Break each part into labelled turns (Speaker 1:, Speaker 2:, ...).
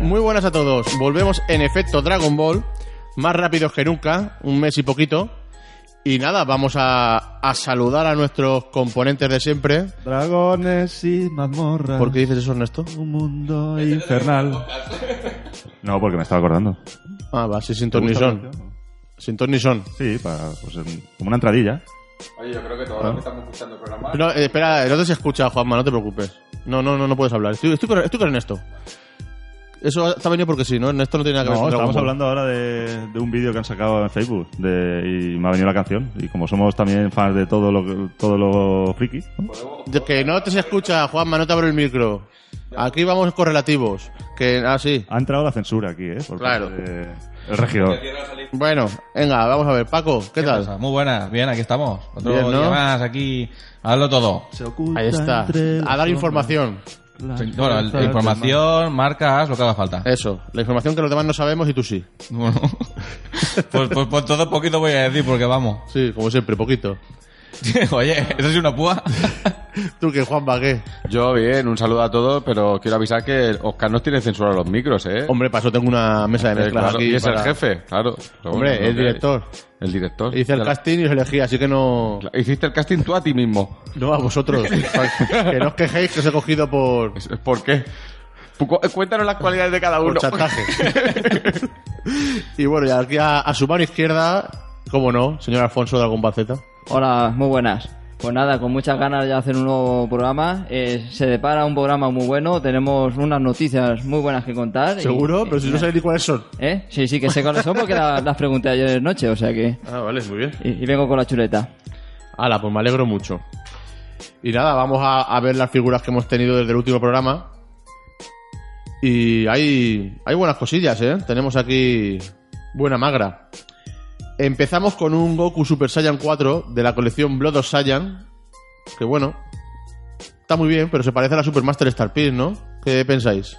Speaker 1: Muy buenas a todos. Volvemos en efecto Dragon Ball, más rápidos que nunca, un mes y poquito. Y nada, vamos a, a saludar a nuestros componentes de siempre.
Speaker 2: Dragones y
Speaker 3: Ah.
Speaker 2: mazmorras.
Speaker 1: ¿Por qué dices eso, Ernesto?
Speaker 2: Un mundo infernal.
Speaker 3: No, porque me estaba acordando.
Speaker 1: Ah, va, sí, sin ton ni son. Sin ton ni son.
Speaker 3: Sí, para, pues, en- como una entradilla.
Speaker 4: Oye, yo creo que todos los que estamos escuchando el programa.
Speaker 1: No, eh, espera, no te se escucha, Juanma, no te preocupes. No, no, no, no puedes hablar. Estoy, estoy con, estoy con Ernesto. Eso está venido porque sí, ¿no? Ernesto no tiene nada que ver
Speaker 3: No,
Speaker 1: con Dragon
Speaker 3: estamos
Speaker 1: Ball.
Speaker 3: hablando ahora de, de un vídeo que han sacado en Facebook de- y me ha venido la canción. Y como somos también fans de todo lo, todo lo friki,
Speaker 1: De que no te se escucha, Juanma, no te abro el micro. Aquí vamos correlativos. Que, ah, sí.
Speaker 3: ha entrado la censura aquí, ¿eh? Por
Speaker 1: Claro.
Speaker 3: parte de- el regidor.
Speaker 1: Bueno, venga, vamos a ver. Paco, ¿qué, tal?
Speaker 4: pasa? Muy buenas, bien, aquí estamos. Otro
Speaker 1: Bien, ¿no?
Speaker 4: día más, aquí, a darlo todo.
Speaker 2: Se oculta
Speaker 1: Ahí está.
Speaker 2: entre
Speaker 1: A
Speaker 2: las
Speaker 1: dar
Speaker 2: sombras.
Speaker 1: información.
Speaker 2: La
Speaker 4: Bueno, el-
Speaker 2: fuerza del
Speaker 4: información, marcas, lo que haga falta.
Speaker 5: Eh.
Speaker 1: Eso. La información que los demás no sabemos y tú sí.
Speaker 4: Bueno, pues, pues, pues todo poquito voy a decir, porque vamos.
Speaker 1: Sí, como siempre, poquito.
Speaker 4: Oye, ¿eso es una púa?
Speaker 1: Tú que Juan Bagué.
Speaker 5: Yo bien, un saludo a todos, pero quiero avisar que Oscar nos tiene censura a los micros, ¿eh?
Speaker 1: Hombre, pasó, tengo una mesa de
Speaker 5: Eh,
Speaker 1: mezclas
Speaker 5: claro,
Speaker 1: aquí.
Speaker 5: y es
Speaker 1: para-
Speaker 5: el jefe, claro. Pero
Speaker 1: Hombre,
Speaker 5: bueno,
Speaker 1: el
Speaker 5: lo que hay.
Speaker 1: director.
Speaker 5: El director.
Speaker 1: Hice el
Speaker 5: Ya la-
Speaker 1: casting y os elegí, así que no.
Speaker 5: Cla- Hiciste el casting tú a ti mismo.
Speaker 1: No a vosotros. que no os quejéis que os he cogido por,
Speaker 5: Es- ¿Por qué? Pu- cu- Cuéntanos las cualidades de cada
Speaker 1: por
Speaker 5: uno.
Speaker 1: chantaje. y bueno, y aquí a, a su mano izquierda, cómo no, señor Alfonso de Algombaceta.
Speaker 6: Hola, muy buenas. Pues nada, con muchas ganas de hacer un nuevo programa. Eh, se depara un programa muy bueno. Tenemos unas noticias muy buenas que contar. y-
Speaker 1: ¿Seguro?
Speaker 6: y
Speaker 1: Pero si no
Speaker 6: nada.
Speaker 1: sabéis ni cuáles son.
Speaker 6: ¿Eh? Sí, sí, que sé cuáles son porque la- las pregunté ayer noche, o sea que.
Speaker 1: Ah, vale, muy bien.
Speaker 6: Y, y vengo con la chuleta.
Speaker 1: Ala, pues me alegro mucho. Y nada, vamos a, a ver las figuras que hemos tenido desde el último programa. Y hay, hay buenas cosillas, ¿eh? Tenemos aquí buena magra. Empezamos con un Goku Super Saiyan 4 de la colección Blood of Saiyan. Que bueno, está muy bien, pero se parece a la Super Master Star Piece, ¿no? ¿Qué pensáis?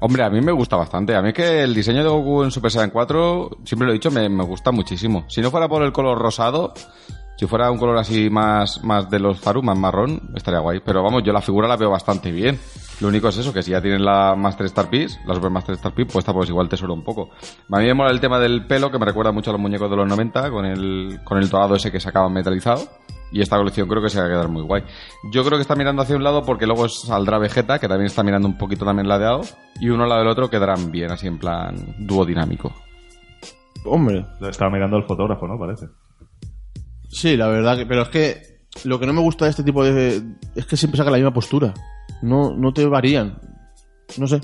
Speaker 5: Hombre, a mí me gusta bastante. A mí es que el diseño de Goku en Super Saiyan 4, siempre lo he dicho, me, me gusta muchísimo. Si no fuera por el color rosado, si fuera un color así más, más de los Zaru, más marrón, estaría guay. Pero vamos, yo la figura la veo bastante bien. Lo único es eso, que si ya tienen la Master Star Piece, la Super Master Star Piece, pues está pues igual tesoro un poco. A mí me mola el tema del pelo, que me recuerda mucho a los muñecos de los 90, con el, con el dorado ese que sacaban metalizado. Y esta colección creo que se va a quedar muy guay. Yo creo que está mirando hacia un lado porque luego saldrá Vegeta, que también está mirando un poquito también ladeado. Y uno al lado del otro quedarán bien, así en plan dúo dinámico.
Speaker 1: Hombre,
Speaker 3: Lo estaba mirando el fotógrafo, ¿no? Parece.
Speaker 1: Sí, la verdad, que, pero es que lo que no me gusta de este tipo de... es que siempre sacan la misma postura. No, no te varían. No sé.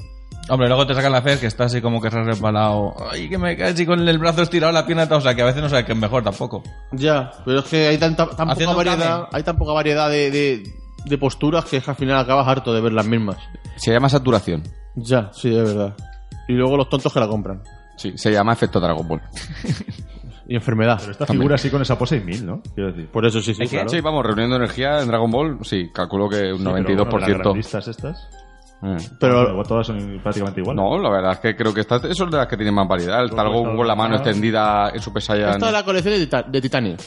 Speaker 4: Hombre, luego te sacan la fe que está así como que se ha resbalado. Ay, que me caes y con el brazo estirado, la pierna tal, o sea, que a veces no sabes que es mejor tampoco.
Speaker 1: Ya, pero es que hay tanta tan poca
Speaker 4: Haciendo un
Speaker 1: variedad,
Speaker 4: cambio.
Speaker 1: hay tan poca variedad de, de- de posturas que es que al final acabas harto de ver las mismas.
Speaker 5: Se llama saturación.
Speaker 1: Ya, sí, es verdad. Y luego los tontos que la compran.
Speaker 5: Sí. Se llama efecto Dragon Ball.
Speaker 1: Y enfermedad.
Speaker 3: Pero esta
Speaker 5: También.
Speaker 3: figura así con esa pose 6000, ¿no? Quiero decir.
Speaker 1: Por eso sí, sí,
Speaker 4: Es que-
Speaker 1: claro.
Speaker 5: Sí, vamos, reuniendo energía en Dragon Ball, sí, calculo que un
Speaker 3: Sí, pero bueno, las
Speaker 5: 92%.
Speaker 3: grandistas estas.
Speaker 5: Eh.
Speaker 1: Pero
Speaker 3: Luego todas son prácticamente iguales.
Speaker 5: No, la verdad es que creo que estas eso es de las que tienen más variedad. El talgo con la mano extendida en Super Saiyan.
Speaker 1: esta es la colección de, Tita- de Titanic.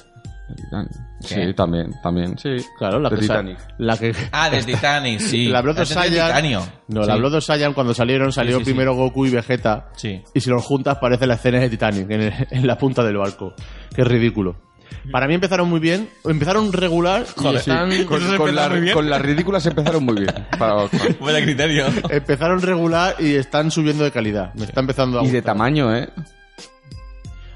Speaker 5: Sí, también, también, sí.
Speaker 1: Claro, la
Speaker 5: de
Speaker 1: que sa-
Speaker 5: Titanic.
Speaker 1: La que...
Speaker 4: Ah, de Titanic, sí.
Speaker 1: La Blood of
Speaker 4: Ese es de
Speaker 1: Saiyan-
Speaker 4: titanio.
Speaker 1: No, la
Speaker 4: Sí.
Speaker 1: Blood of Saiyan cuando salieron salió
Speaker 4: sí, sí.
Speaker 1: primero Goku y Vegeta.
Speaker 4: Sí.
Speaker 1: Y si los juntas parece la escena de Titanic en, el- en la punta del barco. Qué ridículo. Para mí empezaron muy bien, empezaron regular y
Speaker 4: Joder,
Speaker 1: están-
Speaker 5: Con,
Speaker 4: Eso se empieza
Speaker 5: con
Speaker 4: muy
Speaker 5: la-
Speaker 4: bien.
Speaker 5: con las ridículas empezaron muy bien. Para-
Speaker 4: Buen criterio.
Speaker 1: empezaron regular y están subiendo de calidad. Me está empezando a
Speaker 5: y de
Speaker 1: gustar.
Speaker 5: tamaño, ¿eh?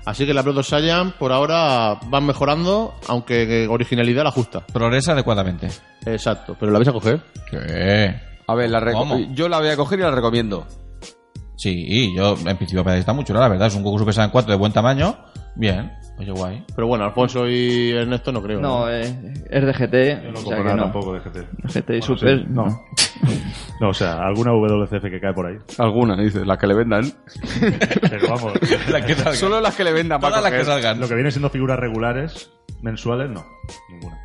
Speaker 1: Así que la Blood of Saiyan por ahora van mejorando, aunque originalidad la justa.
Speaker 4: Progresa adecuadamente.
Speaker 1: Exacto, pero la vais a coger.
Speaker 4: ¿Qué?
Speaker 5: A ver, la reco-
Speaker 4: ¿Cómo?
Speaker 5: yo la voy a coger y la recomiendo.
Speaker 4: Sí, y yo en principio parece que está muy chula, la verdad. Es un Goku Super Saiyan 4 de buen tamaño. Bien. Oye, guay.
Speaker 1: Pero bueno, Alfonso y Ernesto no creo.
Speaker 6: No,
Speaker 1: ¿no?
Speaker 6: eh, es de
Speaker 3: Yo
Speaker 6: GT.
Speaker 3: no
Speaker 6: o
Speaker 3: compro
Speaker 6: sea que
Speaker 3: nada
Speaker 6: no.
Speaker 3: tampoco de GT.
Speaker 6: GT y
Speaker 3: Bueno,
Speaker 6: Super.
Speaker 3: sí, no. No, o sea, alguna WCF que cae por ahí.
Speaker 5: Alguna, dices, las que le vendan.
Speaker 3: Pero vamos,
Speaker 4: Las que salgan.
Speaker 5: Solo las que le vendan. va a
Speaker 4: Todas las que
Speaker 5: coger.
Speaker 4: salgan.
Speaker 3: lo que viene siendo figuras regulares, mensuales, no. Ninguna.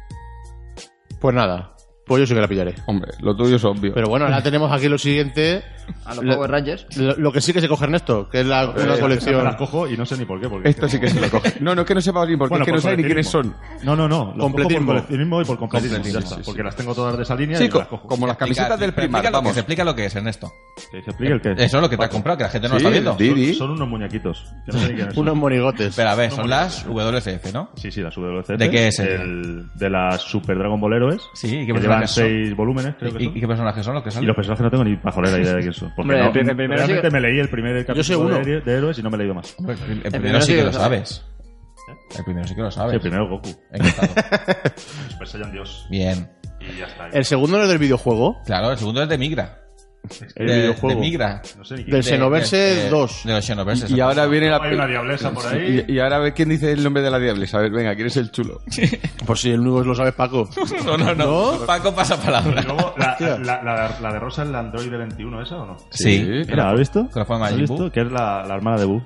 Speaker 1: Pues nada, pues yo sí que la pillaré.
Speaker 5: Hombre, lo tuyo es obvio.
Speaker 1: Pero bueno, ahora tenemos aquí lo siguiente.
Speaker 6: A los
Speaker 1: Lo-
Speaker 6: Power Rangers.
Speaker 1: Lo, lo que sí que se coge Ernesto, que es la, una
Speaker 3: Esa- esa me
Speaker 1: colección
Speaker 3: Eh, las cojo y no sé ni por qué. Porque
Speaker 5: Esto Este sí que se lo coge. No, no es que no sepa ni por qué,
Speaker 3: Bueno, pues
Speaker 5: es que
Speaker 3: por
Speaker 5: no sabe ni quiénes
Speaker 3: coleccionismo.
Speaker 5: son.
Speaker 3: No, no, no. Lo
Speaker 1: Completismo.
Speaker 3: Cojo por coleccionismo y por completismo.
Speaker 5: Completismo,
Speaker 3: ya está,
Speaker 5: sí, sí.
Speaker 3: Porque las tengo todas de esa línea
Speaker 5: Sí,
Speaker 3: y
Speaker 5: co-
Speaker 3: las cojo.
Speaker 5: como las camisetas del
Speaker 4: Explica-
Speaker 5: primar,
Speaker 4: explica lo que
Speaker 5: vamos.
Speaker 4: es, explica lo que es, Ernesto.
Speaker 3: Que se explique el qué.
Speaker 4: Eso es lo que te ha comprado, que la gente no
Speaker 5: Sí,
Speaker 4: lo está viendo.
Speaker 5: di- Didi.
Speaker 3: Son, son unos muñequitos. que no sé ni quiénes son.
Speaker 1: unos monigotes.
Speaker 4: Pero a ver, son las WCF, ¿no?
Speaker 3: Sí, sí, la WCF.
Speaker 4: ¿De qué es el-
Speaker 3: El, de las Super Dragon Ball Heroes.
Speaker 4: Sí, ¿y qué
Speaker 3: que
Speaker 4: personajes
Speaker 3: llevan
Speaker 4: son?
Speaker 3: seis volúmenes, creo que
Speaker 4: ¿Y, y
Speaker 3: son.
Speaker 4: qué personajes son los que
Speaker 3: Y
Speaker 4: salen?
Speaker 3: los personajes no tengo ni pajolera idea de quién son. Porque
Speaker 6: Hombre,
Speaker 3: no,
Speaker 6: el primer- el primero
Speaker 3: realmente
Speaker 6: sí
Speaker 3: me
Speaker 6: que-
Speaker 3: leí el primer
Speaker 1: Yo sé
Speaker 3: capítulo
Speaker 1: uno.
Speaker 3: de, de Héroes y no me he leído más.
Speaker 4: Hombre, El, el primero
Speaker 6: primero
Speaker 4: sí
Speaker 6: sí
Speaker 4: que
Speaker 6: que
Speaker 4: lo
Speaker 6: lo
Speaker 4: sabes. El primero sí que lo
Speaker 3: Sí,
Speaker 4: sabes.
Speaker 3: el primero Goku.
Speaker 4: Encantado.
Speaker 3: Super Saiyan Dios.
Speaker 4: Bien.
Speaker 3: Y ya está.
Speaker 1: El segundo no es del videojuego,
Speaker 4: Claro, el segundo es de Migra.
Speaker 3: El
Speaker 4: de,
Speaker 3: videojuego.
Speaker 4: de Migra.
Speaker 3: No sé ni quién.
Speaker 1: del Xenoverse
Speaker 4: de- de-
Speaker 1: 2.
Speaker 4: De los Xenoverse.
Speaker 5: Y ahora viene la...
Speaker 3: Hay una diablesa por ahí.
Speaker 5: Y, y ahora a ver quién dice el nombre de la diablesa. A ver, venga, ¿quién es el chulo?
Speaker 1: Pues sí, el único que lo sabes, Paco.
Speaker 4: No, no, no. Paco pasa
Speaker 3: Y
Speaker 4: palabra.
Speaker 3: luego, la, la, la, la de Rosa es la Android 21, ¿esa o no?
Speaker 4: Sí.
Speaker 5: Sí.
Speaker 3: Mira, ¿has visto?
Speaker 4: ¿Que la fue
Speaker 3: ¿Has
Speaker 4: Majin Buu?
Speaker 3: visto? Que es la, la hermana de Buu.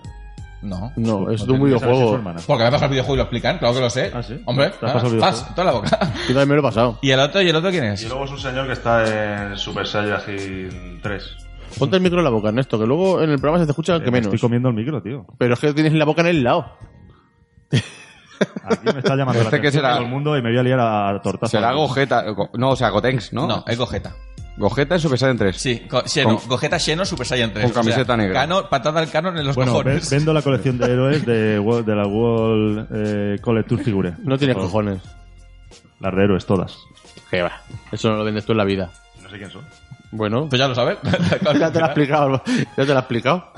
Speaker 4: No.
Speaker 1: No, es de un
Speaker 3: Esa es su
Speaker 1: videojuego.
Speaker 3: hermana.
Speaker 4: Porque me ha pasado el videojuego y lo explican, claro que lo sé.
Speaker 3: Ah, ¿sí?
Speaker 4: Hombre,
Speaker 3: ¿Te has
Speaker 4: ah,
Speaker 3: pasado el videojuego?
Speaker 4: pas, toda la boca.
Speaker 1: Yo también me lo he pasado.
Speaker 4: ¿Y el otro? ¿Y el otro quién es?
Speaker 3: Y luego es un señor que está en Super Saiyajin 3.
Speaker 1: Ponte el micro en la boca, Ernesto, que luego en el programa se te escucha que
Speaker 3: Eh, me
Speaker 1: menos.
Speaker 3: Estoy comiendo el micro, tío.
Speaker 1: Pero es que tienes la boca en el lado.
Speaker 3: Aquí me está llamando la
Speaker 5: Este que
Speaker 3: atención
Speaker 5: será-
Speaker 3: todo el mundo y me voy a liar a tortazos.
Speaker 5: Será Gogeta. No, o sea, Gotenks, ¿no?
Speaker 4: No, es Gogeta.
Speaker 5: Gogeta en Super Saiyan 3.
Speaker 4: Sí, co- Xeno.
Speaker 5: Con-
Speaker 4: Gogeta Xeno Super Saiyan 3.
Speaker 5: Con camiseta negra.
Speaker 4: Cano, patada al canon en los
Speaker 3: Bueno, ve-
Speaker 4: cojones.
Speaker 3: vendo la colección de héroes de, Wo- de la World eh, Collector Figure.
Speaker 1: No tienes cojones.
Speaker 3: Las de héroes, todas.
Speaker 1: Que va. Eso no lo vendes tú en la vida.
Speaker 3: No sé quién son.
Speaker 1: Bueno,
Speaker 4: Pues ya lo sabes.
Speaker 1: ya te lo he explicado. Ya te lo he explicado.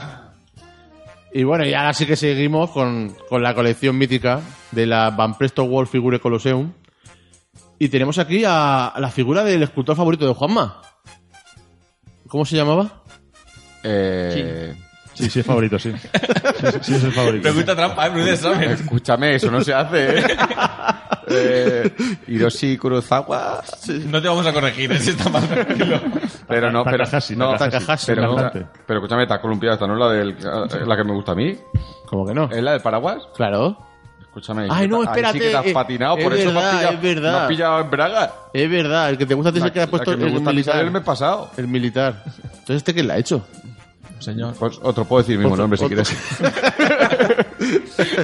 Speaker 1: Y bueno, y ahora sí que seguimos con, con la colección mítica de la Van Presto World Figure Colosseum. Y tenemos aquí a, a la figura del escultor favorito de Juanma. ¿Cómo se llamaba?
Speaker 5: Eh,
Speaker 3: Sí, sí, es favorito, sí. Sí, sí, sí, es el favorito.
Speaker 4: Pregunta trampa, ¿eh? Bruder, ¿sabes?
Speaker 5: Escúchame, eso no se hace, ¿eh? eh Hiroshi Kurosawa.
Speaker 4: No te vamos a corregir, ¿eh? si está mal. tranquilo.
Speaker 5: Pero no, pero.
Speaker 3: Takahashi,
Speaker 5: no,
Speaker 1: Takahashi,
Speaker 5: pero,
Speaker 3: cantante.
Speaker 5: pero escúchame, te has columpiado. Esta no es la, del, eh, la que me gusta a mí.
Speaker 1: ¿Cómo que no?
Speaker 5: ¿Es la del Paraguas?
Speaker 1: Eh, Claro.
Speaker 5: Escúchame.
Speaker 1: Ay,
Speaker 5: ahí
Speaker 1: no,
Speaker 5: sí que te- Ahí sí que te
Speaker 1: espérate,
Speaker 5: has
Speaker 1: eh,
Speaker 5: patinado. por
Speaker 1: es
Speaker 5: eso me has
Speaker 1: verdad,
Speaker 5: pillado,
Speaker 1: es verdad.
Speaker 5: me has pillado en Braga.
Speaker 1: Es verdad, el que te gusta a ti es el que le has puesto
Speaker 5: la que me
Speaker 1: el
Speaker 5: gusta a mí sale
Speaker 1: militar.
Speaker 5: el mes pasado.
Speaker 1: El militar. Entonces, ¿este quién la ha hecho?
Speaker 4: Señor.
Speaker 5: Pues otro puedo decir el mismo
Speaker 1: Otro-
Speaker 5: nombre si
Speaker 1: otro.
Speaker 5: quieres.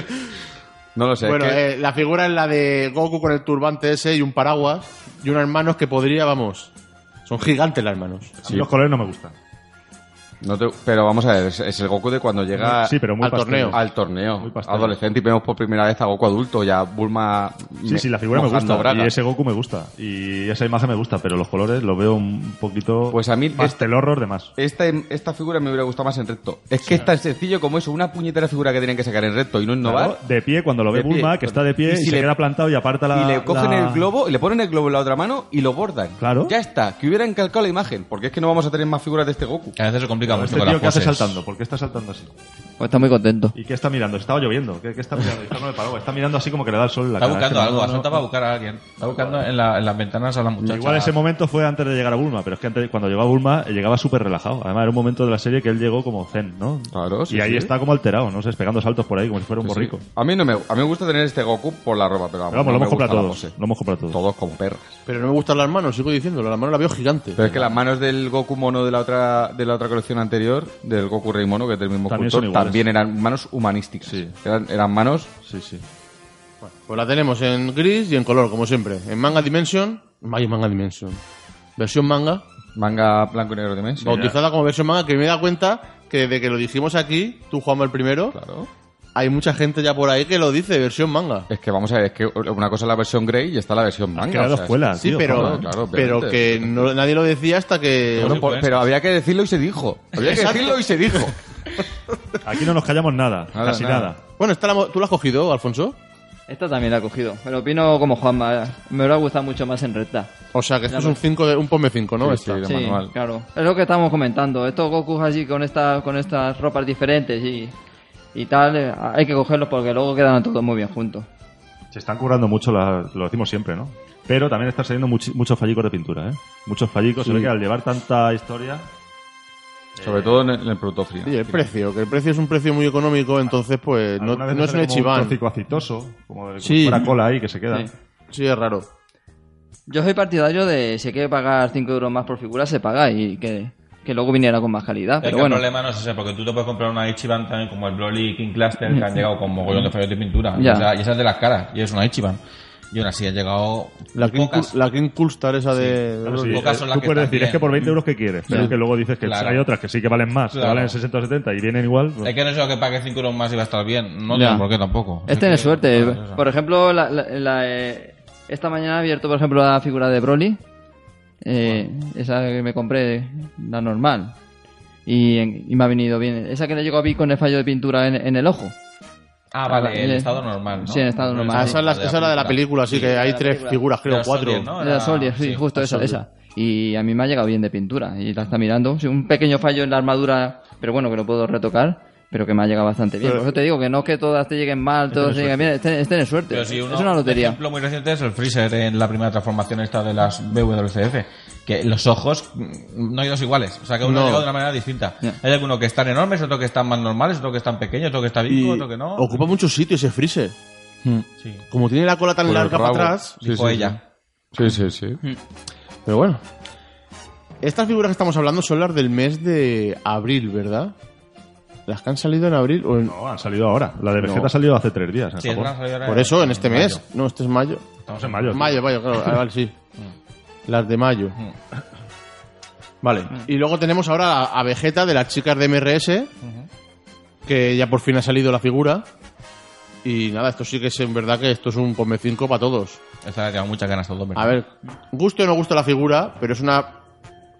Speaker 5: no lo sé.
Speaker 1: bueno,
Speaker 5: es que-
Speaker 1: eh, la figura es la de Goku con el turbante ese y un paraguas y unos hermanos que podría, vamos. Son gigantes las hermanos.
Speaker 3: A mí Los colores no me gustan.
Speaker 5: no te- pero vamos a ver, es, es el Goku de cuando llega
Speaker 3: Sí, pero muy
Speaker 1: al
Speaker 3: pastel.
Speaker 1: torneo.
Speaker 5: al torneo
Speaker 3: Muy pastel.
Speaker 5: adolescente y vemos por primera vez a Goku adulto, ya Bulma.
Speaker 3: Sí,
Speaker 5: me-
Speaker 3: sí, la figura me
Speaker 5: mojando
Speaker 3: gusta.
Speaker 5: braga.
Speaker 3: Y ese Goku me gusta. Y esa imagen me gusta, pero los colores los veo un poquito.
Speaker 5: Pues a mí
Speaker 3: Pastel horror de más.
Speaker 5: Esta, esta figura me hubiera gustado más en recto. Es que es tan sencillo como eso, una puñetera figura que tienen que sacar en recto y no innovar.
Speaker 3: Claro, de pie, cuando lo ve
Speaker 5: De pie.
Speaker 3: Bulma, que está de pie
Speaker 5: Y
Speaker 3: y,
Speaker 5: si
Speaker 3: se
Speaker 5: le-
Speaker 3: queda plantado y aparta la.
Speaker 5: y le cogen
Speaker 3: la-
Speaker 5: el globo, y le ponen el globo en la otra mano y lo bordan.
Speaker 3: Claro.
Speaker 5: Ya está, que hubieran calcado la imagen, porque es que no vamos a tener más figuras de este Goku.
Speaker 4: Que a veces se complica mucho
Speaker 3: Este
Speaker 4: con las
Speaker 3: tío que hace
Speaker 4: poses.
Speaker 3: saltando, ¿por qué está saltando así?
Speaker 6: Pues está muy contento.
Speaker 3: ¿Y qué está mirando? Estaba lloviendo. ¿Qué, qué está mirando? Está con el paraguas. Está mirando así como que le da el sol en la
Speaker 4: Está
Speaker 3: cara.
Speaker 4: buscando
Speaker 3: Es que no-
Speaker 4: algo,
Speaker 3: no-
Speaker 4: Asunta va a buscar a alguien. Está buscando en, la- en las ventanas a la muchacha.
Speaker 3: Igual ese momento fue antes de llegar a Bulma, pero es que antes, cuando llegó a Bulma eh, llegaba súper relajado. Además, era un momento de la serie que él llegó como zen, ¿no?
Speaker 5: Claro, sí,
Speaker 3: Y ahí
Speaker 5: sí.
Speaker 3: está como alterado, no sé, pegando saltos por ahí como si fuera un borrico.
Speaker 5: A mí no me, a mí me gusta tener este Goku por la ropa, pero vamos,
Speaker 3: Pero vamos,
Speaker 5: no
Speaker 3: lo
Speaker 5: me
Speaker 3: hemos comprado
Speaker 5: gusta la
Speaker 3: todos.
Speaker 5: pose.
Speaker 3: Lo hemos comprado todos.
Speaker 5: Todos como perras.
Speaker 1: Pero no me gustan las manos, sigo diciéndolo. Las manos las veo gigantes.
Speaker 5: Pero es que las manos del Goku mono de la otra de la otra colección anterior, del Goku Rey Mono, que es del mismo
Speaker 3: También
Speaker 5: culto,
Speaker 3: son iguales.
Speaker 5: también eran manos humanísticas.
Speaker 3: Sí.
Speaker 5: Eran, eran manos
Speaker 3: Sí, sí.
Speaker 1: Bueno, pues la tenemos en gris y en color, como siempre. En Manga Dimension. Ay, Manga Dimension. Versión manga.
Speaker 5: manga blanco y negro de Messi.
Speaker 1: Bautizada como versión manga, que me he dado cuenta que desde que lo dijimos aquí, tú Juanma el primero,
Speaker 5: Claro.
Speaker 1: hay mucha gente ya por ahí que lo dice, versión manga.
Speaker 5: Es que vamos a ver, es que una cosa es la versión Grey y está la versión manga.
Speaker 3: creado
Speaker 5: o sea,
Speaker 3: escuela.
Speaker 1: Sí,
Speaker 3: tío,
Speaker 1: pero,
Speaker 5: Ah, claro, claro,
Speaker 1: pero
Speaker 5: obviamente.
Speaker 1: que no- nadie lo decía hasta que...
Speaker 5: Bueno, por- pero había que decirlo y se dijo. Había que decirlo y se dijo. Eh.
Speaker 3: Aquí no nos callamos nada,
Speaker 5: Nada,
Speaker 3: casi
Speaker 5: nada.
Speaker 3: nada.
Speaker 1: Bueno, esta la mo- ¿tú la has cogido, Alfonso?
Speaker 6: Esta también la ha cogido. Pero opino como Juanma. eh, Me hubiera gustado mucho más en recta.
Speaker 1: O sea, que esto
Speaker 6: Ya
Speaker 1: es un
Speaker 6: ves.
Speaker 1: 5 de, un Pome 5, ¿no? Este.
Speaker 5: Sí,
Speaker 1: Esta.
Speaker 5: sí, Era
Speaker 6: Sí,
Speaker 5: manual.
Speaker 6: claro. Es lo que estamos comentando. Estos Gokus así con, esta, con estas ropas diferentes y, y tal, eh, hay que cogerlos porque luego quedan todos muy bien juntos.
Speaker 3: Se están currando mucho, la- lo decimos siempre, ¿no? Pero también están saliendo muchi- muchos fallicos de pintura, ¿eh? Muchos fallicos. Se ve que al llevar tanta historia,
Speaker 5: Sobre todo en el, en el producto frío.
Speaker 1: Y el precio, que el precio es un precio muy económico, entonces pues no,
Speaker 3: alguna vez
Speaker 1: no es un
Speaker 3: sale como Un
Speaker 1: echiván.
Speaker 3: trocico aceitoso, como de
Speaker 1: Sí.
Speaker 3: fuera cola ahí que se queda.
Speaker 6: Sí.
Speaker 1: Sí, es raro.
Speaker 6: Yo soy partidario de si hay que pagar 5 euros más por figura, se paga y que, que luego viniera con más calidad.
Speaker 4: Es
Speaker 6: Pero
Speaker 4: que
Speaker 6: bueno,
Speaker 4: el problema no es ese, porque tú te puedes comprar una Ichiban también como el Broly King Cluster que han llegado con mogollón de fallos de pintura.
Speaker 6: Mm.
Speaker 4: Y,
Speaker 6: Ya.
Speaker 4: esa, y esa es de las caras, y es una Ichiban. Y aún así han llegado
Speaker 1: La King,
Speaker 4: pocas.
Speaker 1: Cul- la King Culstar esa de...
Speaker 3: Claro, sí,
Speaker 4: Pocas
Speaker 3: eh,
Speaker 4: son las
Speaker 3: tú
Speaker 4: que
Speaker 3: puedes
Speaker 4: están
Speaker 3: decir, es que
Speaker 4: bien.
Speaker 3: por 20 euros que quieres, pero
Speaker 4: Ya.
Speaker 3: que luego dices que
Speaker 4: Claro.
Speaker 3: hay otras que sí que valen más, que
Speaker 4: Claro.
Speaker 3: valen 60 o 70 y vienen igual. pues,
Speaker 4: Es que no sé lo que pague 5 euros más y va a estar bien. No
Speaker 6: Ya.
Speaker 4: tengo por qué tampoco.
Speaker 6: es
Speaker 4: Así
Speaker 6: tener
Speaker 4: que-
Speaker 6: suerte. eh.
Speaker 4: Claro, eso.
Speaker 6: Por ejemplo, la- la- la, eh, esta mañana he abierto, por ejemplo, la figura de Broly. Eh, Esa que me compré, la normal. Y, en- y me ha venido bien. Esa que le llegó a mí con el fallo de pintura en, en el ojo.
Speaker 4: Ah, vale,
Speaker 6: Vale.
Speaker 4: el estado normal. ¿no?
Speaker 6: eh. Sí, en estado
Speaker 4: El
Speaker 6: normal.
Speaker 1: Ah,
Speaker 6: sí.
Speaker 1: esa es la, esa es la de la película, sí, que hay
Speaker 6: la
Speaker 1: tres
Speaker 6: película.
Speaker 1: figuras, creo,
Speaker 4: Era
Speaker 1: cuatro.
Speaker 4: Solier, ¿no?
Speaker 6: Era Solier, sí, justo esa, esa. Y a mí me ha llegado bien de pintura. Y la está mirando. Sí, un pequeño fallo en la armadura, pero bueno, que lo puedo retocar. Pero que me ha llegado bastante bien.
Speaker 1: Pero-
Speaker 6: Por eso te digo que no es que todas te lleguen mal, todas te lleguen bien. Es tener, es tener suerte.
Speaker 4: Pero si uno-
Speaker 6: es una lotería.
Speaker 4: Un ejemplo muy reciente es el Freezer en la primera transformación esta de las BWCF. Que los ojos mm, no hay dos iguales. O sea, que uno
Speaker 1: No.
Speaker 4: ha llegado de una manera distinta.
Speaker 6: Ya.
Speaker 4: Hay algunos que están enormes, otros que están más normales, otros que están pequeños, otros que están
Speaker 1: Y
Speaker 4: vivo, otros que no.
Speaker 1: ocupa mucho sitio ese freezer.
Speaker 4: Sí.
Speaker 1: Como tiene la cola tan
Speaker 5: Por el
Speaker 1: larga para
Speaker 5: rabo.
Speaker 1: atrás.
Speaker 5: Sí,
Speaker 4: Dijo
Speaker 5: sí,
Speaker 4: ella.
Speaker 5: Sí, sí, sí.
Speaker 3: Mm.
Speaker 1: Pero bueno. Estas figuras que estamos hablando son las del mes de abril, ¿verdad? Las que han salido en abril o en-
Speaker 3: No, han salido ahora. La de Vegeta ha salido hace tres días. en
Speaker 4: Sí, es
Speaker 3: Japón.
Speaker 4: una salida
Speaker 1: Por eso, en este
Speaker 4: mayo.
Speaker 1: mes. No, este es mayo.
Speaker 3: Estamos en mayo. tío.
Speaker 1: Mayo, mayo, claro. Ah, vale, sí. Las de mayo. Vale. Y luego tenemos ahora a, a Vegeta de las chicas de MRS, que ya por fin ha salido la figura. Y nada, esto sí que es en verdad que esto es un Pome 5 para todos.
Speaker 4: Esta le ha quedado muchas ganas todo,
Speaker 1: A ver, guste o no guste la figura, pero es una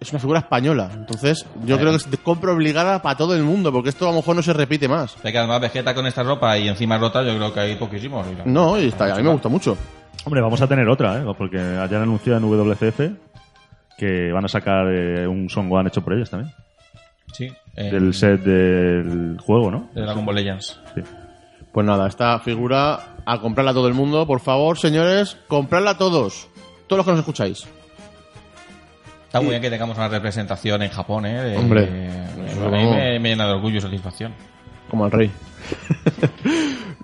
Speaker 1: es una figura española. Entonces, yo creo que es de compra obligada para todo el mundo, porque esto a lo mejor no se repite más.
Speaker 4: que además Vegeta con esta ropa y encima rota, yo creo que hay poquísimos. Y la-
Speaker 1: No, y está, a mí me gusta mucho.
Speaker 3: Hombre, vamos a tener otra, ¿eh? Porque hayan anunciado en WCF que van a sacar eh, un Son Gohan hecho por ellos también.
Speaker 4: Sí. eh,
Speaker 3: Del set del juego, ¿no?
Speaker 4: de Dragon Ball Legends.
Speaker 3: Sí.
Speaker 1: Pues nada, esta figura a comprarla a todo el mundo, por favor, señores, comprarla a todos. Todos los que nos escucháis.
Speaker 4: Está muy bien que tengamos una representación en Japón, ¿eh? De-
Speaker 1: Hombre,
Speaker 4: de-
Speaker 1: eso
Speaker 4: a mí
Speaker 1: no.
Speaker 4: me, me llena de orgullo y satisfacción.
Speaker 1: Como el rey.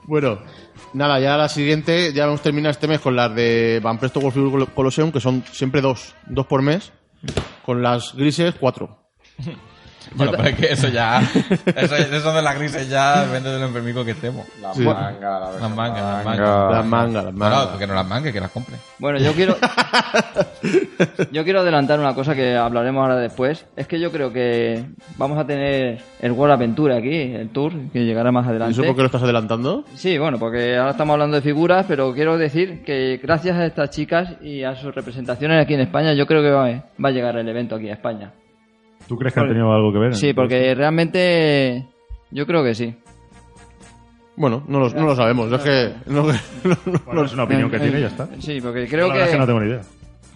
Speaker 1: bueno, nada, ya la siguiente, ya hemos terminado este mes con las de Van Presto World Figure Col- Colosseum, que son siempre dos, dos por mes. Con las grises, cuatro.
Speaker 4: Bueno, pero es que eso ya. Eso, eso de las grises ya depende de lo enfermico que estemos.
Speaker 5: La
Speaker 1: Sí.
Speaker 5: manga, la
Speaker 4: Las mangas, las
Speaker 5: manga.
Speaker 4: mangas.
Speaker 1: Las mangas, las
Speaker 4: No,
Speaker 1: mangas.
Speaker 4: no, porque no las mangue, que las compre.
Speaker 6: Bueno, yo quiero. yo quiero adelantar una cosa que hablaremos ahora después. Es que yo creo que vamos a tener el World Aventura aquí, el tour, que llegará más
Speaker 1: ¿Y
Speaker 6: adelante.
Speaker 1: eso por qué lo estás adelantando?
Speaker 6: Sí, bueno, porque ahora estamos hablando de figuras, pero quiero decir que gracias a estas chicas y a sus representaciones aquí en España, yo creo que va, va a llegar el evento aquí a España.
Speaker 3: ¿Tú crees que han tenido algo que ver?
Speaker 6: Sí, porque realmente yo creo que sí.
Speaker 1: Bueno, no lo, no lo sabemos. Es que. no- no- no-
Speaker 3: Bueno, es una opinión que
Speaker 6: Eh,
Speaker 3: tiene y
Speaker 6: eh,
Speaker 3: ya está.
Speaker 6: Sí, porque
Speaker 3: Yo
Speaker 6: creo
Speaker 3: la verdad es que no tengo ni idea.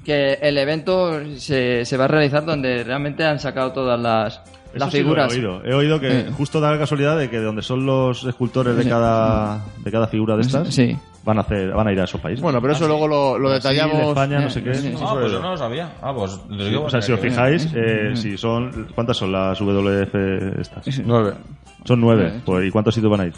Speaker 6: que el evento se, se va a realizar donde realmente han sacado todas las
Speaker 3: Eso
Speaker 6: las
Speaker 3: sí lo
Speaker 6: figuras.
Speaker 3: he, oído. He oído que
Speaker 6: Eh.
Speaker 3: justo da la casualidad de que donde son los escultores de cada, de cada figura de estas,
Speaker 6: Sí.
Speaker 3: van, a hacer, van a ir a esos países.
Speaker 1: Bueno, pero eso luego lo, lo
Speaker 3: Brasil,
Speaker 1: detallamos.
Speaker 3: España, no sé qué.
Speaker 6: eh, Sí, sí, sí.
Speaker 4: Ah,
Speaker 3: Eso he
Speaker 4: pues
Speaker 3: oído.
Speaker 4: yo no lo sabía. Ah, pues. lo
Speaker 3: Sí,
Speaker 4: digo
Speaker 3: o sea,
Speaker 4: porque-
Speaker 3: si os fijáis, eh, si son, ¿cuántas son las WF estas?
Speaker 5: Nueve,
Speaker 3: Son nueve. Pues, ¿Y cuántos sitios van a ir?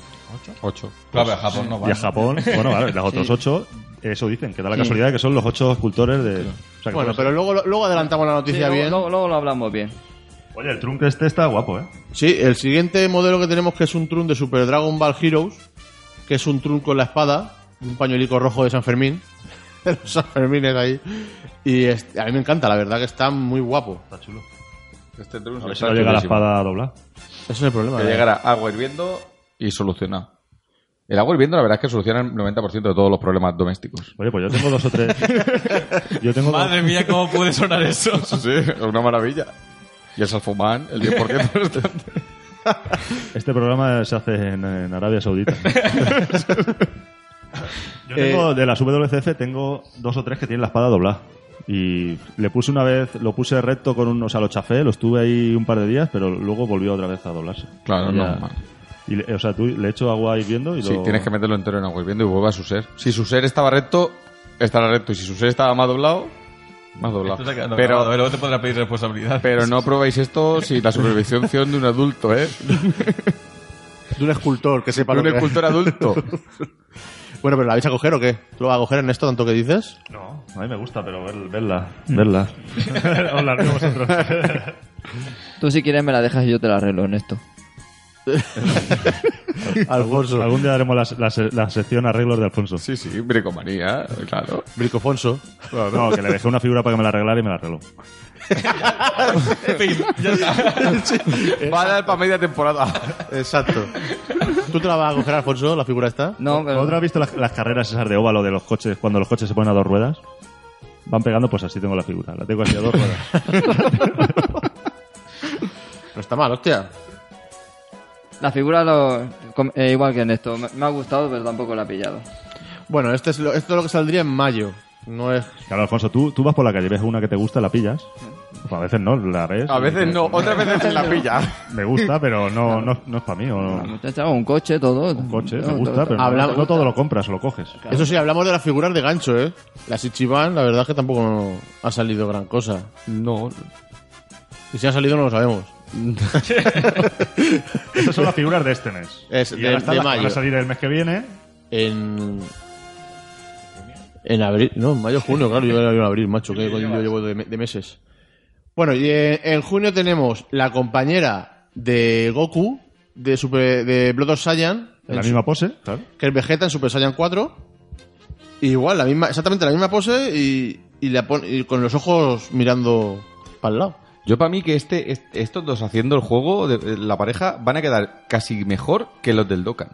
Speaker 5: ocho.
Speaker 4: Claro, a Japón no va.
Speaker 3: Y a Japón, bueno, vale, los otros
Speaker 6: Sí.
Speaker 3: ocho, eso dicen, que da la
Speaker 6: Sí.
Speaker 3: casualidad de que son los ocho escultores de... o sea, que
Speaker 1: Bueno,
Speaker 3: todos-
Speaker 1: pero luego, luego adelantamos la
Speaker 6: Sí,
Speaker 1: noticia
Speaker 6: luego,
Speaker 1: bien.
Speaker 6: luego- luego lo hablamos bien.
Speaker 3: Oye, el trunk este está guapo, ¿eh?
Speaker 1: Sí, el siguiente modelo que tenemos que es un Trun de Super Dragon Ball Heroes, que es un Trun con la espada, y un pañuelico rojo de San Fermín, de los San Fermines ahí. Y es- a mí me encanta, la verdad que está muy guapo.
Speaker 3: Está chulo.
Speaker 5: Este triunfo
Speaker 3: A ver si
Speaker 5: está
Speaker 3: no llega la
Speaker 5: chulísimo.
Speaker 3: espada a doblar.
Speaker 1: Ese es el problema.
Speaker 5: Que
Speaker 1: ¿eh?
Speaker 5: llegará agua hirviendo y solucionado. El agua hirviendo, la verdad es que soluciona el 90% de todos los problemas domésticos.
Speaker 3: Oye, pues yo tengo dos o tres... yo tengo dos-
Speaker 4: Madre mía, cómo puede sonar eso.
Speaker 5: Sí, sí, es una maravilla. Y el salfumán, el 10% restante.
Speaker 3: Este programa se hace en, en Arabia Saudita. Yo tengo, de las WCF tengo dos o tres que tienen la espada doblada. Y le puse una vez, lo puse recto con un, o sea, lo chafé, lo estuve ahí un par de días, pero luego volvió otra vez a doblarse.
Speaker 5: Claro,
Speaker 3: Y ya-
Speaker 5: normal.
Speaker 3: Y le- o sea, tú le echo agua hirviendo y
Speaker 5: Sí,
Speaker 3: lo...
Speaker 5: tienes que meterlo entero en agua hirviendo y vuelve a su ser. Si su ser estaba recto, estará recto. Y si su ser estaba más doblado, más doblado.
Speaker 4: Pero
Speaker 5: Pero,
Speaker 4: luego te podrá pedir
Speaker 3: ¿eh?
Speaker 4: responsabilidad.
Speaker 5: pero no probéis esto sin la supervisión de un adulto, ¿eh?
Speaker 1: De un escultor que sepa
Speaker 5: De
Speaker 1: lo
Speaker 5: un
Speaker 1: que es.
Speaker 5: escultor adulto.
Speaker 1: Bueno, pero ¿la vais a coger o qué? ¿Tú lo vas a coger en esto tanto que dices?
Speaker 3: No, a mí me gusta, pero ver- verla, verla. Os la haré vosotros.
Speaker 6: Tú si quieres me la dejas y yo te la arreglo en esto.
Speaker 1: Alfonso.
Speaker 3: Algún día haremos la, la- la sección arreglos de Alfonso.
Speaker 5: Sí, sí, bricomanía, claro.
Speaker 1: Bricofonso.
Speaker 3: No, que le dejé una figura para que me la arreglara y me la arregló.
Speaker 5: Va a dar para media temporada.
Speaker 1: Exacto. ¿Tú te la vas a coger, Alfonso, la figura esta?
Speaker 6: No, pero...
Speaker 3: ¿Otra has visto las, las carreras esas de óvalo de los coches, cuando los coches se ponen a dos ruedas? Van pegando, pues así tengo la figura. La tengo así a dos ruedas.
Speaker 1: No está mal, hostia.
Speaker 6: La figura lo, com- eh, igual que en esto. Me, me ha gustado, pero tampoco la he pillado.
Speaker 1: Bueno, este es lo- esto es lo que saldría en mayo. No es...
Speaker 3: Claro, Alfonso, tú, tú vas por la calle, ves una que te gusta, la pillas. Pues a veces no, la ves.
Speaker 5: A
Speaker 3: y
Speaker 5: veces
Speaker 3: dices,
Speaker 5: no, otras veces la pilla.
Speaker 3: Me gusta, pero no, no, no es para mí. O
Speaker 6: La muchacha, un coche, todo.
Speaker 3: Un coche,
Speaker 6: todo,
Speaker 3: me gusta,
Speaker 6: todo,
Speaker 3: pero
Speaker 6: todo.
Speaker 3: no,
Speaker 1: Hablamos-
Speaker 3: no todo lo compras o lo coges.
Speaker 1: Eso sí, hablamos de las figuras de gancho, ¿eh? Las Ichiban, la verdad es que tampoco ha salido gran cosa.
Speaker 5: No,
Speaker 1: Y si ha salido no lo sabemos.
Speaker 3: Estas son las figuras de este mes.
Speaker 1: Es
Speaker 3: y
Speaker 1: de-
Speaker 3: ahora están
Speaker 1: de
Speaker 3: las que
Speaker 1: mayo.
Speaker 3: van a salir el mes que viene.
Speaker 1: En... En abril, no, en mayo, junio, claro, yo era en abril, macho, que coño yo llevo de, me- de meses. Bueno, y en, en junio tenemos la compañera de Goku, de Super, de Blood of Saiyan,
Speaker 3: En
Speaker 1: en
Speaker 3: la
Speaker 1: su-
Speaker 3: misma pose, claro.
Speaker 1: que es Vegeta en Super Saiyan 4. Y igual, la misma, exactamente la misma pose y, y la pon- y con los ojos mirando para el lado.
Speaker 5: Yo para mí que este, est- estos dos haciendo el juego, de, de la pareja, van a quedar casi mejor que los del Dokkan.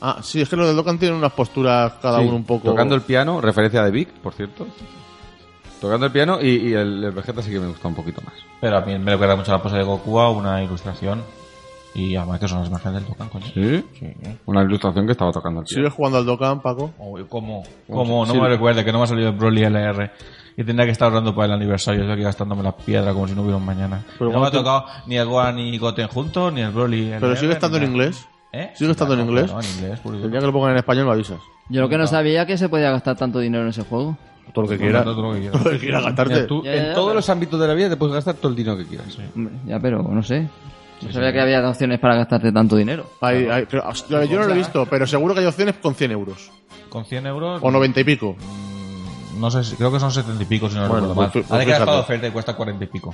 Speaker 1: Ah, sí, es que los de Dokkan tienen unas posturas cada
Speaker 5: Sí,
Speaker 1: uno un poco.
Speaker 5: Tocando el piano, referencia de Vic, por cierto. Tocando el piano y, y el, el Vegeta sí que me gusta un poquito más.
Speaker 4: Pero a mí me recuerda mucho la pose de Goku a una ilustración. Y además que son las imágenes del Dokkan, coño.
Speaker 5: ¿Sí?
Speaker 4: Sí.
Speaker 5: Una ilustración que estaba tocando el piano.
Speaker 1: ¿Sigues jugando al Dokkan, Paco?
Speaker 4: Uy, ¿Cómo? ¿Cómo? No
Speaker 5: sí.
Speaker 4: me recuerde que no me ha salido el Broly LR. Y tendría que estar ahorrando para el aniversario. Yo aquí gastándome la piedra como si no hubiera un mañana.
Speaker 1: Pero
Speaker 4: no me ha
Speaker 1: cuando
Speaker 4: tocado ni el Gohan ni Goten juntos, ni el Broly LR.
Speaker 1: Pero sigue
Speaker 4: ni
Speaker 1: estando en
Speaker 4: nada.
Speaker 1: inglés.
Speaker 4: ¿Eh?
Speaker 1: ¿Sigue estando en
Speaker 4: Claro,
Speaker 1: inglés?
Speaker 4: claro, en inglés, puro y
Speaker 1: El
Speaker 4: duro.
Speaker 1: día que lo pongan en español me avisas.
Speaker 6: Yo lo que no sabía que se podía gastar tanto dinero en ese juego.
Speaker 1: Todo lo que
Speaker 4: Por
Speaker 1: quieras.
Speaker 4: tanto, todo lo que quieras.
Speaker 1: Todo lo que quieras gastarte.
Speaker 4: Mira, tú-
Speaker 5: Tú,
Speaker 6: Ya,
Speaker 5: en
Speaker 6: ya, ya,
Speaker 5: todos
Speaker 6: pero-
Speaker 5: los ámbitos de la vida te puedes gastar todo el dinero que quieras.
Speaker 6: Hombre, Ya, pero no sé. No sabía que había opciones para gastarte tanto dinero.
Speaker 1: Hay- hay- creo- hostia, yo no lo he visto, pero seguro que hay opciones con 100 euros.
Speaker 4: Con 100 euros.
Speaker 1: O 90 y pico.
Speaker 4: No sé, si- creo que son 70 y pico, si no
Speaker 1: Bueno,
Speaker 4: recuerdo mal.
Speaker 1: pues tú- pues
Speaker 4: Ahora que
Speaker 1: fíjate.
Speaker 4: la oferta y cuesta 40 y pico.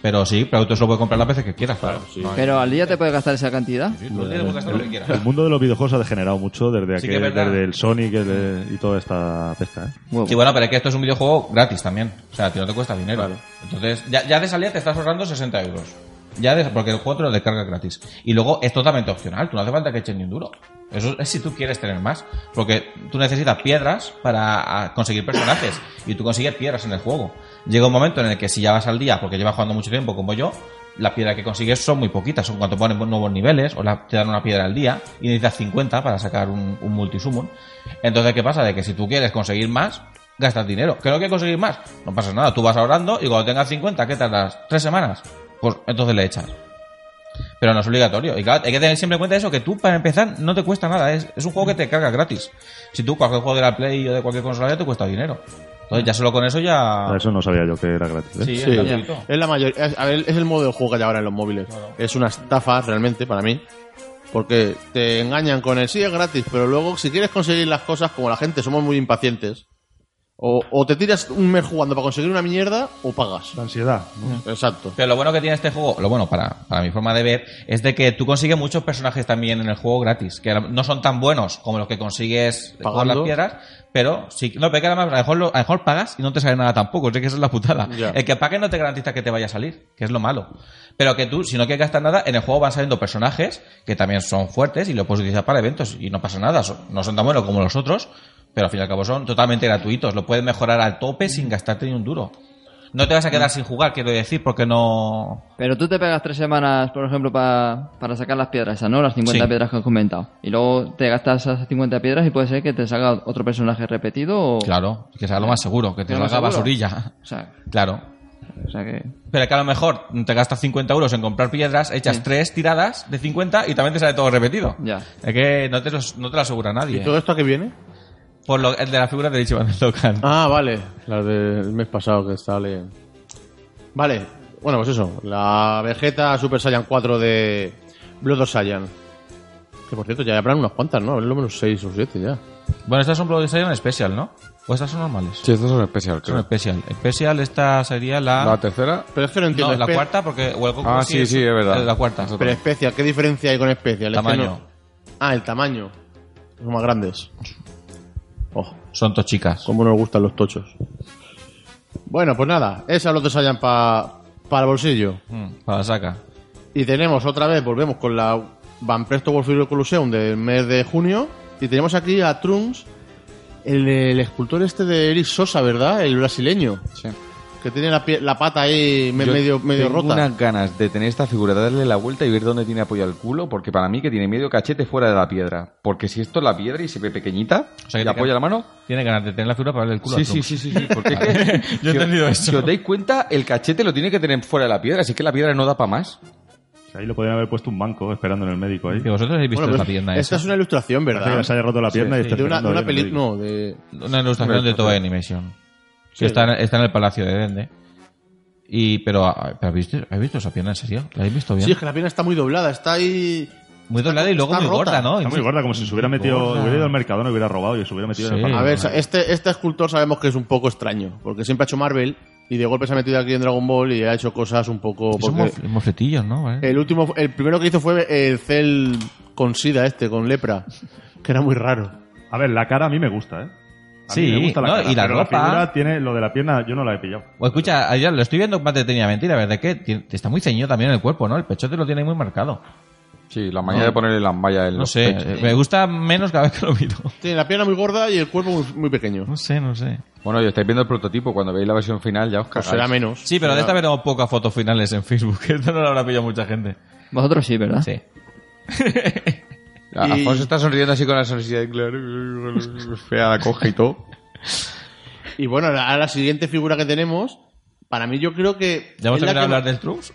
Speaker 4: Pero sí, pero tú se lo puedes comprar las veces que quieras, claro. No hay-
Speaker 6: Pero al día te puedes gastar esa cantidad.
Speaker 4: Sí, tú tienes que gastar lo que quieras.
Speaker 3: El mundo de los videojuegos ha degenerado mucho desde,
Speaker 4: Sí
Speaker 3: aquel-
Speaker 4: que es verdad.
Speaker 3: desde el Sonic el de- y toda esta pesca. ¿eh?
Speaker 6: Huevo.
Speaker 4: Sí, bueno, pero es que esto es un videojuego gratis también. O sea, a ti no te cuesta dinero. Entonces, ya, ya de salida te estás ahorrando 60 euros. Ya de- porque el juego te lo descarga gratis. Y luego es totalmente opcional. Tú no hace falta que echen ni un duro. Eso es si tú quieres tener más. Porque tú necesitas piedras para a, conseguir personajes. Y tú consigues piedras en el juego. Llega un momento en el que si ya vas al día, porque llevas jugando mucho tiempo como yo, las piedras que consigues son muy poquitas. Son cuando ponen nuevos niveles o la- te dan una piedra al día y necesitas 50 para sacar un, un multisummon. Entonces, ¿qué pasa? De que si tú quieres conseguir más, gastas dinero. Que no quieres conseguir más, no pasa nada. Tú vas ahorrando y cuando tengas 50, ¿qué tardas? ¿Tres semanas? pues entonces le echas. Pero no es obligatorio. Y claro, hay que tener siempre en cuenta eso, que tú para empezar no te cuesta nada. Es, es un juego que te carga gratis. Si tú cualquier juego de la Play o de cualquier consola ya te cuesta dinero. Entonces ya solo con eso ya...
Speaker 3: Ah, Eso no sabía yo que era gratis. ¿eh?
Speaker 4: Sí,
Speaker 1: Sí.
Speaker 4: es gratuito.
Speaker 1: Es, la mayor, es, a ver, es el modo de juego que hay ahora en los móviles.
Speaker 4: Claro.
Speaker 1: Es una estafa realmente para mí. Porque te engañan con el sí es gratis, pero luego si quieres conseguir las cosas, como la gente somos muy impacientes, o, o te tiras un mes jugando para conseguir una mierda o pagas.
Speaker 3: La ansiedad. ¿no?
Speaker 1: Exacto.
Speaker 4: Pero lo bueno que tiene este juego, lo bueno para, para mi forma de ver, es de que tú consigues muchos personajes también en el juego gratis, que no son tan buenos como los que consigues con
Speaker 1: Pagando.
Speaker 4: las piedras, pero sí, no, pero que además, a lo, mejor lo- a lo mejor pagas y no te sale nada tampoco, es que esa es la putada.
Speaker 1: Ya.
Speaker 4: El que pague no te garantiza que te vaya a salir, que es lo malo. Pero que tú, si no quieres gastar nada, en el juego van saliendo personajes que también son fuertes y lo puedes utilizar para eventos y no pasa nada, son- no son tan buenos como los otros, pero al fin y al cabo son totalmente gratuitos, lo puedes mejorar al tope sin gastarte ni un duro. No te vas a quedar sin jugar, quiero decir, porque no.
Speaker 6: Pero tú te pegas tres semanas, por ejemplo, pa- para sacar las piedras esas, ¿no? Las 50
Speaker 4: Sí.
Speaker 6: piedras que has comentado. Y luego te gastas esas 50 piedras y puede ser que te salga otro personaje repetido o...
Speaker 4: Claro, que sea lo más seguro, que te
Speaker 6: Lo más
Speaker 4: salga
Speaker 6: seguro.
Speaker 4: basurilla.
Speaker 6: O sea,
Speaker 4: Claro.
Speaker 6: o sea que...
Speaker 4: Pero que a lo mejor te gastas 50 euros en comprar piedras, echas
Speaker 6: Sí.
Speaker 4: tres tiradas de 50 y también te sale todo repetido.
Speaker 6: Ya.
Speaker 4: Es que no te, los- no te lo asegura nadie.
Speaker 1: ¿Y todo esto a qué viene?
Speaker 4: Por lo, el de la figura de Ichiban de Dokkan.
Speaker 1: Ah, vale. La del mes pasado que sale. Vale. Bueno, pues eso. La Vegeta Super Saiyan 4 de Blood of Saiyan. Que por cierto, ya habrán unas cuantas, ¿no? Habrán lo menos 6 o 7 ya.
Speaker 4: Bueno, estas son Blood Saiyan Special, ¿no? ¿O estas son normales?
Speaker 5: Sí, esto es un especial,
Speaker 4: Son
Speaker 5: creo.
Speaker 4: Special. Special, esta sería
Speaker 1: Ah.
Speaker 4: la.
Speaker 5: La tercera.
Speaker 1: Pero es que no entiendo.
Speaker 4: no, la
Speaker 1: espe-
Speaker 4: cuarta, porque. o el Goku
Speaker 5: Ah, sí, sí, es verdad.
Speaker 4: La cuarta.
Speaker 1: Pero especial, ¿qué diferencia hay con especial? Es que
Speaker 4: Tamaño.
Speaker 1: no- Ah, el tamaño. Son más grandes. Oh,
Speaker 4: Son dos chicas.
Speaker 1: cómo nos gustan los tochos. Bueno, pues nada. Esa Blood of Saiyan para el bolsillo.
Speaker 4: Mm, para la saca.
Speaker 1: Y tenemos otra vez, volvemos con la Van Presto Wolfiro Colosseum del mes de junio. Y tenemos aquí a Trunks, el, el escultor este de Eric Sosa, ¿verdad? El brasileño.
Speaker 5: Sí.
Speaker 1: Que tiene la, pie- la pata ahí me-
Speaker 5: Yo
Speaker 1: medio, medio
Speaker 5: tengo
Speaker 1: rota.
Speaker 5: unas ganas de tener esta figura, de darle la vuelta y ver dónde tiene apoyado el culo, porque para mí que tiene medio cachete fuera de la piedra. Porque si esto es la piedra y se ve pequeñita
Speaker 4: O sea, que
Speaker 5: y
Speaker 4: te
Speaker 5: apoya
Speaker 4: queda-
Speaker 5: la mano...
Speaker 4: Tiene ganas de tener la figura para ver el culo.
Speaker 5: Sí,
Speaker 4: a
Speaker 5: sí,
Speaker 4: Trunks.
Speaker 5: sí, sí, sí, porque es
Speaker 4: Vale.
Speaker 5: que-
Speaker 4: Yo he
Speaker 5: si o-
Speaker 4: entendido eso.
Speaker 5: Si os dais cuenta, el cachete lo tiene que tener fuera de la piedra, así que la piedra no da para más.
Speaker 3: Ahí le podrían haber puesto un banco esperando en el médico ahí.
Speaker 4: Que vosotros habéis visto
Speaker 1: Bueno,
Speaker 4: esta
Speaker 1: pero
Speaker 4: pierna
Speaker 1: esta
Speaker 4: esa.
Speaker 1: es una ilustración,
Speaker 3: Parece que
Speaker 1: ¿verdad?
Speaker 3: les haya roto la pierna y esté
Speaker 1: de una,
Speaker 3: esperando ahí en el
Speaker 1: película.
Speaker 3: médico.
Speaker 1: No, de.
Speaker 4: Una ilustración de Toei Animation.
Speaker 1: Sí.
Speaker 4: Que está, en, está en el Palacio de Dende. Y, pero, ah, pero ¿habéis, visto, habéis visto esa pierna en serio? ¿La habéis visto bien?
Speaker 1: Sí, es que la pierna está muy doblada, está ahí.
Speaker 4: muy doblada y luego
Speaker 1: está
Speaker 4: muy
Speaker 1: rota.
Speaker 4: gorda, ¿no? Y
Speaker 3: Está muy gorda, como si se hubiera metido,
Speaker 4: gorda.
Speaker 3: hubiera ido al mercado, no hubiera robado y se hubiera metido en
Speaker 4: Sí.
Speaker 3: el
Speaker 1: A
Speaker 3: banco.
Speaker 1: ver, sa- este, este escultor sabemos que es un poco extraño, porque siempre ha hecho Marvel y de golpe se ha metido aquí en Dragon Ball y ha hecho cosas un poco.
Speaker 4: Son
Speaker 1: porque- Eh,
Speaker 4: mofle- mofletillos, ¿no? Vale.
Speaker 1: El último, el primero que hizo fue el Cell con sida este, con lepra, que era muy raro.
Speaker 3: A ver, la cara a mí me gusta, ¿eh? A
Speaker 4: Sí,
Speaker 3: mí me gusta la
Speaker 4: no,
Speaker 3: cara,
Speaker 4: y la
Speaker 3: pero
Speaker 4: ropa.
Speaker 3: La figura tiene lo de la pierna, yo no la he pillado.
Speaker 4: O Pues escucha, ayer lo estoy viendo más detenidamente y la verdad es que tiene- está muy ceñido también el cuerpo, ¿no? El pechote lo tiene muy marcado.
Speaker 5: Sí, la manía de ponerle las mallas en
Speaker 4: No
Speaker 5: los
Speaker 4: sé,
Speaker 5: pechos.
Speaker 4: eh, me gusta menos cada vez que lo miro.
Speaker 1: Tiene la pierna muy gorda y el cuerpo muy, muy pequeño.
Speaker 4: No sé, no sé.
Speaker 5: Bueno, y estáis viendo el prototipo, cuando veis la versión final ya os
Speaker 1: Pues
Speaker 5: cagáis.
Speaker 1: será menos.
Speaker 4: Sí, pero de esta veremos pocas fotos finales en Facebook. que Esto no lo habrá pillado mucha gente.
Speaker 6: Vosotros sí, ¿verdad?
Speaker 4: Sí.
Speaker 5: A-
Speaker 1: Y-
Speaker 5: Alfonso está sonriendo así con la sonrisa de claro, fea la coja y todo.
Speaker 1: Y bueno, la, la siguiente figura que tenemos, para mí yo creo que.
Speaker 4: ¿Ya hemos
Speaker 1: es la
Speaker 4: terminado de
Speaker 1: que
Speaker 4: hablar del Trunks?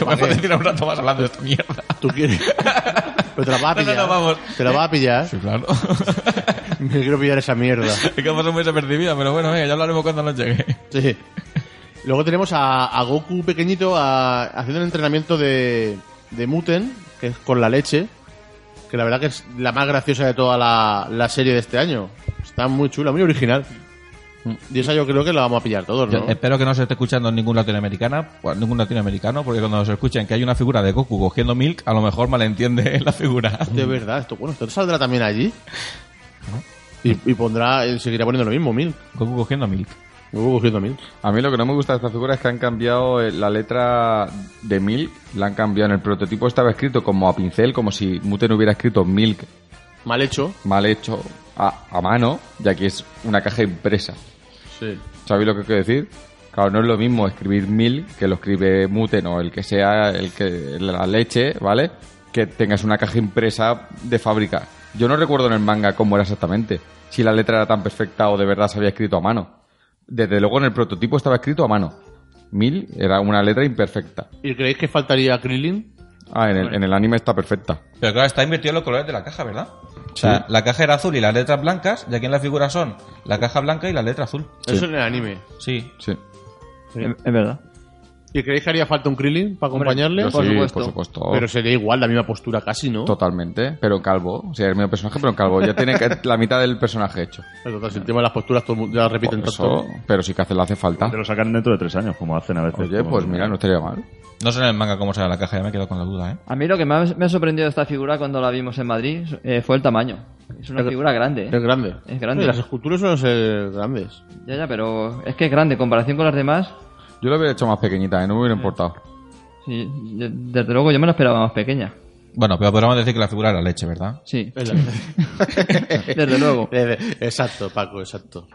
Speaker 4: Yo me puedo tirar un rato más hablando de esta mierda.
Speaker 1: más- Tú quieres. pero te la vas a
Speaker 4: No, no,
Speaker 1: pillar.
Speaker 4: no, vamos.
Speaker 1: Te la vas a pillar.
Speaker 4: Sí, claro.
Speaker 1: Me quiero pillar esa mierda.
Speaker 4: es que pasó muy desapercibida, pero bueno, venga, ya hablaremos cuando nos llegue.
Speaker 1: Sí. Luego tenemos a, a Goku pequeñito a- haciendo el entrenamiento de, de Muten, que es con la leche, que la verdad que es la más graciosa de toda la, la serie de este año. Está muy chula, muy original. Y esa yo creo que la vamos a pillar todos,
Speaker 4: Yo eh,
Speaker 1: ¿no?
Speaker 4: espero que no se esté escuchando ningún latinoamericana, pues, ningún latinoamericano, porque cuando nos escuchen que hay una figura de Goku cogiendo milk, a lo mejor malentiende la figura.
Speaker 1: De verdad, esto, bueno, esto saldrá también allí. Y, y pondrá, eh, seguirá poniendo lo mismo, mil.
Speaker 4: Goku cogiendo milk.
Speaker 1: Goku cogiendo mil.
Speaker 5: A mí lo que no me gusta de esta figura es que han cambiado eh, la letra de Milk, la han cambiado en el prototipo, estaba escrito como a pincel, como si Muten hubiera escrito Milk
Speaker 1: Mal hecho.
Speaker 5: mal hecho a, a mano, ya que es una caja impresa.
Speaker 1: Sí.
Speaker 5: ¿Sabéis lo que quiero decir? Claro, no es lo mismo escribir Milk que lo escribe Muten o el que sea el que la leche, ¿vale? Que tengas una caja impresa de fábrica. Yo no recuerdo en el manga cómo era exactamente, si la letra era tan perfecta o de verdad se había escrito a mano. Desde luego en el prototipo estaba escrito a mano. Mil era una letra imperfecta.
Speaker 1: ¿Y creéis que faltaría Krillin?
Speaker 5: Ah, en el, en el anime está perfecta.
Speaker 4: Pero claro, está invertido en los colores de la caja, ¿verdad? O sea, la caja era azul y las letras blancas, y aquí en la figura son la caja blanca y la letra azul.
Speaker 1: Eso en el anime.
Speaker 4: Sí.
Speaker 5: Sí.
Speaker 6: Es es verdad.
Speaker 1: ¿Y creéis que haría falta un Krillin para
Speaker 6: Hombre,
Speaker 1: acompañarle?
Speaker 5: Yo
Speaker 6: por
Speaker 5: sí,
Speaker 6: supuesto.
Speaker 5: por supuesto.
Speaker 1: Pero sería igual, la misma postura casi, ¿no?
Speaker 5: Totalmente. Pero calvo. O sea, el mismo personaje, pero calvo. Ya tiene que- la mitad del personaje hecho.
Speaker 1: Total, si el tema de las posturas todo el mundo- ya las repiten
Speaker 5: Por
Speaker 1: tanto.
Speaker 5: eso, pero sí que hace, le hace falta.
Speaker 3: Te lo sacan dentro de tres años, como hacen a veces.
Speaker 5: Ah. Oye,
Speaker 3: con-
Speaker 5: pues mira, no estaría mal.
Speaker 4: No sé en el manga cómo será la caja, ya me quedo con la duda, ¿eh?
Speaker 6: A mí lo que más me ha sorprendido de esta figura cuando la vimos en Madrid eh, fue el tamaño. Es una figura grande.
Speaker 1: Es
Speaker 6: ¿eh?
Speaker 1: grande.
Speaker 6: Es grande.
Speaker 1: Y las esculturas suelen ser grandes.
Speaker 6: Ya, ya, pero es que es grande en comparación con las demás.
Speaker 5: Yo lo hubiera hecho más pequeñita, ¿eh? no me hubiera importado.
Speaker 6: sí, de- desde luego yo me la esperaba más pequeña.
Speaker 4: Bueno, pero podríamos decir que la figura era leche, ¿verdad?
Speaker 6: Sí,
Speaker 1: Es la-
Speaker 6: desde luego.
Speaker 1: Eh, eh, exacto, Paco, exacto.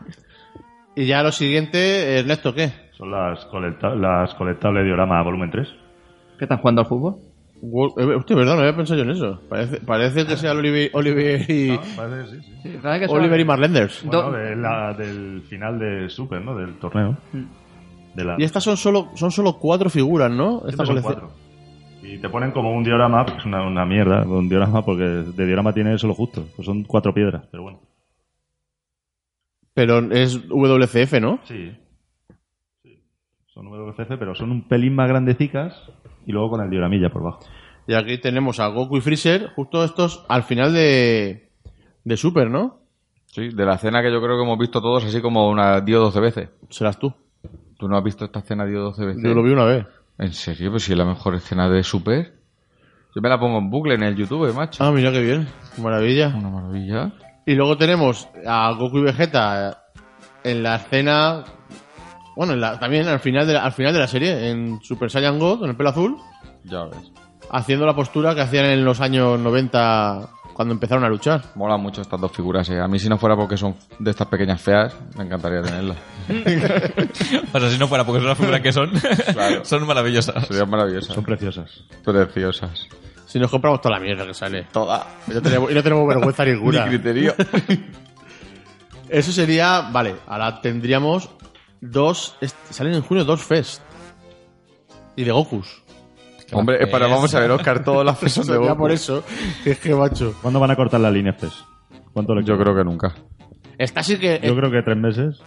Speaker 1: Y ya lo siguiente, Ernesto, ¿qué?
Speaker 3: Son las, colecta- las colectables de Diorama volumen 3.
Speaker 6: ¿Qué están jugando al fútbol?
Speaker 1: Wo- eh, Hostia, verdad, no había pensado yo en eso. Parece, parece que sea el Oliver, Oliver y,
Speaker 3: Ah, Parece, sí, sí.
Speaker 6: Sí, parece que son-
Speaker 1: Oliver y Marlenders.
Speaker 6: Do-
Speaker 3: Bueno, de la- del final de Super, ¿no? Del torneo. De la,
Speaker 1: Y estas son solo, son solo cuatro figuras, ¿no? Esta
Speaker 3: Siempre son
Speaker 1: colección.
Speaker 3: cuatro. Y te ponen como un diorama, que es una, una mierda, un diorama, porque de diorama tiene eso lo justo. Pues son cuatro piedras, pero bueno.
Speaker 1: Pero es WCF, ¿no?
Speaker 3: Sí. Son WCF, pero son un pelín más grandecicas y luego con el dioramilla por bajo.
Speaker 1: Y aquí tenemos a Goku y Freezer, justo estos al final de, de Super, ¿no?
Speaker 5: Sí, de la cena que yo creo que hemos visto todos así como una 10 o 12 veces.
Speaker 1: Serás tú.
Speaker 5: ¿Tú no has visto esta escena 10 o 12 veces?
Speaker 1: Yo lo vi una vez.
Speaker 5: ¿En serio? Pues si es la mejor escena de Super. Yo me la pongo en bucle en el YouTube, macho.
Speaker 1: Ah, mira qué bien. Maravilla.
Speaker 5: Una maravilla.
Speaker 1: Y luego tenemos a Goku y Vegeta en la escena. Bueno, en la- también al final, de la, al final de la serie, en Super Saiyan God, con el pelo azul,
Speaker 5: Ya ves.
Speaker 1: haciendo la postura que hacían en los años 90 cuando empezaron a luchar.
Speaker 5: Mola mucho estas dos figuras, eh. A mí si no fuera porque son de estas pequeñas feas, me encantaría tenerlas.
Speaker 4: O sea, si no fuera porque son las figuras que son,
Speaker 5: Claro.
Speaker 4: son maravillosas.
Speaker 5: Serían maravillosas.
Speaker 3: Son preciosas.
Speaker 5: preciosas.
Speaker 1: Si nos compramos toda la mierda que sale.
Speaker 5: Toda.
Speaker 1: Y no tenemos, y no tenemos vergüenza
Speaker 5: Mi
Speaker 1: ninguna.
Speaker 5: criterio.
Speaker 1: Eso sería, vale, ahora tendríamos dos, est- salen en junio dos Fest. Y de Gokus.
Speaker 5: Hombre, es para, vamos a ver, Oscar, todas las personas de
Speaker 1: Ya
Speaker 5: Goku.
Speaker 1: por eso, que es que macho.
Speaker 3: ¿Cuándo van a cortar la línea FES? ¿Cuánto le
Speaker 5: Yo creo que nunca.
Speaker 1: Esta sí que...
Speaker 3: Yo creo que tres meses.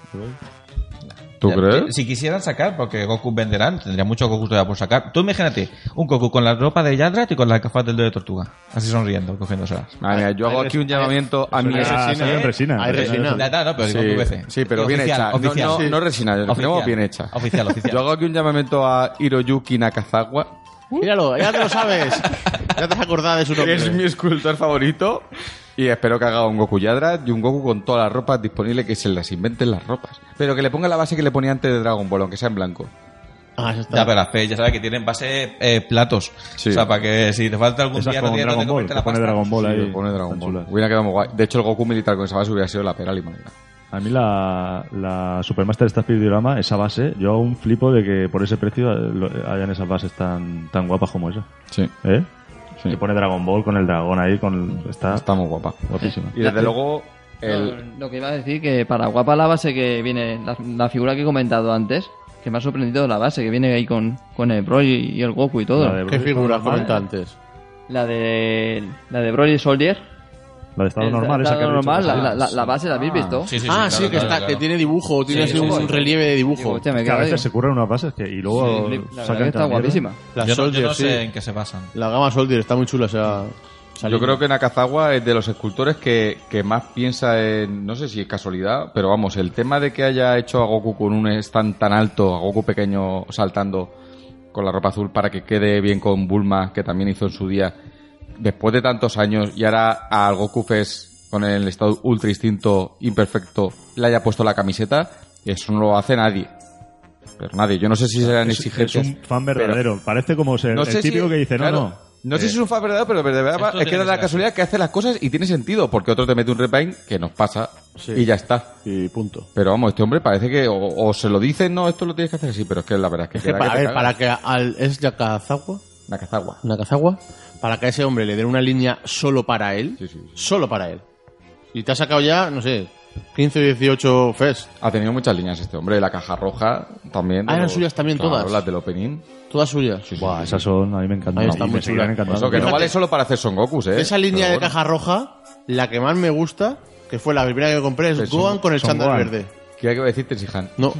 Speaker 5: ¿Tú
Speaker 4: Ya, que-
Speaker 5: crees?
Speaker 4: Si quisieran sacar, porque Goku venderán, tendría mucho Goku todavía por sacar. Tú imagínate, un Goku con la ropa de Yadrat y con las gafas del dedo de tortuga. Así sonriendo, cogiéndoselas.
Speaker 5: Madre mía, yo hago aquí un llamamiento a mi
Speaker 1: Hay
Speaker 3: Ah,
Speaker 1: resina,
Speaker 3: salen
Speaker 1: ¿eh?
Speaker 3: resina.
Speaker 1: Hay resina.
Speaker 4: Ya, ya, no, pero digo
Speaker 5: Sí,
Speaker 4: tu vez.
Speaker 5: sí, pero
Speaker 4: Y
Speaker 5: bien
Speaker 4: oficial,
Speaker 5: hecha. No,
Speaker 4: Oficial.
Speaker 5: no- no resina, yo lo tenemos bien hecha.
Speaker 4: Oficial, oficial.
Speaker 5: Yo hago aquí un llamamiento a Hiroyuki Nakazawa.
Speaker 1: Míralo, ya te lo sabes. ya te has acordado de su nombre.
Speaker 5: Es mi escultor favorito. Y espero que haga un Goku Yadra y un Goku con todas las ropas disponibles que se las inventen las ropas. Pero que le ponga la base que le ponía antes de Dragon Ball, aunque sea en blanco.
Speaker 1: Ah, ya está.
Speaker 4: Ya, pero las fe, ya sabes que tienen base eh, platos.
Speaker 5: Sí.
Speaker 4: O sea, para que si te falta algún
Speaker 3: Esas
Speaker 4: día no
Speaker 3: con
Speaker 4: tienes
Speaker 3: Dragon
Speaker 4: donde
Speaker 3: Ball.
Speaker 4: comerte
Speaker 3: Que
Speaker 4: la
Speaker 3: pone
Speaker 4: pasta.
Speaker 3: Dragon Ball
Speaker 5: Sí,
Speaker 3: ahí.
Speaker 5: le pone Dragon
Speaker 3: Están
Speaker 5: Ball.
Speaker 3: chulas.
Speaker 5: Hubiera quedado muy guay. De hecho, el Goku militar con esa base hubiera sido la pera limonera.
Speaker 3: A mí la, la Supermaster Star Speed Diorama, esa base, yo aún flipo de que por ese precio eh, lo- hayan esas bases tan, tan guapas como esa.
Speaker 5: Sí.
Speaker 3: ¿Eh?
Speaker 5: Sí.
Speaker 3: Que pone Dragon Ball con el dragón ahí, con está,
Speaker 5: Está muy guapa.
Speaker 3: guapísima.
Speaker 5: Y desde luego, el,
Speaker 6: No, lo que iba a decir que para guapa la base que viene, la, la figura que he comentado antes, que me ha sorprendido la base que viene ahí con, con el Broly y el Goku y todo.
Speaker 3: La de-
Speaker 1: ¿Qué figura
Speaker 3: Vale.
Speaker 1: comenta antes?
Speaker 6: La de, la de Broly Soldier.
Speaker 3: La de estado
Speaker 6: El-
Speaker 3: normal,
Speaker 6: la,
Speaker 3: esa que
Speaker 6: la
Speaker 3: has dicho,
Speaker 6: normal,
Speaker 3: que
Speaker 6: la,
Speaker 3: sale.
Speaker 6: la- la base la habéis visto.
Speaker 4: Sí, sí, sí,
Speaker 1: ah,
Speaker 4: claro,
Speaker 1: sí, que,
Speaker 4: claro,
Speaker 1: está,
Speaker 4: claro.
Speaker 1: que tiene dibujo, tiene
Speaker 4: Sí,
Speaker 1: así
Speaker 4: sí,
Speaker 1: un
Speaker 4: sí.
Speaker 1: relieve de dibujo.
Speaker 6: Digo, hostia, este, me
Speaker 3: Que a
Speaker 6: quedo-
Speaker 3: veces se curran unas bases que y luego
Speaker 6: Sí, la verdad
Speaker 3: sacan
Speaker 6: que
Speaker 3: esta
Speaker 6: está guapísima.
Speaker 1: La
Speaker 4: yo, no,
Speaker 1: Soldier,
Speaker 4: yo no sé
Speaker 1: sí.
Speaker 4: en qué se basan.
Speaker 1: La gama Soldier está muy chula esa... esa
Speaker 5: Yo
Speaker 1: línea.
Speaker 5: creo que Nakazawa es de los escultores que, que más piensa en, no sé si es casualidad, pero vamos, el tema de que haya hecho a Goku con un stand tan alto, a Goku pequeño saltando con la ropa azul para que quede bien con Bulma, que también hizo en su día, después de tantos años, y ahora al Goku Fest con el estado ultra instinto imperfecto le haya puesto la camiseta, eso no lo hace nadie. Pero nadie, yo no sé si serán
Speaker 3: Es, es
Speaker 5: exigentes.
Speaker 3: un fan
Speaker 5: pero-
Speaker 3: verdadero. Parece como ser el típico que dice, no,
Speaker 5: claro,
Speaker 3: no.
Speaker 1: eh,
Speaker 5: sé si es un fan verdadero, pero de verdad
Speaker 4: Esto
Speaker 5: es que
Speaker 4: tiene
Speaker 5: da
Speaker 4: que
Speaker 5: la
Speaker 4: ser
Speaker 5: casualidad que hace las cosas y tiene sentido, porque otro te mete un repaint que nos pasa
Speaker 1: Sí.
Speaker 5: y ya está.
Speaker 1: Y punto.
Speaker 5: Pero vamos, este hombre parece que o, o se lo dicen, no, esto lo tienes que hacer así, pero es que la verdad es que,
Speaker 1: Es que,
Speaker 5: queda
Speaker 1: para, a
Speaker 5: que te
Speaker 1: ver,
Speaker 5: cagas.
Speaker 1: para que al... ¿Es Yakazawa?
Speaker 5: Nakazawa.
Speaker 1: Nakazawa, para que a ese hombre le den una línea solo para él,
Speaker 5: Sí, sí, sí.
Speaker 1: solo para él. Y te ha sacado ya, no sé, 15 18 Fest.
Speaker 5: Ha tenido muchas líneas este hombre. La caja roja también. de
Speaker 1: Ah, eran
Speaker 5: los-
Speaker 1: suyas también
Speaker 5: claro,
Speaker 1: todas.
Speaker 5: Las del opening.
Speaker 1: Todas suyas.
Speaker 3: Buah, esas son, a mí me encantan.
Speaker 1: Ahí está,
Speaker 3: Y
Speaker 1: muy
Speaker 3: me seguirán
Speaker 1: chula.
Speaker 5: Por
Speaker 3: encantando.
Speaker 5: eso, que no
Speaker 1: Fíjate.
Speaker 5: vale solo para hacer Son Gokus, ¿eh?
Speaker 1: De esa línea
Speaker 5: Pero
Speaker 1: de
Speaker 5: bueno.
Speaker 1: caja roja, la que más me gusta, que fue la primera que compré, es
Speaker 5: Es
Speaker 1: Gohan
Speaker 5: un-
Speaker 1: con el
Speaker 3: son
Speaker 1: chándal
Speaker 3: Gohan.
Speaker 1: verde.
Speaker 5: ¿Qué hay que decir, Tersijan?
Speaker 1: No.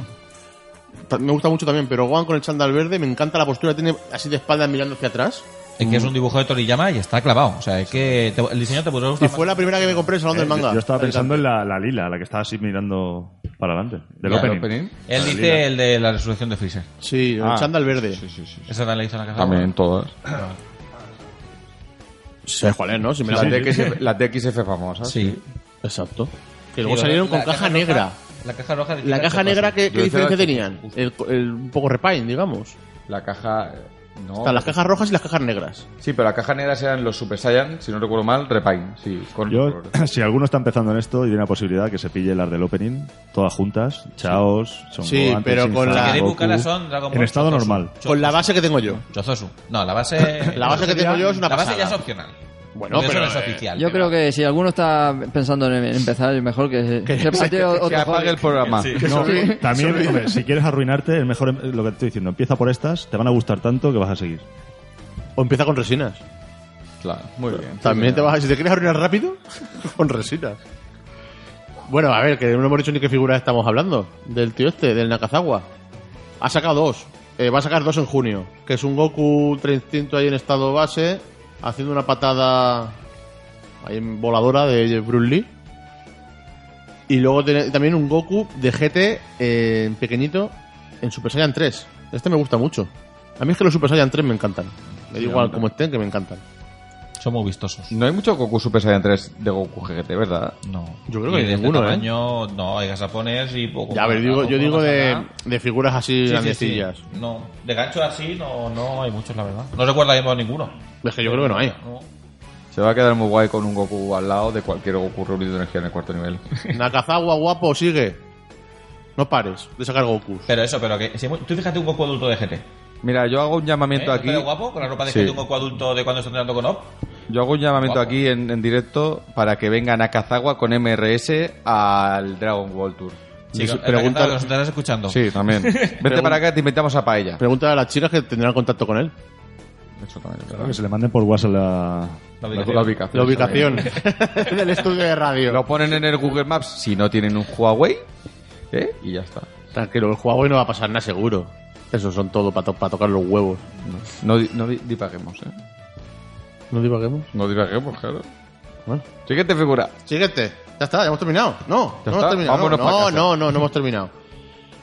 Speaker 1: Ta- Me gusta mucho también, pero Gohan con el chándal verde, me encanta la postura, tiene así de espalda mirando hacia atrás.
Speaker 4: Es que es un dibujo de Toriyama y está clavado. O sea, es que te- el diseño te podría
Speaker 1: Y
Speaker 4: gustar.
Speaker 1: fue la primera que me compré en el salón del manga.
Speaker 3: Eh, Yo estaba pensando
Speaker 1: Alicante.
Speaker 3: en la, la lila, la que estaba así mirando para adelante. Del
Speaker 5: Ya,
Speaker 3: opening.
Speaker 5: el opening.
Speaker 4: Él
Speaker 3: La
Speaker 4: dice
Speaker 3: lila.
Speaker 4: el de la resurrección de Freezer.
Speaker 1: Sí, el
Speaker 5: Ah.
Speaker 1: chándal verde.
Speaker 5: Sí, sí, sí.
Speaker 4: Esa también la hizo en la casa.
Speaker 1: Ah,
Speaker 5: También todas.
Speaker 1: ¿Sabes cuál es, no? Si me la-
Speaker 5: Las DXF, las DXF famosas.
Speaker 4: Sí.
Speaker 1: Exacto. Que luego salieron con
Speaker 4: La
Speaker 1: caja negra.
Speaker 4: roja- la caja roja. de
Speaker 1: La
Speaker 4: Kinder
Speaker 1: caja
Speaker 4: Chocolate.
Speaker 1: negra, ¿qué,
Speaker 5: Yo
Speaker 1: qué
Speaker 5: hice la
Speaker 1: diferencia
Speaker 5: que-
Speaker 1: tenían? El, el- un poco repaint, digamos.
Speaker 5: La caja. eh, No.
Speaker 1: Están las cajas rojas y las cajas negras.
Speaker 5: Sí, pero las cajas negras eran los Super Saiyan, si no recuerdo mal, Repain. Sí, con
Speaker 3: Yo,
Speaker 5: colores.
Speaker 3: si alguno está empezando en esto y tiene la posibilidad que se pille las del opening, todas juntas, Chaos, Son
Speaker 1: Sí,
Speaker 3: Gohan,
Speaker 1: pero
Speaker 3: Tenshinhan,
Speaker 1: con
Speaker 4: Si
Speaker 1: la-
Speaker 4: queréis
Speaker 3: Goku,
Speaker 4: buscarla son Dragon Ball
Speaker 3: en estado
Speaker 4: Chozosu.
Speaker 3: normal.
Speaker 4: Chozosu.
Speaker 1: Con la base que tengo yo.
Speaker 4: Chozosu. No, la base.
Speaker 1: La base que tengo yo es una
Speaker 4: La base
Speaker 1: pasada.
Speaker 4: ya es opcional.
Speaker 1: Bueno,
Speaker 4: Eso
Speaker 1: pero,
Speaker 4: no es
Speaker 1: eh,
Speaker 4: oficial.
Speaker 6: Yo creo que si alguno está pensando en en empezar, es mejor que se- se plantee otro
Speaker 5: Que apague
Speaker 6: hobby.
Speaker 5: el programa.
Speaker 3: No, Pues también, hombre, si quieres arruinarte, es mejor em- lo que te estoy diciendo. Empieza por estas, te van a gustar tanto que vas a seguir.
Speaker 1: O empieza con resinas.
Speaker 5: Claro, muy bien.
Speaker 1: También te vas a... Si te quieres arruinar rápido, con resinas. Bueno, a ver, que no hemos dicho ni qué figura estamos hablando. Del tío este, del Nakazawa. Ha sacado dos. Eh, va a sacar dos en junio. Que es un Goku 300 ahí en estado base, haciendo una patada ahí en voladora de Bruce Lee. Y luego tiene también un Goku de GT eh, pequeñito en Super Saiyan 3. Este me gusta mucho. A mí es que los Super Saiyan 3 me encantan. Me da igual como estén, que me encantan.
Speaker 4: Son muy vistosos.
Speaker 5: No hay mucho Goku Super Saiyan 3 de Goku GT, ¿verdad?
Speaker 4: No.
Speaker 1: Yo creo que
Speaker 4: Y de
Speaker 1: ninguno, ¿eh?
Speaker 4: este tamaño, No, hay gasapones y poco.
Speaker 1: Ya, a ver, digo,
Speaker 4: poco
Speaker 1: yo digo
Speaker 4: pasa
Speaker 1: de,
Speaker 4: nada.
Speaker 1: de figuras así
Speaker 4: Sí, sí,
Speaker 1: grandecillas.
Speaker 4: sí. No, de gancho así no, no hay muchos, la verdad. No recuerdo haber llevado ninguno.
Speaker 1: Pues Es que yo creo que no hay.
Speaker 4: No.
Speaker 5: Se va a quedar muy guay con un Goku al lado de cualquier Goku reunido de energía en el cuarto nivel.
Speaker 1: Nakazawa, guapo, sigue. No pares de sacar Goku.
Speaker 4: Pero eso, pero que. si- tú fíjate un Goku adulto de GT. ¿eh?
Speaker 5: Mira, yo hago un llamamiento
Speaker 4: ¿No te
Speaker 5: aquí.
Speaker 4: ve Eh, guapo? Con la ropa de
Speaker 5: Sí.
Speaker 4: GT, un Goku adulto de cuando está entrenando con OP.
Speaker 5: Yo hago un llamamiento
Speaker 4: Guapo.
Speaker 5: aquí en, en directo para que venga Nakazawa con MRS al Dragon Ball Tour.
Speaker 4: Chicos,
Speaker 5: pregunta-
Speaker 4: nos estarás escuchando.
Speaker 5: Sí, también. Vete para acá, te invitamos a paella.
Speaker 1: Pregúntale a las chicas que tendrán contacto con él.
Speaker 5: Eso también,
Speaker 3: Claro, que se le manden por WhatsApp la...
Speaker 4: La
Speaker 5: La,
Speaker 4: ubicación.
Speaker 5: la ubicación.
Speaker 1: La ubicación del estudio de radio.
Speaker 5: Lo ponen en el Google Maps si no tienen un Huawei. ¿eh? Y ya está.
Speaker 1: Tranquilo, el Huawei no va a pasar nada seguro. Eso son todo para tocar los huevos.
Speaker 5: No, di- no di- divaguemos, ¿eh?
Speaker 1: ¿No divaguemos?
Speaker 5: No divaguemos, claro.
Speaker 1: Bueno.
Speaker 5: Siguiente figura.
Speaker 1: Siguiente. Ya está, ya hemos terminado. No, no
Speaker 5: Ya está,
Speaker 1: hemos terminado. No,
Speaker 5: vámonos pa'
Speaker 1: no,
Speaker 5: casa.
Speaker 1: no, no, no hemos terminado.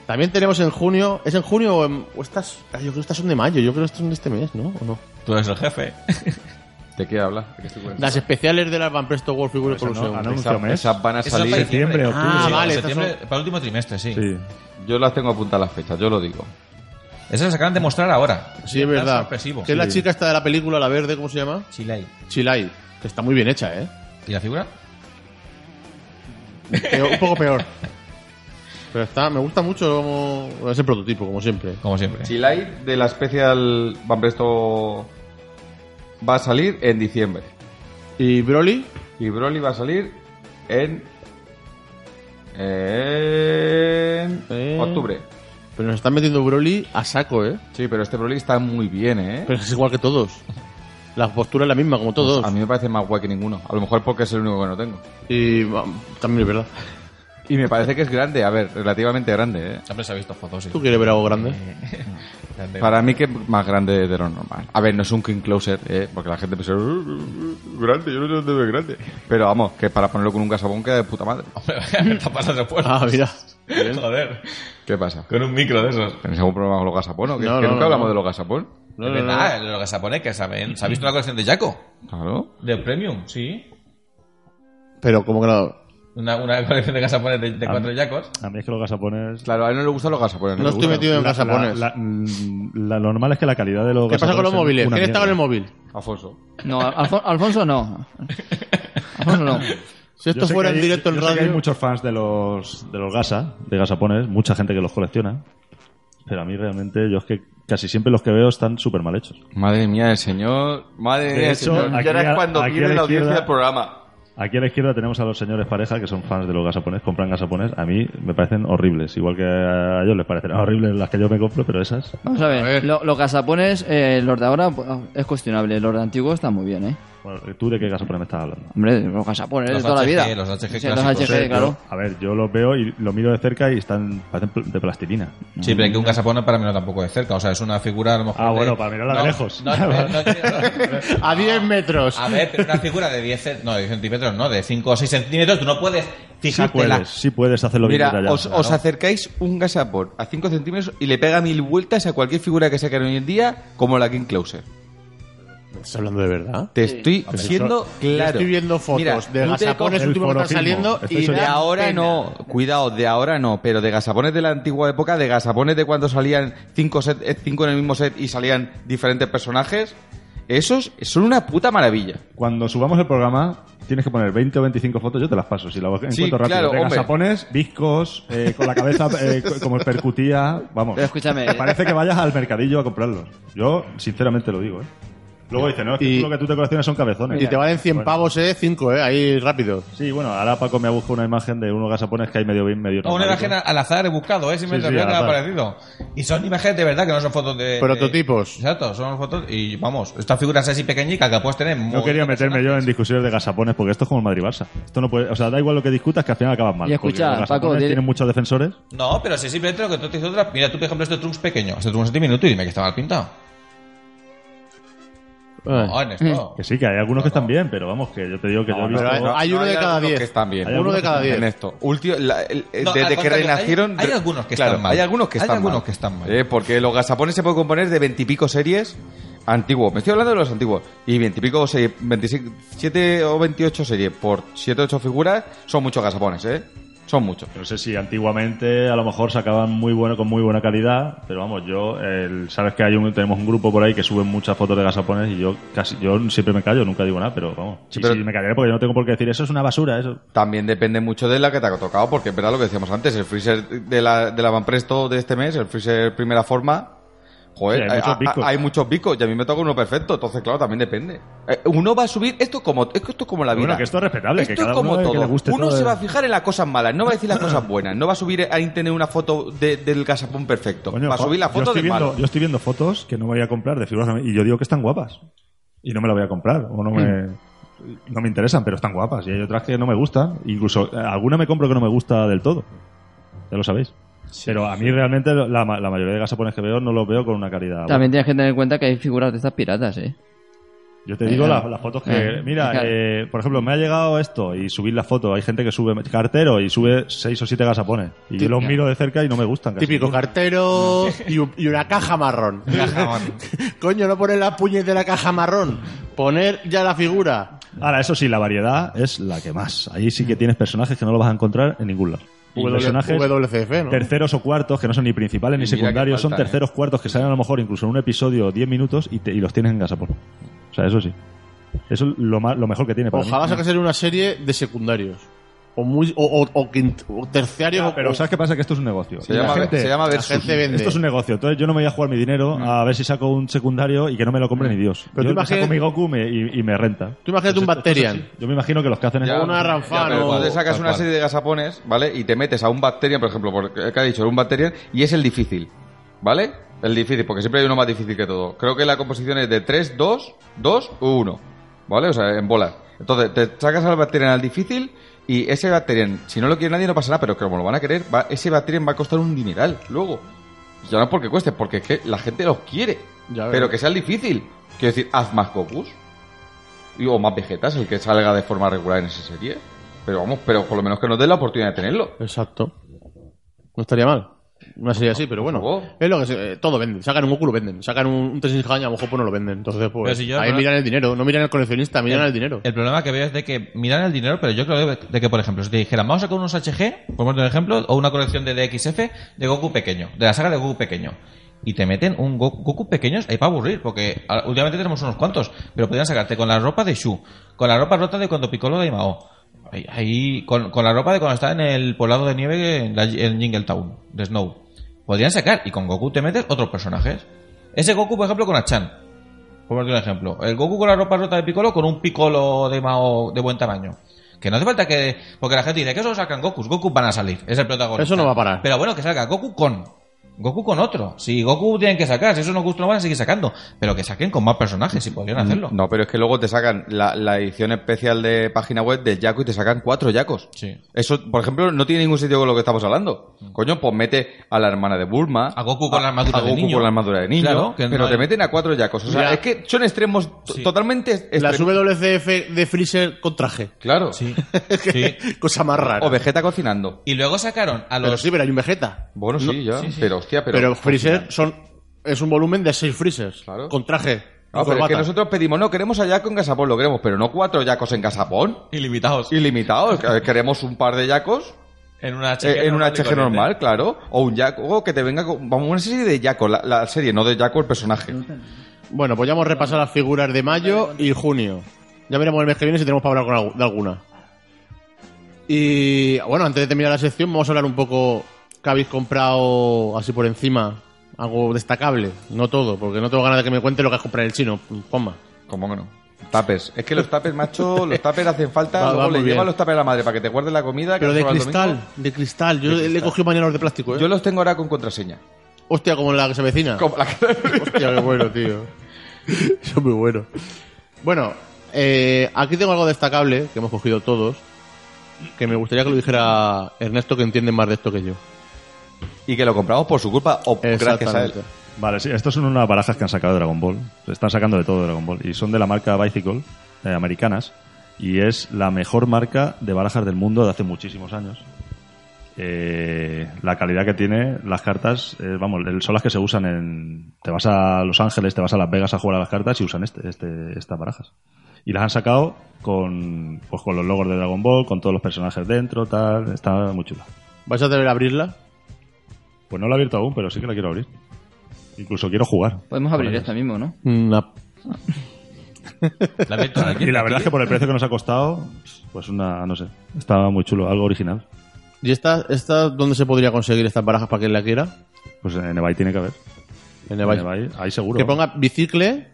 Speaker 1: También tenemos en junio. ¿Es en junio o, en- o estas? ah, Yo creo que estas son de mayo. Yo creo que estas son de este mes, ¿no? ¿O no?
Speaker 4: Tú eres el jefe.
Speaker 5: ¿De qué habla? ¿De qué estoy
Speaker 1: Las especiales de las Van Presto World Figure
Speaker 3: Eso no,
Speaker 1: Colosseum.
Speaker 3: ah, no.
Speaker 5: esas,
Speaker 3: mes.
Speaker 5: esas van a
Speaker 4: Eso es para
Speaker 5: salir.
Speaker 3: septiembre, octubre.
Speaker 1: Ah, vale,
Speaker 4: septiembre,
Speaker 1: estas
Speaker 4: Para el último trimestre, sí.
Speaker 3: Sí.
Speaker 5: Yo las tengo apuntadas las fechas, yo lo digo.
Speaker 4: Esas las acaban de mostrar ahora.
Speaker 1: Sí, es verdad.
Speaker 4: sorpresivo.
Speaker 1: Que es la chica esta de la película, la verde, ¿cómo se llama?
Speaker 4: Chile.
Speaker 1: Chilai. Que está muy bien hecha, ¿eh?
Speaker 4: ¿Y la figura?
Speaker 1: Peor- un poco peor. Pero está, me gusta mucho como ese prototipo, como siempre.
Speaker 4: Como siempre.
Speaker 5: Chilai de la especial Van Presto va a salir en diciembre.
Speaker 1: Y Broly,
Speaker 5: Y Broly va a salir en. En.
Speaker 1: Eh.
Speaker 5: Octubre.
Speaker 1: pero nos están metiendo Broly a saco, ¿eh?
Speaker 5: Sí, pero este Broly está muy bien, ¿eh?
Speaker 1: Pero es igual que todos. La postura es la misma, como todos.
Speaker 5: Pues A mí me parece más guay que ninguno. A lo mejor porque es el único que no tengo.
Speaker 1: Y um, también es verdad.
Speaker 5: Y me parece que es grande, a ver, relativamente grande, ¿eh?
Speaker 4: Siempre se ha visto fotos. sí.
Speaker 1: ¿Tú quieres ver algo grande?
Speaker 4: Grande.
Speaker 5: Para mí que es más grande de lo normal. A ver, no es un King Closer, ¿eh? porque la gente piensa, "Uh, uh, uh, grande, yo no sé dónde veo grande. Pero vamos, que para ponerlo con un gasabón queda de puta madre.
Speaker 4: Hombre, vaya, me está pasando por.
Speaker 1: Ah, mira.
Speaker 4: Joder.
Speaker 5: ¿Qué pasa?
Speaker 4: Con un micro de esos.
Speaker 5: ¿Tenéis algún problema con los gasapón o qué?
Speaker 1: No,
Speaker 5: que
Speaker 1: no,
Speaker 5: nunca
Speaker 1: no,
Speaker 5: hablamos
Speaker 1: no.
Speaker 5: de los gasapón.
Speaker 1: No,
Speaker 4: es
Speaker 1: no, no.
Speaker 4: verdad, lo que se pone que saben. ¿Se ha visto la colección de Jaco?
Speaker 5: Claro.
Speaker 4: De Premium, sí.
Speaker 1: Pero como que no.
Speaker 4: Una, una colección de gasapones de,
Speaker 3: Ah.
Speaker 4: de cuatro Jacos.
Speaker 3: A mí es que los gasapones...
Speaker 5: Claro, a él no le gustan los gasapones.
Speaker 1: No
Speaker 5: le
Speaker 1: estoy
Speaker 5: gustan.
Speaker 1: metido en
Speaker 3: La-
Speaker 1: gasapones.
Speaker 3: la- la- mm, la- lo normal es que la calidad de los
Speaker 1: ¿Qué pasa con los móviles? ¿Quién está con el móvil?
Speaker 5: Afonso.
Speaker 6: No, Alfon- Alfonso no. Alfonso no.
Speaker 1: Si esto fuera en directo en radio.
Speaker 3: hay muchos fans de los, de los gasa, de gasapones, mucha gente que los colecciona. Pero a mí realmente, yo es que casi siempre los que veo están súper mal hechos.
Speaker 5: Madre mía, el señor. Madre
Speaker 3: De
Speaker 5: mía, el
Speaker 3: hecho,
Speaker 5: señor. Y
Speaker 3: aquí
Speaker 5: ahora es
Speaker 3: a-
Speaker 5: cuando
Speaker 3: aquí a
Speaker 5: viene
Speaker 3: la
Speaker 5: la audiencia
Speaker 3: izquierda-
Speaker 5: del programa.
Speaker 3: Aquí a la izquierda tenemos a los señores pareja que son fans de los gasapones, compran gasapones. A mí me parecen horribles, igual que a ellos les parecerán horribles las que yo me compro, pero esas.
Speaker 6: Vamos a ver,
Speaker 1: A ver.
Speaker 6: lo- los gasapones, eh, los de ahora pues, es cuestionable, los de antiguos están muy bien, ¿eh?
Speaker 3: Bueno, ¿Tú de qué gasapones me estás hablando?
Speaker 6: Hombre, los gasapones
Speaker 4: Los
Speaker 6: de toda
Speaker 4: HG,
Speaker 6: la vida.
Speaker 4: los HG
Speaker 6: Sí, los
Speaker 4: clásicos.
Speaker 6: HG,
Speaker 4: Sí,
Speaker 6: claro.
Speaker 3: A ver, yo los veo y los miro de cerca y están parecen pl- de plastilina.
Speaker 4: Sí, pero que un gasapone para mí no tampoco de cerca. O sea, es una figura a lo mejor.
Speaker 3: Ah,
Speaker 4: de-
Speaker 3: bueno, para mirarla de
Speaker 4: No,
Speaker 3: lejos.
Speaker 4: no, no, no, no, no.
Speaker 1: A 10 metros.
Speaker 4: A ver, pero una figura de 10, cen- no, de 10 centímetros, no, de 5 o 6 centímetros, tú no puedes
Speaker 3: Sí
Speaker 4: fijarte la.
Speaker 3: puedes, sí puedes hacerlo bien
Speaker 5: Mira,
Speaker 3: detallado.
Speaker 5: os, os acercáis un gasapón a 5 centímetros y le pega mil vueltas a cualquier figura que saquen hoy en día, como la King Closer.
Speaker 1: ¿Estás hablando de verdad?
Speaker 5: Te estoy
Speaker 1: Hombre,
Speaker 5: siendo
Speaker 1: yo- yo
Speaker 5: claro.
Speaker 1: estoy viendo fotos
Speaker 5: Mira,
Speaker 1: de
Speaker 5: tú te
Speaker 1: gasapones
Speaker 3: coges-
Speaker 1: últimos que están
Speaker 3: El forofismo.
Speaker 1: saliendo
Speaker 3: Esto
Speaker 1: y
Speaker 3: es-
Speaker 5: De
Speaker 1: dan
Speaker 5: ahora
Speaker 1: pena.
Speaker 5: no, cuidado, de ahora no, pero de gasapones de la antigua época, de gasapones de cuando salían cinco, set- eh, cinco en el mismo set y salían diferentes personajes, esos son una puta maravilla.
Speaker 3: Cuando subamos el programa, tienes que poner 20 o 25 fotos, yo te las paso, si las encuentro
Speaker 5: Sí,
Speaker 3: rápido.
Speaker 5: claro,
Speaker 3: de
Speaker 5: hombre.
Speaker 3: gasapones, discos, eh, con la cabeza eh, co- como percutía, vamos.
Speaker 6: Pero escúchame.
Speaker 3: Parece que vayas al mercadillo a comprarlos. Yo, sinceramente, lo digo, ¿eh? Luego dice, no, es que
Speaker 1: Y-
Speaker 3: tú lo que tú te coleccionas son cabezones.
Speaker 1: Y te valen 100
Speaker 3: Bueno.
Speaker 1: pavos, eh, 5, eh, ahí rápido.
Speaker 3: Sí, bueno, ahora Paco me ha buscado una imagen de unos gasapones que hay medio bien, medio
Speaker 4: No, una
Speaker 3: normalito.
Speaker 4: imagen al azar he buscado, ¿eh? Simplemente
Speaker 3: Sí, sí,
Speaker 4: veo que me
Speaker 3: al
Speaker 4: ha
Speaker 3: azar.
Speaker 4: aparecido. Y son imágenes de verdad que no son fotos de.
Speaker 1: Prototipos.
Speaker 4: de- exacto, son fotos. Y vamos, estas figuras así pequeñicas que puedes tener.
Speaker 3: No quería meterme yo en discusiones de gasapones porque esto es como el Madrid-Barça. Esto no puede, o sea, da igual lo que discutas que al final acabas mal.
Speaker 6: Y
Speaker 3: porque
Speaker 6: escucha,
Speaker 3: los gasapones
Speaker 6: Paco, tiene-
Speaker 3: tienen muchos defensores.
Speaker 4: No, pero si simplemente lo que tú te dices otra. Mira, tú, por ejemplo, este Trunks pequeño. Este Trunks es diminuto y dime que está mal pintado.
Speaker 1: Eh.
Speaker 4: No, en esto.
Speaker 3: Que sí, que hay algunos que están bien, pero vamos, que yo te digo que yo he
Speaker 1: no,
Speaker 3: visto
Speaker 1: no, no. Hay uno de cada
Speaker 5: algunos
Speaker 1: diez.
Speaker 5: que están bien.
Speaker 3: Hay
Speaker 1: Uno de cada
Speaker 5: en
Speaker 1: 10.
Speaker 5: esto. Ulti- la- el- el-
Speaker 4: No, al
Speaker 5: desde que
Speaker 4: contrario,
Speaker 5: renacieron.
Speaker 4: hay- hay algunos que
Speaker 5: Claro,
Speaker 4: están mal.
Speaker 5: Hay algunos que
Speaker 4: Hay
Speaker 5: están
Speaker 4: algunos
Speaker 5: mal.
Speaker 4: que están mal.
Speaker 5: Eh, porque los gasapones se pueden componer de veintipico series antiguos. Me estoy hablando de los antiguos. Y veintipico series, 27 o 28 series por 7 o 8 figuras son muchos gasapones, ¿eh? Son muchos.
Speaker 3: No sé si antiguamente a lo mejor sacaban muy bueno con muy buena calidad, pero vamos, yo el- sabes que hay un, tenemos un grupo por ahí que suben muchas fotos de gasapones y yo casi yo siempre me callo, nunca digo nada, pero vamos, sí,
Speaker 5: Sí, pero-
Speaker 3: me callaré porque yo no tengo por qué decir eso es una basura, eso.
Speaker 5: También depende mucho de la que te ha tocado, porque es verdad lo que decíamos antes, el freezer de la, de la Van Presto de este mes, el freezer primera forma, joder,
Speaker 3: Sí, hay
Speaker 5: hay,
Speaker 3: muchos
Speaker 5: a-
Speaker 3: bicos.
Speaker 5: a- hay muchos bicos y a mí me toca uno perfecto, entonces claro, también depende. Eh, Uno va a subir, esto es como, es que esto es como la vida.
Speaker 3: Bueno, que esto es respetable, que
Speaker 5: Esto es
Speaker 3: cada
Speaker 5: como
Speaker 3: uno que
Speaker 5: todo.
Speaker 3: le guste
Speaker 5: uno
Speaker 3: todo
Speaker 5: se
Speaker 3: es-
Speaker 5: va a fijar en las cosas malas, no va a decir las cosas buenas, no va a subir a internet una foto de- del gasapón perfecto,
Speaker 3: Coño,
Speaker 5: va a
Speaker 3: Juan,
Speaker 5: subir la
Speaker 3: yo
Speaker 5: foto
Speaker 3: estoy
Speaker 5: del
Speaker 3: viendo,
Speaker 5: malo.
Speaker 3: Yo estoy viendo fotos que no voy a comprar de figuras y yo digo que están guapas. Y no me la voy a comprar. O no me,
Speaker 5: Hmm.
Speaker 3: no me interesan, pero están guapas. Y hay otras que no me gustan. Incluso eh, alguna me compro que no me gusta del todo. Ya lo sabéis. pero a mí realmente la, ma- la mayoría de gasapones que veo no los veo con una calidad.
Speaker 6: También tienes que tener en cuenta que hay figuras de estas piratas, ¿eh?
Speaker 3: buena. Yo te digo
Speaker 6: Eh,
Speaker 3: la- las fotos que.
Speaker 6: eh,
Speaker 3: mira,
Speaker 6: claro.
Speaker 3: eh, por ejemplo, me ha llegado esto y subir la foto. Hay gente que sube cartero y sube seis o siete gasapones. Y yo los miro de cerca y no me gustan. casi
Speaker 1: Típico
Speaker 3: ninguno.
Speaker 1: cartero y, un- y una caja marrón. Coño, no poner las puñes de la caja marrón. Poner ya la figura.
Speaker 3: Ahora, eso sí, la variedad es la que más. Ahí sí que tienes personajes que no lo vas a encontrar en ningún lado. Y
Speaker 1: W-
Speaker 3: personajes
Speaker 1: WCF, ¿no?
Speaker 3: terceros o cuartos, que no son ni principales ni
Speaker 5: Y mira que
Speaker 3: secundarios, son
Speaker 5: falta, ¿eh?
Speaker 3: terceros cuartos que salen a lo mejor incluso en un episodio 10 minutos y, te- y los tienes en gasapón. O sea, eso sí. Eso es lo, ma- lo mejor que tiene para
Speaker 1: Ojalá
Speaker 3: mí.
Speaker 1: sacasen una serie de secundarios. O, muy, o, o- o quint- o terciarios.
Speaker 3: Ya,
Speaker 1: o-
Speaker 3: Pero
Speaker 1: o-
Speaker 3: ¿sabes qué pasa? Que esto es un negocio.
Speaker 5: Se
Speaker 3: Y la
Speaker 5: llama,
Speaker 3: gente-
Speaker 5: se llama
Speaker 1: la
Speaker 5: Versus.
Speaker 1: gente vende.
Speaker 3: Esto es un negocio, entonces yo no me voy a jugar mi dinero a ver si saco un secundario y que no me lo compre ni Dios.
Speaker 1: Pero
Speaker 3: yo
Speaker 1: tú
Speaker 3: me
Speaker 1: imagina-
Speaker 3: saco mi Goku me- y, y me renta.
Speaker 1: Tú imagínate un
Speaker 3: esto- esto es
Speaker 1: Bacterian.
Speaker 3: así. Yo me imagino que los que hacen
Speaker 5: Ya,
Speaker 3: esto-
Speaker 1: una
Speaker 5: Ya,
Speaker 1: ranfano.
Speaker 5: pero tú te sacas
Speaker 4: tal
Speaker 5: una
Speaker 4: cual.
Speaker 5: serie de gasapones, ¿vale? Y te metes a un bacterian, por ejemplo, porque que ha dicho, un bacterian, y es el difícil, ¿vale? El difícil, porque siempre hay uno más difícil que todo. Creo que la composición es de 3, 2, 2 u 1, ¿vale? O sea, en bolas. Entonces, te sacas al bacterian al difícil y ese bacterian, si no lo quiere nadie, no pasa nada, pero como lo van a querer, va- ese bacterian va a costar un dineral luego. Ya no es porque cueste, porque es que la gente los quiere.
Speaker 1: Ya
Speaker 5: pero
Speaker 1: verás.
Speaker 5: que sea el difícil. Quiero decir, haz más Gokus. Y- o más Vegetas, el que salga de forma regular en esa serie. Pero vamos, pero por lo menos que nos den la oportunidad de tenerlo.
Speaker 4: Mm.
Speaker 1: Exacto. No estaría mal. Una serie así, pero
Speaker 5: favor.
Speaker 1: bueno. Es lo que se- eh, todo venden. Sacan un Goku, lo venden. Sacan un, un Tenshin Han y a lo mejor pues no lo venden. Entonces,
Speaker 4: Pero
Speaker 1: pues
Speaker 4: si yo-
Speaker 1: ahí
Speaker 4: pero-
Speaker 1: miran el dinero. No miran el coleccionista, miran el dinero.
Speaker 4: El problema que veo es de que miran el dinero, pero yo creo de- de que, por ejemplo, si te dijeran, vamos a sacar unos HG, por poner un ejemplo, o una colección de DXF de Goku pequeño, de la saga de Goku pequeño, y te meten un Go- Goku pequeño, ahí para aburrir, porque ahora- últimamente tenemos unos cuantos, pero podrían sacarte con la ropa de Shu, con la ropa rota de cuando Piccolo de Imao, ahí, ahí- con, con la ropa de cuando está en el poblado de nieve en, la- en Jingle Town, de Snow. Podrían sacar, y con Goku te metes otros personajes. Ese Goku, por ejemplo, con Achan. Por ponerte un ejemplo, el Goku con la ropa rota de Piccolo con un Piccolo de Mao de buen tamaño. Que no hace falta que. Porque la gente dice que eso lo sacan Goku. Goku van a salir. Es el protagonista.
Speaker 1: Eso no va a parar.
Speaker 4: Pero bueno, que salga Goku con. Goku con otro. Si Goku tienen que sacar, si eso no gusta, no van a seguir sacando. Pero que saquen con más personajes, si
Speaker 1: Mm,
Speaker 4: podrían hacerlo.
Speaker 5: No, pero es que luego te sacan la, la edición especial de página web del Yaco y te sacan cuatro Yacos.
Speaker 4: Sí.
Speaker 5: Eso, por ejemplo, no tiene ningún sentido con lo que estamos hablando. Coño, pues mete a la hermana de Bulma.
Speaker 4: Mm. A Goku con la armadura
Speaker 5: a
Speaker 4: de
Speaker 5: Goku
Speaker 4: niño.
Speaker 5: con la armadura de niño.
Speaker 4: Claro, que no
Speaker 5: pero
Speaker 4: hay-
Speaker 5: te meten a cuatro Yacos. O sea,
Speaker 1: Ya.
Speaker 5: es que son extremos t-
Speaker 4: Sí.
Speaker 5: totalmente...
Speaker 1: La
Speaker 5: extremos.
Speaker 1: WCF de Freezer con traje.
Speaker 5: Claro.
Speaker 4: Sí. sí.
Speaker 1: Cosa más rara.
Speaker 5: O Vegeta cocinando.
Speaker 4: Y luego sacaron a
Speaker 1: Pero
Speaker 4: los.
Speaker 1: sí, pero hay un Vegeta.
Speaker 5: Bueno, sí, ya. Pero, hostia, pero... pues,
Speaker 1: Pero, Freezer son, es un volumen de seis Freezers.
Speaker 5: Claro.
Speaker 1: Con traje. y
Speaker 5: No, pero es que
Speaker 1: corbata.
Speaker 5: nosotros pedimos, no, queremos a Yaco en Gasapón, lo queremos, pero no cuatro Yacos en Gasapón.
Speaker 4: Ilimitados.
Speaker 5: Ilimitados. Queremos un par de Yacos
Speaker 4: En una HG.
Speaker 5: Eh, en un
Speaker 4: normal y
Speaker 5: HG
Speaker 4: corriente.
Speaker 5: normal, claro. O un Jaco, o que te venga con, vamos, una serie de Jaco, la, la serie, no de Jaco el personaje.
Speaker 1: Bueno, pues ya hemos repasado las figuras de mayo y junio. Ya veremos el mes que viene si tenemos para hablar con algu- de alguna. Y bueno, antes de terminar la sección, vamos a hablar un poco que habéis comprado así por encima. Algo destacable, no todo, porque no tengo ganas de que me cuente lo que has comprado en el chino. Juanma.
Speaker 5: ¿Cómo que no? Tapes. Es que los tapes, macho, los tapes hacen falta.
Speaker 1: Va, va,
Speaker 5: luego
Speaker 1: muy
Speaker 5: le
Speaker 1: bien.
Speaker 5: lleva los tapes a la madre para que te guarden la comida. que
Speaker 1: Pero
Speaker 5: has
Speaker 1: de
Speaker 5: probado el domingo.
Speaker 1: cristal, de cristal. Yo le he cogido mañana los de plástico, ¿eh?
Speaker 5: Yo los tengo ahora con contraseña.
Speaker 1: Hostia, como la que se vecina.
Speaker 5: Como la que-
Speaker 1: Hostia, qué bueno, tío. Eso es muy bueno. Bueno, eh, aquí tengo algo destacable que hemos cogido todos. Que me gustaría que lo dijera Ernesto, que entiende más de esto que yo.
Speaker 5: y que lo compramos por su culpa o gracias a él.
Speaker 1: Exactamente.
Speaker 3: Vale, sí, estas son unas barajas que han sacado de Dragon Ball. Están sacando de todo de Dragon Ball. Y son de la marca Bicycle, eh, americanas. Y es la mejor marca de barajas del mundo de hace muchísimos años. Eh, la calidad que tiene las cartas, eh, vamos, el- son las que se usan en. Te vas a Los Ángeles, te vas a Las Vegas a jugar a las cartas y usan este, este- estas barajas. Y las han sacado con, pues, con los logos de Dragon Ball, con todos los personajes dentro, tal. Está muy chula.
Speaker 1: ¿Vais a deber abrirla?
Speaker 3: Pues no la he abierto aún, pero sí que la quiero abrir. Incluso quiero jugar.
Speaker 6: Podemos abrir
Speaker 3: Vale.
Speaker 6: esta mismo, ¿no?
Speaker 1: Una-
Speaker 4: La Vector aquí.
Speaker 3: Y la verdad es que por el precio que nos ha costado, pues una, no sé, estaba muy chulo, algo original.
Speaker 1: ¿Y esta, esta dónde se podría conseguir estas barajas para quien la quiera?
Speaker 3: Pues en Ebay tiene que haber.
Speaker 1: En
Speaker 3: En
Speaker 1: Ebay.
Speaker 3: Ebay, ahí seguro.
Speaker 1: Que ponga bicicle.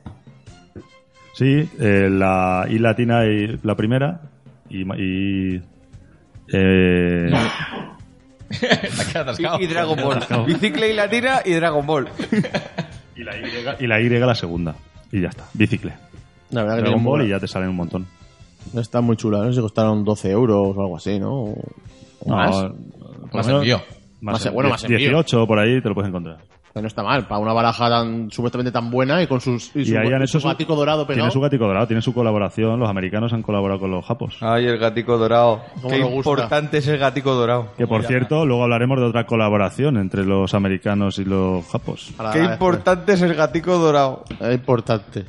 Speaker 3: Sí, eh, la I latina y la primera y... ma- y eh,
Speaker 4: La que ha atascado.
Speaker 5: Y, y Dragon Ball. Bicicle y latina y Dragon Ball.
Speaker 3: y, la y, y la Y la segunda. Y ya está, bicicle.
Speaker 1: La verdad que tiene
Speaker 3: Dragon Ball
Speaker 1: mola.
Speaker 3: y ya te salen un montón.
Speaker 1: Está muy chula, ¿eh? no sé si costaron 12 euros o algo así, ¿no? O- o más.
Speaker 3: No, por
Speaker 4: Más
Speaker 3: lo menos-
Speaker 4: envío.
Speaker 1: Más- bueno, más envío.
Speaker 3: 18 por ahí te lo puedes encontrar.
Speaker 1: Que no está mal, para una baraja tan supuestamente tan buena y con sus, y
Speaker 3: Y,
Speaker 1: su,
Speaker 3: ahí han
Speaker 1: y
Speaker 3: hecho
Speaker 1: su gatico dorado pegado.
Speaker 3: Tiene su gatico dorado, tiene su colaboración. Los americanos han colaborado con los japos.
Speaker 5: Ay, el gatico dorado.
Speaker 1: Cómo
Speaker 5: Qué
Speaker 1: nos gusta.
Speaker 5: importante es el gatico dorado.
Speaker 3: Que por cierto, luego hablaremos de otra colaboración entre los americanos y los japos.
Speaker 1: Para-
Speaker 5: Qué importante es el gatico dorado.
Speaker 1: Es importante.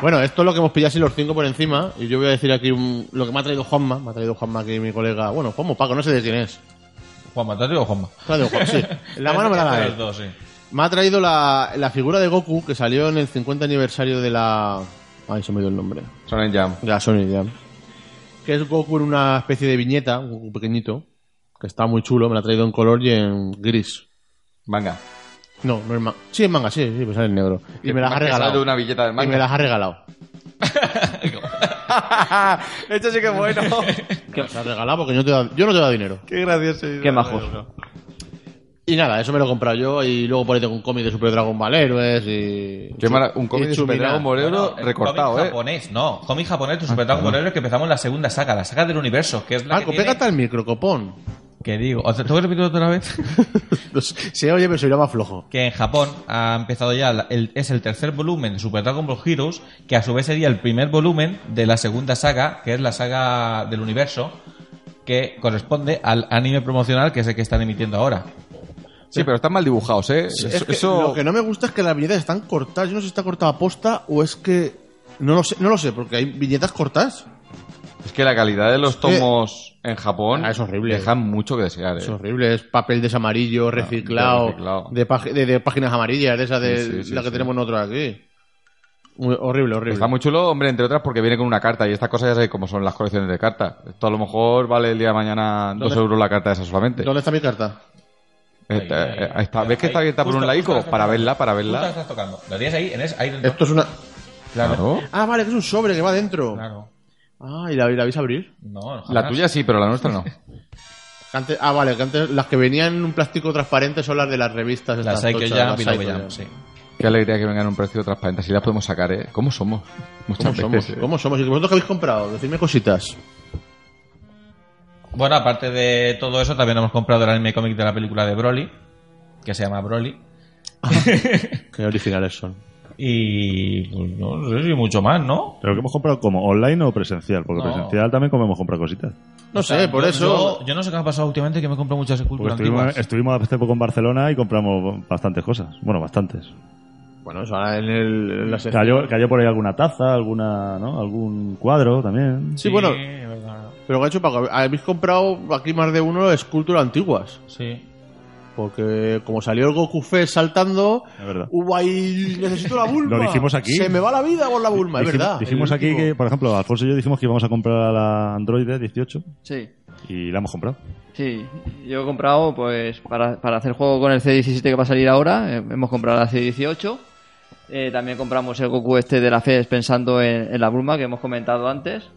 Speaker 1: Bueno, esto es lo que hemos pillado así los cinco por encima. Y yo voy a decir aquí un- lo que me ha traído Juanma. Me ha traído Juanma aquí mi colega. Bueno, Juanma o Paco, no sé de quién es.
Speaker 4: Juan Matador o Juanma.
Speaker 1: Me ha traído Juan- sí. La mano me la da eh.
Speaker 4: Estos
Speaker 1: él.
Speaker 4: dos, sí.
Speaker 1: Me ha traído la, la figura de Goku que salió en el 50 aniversario de la. Ay, se me dio el nombre.
Speaker 5: Son en Jam.
Speaker 1: De la Sony Jam. Que es Goku en una especie de viñeta, un Goku pequeñito. Que está muy chulo. Me la ha traído en color y en gris.
Speaker 5: Manga.
Speaker 1: No, no es manga. Sí, es manga, sí, sí, pues sale en negro. Y me las ha
Speaker 5: Manga que sale de
Speaker 1: regalado.
Speaker 5: una billeta del
Speaker 1: Y
Speaker 5: manga.
Speaker 1: me las ha regalado.
Speaker 5: Esto sí que es bueno.
Speaker 1: Me las ha regalado porque yo, no te he dado- yo no te he dado dinero.
Speaker 5: Qué gracioso.
Speaker 6: Qué majos.
Speaker 1: Y nada, eso me lo he comprado yo. Y luego por ahí tengo un cómic de Super Dragon Ball Héroes y.
Speaker 5: Qué mara- un cómic
Speaker 1: y
Speaker 5: de Super
Speaker 1: Chumina.
Speaker 5: Dragon Ball Euro
Speaker 4: Bueno, el
Speaker 5: recortado,
Speaker 4: cómic
Speaker 5: ¿eh? Ah,
Speaker 4: japonés, no. Cómic japonés, tu Super Dragon Ball que empezamos la segunda saga, la saga del universo, que es la
Speaker 1: Marco,
Speaker 4: que tiene-
Speaker 1: pégate al micro, copón.
Speaker 4: Que digo, o sea, tengo que repetirlo otra vez.
Speaker 1: Se oye, pero se oirá más flojo.
Speaker 4: que en Japón ha empezado ya, la- el- es el tercer volumen de Super Dragon Ball Heroes, que a su vez sería el primer volumen de la segunda saga, que es la saga del universo, que corresponde al anime promocional que es el que están emitiendo ahora.
Speaker 5: Sí, pero están mal dibujados, ¿eh?
Speaker 1: Es
Speaker 5: Eso,
Speaker 1: que Lo que no me gusta es que las viñetas están cortadas. Yo no sé si está cortada a posta o es que. No lo sé, no lo sé porque hay viñetas cortas.
Speaker 5: es que la calidad de los tomos en Japón
Speaker 1: Ah, es horrible.
Speaker 5: deja mucho que desear, ¿eh?
Speaker 1: Es horrible, es papel de ese amarillo reciclado,
Speaker 5: de Ah, reciclado.
Speaker 1: De, pag- de- de páginas amarillas, de esas de
Speaker 5: Sí, sí, sí,
Speaker 1: la que
Speaker 5: sí.
Speaker 1: tenemos nosotros aquí. Muy- horrible, horrible.
Speaker 5: Está muy chulo, hombre, entre otras porque viene con una carta y estas cosas ya sé cómo son las colecciones de cartas. Esto a lo mejor vale el día de mañana dos
Speaker 1: ¿Dónde-
Speaker 5: euros la carta esa solamente.
Speaker 1: ¿Dónde está mi carta?
Speaker 5: Esta-
Speaker 4: Ahí, ahí,
Speaker 5: eh, esta-
Speaker 4: ahí.
Speaker 5: ¿Ves que está
Speaker 4: Ahí,
Speaker 5: abierta por
Speaker 4: justo,
Speaker 5: un
Speaker 4: justo la
Speaker 5: laico?
Speaker 4: estás
Speaker 5: Para
Speaker 4: tocando.
Speaker 5: verla, para
Speaker 4: Justo la
Speaker 5: verla.
Speaker 4: estás tocando. Lo tienes ahí, en es- ahí dentro.
Speaker 1: Esto es una.
Speaker 4: Claro.
Speaker 5: Claro.
Speaker 1: Ah, vale, que es un sobre que va dentro.
Speaker 4: Claro.
Speaker 1: Ah, ¿y la, y la vais a abrir?
Speaker 4: No, no,
Speaker 5: La
Speaker 4: jamás.
Speaker 5: tuya sí, pero la nuestra no.
Speaker 1: Que antes- ah, vale, que antes las que venían en un plástico transparente son las de las revistas. estas
Speaker 4: La Psycho
Speaker 1: tochas,
Speaker 4: Jam
Speaker 1: las
Speaker 4: y la
Speaker 1: Psycho
Speaker 4: Jam,
Speaker 1: Jam.
Speaker 4: sí.
Speaker 5: Qué alegría que vengan a un precio transparente. Así la podemos sacar, ¿eh? ¿Cómo somos? Muchas
Speaker 1: ¿Cómo somos?
Speaker 5: veces, ¿eh?
Speaker 1: ¿Cómo somos? ¿Y vosotros qué habéis comprado? Decidme cositas.
Speaker 4: Bueno, aparte de todo eso, también hemos comprado el anime cómic de la película de Broly, que se llama Broly.
Speaker 1: Qué originales son.
Speaker 4: Y pues, no sé si mucho más, ¿no?
Speaker 3: Pero que hemos comprado como online o presencial, porque
Speaker 4: No.
Speaker 3: presencial también como hemos comprado cositas.
Speaker 1: No
Speaker 4: O
Speaker 5: Pues
Speaker 4: sea,
Speaker 1: sé, por
Speaker 4: yo-
Speaker 1: eso.
Speaker 4: Yo, yo no sé qué ha pasado últimamente, que me he comprado muchas
Speaker 3: Porque
Speaker 4: culturas
Speaker 3: estuvimos,
Speaker 4: antiguas.
Speaker 3: estuvimos hace poco en Barcelona y compramos bastantes cosas. Bueno, bastantes.
Speaker 1: Bueno, eso ahora en, el, en la sección.
Speaker 3: Cayó, cayó por ahí alguna taza, alguna, ¿no? algún cuadro también.
Speaker 1: Sí, bueno.
Speaker 4: es verdad.
Speaker 1: Pero que ha hecho Paco, habéis comprado aquí más de uno esculturas antiguas.
Speaker 4: Sí.
Speaker 1: Porque como salió el Goku Fest saltando,
Speaker 3: Es verdad.
Speaker 1: hubo ahí. Necesito la Bulma.
Speaker 3: Lo dijimos aquí.
Speaker 1: Se me va la vida con la Bulma, es
Speaker 3: Dijimos-
Speaker 1: verdad.
Speaker 3: Dijimos
Speaker 1: El
Speaker 3: aquí
Speaker 1: último.
Speaker 3: que, por ejemplo, Alfonso y yo dijimos que íbamos a comprar a la Android 18
Speaker 6: Sí.
Speaker 3: y la hemos comprado.
Speaker 6: Sí, yo he comprado, pues, para, para hacer juego con el C17 que va a salir ahora, eh, hemos comprado la C18. Eh, también compramos el Goku este de la FES pensando en, en la Bruma que hemos comentado antes.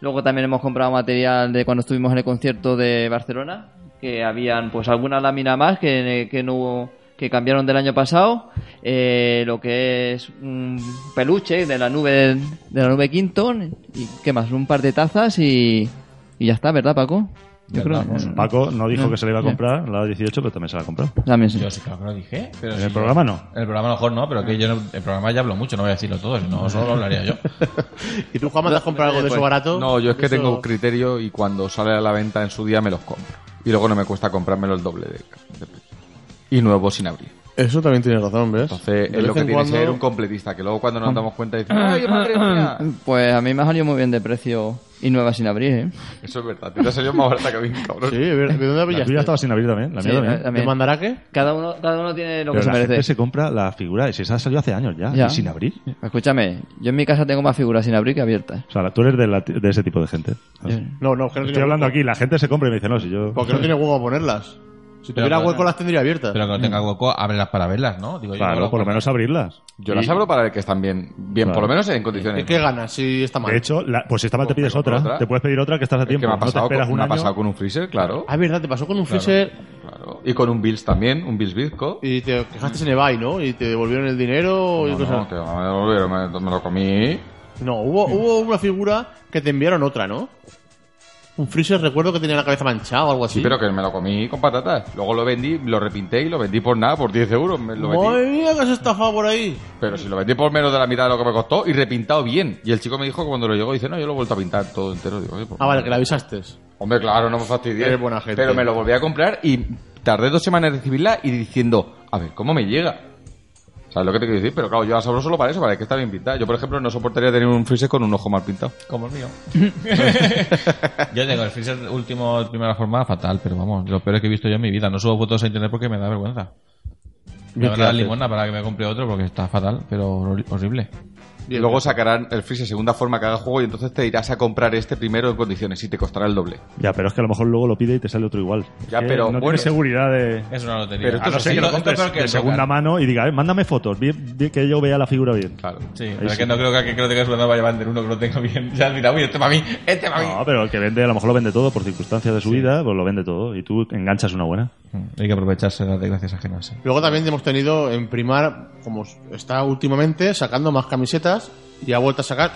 Speaker 6: Luego también hemos comprado material de cuando estuvimos en el concierto de Barcelona, que habían pues alguna lámina más que, que no hubo- que cambiaron del año pasado. Eh, lo que es un peluche de la nube de la nube Quinton y qué más, un par de tazas y, y ya está, ¿verdad, Paco?
Speaker 4: Ya estamos.
Speaker 1: Mm.
Speaker 3: Paco no dijo
Speaker 6: No,
Speaker 3: que se la iba a
Speaker 6: no.
Speaker 3: comprar la 18, pero también se la ha comprado.
Speaker 6: También sí.
Speaker 4: Yo sí, claro que lo dije. Pero
Speaker 3: En
Speaker 4: sí,
Speaker 3: el
Speaker 4: yo-
Speaker 3: programa no.
Speaker 4: En el programa a lo mejor no, pero que yo no- el programa ya hablo mucho, no voy a decirlo todo, si no solo lo hablaría yo.
Speaker 1: ¿Y tú, Juan, te has comprado algo de eso barato?
Speaker 5: pues, No, yo es que
Speaker 1: Eso-
Speaker 5: tengo criterio y cuando sale a la venta en su día me los compro. Y luego no me cuesta comprármelo el doble de, de precio. Y nuevo sin abrir.
Speaker 1: Eso también tienes razón, ¿ves?
Speaker 5: Entonces,
Speaker 1: De
Speaker 5: es
Speaker 1: vez
Speaker 5: lo que
Speaker 1: en
Speaker 5: tiene que
Speaker 1: cuando-
Speaker 5: ser un completista, que luego cuando nos damos cuenta dicen, ¡ay, madre mía!
Speaker 6: Pues a mí me ha salido muy bien de precio y nueva sin abrir, ¿eh?
Speaker 5: Eso es verdad, te ha salido más barata que a mí, cabrón.
Speaker 1: Sí, ¿de de dónde
Speaker 5: Pues
Speaker 3: La
Speaker 1: pillaste?
Speaker 3: tuya estaba sin abrir también, la
Speaker 6: Sí,
Speaker 3: mía también.
Speaker 6: eh,
Speaker 1: ¿Te mandará qué?
Speaker 6: Cada uno, cada uno tiene lo
Speaker 3: Pero
Speaker 6: que se
Speaker 3: la gente
Speaker 6: merece.
Speaker 3: se compra la figura y si esa salió hace años ya,
Speaker 6: Ya.
Speaker 3: y sin abrir.
Speaker 6: Escúchame, yo en mi casa tengo más figuras sin abrir que abiertas.
Speaker 3: O sea, tú eres de, la- de ese tipo de gente.
Speaker 6: Yo-
Speaker 1: No, no, que no
Speaker 3: Estoy
Speaker 1: tiene
Speaker 3: hablando
Speaker 1: hueco.
Speaker 3: aquí, la gente se compra y me dice, no, si yo...
Speaker 1: Porque no tiene huevo a ponerlas. Si tuviera
Speaker 4: bueno.
Speaker 1: hueco las tendría abiertas.
Speaker 4: Pero que no tenga hueco, ábrelas para verlas, ¿no? Digo, yo no
Speaker 3: Claro,
Speaker 4: lo
Speaker 3: por lo
Speaker 4: compro.
Speaker 3: menos abrirlas.
Speaker 5: Yo las abro para ver que están bien, bien
Speaker 3: Claro.
Speaker 5: por lo menos
Speaker 1: ¿Y
Speaker 5: en condiciones.
Speaker 1: qué ganas si está mal?
Speaker 3: De hecho, la- pues si está mal te
Speaker 5: Pues me
Speaker 3: pides
Speaker 5: compro
Speaker 3: otra.
Speaker 5: otra.
Speaker 3: Te puedes pedir otra que estás a
Speaker 5: Es
Speaker 3: tiempo.
Speaker 5: que me ha
Speaker 3: no te
Speaker 5: pasado,
Speaker 3: esperas
Speaker 5: con,
Speaker 3: un
Speaker 5: me ha
Speaker 3: año.
Speaker 5: pasado con un freezer, claro.
Speaker 1: Ah, verdad, te pasó con un freezer
Speaker 5: claro. Y con un Bills también, un Bills Bizco.
Speaker 1: y te quejaste en eBay, ¿no? Y te devolvieron el dinero y
Speaker 5: No,
Speaker 1: cosas.
Speaker 5: no, que me lo devolvieron, me, me lo comí.
Speaker 1: No, hubo, hubo una figura que te enviaron otra, ¿no? Un freezer recuerdo que tenía la cabeza manchada o algo así.
Speaker 5: Sí, pero que me lo comí con patatas. Luego lo vendí, lo repinté y lo vendí por nada, por 10 euros. Me lo metí.
Speaker 1: Madre mía, que se estafado por ahí.
Speaker 5: Pero si lo vendí por menos de la mitad de lo que me costó y repintado bien. Y el chico me dijo que cuando lo llegó, dice, no, yo lo he vuelto a pintar todo entero. Digo, "Oye, pues,
Speaker 1: Ah, vale, que la avisaste.
Speaker 5: Hombre, claro, no me fastidies.
Speaker 1: Eres buena gente.
Speaker 5: Pero me lo volví a comprar y tardé dos semanas en recibirla y diciendo, a ver, ¿cómo me llega? ¿Sabes lo que te quiero decir? Pero claro, yo la sabro solo para eso, para que está bien pintada. Yo, por ejemplo, no soportaría tener un freezer con un ojo mal pintado.
Speaker 4: Como el mío. yo tengo el freezer último, primera forma, fatal, pero vamos, lo peor que he visto yo en mi vida. No subo fotos a internet porque me da vergüenza. Me
Speaker 1: Bien,
Speaker 4: da
Speaker 1: ¿qué
Speaker 4: la
Speaker 1: haces?
Speaker 4: limona para que me compre otro porque está fatal, pero hor- horrible.
Speaker 5: y luego sacarán el freezer segunda forma que haga juego y entonces te irás a comprar este primero en condiciones y te costará el doble.
Speaker 3: Ya, pero es que a lo mejor luego lo pide y te sale otro igual.
Speaker 5: Ya,
Speaker 3: Es que
Speaker 5: pero,
Speaker 3: no
Speaker 5: bueno.
Speaker 3: tiene seguridad de...
Speaker 4: Es una lotería.
Speaker 5: Pero esto
Speaker 4: A no
Speaker 5: es
Speaker 4: ser
Speaker 5: así,
Speaker 4: que
Speaker 5: lo
Speaker 4: esto es peor que
Speaker 3: de
Speaker 4: el
Speaker 3: segunda
Speaker 4: Joker.
Speaker 3: mano y diga, eh, mándame fotos, bien- bien que yo vea la figura bien.
Speaker 5: Claro.
Speaker 4: Sí, pero es que no creo que, que creo que es lo vaya a vender uno que lo tenga bien. Ya dirá, uy, este para mí, este para mí.
Speaker 3: No, pero el que vende, a lo mejor lo vende todo por circunstancias de su vida, pues lo vende todo y tú enganchas una buena.
Speaker 4: Mm, Hay que aprovecharse de las desgracias ajenas. eh. sí.
Speaker 1: Luego también hemos tenido en Primar, como está últimamente, sacando más camisetas y ha vuelto a sacar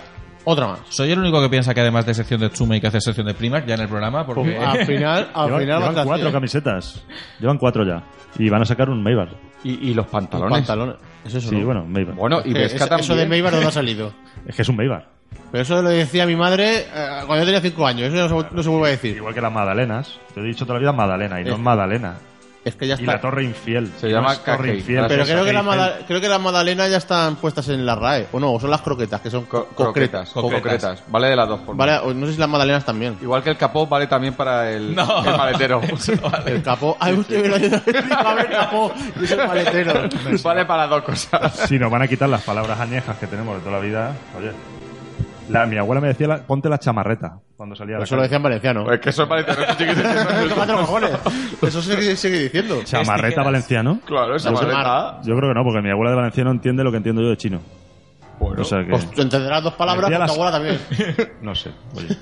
Speaker 1: otra más.
Speaker 4: Soy el único que piensa que además de sección de Tsume hay que hacer sección de Primark ya en el programa porque...
Speaker 1: Porque al final, al
Speaker 3: llevan
Speaker 1: final
Speaker 3: llevan
Speaker 1: va a
Speaker 3: cuatro
Speaker 1: hacer-
Speaker 3: camisetas. Llevan cuatro ya. Y van a sacar un Maybach.
Speaker 5: Y, y los pantalones.
Speaker 1: pantalones. Es eso,
Speaker 3: Sí,
Speaker 1: ¿no?
Speaker 3: bueno, un Maybach.
Speaker 5: Bueno, y
Speaker 1: Que
Speaker 5: ves
Speaker 1: es- eso de Maybach no ha salido.
Speaker 3: Es que es un Maybach.
Speaker 1: Pero eso lo decía mi madre eh, cuando yo tenía 5 años. Eso no se, no se vuelve a decir.
Speaker 3: Igual que las Madalenas. Te he dicho toda la vida Madalena y no
Speaker 1: Eh.
Speaker 3: es Madalena.
Speaker 1: Es que ya
Speaker 3: Y la
Speaker 1: está.
Speaker 3: Torre Infiel.
Speaker 5: Se
Speaker 3: No
Speaker 5: llama
Speaker 3: es Torre
Speaker 5: Cake.
Speaker 3: Infiel.
Speaker 1: Pero
Speaker 5: Las
Speaker 1: creo que, la
Speaker 3: Madalena
Speaker 1: mada- creo que las magdalenas ya están puestas en la RAE. O no, o son las croquetas, que son co-
Speaker 5: concretas,
Speaker 1: concretas.
Speaker 5: concretas. Vale de las dos formas.
Speaker 1: Vale, o no sé si las magdalenas también.
Speaker 5: Igual que el capó vale también para el, el maletero.
Speaker 1: El capó. Ay, usted me lo ha ayudado. A ver, capó. Y es el paletero.
Speaker 5: vale para dos cosas.
Speaker 3: Si nos van a quitar las palabras añejas que tenemos de toda la vida, oye. La, mi abuela me decía, la- ponte la chamarreta cuando salía a la
Speaker 1: Eso lo
Speaker 3: calle.
Speaker 1: decía en valenciano.
Speaker 5: Es que eso es maletero. eso sí que es-
Speaker 1: Tócate los cojones. Eso sigue, sigue diciendo.
Speaker 3: ¿Chamarreta valenciano?
Speaker 5: Claro, esa
Speaker 1: Los
Speaker 5: maleta.
Speaker 3: Yo creo que no, porque mi abuela de valenciano entiende lo que entiendo yo de chino. o sea que,
Speaker 1: Pues tú entenderás dos palabras,
Speaker 3: Ya
Speaker 1: pero tu
Speaker 3: las-
Speaker 1: abuela también.
Speaker 3: no sé. Oye,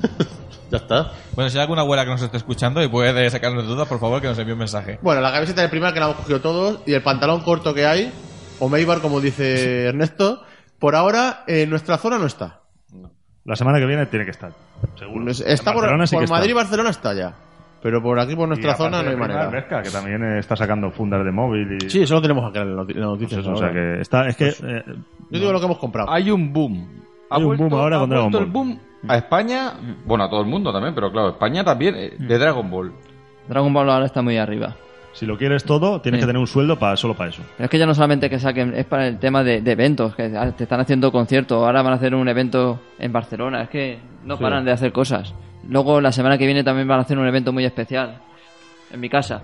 Speaker 1: ya está.
Speaker 4: Bueno, si hay alguna abuela que nos esté escuchando y puede sacarnos dudas, por favor, que nos envíe un mensaje.
Speaker 1: Bueno, la camiseta del primer que la hemos cogido todos y el pantalón corto que hay, o Meibar, como dice Ernesto, por ahora en nuestra zona no está.
Speaker 3: la semana que viene tiene que estar. Seguro.
Speaker 1: Es- Pues Está
Speaker 3: En
Speaker 1: por,
Speaker 3: Barcelona sí
Speaker 1: por
Speaker 3: que está.
Speaker 1: Madrid y Barcelona está ya. Pero por aquí, por nuestra
Speaker 3: Y
Speaker 1: zona,
Speaker 3: aparte
Speaker 1: no hay
Speaker 3: de Primera
Speaker 1: manera.
Speaker 3: Berca, que también eh, está sacando fundas de móvil y.
Speaker 1: Sí, eso lo tenemos aquí en la noti- en las
Speaker 3: pues
Speaker 1: noticias.
Speaker 3: eso, o
Speaker 1: ahora. Pues-
Speaker 3: sea que está, es que eh,
Speaker 1: Yo digo lo que hemos comprado.
Speaker 5: Hay un boom. Ha
Speaker 3: Hay un boom ahora
Speaker 5: ha
Speaker 3: con Dragon
Speaker 5: vuelto el
Speaker 3: Ball.
Speaker 5: boom a España, bueno, a todo el mundo también, pero claro, España también, eh, de Dragon Ball.
Speaker 6: Dragon Ball ahora está muy arriba.
Speaker 3: si lo quieres todo, tienes
Speaker 6: Sí.
Speaker 3: que tener un sueldo para solo para eso.
Speaker 6: Pero es que ya no solamente que saquen, es para el tema de, de eventos, que ah, te están haciendo conciertos, ahora van a hacer un evento en Barcelona, es que no
Speaker 3: Sí.
Speaker 6: paran de hacer cosas. Luego la semana que viene también van a hacer un evento muy especial, en mi casa.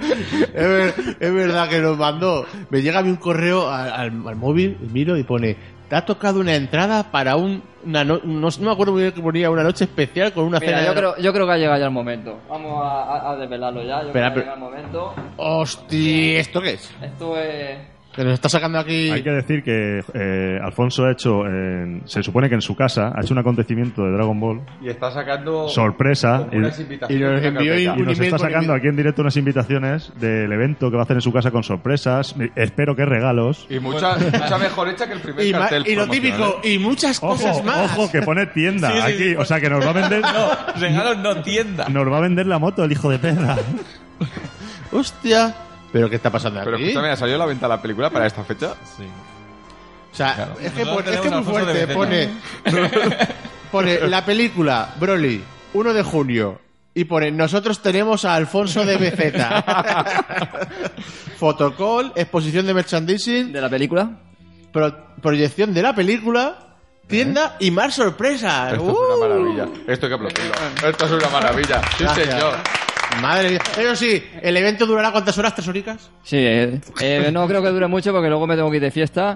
Speaker 1: Es, ver- es verdad que nos mandó. Me llega a mí un correo al, al- al móvil, y miro y pone: Te ha tocado una entrada para un. Una no, no, no me acuerdo muy bien que ponía, una noche especial con una
Speaker 6: Mira,
Speaker 1: cena.
Speaker 6: yo
Speaker 1: de-
Speaker 6: creo, yo creo que ha llegado ya el momento. Vamos a, a- a desvelarlo ya, yo
Speaker 1: Espera,
Speaker 6: creo que
Speaker 1: pero-
Speaker 6: ha llegado el momento.
Speaker 1: ¡Hostia! ¿Esto qué es?
Speaker 6: Esto es...
Speaker 1: Que nos está sacando aquí.
Speaker 3: Hay que decir que eh, Alfonso ha hecho, en- se supone que en su casa, ha hecho un acontecimiento de Dragon Ball,
Speaker 5: Y está
Speaker 1: Oh.
Speaker 5: sacando
Speaker 3: sorpresa,
Speaker 5: como
Speaker 3: y,
Speaker 5: unas invitaciones
Speaker 1: y nos
Speaker 5: en la
Speaker 1: envió
Speaker 5: carpeta.
Speaker 3: y nos
Speaker 1: Un email
Speaker 3: está
Speaker 1: con
Speaker 3: sacando
Speaker 1: invi-
Speaker 3: aquí en directo unas invitaciones del evento que va a hacer en su casa con sorpresas, espero que regalos.
Speaker 5: Y mucha, mucha mejor hecha que el primer
Speaker 1: Y, ma-
Speaker 5: cartel.
Speaker 1: y lo
Speaker 5: promocional,
Speaker 1: típico,
Speaker 5: ¿eh?
Speaker 1: y muchas
Speaker 3: Ojo,
Speaker 1: cosas más.
Speaker 3: ojo, que pone tienda
Speaker 4: Sí, sí,
Speaker 3: aquí,
Speaker 4: sí.
Speaker 3: o sea que nos va a vender...
Speaker 4: Regalos no tienda.
Speaker 3: Nos va a vender la moto el hijo de perra.
Speaker 1: Hostia. ¿Pero qué está pasando
Speaker 5: Pero
Speaker 1: aquí?
Speaker 5: escúchame, ¿ha salido a la venta la película para esta fecha?
Speaker 4: Sí.
Speaker 1: O sea,
Speaker 4: Claro.
Speaker 1: es que,
Speaker 4: Nosotros
Speaker 1: pone- es que muy
Speaker 4: tenemos a Alfonso
Speaker 1: fuerte.
Speaker 4: de
Speaker 1: Pone, pone la película Broly, 1 de junio. Y pone, nosotros tenemos a Alfonso de BZ. Fotocall, exposición de merchandising,
Speaker 6: ¿De la película?
Speaker 1: pro- proyección de la película, tienda y más sorpresas.
Speaker 5: Esto
Speaker 1: ¡Uh!
Speaker 5: es una maravilla. Esto hay que aplaudirlo. Esto es una maravilla. Sí,
Speaker 1: Gracias.
Speaker 5: señor.
Speaker 1: Madre mía. Eso sí, ¿el evento durará cuántas horas? ¿Tres horicas?
Speaker 6: Sí, eh, eh, no creo que dure mucho porque luego me tengo que ir de fiesta.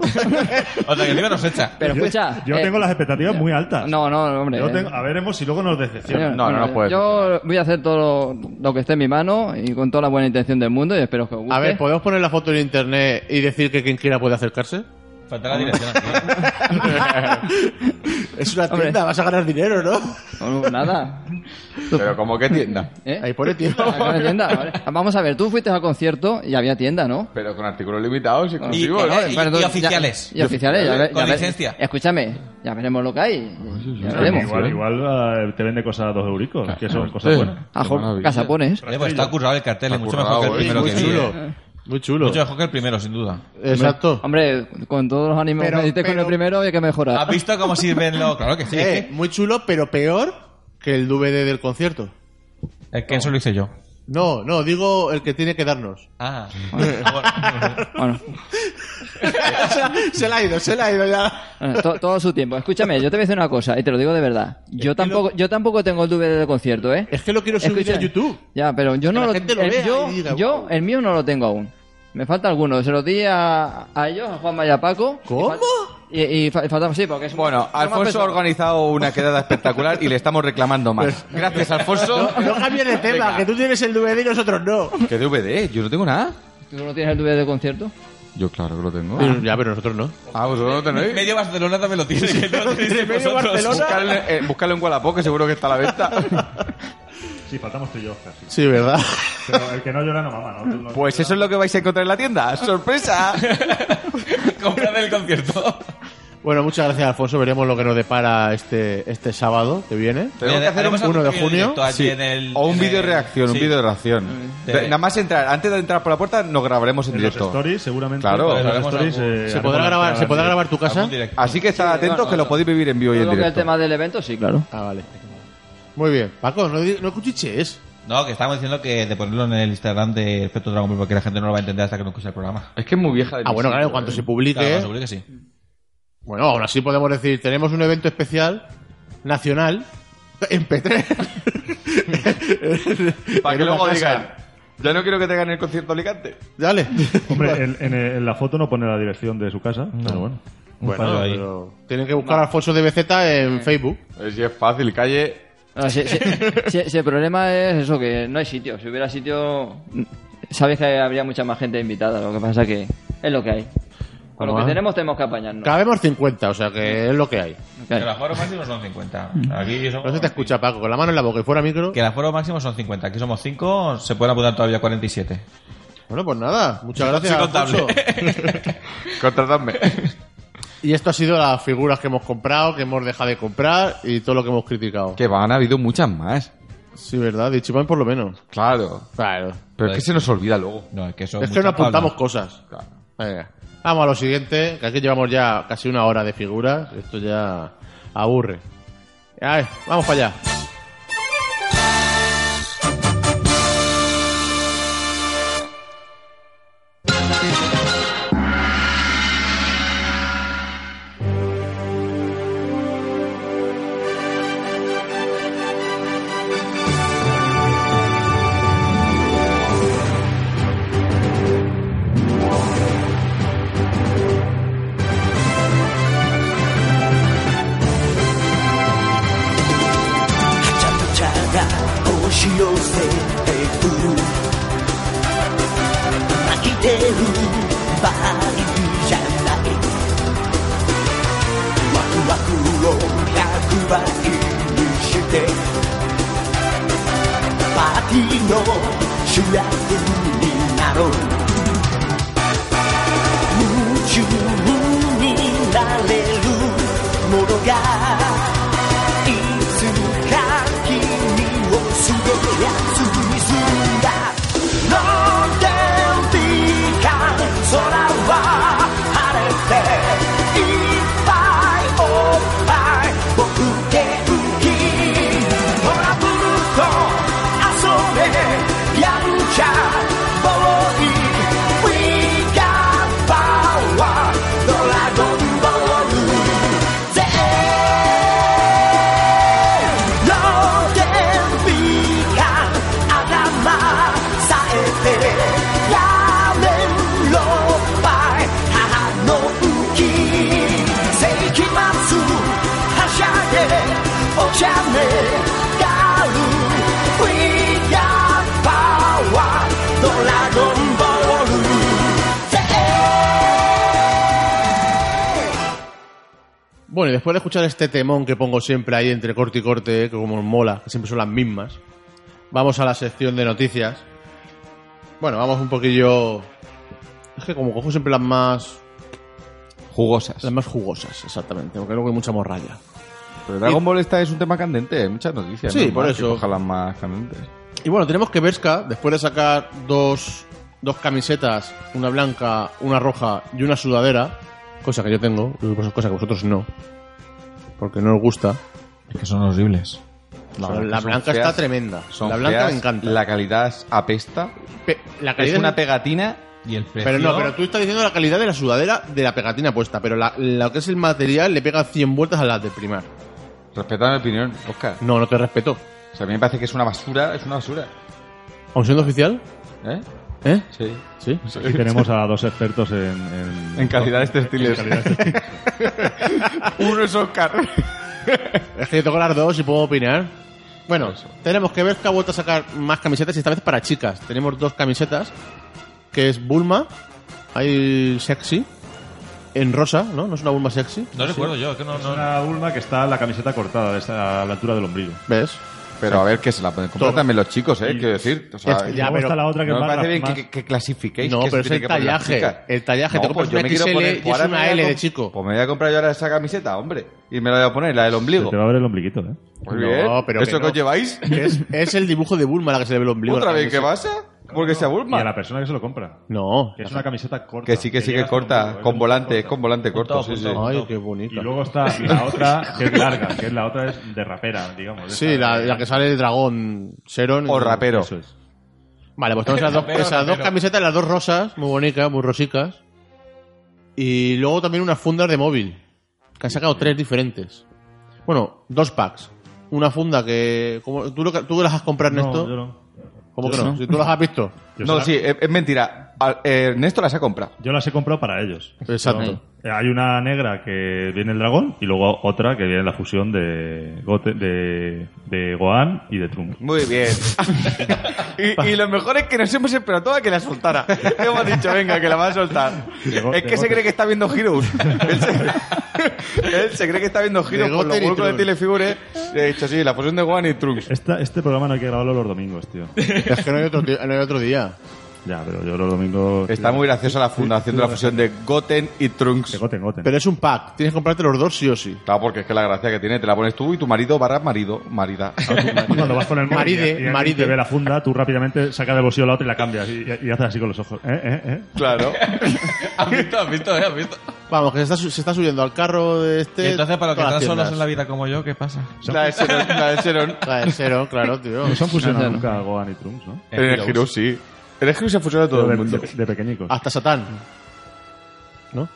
Speaker 4: O sea, que encima nos echa.
Speaker 6: Pero escucha...
Speaker 3: Yo
Speaker 6: eh,
Speaker 3: tengo las expectativas muy altas.
Speaker 6: No, no, hombre.
Speaker 3: Yo
Speaker 6: eh.
Speaker 3: tengo- a veremos si luego nos decepciona.
Speaker 6: Señor,
Speaker 5: Eh, No, no, no puede
Speaker 6: Yo voy a hacer todo lo, lo que esté en mi mano y con toda la buena intención del mundo y espero que os guste.
Speaker 1: A ver, pues- ¿podemos poner la foto en internet y decir que quien quiera puede acercarse?
Speaker 4: Falta la dirección aquí.
Speaker 1: Es una
Speaker 6: Hombre.
Speaker 1: tienda, vas a ganar dinero, ¿no?
Speaker 6: No, nada.
Speaker 5: Pero como que tienda.
Speaker 6: ¿Eh?
Speaker 1: Ahí pone tienda.
Speaker 6: Ah, claro, tienda, vale. Vamos a ver, tú fuiste al concierto y había tienda, ¿no?
Speaker 5: Pero con artículos limitados y exclusivos,
Speaker 4: y-
Speaker 5: ¿no?
Speaker 4: y-
Speaker 6: Perdón, ya-
Speaker 4: oficiales.
Speaker 6: y oficiales, ya, ve-
Speaker 4: Con
Speaker 6: ya ve-
Speaker 4: licencia.
Speaker 6: Escúchame, ya veremos lo que hay. Ya
Speaker 5: sí. Ah,
Speaker 6: veremos.
Speaker 3: Igual, igual eh, te vende cosas a dos euricos, que son cosas
Speaker 5: Sí.
Speaker 3: buenas.
Speaker 6: A
Speaker 5: Qué maravilla.
Speaker 6: Casapones.
Speaker 4: Oye, pues está currado el cartel, y
Speaker 5: Está
Speaker 4: mucho mejor que el
Speaker 5: currado, eh.
Speaker 4: primero
Speaker 1: muy
Speaker 4: que vi,
Speaker 1: chulo.
Speaker 4: eh.
Speaker 1: Muy chulo.
Speaker 4: Mucho mejor que el primero, sin duda.
Speaker 1: Exacto.
Speaker 6: Hombre, con todos los ánimos
Speaker 1: Pero-
Speaker 6: que diste con
Speaker 1: pero-
Speaker 6: el primero hay que mejorar.
Speaker 4: ¿Has visto cómo sirven los...? Claro que sí.
Speaker 1: Eh, muy chulo, pero peor que el DVD del concierto.
Speaker 4: Es que eso lo hice yo.
Speaker 1: No, no, digo el que tiene que darnos.
Speaker 4: Ah. bueno.
Speaker 6: Bueno,
Speaker 1: se la ha ido, se la ha ido ya.
Speaker 6: bueno, eh, to- todo su tiempo. Escúchame, yo te voy a decir una cosa y te lo digo de verdad.
Speaker 4: Eh,
Speaker 6: Yo tampoco, yo tampoco tengo el DVD de concierto, ¿eh?
Speaker 1: Es que lo quiero subir
Speaker 6: Escucha,
Speaker 1: a YouTube.
Speaker 6: Ya, pero yo
Speaker 1: Que
Speaker 6: no
Speaker 1: la
Speaker 6: lo,
Speaker 1: gente lo
Speaker 6: el,
Speaker 1: vea
Speaker 6: yo,
Speaker 1: y diga,
Speaker 6: yo,
Speaker 1: "Wow".
Speaker 6: el mío no lo tengo aún. Me falta alguno. Se los di a, a ellos, a Juanma y a Paco. Y
Speaker 1: ¿Cómo?
Speaker 6: fal- Y, y fa- faltaba, sí, porque es
Speaker 5: Bueno, Alfonso ha organizado una quedada espectacular y le estamos reclamando más. Gracias, Alfonso.
Speaker 1: Pues, No cambies de tema,
Speaker 5: Venga.
Speaker 1: que tú tienes el DVD y nosotros no.
Speaker 5: ¿Qué DVD? Yo no tengo nada.
Speaker 6: ¿Tú no tienes el DVD de concierto?
Speaker 5: Yo claro que lo tengo.
Speaker 1: Ya, pero nosotros no.
Speaker 5: Ah, vosotros no tenéis.
Speaker 4: Medio Barcelona también lo tiene. que no lo tenéis
Speaker 1: Medio
Speaker 4: vosotros.
Speaker 1: Barcelona.
Speaker 5: Buscarlo en- eh, buscarlo en Wallapop, que seguro que está a la venta.
Speaker 3: Sí, faltamos tú y yo casi.
Speaker 1: Sí, ¿verdad?
Speaker 3: Pero el que no llora no mama, ¿no? No-
Speaker 5: Pues eso es lo que vais a encontrar en la tienda. ¡Sorpresa!
Speaker 4: Comprad el concierto.
Speaker 1: Bueno, muchas gracias, Alfonso. Veremos lo que nos depara este, este sábado que viene.
Speaker 5: Tenemos que hacer un
Speaker 4: Haremos algún
Speaker 1: 1 de
Speaker 4: vídeo
Speaker 1: junio.
Speaker 4: directo allí
Speaker 5: Sí,
Speaker 4: en el-
Speaker 5: o un
Speaker 4: en
Speaker 5: vídeo de
Speaker 4: el-
Speaker 5: reacción,
Speaker 4: sí.
Speaker 5: un vídeo de reacción.
Speaker 6: Mm.
Speaker 4: Sí.
Speaker 5: De- Nada más entrar, antes de entrar por la puerta, nos grabaremos en,
Speaker 3: en los
Speaker 5: directo.
Speaker 3: stories, seguramente.
Speaker 5: Claro.
Speaker 3: en los
Speaker 4: Haremos
Speaker 3: stories,
Speaker 4: algún-
Speaker 3: eh,
Speaker 1: ¿Se
Speaker 3: haremos
Speaker 1: podrá
Speaker 3: la-
Speaker 1: grabar,
Speaker 3: la-
Speaker 1: ¿se podrá grabar tu casa?
Speaker 4: Algún directo.
Speaker 5: Así que estad
Speaker 6: Sí,
Speaker 5: atentos
Speaker 6: no, no,
Speaker 5: que lo
Speaker 6: no.
Speaker 5: podéis vivir en vivo y en
Speaker 6: Creo que el
Speaker 5: directo.
Speaker 6: tema del evento, sí, claro.
Speaker 1: Ah, vale. Muy bien. Paco, no, di- no cuchichees.
Speaker 4: No, que estábamos diciendo que de ponerlo en el Instagram de Efecto Dragon Ball porque la gente no lo va a entender hasta que no escuche el programa.
Speaker 5: Es que es muy vieja.
Speaker 1: Ah,
Speaker 5: de
Speaker 1: bueno,
Speaker 5: principio,
Speaker 1: claro, en cuanto
Speaker 5: ¿eh?
Speaker 1: se publique.
Speaker 4: Claro, seguro que sí.
Speaker 1: Bueno, aún así podemos decir, tenemos un evento especial nacional en P3.
Speaker 5: Para
Speaker 1: En
Speaker 5: que
Speaker 1: una
Speaker 5: luego
Speaker 1: casa.
Speaker 5: digan, ya no quiero que tengan el concierto Alicante.
Speaker 1: Dale.
Speaker 3: Hombre, en, en- en la foto no pone la dirección de su casa. Pero bueno.
Speaker 4: Un fallo ahí.
Speaker 1: pero tienen que buscar a Alfonso de BZ en Facebook.
Speaker 5: Eh, Si es fácil, calle.
Speaker 6: No, si, si- si- si el problema es eso, que no hay sitio. Si hubiera sitio, sabes que habría mucha más gente invitada. Lo que pasa que es lo que hay. Con lo
Speaker 1: Vamos
Speaker 6: que
Speaker 1: a-
Speaker 6: tenemos tenemos que apañarnos.
Speaker 1: Cabemos 50, o sea
Speaker 5: Eh.
Speaker 1: que es lo que hay.
Speaker 6: Ok.
Speaker 4: Que el aforo máximo son 50.
Speaker 5: Mm.
Speaker 4: Aquí somos
Speaker 1: No se te escucha, Paco, con la mano en la boca y fuera micro.
Speaker 4: Que el aforo máximo son 50. Aquí somos 5, se pueden apuntar todavía 47.
Speaker 1: Bueno, pues nada, muchas gracias.
Speaker 4: Soy contable.
Speaker 1: Alfonso.
Speaker 5: Contratadme.
Speaker 1: y esto ha sido las figuras que hemos comprado, que hemos dejado de comprar y todo lo que hemos criticado.
Speaker 5: que van, ha habido muchas más.
Speaker 1: Sí, verdad, de Ichiban por lo menos.
Speaker 5: Claro.
Speaker 1: Claro.
Speaker 5: Pero es que se nos olvida luego.
Speaker 4: No, es que eso
Speaker 1: Es que no
Speaker 4: mucha
Speaker 1: apuntamos
Speaker 4: tabla.
Speaker 1: cosas. Venga. Vamos a lo siguiente, que aquí llevamos ya casi una hora de figuras. Esto ya aburre. A ver, vamos para allá.
Speaker 7: ちゃんとちゃんがこうしようぜテープ巻いてる場合じゃないワクワクを100倍にしてパーティーの主役になろう夢中になれるものがいつか君をすごいやつにすんだロンデルビーカー空は晴れていっぱいおっぱい僕元気トラブルと遊べやんちゃボーイ We got power ドラゴンボール全 No te pican a llamar, saete, llámenlo by Hanouki. Seikimatsu, hashage, ochame, garu, uya, pawa, Dragon Ball.
Speaker 1: Bueno, y después de escuchar este temón que pongo siempre ahí entre corte y corte, que como mola, que siempre son las mismas, vamos a la sección de noticias. Bueno, vamos un poquillo... Es que como cojo siempre las más...
Speaker 5: Jugosas.
Speaker 1: Las más jugosas, exactamente, porque luego hay mucha morralla.
Speaker 5: Pero Dragon Ball esta es un tema candente, hay muchas noticias.
Speaker 1: Sí,
Speaker 5: ¿no?
Speaker 1: por
Speaker 5: Más
Speaker 1: eso.
Speaker 5: que cojan las más candentes.
Speaker 1: Y bueno, tenemos que Berska, después de sacar dos, dos camisetas, una blanca, una roja y una sudadera, cosa que yo tengo, cosa que vosotros no, porque no os gusta.
Speaker 4: Es que son horribles.
Speaker 1: La,
Speaker 5: verdad que son
Speaker 1: blanca
Speaker 5: feas.
Speaker 1: está tremenda.
Speaker 5: Son
Speaker 1: la blanca
Speaker 5: feas,
Speaker 1: me encanta.
Speaker 5: La calidad es apesta.
Speaker 1: Pe- la
Speaker 5: Es
Speaker 1: calidad
Speaker 5: una pegatina.
Speaker 4: Y el precio.
Speaker 1: Pero no, pero tú estás diciendo la calidad de la sudadera de la pegatina puesta, pero la, lo que es el material le pega 100 vueltas a las del primar.
Speaker 5: Respeta mi opinión, Oscar.
Speaker 1: No, no te respeto.
Speaker 5: O sea, a mí me parece que es una basura, es una basura.
Speaker 1: ¿Aun siendo oficial?
Speaker 5: ¿Eh?
Speaker 1: ¿Eh?
Speaker 5: Sí.
Speaker 1: Sí.
Speaker 3: Aquí tenemos a dos expertos en... En,
Speaker 5: En este calidades textiles. Uno es Oscar.
Speaker 1: Es que yo tengo las dos y puedo opinar. Bueno, tenemos que ver que ha vuelto a sacar más camisetas y esta vez para chicas. Tenemos dos camisetas, que es Bulma, hay sexy, en rosa, ¿no? No es una Bulma sexy.
Speaker 4: No recuerdo yo, es que no.
Speaker 3: Es
Speaker 4: no-
Speaker 3: una Ulma que está la camiseta cortada de esta- a la altura del ombligo.
Speaker 1: ¿Ves?
Speaker 5: Pero a ver qué se la pueden comprar
Speaker 1: Todo.
Speaker 5: también los chicos, ¿eh? Quiero decir. O sea,
Speaker 1: Ya,
Speaker 3: Ya,
Speaker 1: pero-
Speaker 3: está la otra que
Speaker 5: no me
Speaker 3: va
Speaker 5: parece bien
Speaker 3: más-
Speaker 5: que, que clasifiquéis.
Speaker 1: No,
Speaker 5: que se
Speaker 1: pero es
Speaker 5: tiene
Speaker 1: el
Speaker 5: que poner las
Speaker 1: tallaje,
Speaker 5: chicas.
Speaker 1: el tallaje, te compras
Speaker 5: yo
Speaker 1: una
Speaker 5: me quiero
Speaker 1: XL y
Speaker 5: pues
Speaker 1: es
Speaker 5: ahora
Speaker 1: una
Speaker 5: me voy a
Speaker 1: L de
Speaker 5: comp-
Speaker 1: chico.
Speaker 5: Pues me voy a comprar yo ahora esa camiseta, hombre. Y me la voy a poner, la del ombligo.
Speaker 3: Se te va a ver el ombliguito, ¿eh?
Speaker 5: Muy
Speaker 1: No,
Speaker 5: bien.
Speaker 1: pero
Speaker 5: ¿Eso
Speaker 1: que
Speaker 5: que,
Speaker 1: no.
Speaker 5: os lleváis?
Speaker 1: Es, es el dibujo de Bulma la que se le ve el ombligo.
Speaker 5: ¿Otra
Speaker 1: la
Speaker 5: vez qué
Speaker 1: camiseta.
Speaker 5: pasa? Porque
Speaker 3: Y
Speaker 5: se
Speaker 3: a
Speaker 5: aburma.
Speaker 3: la persona que se lo compra.
Speaker 1: No.
Speaker 3: Que es una camiseta corta.
Speaker 5: Que sí, que sí, que
Speaker 3: llega hasta el
Speaker 5: corta.
Speaker 3: ombligo, ¿eh?
Speaker 5: Con volante, es con volante corto.
Speaker 4: Apuntado,
Speaker 5: Sí, sí.
Speaker 4: apuntado.
Speaker 1: Ay, qué bonita.
Speaker 3: Y luego está la otra, que es larga, que es la otra es de rapera, digamos.
Speaker 1: Sí, la, la que sale el dragón Seron.
Speaker 5: O rapero.
Speaker 1: Eso es. Vale, pues tenemos esas dos,
Speaker 4: Rapero,
Speaker 1: esas dos
Speaker 4: rapero.
Speaker 1: camisetas, las dos rosas, muy bonitas, muy rosicas. Y luego también unas fundas de móvil, que han sacado tres diferentes. Bueno, dos packs. Una funda que... como- ¿tú, lo que- tú las has comprado,
Speaker 3: No,
Speaker 1: Ernesto?
Speaker 3: yo no.
Speaker 1: ¿Cómo que no? Si tú las has visto.
Speaker 3: Yo
Speaker 5: No,
Speaker 3: se la-
Speaker 5: sí, eh, es, es mentira. Al- eh, Ernesto las ha comprado.
Speaker 3: Yo las he comprado para ellos.
Speaker 1: Exacto.
Speaker 3: Eh, Hay una negra que viene el dragón y luego otra que viene la fusión de, Gote- de, de Gohan y de Trunks.
Speaker 5: Muy bien. y, y lo mejor es que nos hemos esperado toda que la soltara. Hemos dicho, venga, que la va a soltar.
Speaker 3: Llegó-
Speaker 5: es que
Speaker 3: llegó-
Speaker 5: se cree que está viendo Heroes. él, se, él se cree que está viendo Heroes
Speaker 1: Llegó
Speaker 5: por los
Speaker 1: Terry
Speaker 5: huecos de
Speaker 1: Trunks.
Speaker 5: Telefigure. Le he dicho, sí, la fusión de One y Trunks.
Speaker 3: Esta, este programa no hay que grabarlo los domingos, tío.
Speaker 1: Es que no hay otro, di- no hay otro día.
Speaker 3: Ya, pero yo los domingos...
Speaker 5: Está muy graciosa la fundación de la fusión de Goten y
Speaker 3: De
Speaker 5: Trunks.
Speaker 3: Goten, Goten.
Speaker 1: Pero es un pack. Tienes que comprarte los dos sí o sí.
Speaker 5: Claro, porque es que la gracia que tiene, te la pones tú y tu marido barra marido, marida.
Speaker 3: Cuando vas con el móvil
Speaker 1: Maride,
Speaker 3: y- y alguien
Speaker 1: maride.
Speaker 3: te ve la funda, tú rápidamente sacas del bolsillo la otra y la cambias. Y, y haces así con los ojos. ¿Eh? ¿Eh? ¿Eh?
Speaker 5: Claro.
Speaker 4: ¿Has visto? ¿Has visto? eh? ¿Has visto?
Speaker 1: Vamos, que se está, su- se está subiendo al carro de
Speaker 4: Y
Speaker 1: este.
Speaker 4: entonces, para los que
Speaker 1: todas
Speaker 4: están
Speaker 1: las
Speaker 4: solos
Speaker 1: tiendas.
Speaker 4: en la vida como yo, ¿qué pasa?
Speaker 5: La de Xenon, la de Xenon.
Speaker 1: La de cero, claro, tío.
Speaker 3: No se han fusionado
Speaker 6: No, no.
Speaker 3: nunca Gohan y Trunks, ¿no?
Speaker 4: Eh,
Speaker 5: En el Heroes, sí. En el Heroes se fusiona todo
Speaker 3: Pero
Speaker 5: el
Speaker 3: de,
Speaker 5: mundo.
Speaker 3: de- de pequeñicos.
Speaker 1: Hasta Satán. ¿No?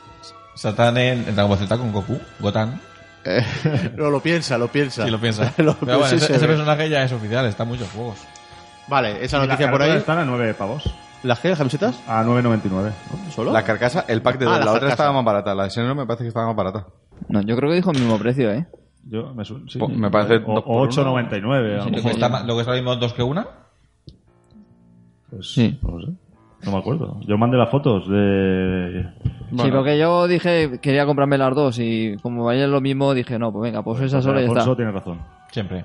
Speaker 4: Satán en, en Dragon Ball Z con Goku, Gotan,
Speaker 1: No, lo piensa, lo piensa.
Speaker 4: si lo piensas.
Speaker 1: Lo-
Speaker 4: Pero bueno,
Speaker 1: sí
Speaker 4: ese,
Speaker 1: se
Speaker 4: ese
Speaker 1: ve.
Speaker 4: personaje ya es oficial, está en muchos juegos.
Speaker 1: Vale, esa
Speaker 3: Y
Speaker 1: noticia por ahí.
Speaker 3: carátula Están a 9 pavos.
Speaker 1: ¿Las qué? ¿Las camisetas?
Speaker 3: A 9,99.
Speaker 1: ¿Solo?
Speaker 5: La carcasa, el pack de dos.
Speaker 1: Ah,
Speaker 5: la
Speaker 1: la
Speaker 5: otra
Speaker 1: carcasa.
Speaker 5: estaba más barata. La de Xenon me parece que estaba más barata.
Speaker 6: No, yo creo que dijo el mismo precio, ¿eh?
Speaker 3: Yo me, su- sí.
Speaker 5: Po- me parece
Speaker 3: O,
Speaker 5: dos
Speaker 3: o
Speaker 5: por
Speaker 3: 8,99 a lo
Speaker 4: Lo
Speaker 3: mejor.
Speaker 4: que, está, ma- lo que es ahora mismo dos que una.
Speaker 3: Pues,
Speaker 6: Sí.
Speaker 3: No lo sé. No me acuerdo. Yo mandé las fotos de...
Speaker 6: Sí, porque yo dije, quería comprarme las dos y como valía lo mismo, dije, no, pues venga, pues esa sola y ya
Speaker 3: Alfonso
Speaker 6: está.
Speaker 3: tiene razón.
Speaker 4: Siempre.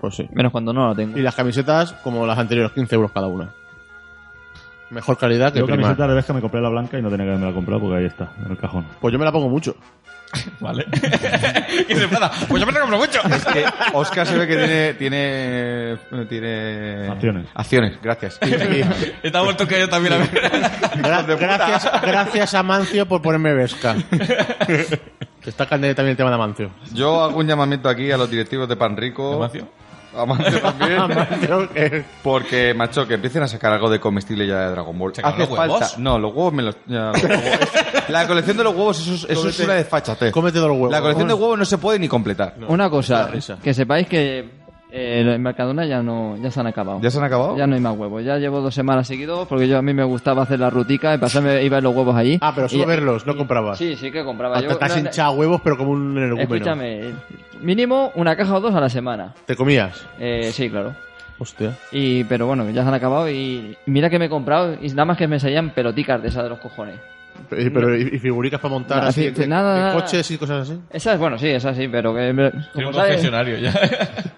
Speaker 1: Pues sí.
Speaker 6: Menos cuando no la tengo.
Speaker 1: Y las camisetas, como las anteriores, 15 euros cada una. Mejor calidad que
Speaker 3: Yo
Speaker 1: prima.
Speaker 3: camiseta de vez que me compré la blanca y no tenía que haberme la comprado porque ahí está, en el cajón.
Speaker 1: Pues yo me la pongo mucho.
Speaker 4: Vale. y se enfada. Pues yo me la compro mucho.
Speaker 5: Es que Oscar se ve que tiene. Tiene. eh, tiene...
Speaker 3: Acciones.
Speaker 5: Acciones, gracias.
Speaker 4: Está vuelto que yo también a ver.
Speaker 1: Gra- gracias, gracias a Mancio por ponerme Vesca. Está candente también el tema de Mancio.
Speaker 5: Yo hago un llamamiento aquí a los directivos de Panrico.
Speaker 4: ¿De Mancio?
Speaker 5: A Mancio también.
Speaker 1: Amancio, que-
Speaker 5: Porque, macho, que empiecen a sacar algo de comestible ya de Dragon Ball.
Speaker 4: ¿Sacan los huevos?
Speaker 5: No, los huevos me los. ya, los huevos. La colección de los huevos, eso, es- eso es
Speaker 1: Cómete-
Speaker 5: una desfachatez.
Speaker 1: Cómete dos huevos.
Speaker 5: La colección de huevos no se puede ni completar.
Speaker 6: Una cosa,
Speaker 1: la risa.
Speaker 6: que sepáis que eh, en Mercadona ya no ya se han acabado.
Speaker 5: ¿Ya se han acabado?
Speaker 6: Ya no hay más huevos. Ya llevo dos semanas seguidos porque yo a mí me gustaba hacer la rutica y pasarme iba a los huevos allí.
Speaker 1: Ah, pero solo
Speaker 6: Y-
Speaker 1: verlos, no comprabas.
Speaker 6: Sí, sí que compraba.
Speaker 1: Hasta
Speaker 6: Yo-
Speaker 1: te has
Speaker 6: no, no,
Speaker 1: hinchado huevos, pero como un energúmeno.
Speaker 6: Escúchame, mínimo una caja o dos a la semana.
Speaker 1: ¿Te comías?
Speaker 6: Eh, sí, claro.
Speaker 1: Hostia.
Speaker 6: Y, pero bueno, ya se han acabado y y mira que me he comprado y nada más que me salían peloticas de esas de los cojones.
Speaker 1: Pero, pero- y, y figuricas para montar
Speaker 6: Nada,
Speaker 1: así,
Speaker 6: sí,
Speaker 1: de-
Speaker 6: nada,
Speaker 1: de
Speaker 6: nada.
Speaker 1: coches y cosas así.
Speaker 6: Esas, bueno, sí, esas sí, pero que... me- como
Speaker 4: Soy un
Speaker 6: sabes-
Speaker 4: confesionario ya.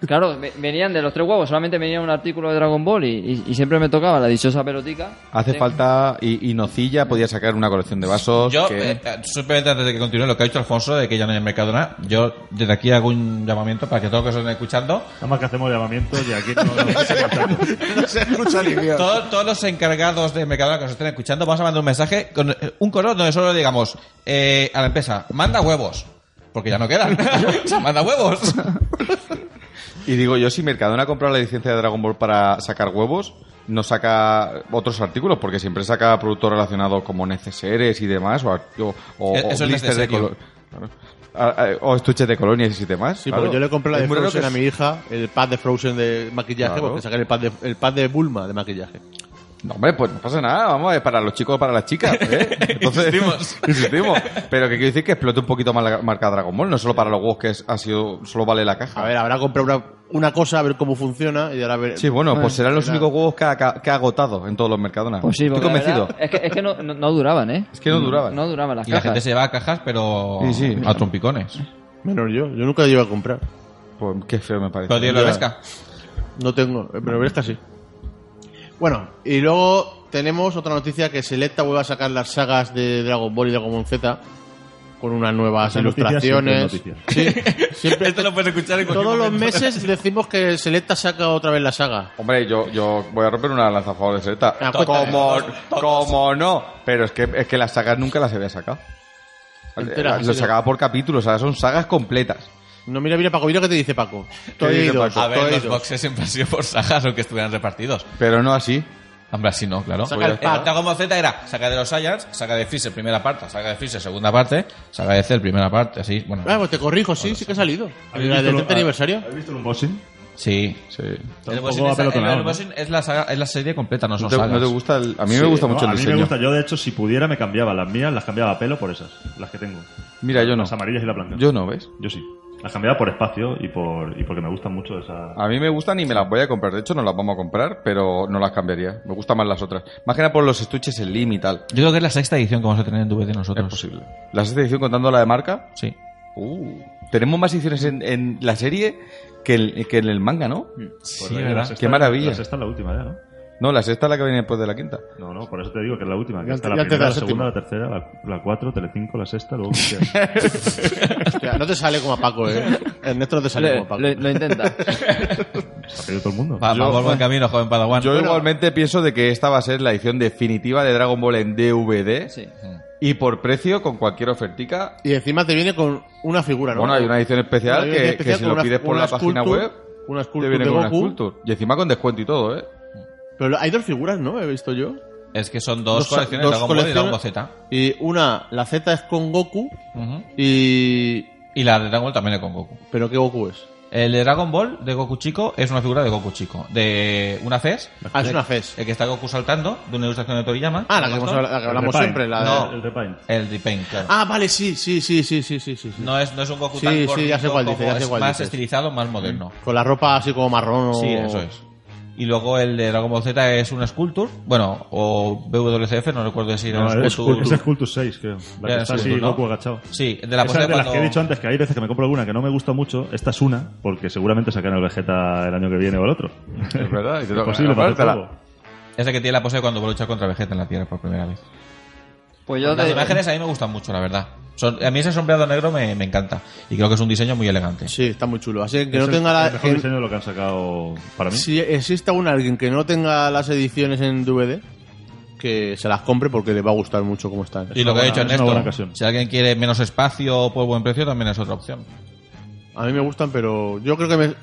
Speaker 6: Claro, ve- venían de los tres huevos, solamente venía un artículo de Dragon Ball y, y- y siempre me tocaba la dichosa pelotica.
Speaker 5: Hace
Speaker 6: Sí.
Speaker 5: falta. Y, y Nocilla podía sacar una colección de vasos.
Speaker 4: Yo,
Speaker 5: que-
Speaker 4: eh, eh, simplemente antes de que continúe lo que ha dicho Alfonso de que ya no hay Mercadona, yo desde aquí hago un llamamiento para que todos los que estén escuchando,
Speaker 3: Nada más que hacemos llamamientos y aquí no... no-
Speaker 4: todos, todos los encargados de Mercadona que nos estén escuchando, vamos a mandar un mensaje con eh, un color donde solo digamos eh, a la empresa, manda huevos. Porque ya no quedan. O sea, manda huevos.
Speaker 5: Y digo yo, si Mercadona ha comprado la licencia de Dragon Ball para sacar huevos, no saca otros artículos, porque siempre saca productos relacionados como neceseres y demás, o, ar- o, o-
Speaker 4: Eh,
Speaker 5: o
Speaker 4: eso es
Speaker 5: blisters de
Speaker 4: necesario.
Speaker 5: color. claro. Ah, ah, O estuches de colonias y demás.
Speaker 1: Sí,
Speaker 5: claro.
Speaker 1: porque yo le compré la
Speaker 5: Es
Speaker 1: de
Speaker 5: muy raro
Speaker 1: Frozen
Speaker 5: que
Speaker 1: a mi hija, el pad de Frozen de maquillaje,
Speaker 5: Claro.
Speaker 1: porque sacan el pad, de, el pad de Bulma de maquillaje.
Speaker 5: No, hombre, pues no pasa nada, vamos, es para los chicos o para las chicas. ¿eh? Entonces,
Speaker 4: Insistimos.
Speaker 5: insistimos. Pero que quiero decir que explote un poquito más la marca Dragon Ball, no solo para los huevos que es- ha sido, solo vale la caja.
Speaker 1: A ver, habrá comprado una, una cosa, a ver cómo funciona y ahora a ver.
Speaker 5: Sí, bueno, pues serán los
Speaker 1: será.
Speaker 5: únicos huevos que ha, que ha agotado en todos los Mercadona.
Speaker 6: Pues sí,
Speaker 5: Estoy
Speaker 6: porque la
Speaker 5: convencido.
Speaker 6: verdad Es que, es que no, no- no duraban, ¿eh?
Speaker 5: Es que no duraban.
Speaker 6: No duraban las
Speaker 4: Y la
Speaker 6: cajas.
Speaker 4: gente se lleva cajas, pero
Speaker 5: Sí, sí.
Speaker 4: a trompicones.
Speaker 1: Menos yo, yo nunca llevo a comprar.
Speaker 5: Pues qué feo me parece.
Speaker 4: Pero tío, lo
Speaker 1: Ya.
Speaker 4: pesca.
Speaker 1: No tengo, eh, pero ves casi. Bueno, y luego tenemos otra noticia que Selecta vuelve a sacar las sagas de Dragon Ball y Dragon Ball Z con unas nuevas
Speaker 3: Esa noticia
Speaker 1: ilustraciones.
Speaker 3: siempre es
Speaker 1: Sí, siempre-
Speaker 4: Esto lo puedes escuchar en cualquier
Speaker 1: todos los
Speaker 4: momento.
Speaker 1: meses decimos que Selecta saca otra vez la saga.
Speaker 5: Hombre, yo, yo voy a romper una lanza a favor de Zeta.
Speaker 1: Ah, cuéntame.
Speaker 5: como, como no. Pero es que, es que las sagas nunca las había sacado.
Speaker 1: Entera, en
Speaker 5: Lo
Speaker 1: serio.
Speaker 5: sacaba por capítulos, ahora son sagas completas.
Speaker 1: No, mira, mira, Paco, mira que te dice Paco. Todo
Speaker 5: dice
Speaker 1: ido,
Speaker 5: Paco?
Speaker 4: A ver,
Speaker 1: todo
Speaker 4: los
Speaker 1: ido.
Speaker 4: boxes siempre han sido por sagas, aunque estuvieran repartidos.
Speaker 5: Pero no así.
Speaker 4: Hombre, así no, claro.
Speaker 1: Saca el
Speaker 4: Eh,
Speaker 1: pack.
Speaker 4: Dragon Ball Z era saca de los Saiyans, saca de Freezer primera parte, saca de Freezer segunda parte, saca de Cell primera parte, así. Bueno,
Speaker 1: Ah, pues te corrijo, sí, sí que ha salido.
Speaker 3: ¿Habéis
Speaker 1: La
Speaker 3: visto
Speaker 1: del
Speaker 3: lo-
Speaker 1: 30 aniversario.
Speaker 3: ¿Habéis visto el unboxing?
Speaker 4: Sí.
Speaker 5: Sí.
Speaker 3: Está
Speaker 4: El
Speaker 3: un
Speaker 4: Bosin
Speaker 3: poco
Speaker 4: es,
Speaker 3: apelotonado,
Speaker 4: el
Speaker 3: ¿no?
Speaker 4: Bosin es la saga- es la serie completa, no
Speaker 5: ¿No
Speaker 4: son
Speaker 5: te,
Speaker 4: sagas.
Speaker 5: no te gusta el- a mí
Speaker 3: Sí,
Speaker 5: me gusta
Speaker 3: no,
Speaker 5: mucho
Speaker 3: a
Speaker 5: el
Speaker 3: mí
Speaker 5: diseño.
Speaker 3: me gusta. Yo, de hecho, si pudiera, me cambiaba las mías, las cambiaba a pelo por esas, las que tengo.
Speaker 5: Mira, yo no.
Speaker 3: Las amarillas y la blanca.
Speaker 5: Yo no, ¿ves?
Speaker 3: Yo sí. Las cambiaba por espacio y por y porque me gustan mucho esas.
Speaker 5: A mí me gustan y me las voy a comprar. De hecho, no las vamos a comprar, pero no las cambiaría. Me gustan más las otras. Más que nada por los estuches en lim y tal.
Speaker 4: Yo creo que es la sexta edición que vamos a tener en DVD
Speaker 5: Es
Speaker 4: nosotros.
Speaker 5: posible. La sexta edición contando la de marca.
Speaker 4: Sí.
Speaker 5: Uh, tenemos más ediciones en, en la serie que, en- que en el manga, ¿no?
Speaker 4: Sí,
Speaker 3: la
Speaker 4: ¿verdad?
Speaker 3: sexta-
Speaker 5: Qué maravilla.
Speaker 3: La sexta es la última ya, ¿no?
Speaker 5: No, la sexta es la que viene después de la quinta.
Speaker 3: No, no, por eso te digo que es la última. Que
Speaker 1: Ya
Speaker 3: está
Speaker 1: te-
Speaker 3: la
Speaker 1: ya te da
Speaker 3: primera, la
Speaker 1: la
Speaker 3: segunda, la tercera, la, la cuatro, telecinco, la sexta, luego...
Speaker 1: O sea, no te sale como a Paco, ¿eh? Ernesto no te sale
Speaker 6: Lo,
Speaker 1: como a Paco.
Speaker 6: lo- lo intenta.
Speaker 3: ¿Se ha pedido todo el mundo?
Speaker 4: Va, vamos buen camino, joven Padawan.
Speaker 5: Yo igualmente pienso de que esta va a ser la edición definitiva de Dragon Ball en DVD.
Speaker 6: Sí.
Speaker 5: Y por precio, con cualquier ofertica.
Speaker 1: Y encima te viene con una figura, ¿no?
Speaker 5: Bueno, hay una edición especial,
Speaker 1: Una
Speaker 5: que,
Speaker 1: edición
Speaker 5: que
Speaker 1: especial
Speaker 5: si
Speaker 1: con
Speaker 5: lo
Speaker 1: una-
Speaker 5: pides por
Speaker 1: una
Speaker 5: la página
Speaker 1: Sculpture-
Speaker 5: web,
Speaker 1: Una
Speaker 5: te
Speaker 1: Sculpture
Speaker 5: viene
Speaker 1: de
Speaker 5: con una
Speaker 1: Goku.
Speaker 5: Sculpture. Y encima con descuento y todo, ¿eh?
Speaker 1: Pero hay dos figuras, ¿no? He visto yo.
Speaker 4: Es que son dos,
Speaker 1: Dos-
Speaker 4: colecciones,
Speaker 1: dos
Speaker 4: Dragon Ball y Dragon Ball
Speaker 1: colecciones.
Speaker 4: Z.
Speaker 1: Y una, la Z es con Goku
Speaker 4: Ujú.
Speaker 1: y...
Speaker 4: Y la de Dragon Ball también es con Goku.
Speaker 1: ¿Pero qué Goku es?
Speaker 4: El de Dragon Ball de Goku Chico es una figura de Goku Chico. De una FES.
Speaker 1: Ah, es una Fez.
Speaker 4: El que está Goku saltando de una ilustración de Toriyama.
Speaker 1: Ah, la que, hemos
Speaker 4: Bastón.
Speaker 1: hablado- la que
Speaker 3: El
Speaker 1: hablamos
Speaker 3: repaint.
Speaker 1: siempre, la de...
Speaker 4: No.
Speaker 3: El repaint.
Speaker 4: El Repaint, claro.
Speaker 1: Ah, vale, sí, sí, sí, sí, sí, sí, sí. sí.
Speaker 4: No es, no es un Goku
Speaker 1: Sí,
Speaker 4: tan
Speaker 1: sí,
Speaker 4: cortito
Speaker 1: ya sé cuál
Speaker 4: como
Speaker 1: dice, ya sé
Speaker 4: es
Speaker 1: cuál
Speaker 4: más
Speaker 1: dices.
Speaker 4: estilizado, más moderno.
Speaker 1: Con la ropa así como marrón o...
Speaker 4: Sí, eso es. Y luego el de Dragon Ball Z es una Sculpture, bueno, o WCF, no recuerdo si era
Speaker 3: No,
Speaker 4: una
Speaker 3: es
Speaker 4: Sculpture.
Speaker 3: Cultus, es Cultus 6, creo. La
Speaker 4: Era
Speaker 3: que está
Speaker 4: Sculptus,
Speaker 3: así,
Speaker 4: ¿no?
Speaker 3: Goku agachado.
Speaker 4: Sí, de la
Speaker 3: Esa
Speaker 4: postura
Speaker 3: es de las
Speaker 4: pues cuando-
Speaker 3: que he dicho antes, que hay veces que me compro alguna que no me gusta mucho. Esta es una, porque seguramente sacan el Vegeta el año que viene o el otro.
Speaker 5: Es verdad, y te
Speaker 3: Es
Speaker 5: toca
Speaker 3: posible, para hacer
Speaker 5: comprártela.
Speaker 3: juego.
Speaker 4: Es el que tiene la pose cuando va a luchar contra Vegeta en la Tierra por primera vez.
Speaker 6: Pues yo
Speaker 4: Las
Speaker 6: de-
Speaker 4: imágenes a mí me gustan mucho, la verdad. Son- a mí ese sombreado negro me, me encanta. Y creo que es un diseño muy elegante.
Speaker 1: Sí, está muy chulo. Así que
Speaker 3: Es
Speaker 1: no
Speaker 3: el-
Speaker 1: tenga
Speaker 3: el
Speaker 1: la...
Speaker 3: mejor
Speaker 1: que-
Speaker 3: diseño de lo que han sacado para mí.
Speaker 1: Si existe aún alguien que no tenga las ediciones en DVD, que se las compre porque le va a gustar mucho cómo están.
Speaker 4: Y lo que
Speaker 3: buena-
Speaker 4: ha dicho
Speaker 3: es una buena
Speaker 4: Ernesto,
Speaker 3: ocasión.
Speaker 4: si alguien quiere menos espacio por buen precio, también es otra opción.
Speaker 1: A mí me gustan, pero yo creo que me...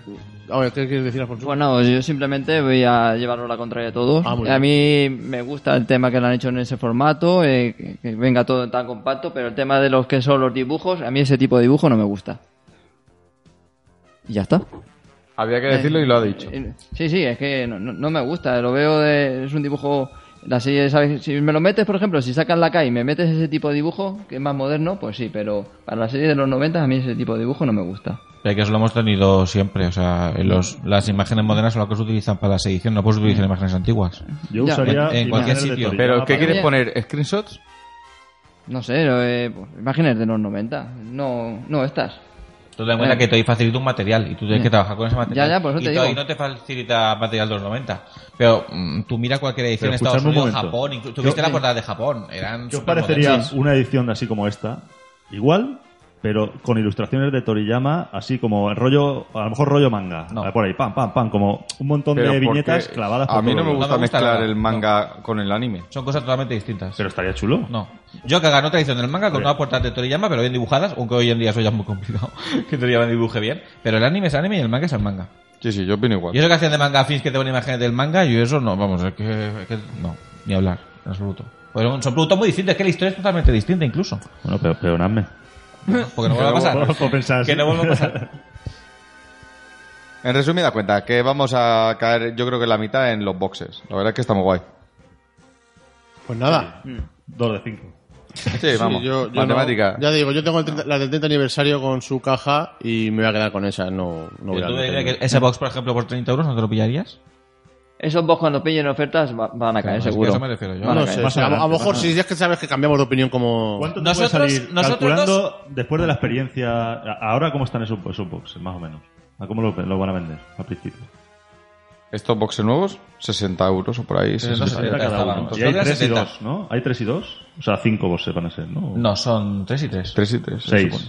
Speaker 1: A ver, ¿qué quieres decir, Alfonso?
Speaker 6: Bueno, yo simplemente voy a llevarlo a la contraria de todos.
Speaker 1: Ah, muy
Speaker 6: a mí me gusta el tema que lo han hecho en ese formato, eh, que- que venga todo tan compacto, pero el tema de los que son los dibujos, a mí ese tipo de dibujo no me gusta. Y ya está.
Speaker 5: Había que decirlo y lo ha dicho.
Speaker 6: Eh, Sí, sí, es que no, no- no me gusta. Lo veo de. Es un dibujo. La serie, ¿sabes? Si me lo metes, por ejemplo, si sacas la K y me metes ese tipo de dibujo, que es más moderno, pues sí, pero para la serie de los 90 a mí ese tipo de dibujo no me gusta.
Speaker 4: Pero Eh, que eso lo hemos tenido siempre. O sea, en los, las imágenes modernas son las que se utilizan para las ediciones. No puedes utilizar imágenes antiguas.
Speaker 3: Yo
Speaker 6: Ya,
Speaker 3: usaría...
Speaker 4: en- en cualquier
Speaker 3: imágenes de
Speaker 4: sitio.
Speaker 3: Toriyama
Speaker 5: Pero, ¿qué
Speaker 3: para-
Speaker 5: quieres poner? ¿Screenshots?
Speaker 6: No sé, eh, pues, imágenes de los 90. No, no estas.
Speaker 4: Tú ten en cuenta
Speaker 6: Eh.
Speaker 4: que Toy facilita un material y tú tienes
Speaker 6: Eh.
Speaker 4: que trabajar con ese material.
Speaker 6: Ya, ya, por eso
Speaker 4: y
Speaker 6: te
Speaker 4: Toy
Speaker 6: digo.
Speaker 4: no te facilita material de los 90. Pero mm, tú mira cualquier
Speaker 3: Pero
Speaker 4: edición en Estados
Speaker 3: escuchadme un
Speaker 4: Unidos,
Speaker 3: momento.
Speaker 4: Japón. inclu- Tuviste la portada de Japón. Eran
Speaker 3: ¿Qué os
Speaker 4: supermodernas.
Speaker 3: parecería una edición así como esta? Igual, pero con ilustraciones de Toriyama, así como el rollo, a lo mejor rollo manga.
Speaker 4: No.
Speaker 3: Ah, Por ahí, pam, pam, pam, como un montón
Speaker 5: Pero
Speaker 3: de
Speaker 5: porque
Speaker 3: viñetas clavadas por
Speaker 5: A mí
Speaker 3: todo
Speaker 5: no
Speaker 3: el
Speaker 5: me
Speaker 3: mundo.
Speaker 5: gusta
Speaker 4: No me gusta
Speaker 5: mezclar
Speaker 4: nada.
Speaker 5: el manga con el anime.
Speaker 4: Son cosas totalmente distintas.
Speaker 3: Pero estaría chulo.
Speaker 4: No. Yo que hagan otra edición del manga con
Speaker 3: Bien.
Speaker 4: una portada de Toriyama, pero bien dibujadas, aunque hoy en día eso ya es muy complicado que Toriyama dibuje bien. Pero el anime es anime y el manga es el manga.
Speaker 5: Sí, sí, yo opino igual.
Speaker 4: Y eso que hacían de manga fins que te ponen imágenes del manga, yo eso no, vamos, es que, es que no, ni hablar, en absoluto. Pues son, son productos muy distintos, es que la historia es totalmente distinta incluso.
Speaker 3: Bueno, pero peonadme.
Speaker 4: Porque no vuelve a pasar.
Speaker 3: Por pensar así.
Speaker 4: Que no vuelva a pasar.
Speaker 5: En resumida cuenta, que vamos a caer, yo creo que la mitad en los boxes. La verdad es que estamos guay.
Speaker 1: Pues nada.
Speaker 3: Dos de cinco.
Speaker 5: Sí, vamos.
Speaker 1: Sí, yo- yo
Speaker 5: Matemática.
Speaker 1: no- ya digo, yo tengo el 30 la del 30 aniversario con su caja y me voy a quedar con esa. No, no voy
Speaker 4: Yo
Speaker 1: a...
Speaker 4: tú me dirías que ese box, por ejemplo, por 30 euros, ¿no te lo pillarías?
Speaker 6: Esos vos cuando pillen ofertas va- van a
Speaker 4: Claro,
Speaker 6: caer,
Speaker 4: es que
Speaker 6: seguro.
Speaker 4: a eso me refiero yo.
Speaker 6: Van a
Speaker 1: No
Speaker 6: caer.
Speaker 1: sé,
Speaker 3: Más
Speaker 1: o sea, a, a lo
Speaker 3: adelante,
Speaker 1: mejor
Speaker 3: más
Speaker 1: si es que sabes que cambiamos de opinión como...
Speaker 3: ¿Cuánto te
Speaker 4: Nosotros-
Speaker 3: puede salir
Speaker 4: nosotros
Speaker 3: calculando después de la experiencia? a- Ahora, ¿cómo están esos, esos boxes, más o menos? ¿A cómo lo, lo van a vender al principio?
Speaker 5: Estos boxes nuevos, 60 euros o por ahí.
Speaker 4: 60,
Speaker 5: 60.
Speaker 3: Era cada
Speaker 4: estábamos.
Speaker 3: uno.
Speaker 4: Pues
Speaker 3: Y hay
Speaker 4: creo que
Speaker 3: tres y
Speaker 4: 70.
Speaker 3: dos, ¿no? Hay tres y dos. O sea, cinco boxes van a ser, ¿no?
Speaker 4: No, son 3 y 3.
Speaker 5: 3 y 3.
Speaker 3: Seis.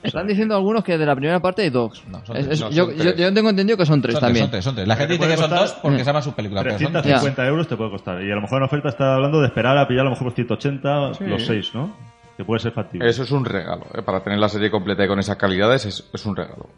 Speaker 6: Están diciendo algunos que de la primera parte hay dos.
Speaker 4: No, son
Speaker 6: Es-
Speaker 4: tres.
Speaker 6: es-
Speaker 5: No,
Speaker 6: yo,
Speaker 5: son
Speaker 6: yo-
Speaker 5: tres.
Speaker 6: yo tengo entendido que son tres
Speaker 4: Son tres,
Speaker 6: también.
Speaker 4: son tres, son tres. La gente
Speaker 3: Te
Speaker 4: dice
Speaker 3: puede
Speaker 4: que son
Speaker 3: costar
Speaker 4: dos porque
Speaker 6: Mm.
Speaker 4: se llama su película. pero son tres.
Speaker 3: 350 euros te puede costar. Y a lo mejor en oferta está hablando de esperar a pillar a lo mejor por 180 los 6, ¿no? Que puede ser factible.
Speaker 5: Eso es un regalo. ¿eh? Para tener la serie completa y con esas calidades es, es un regalo.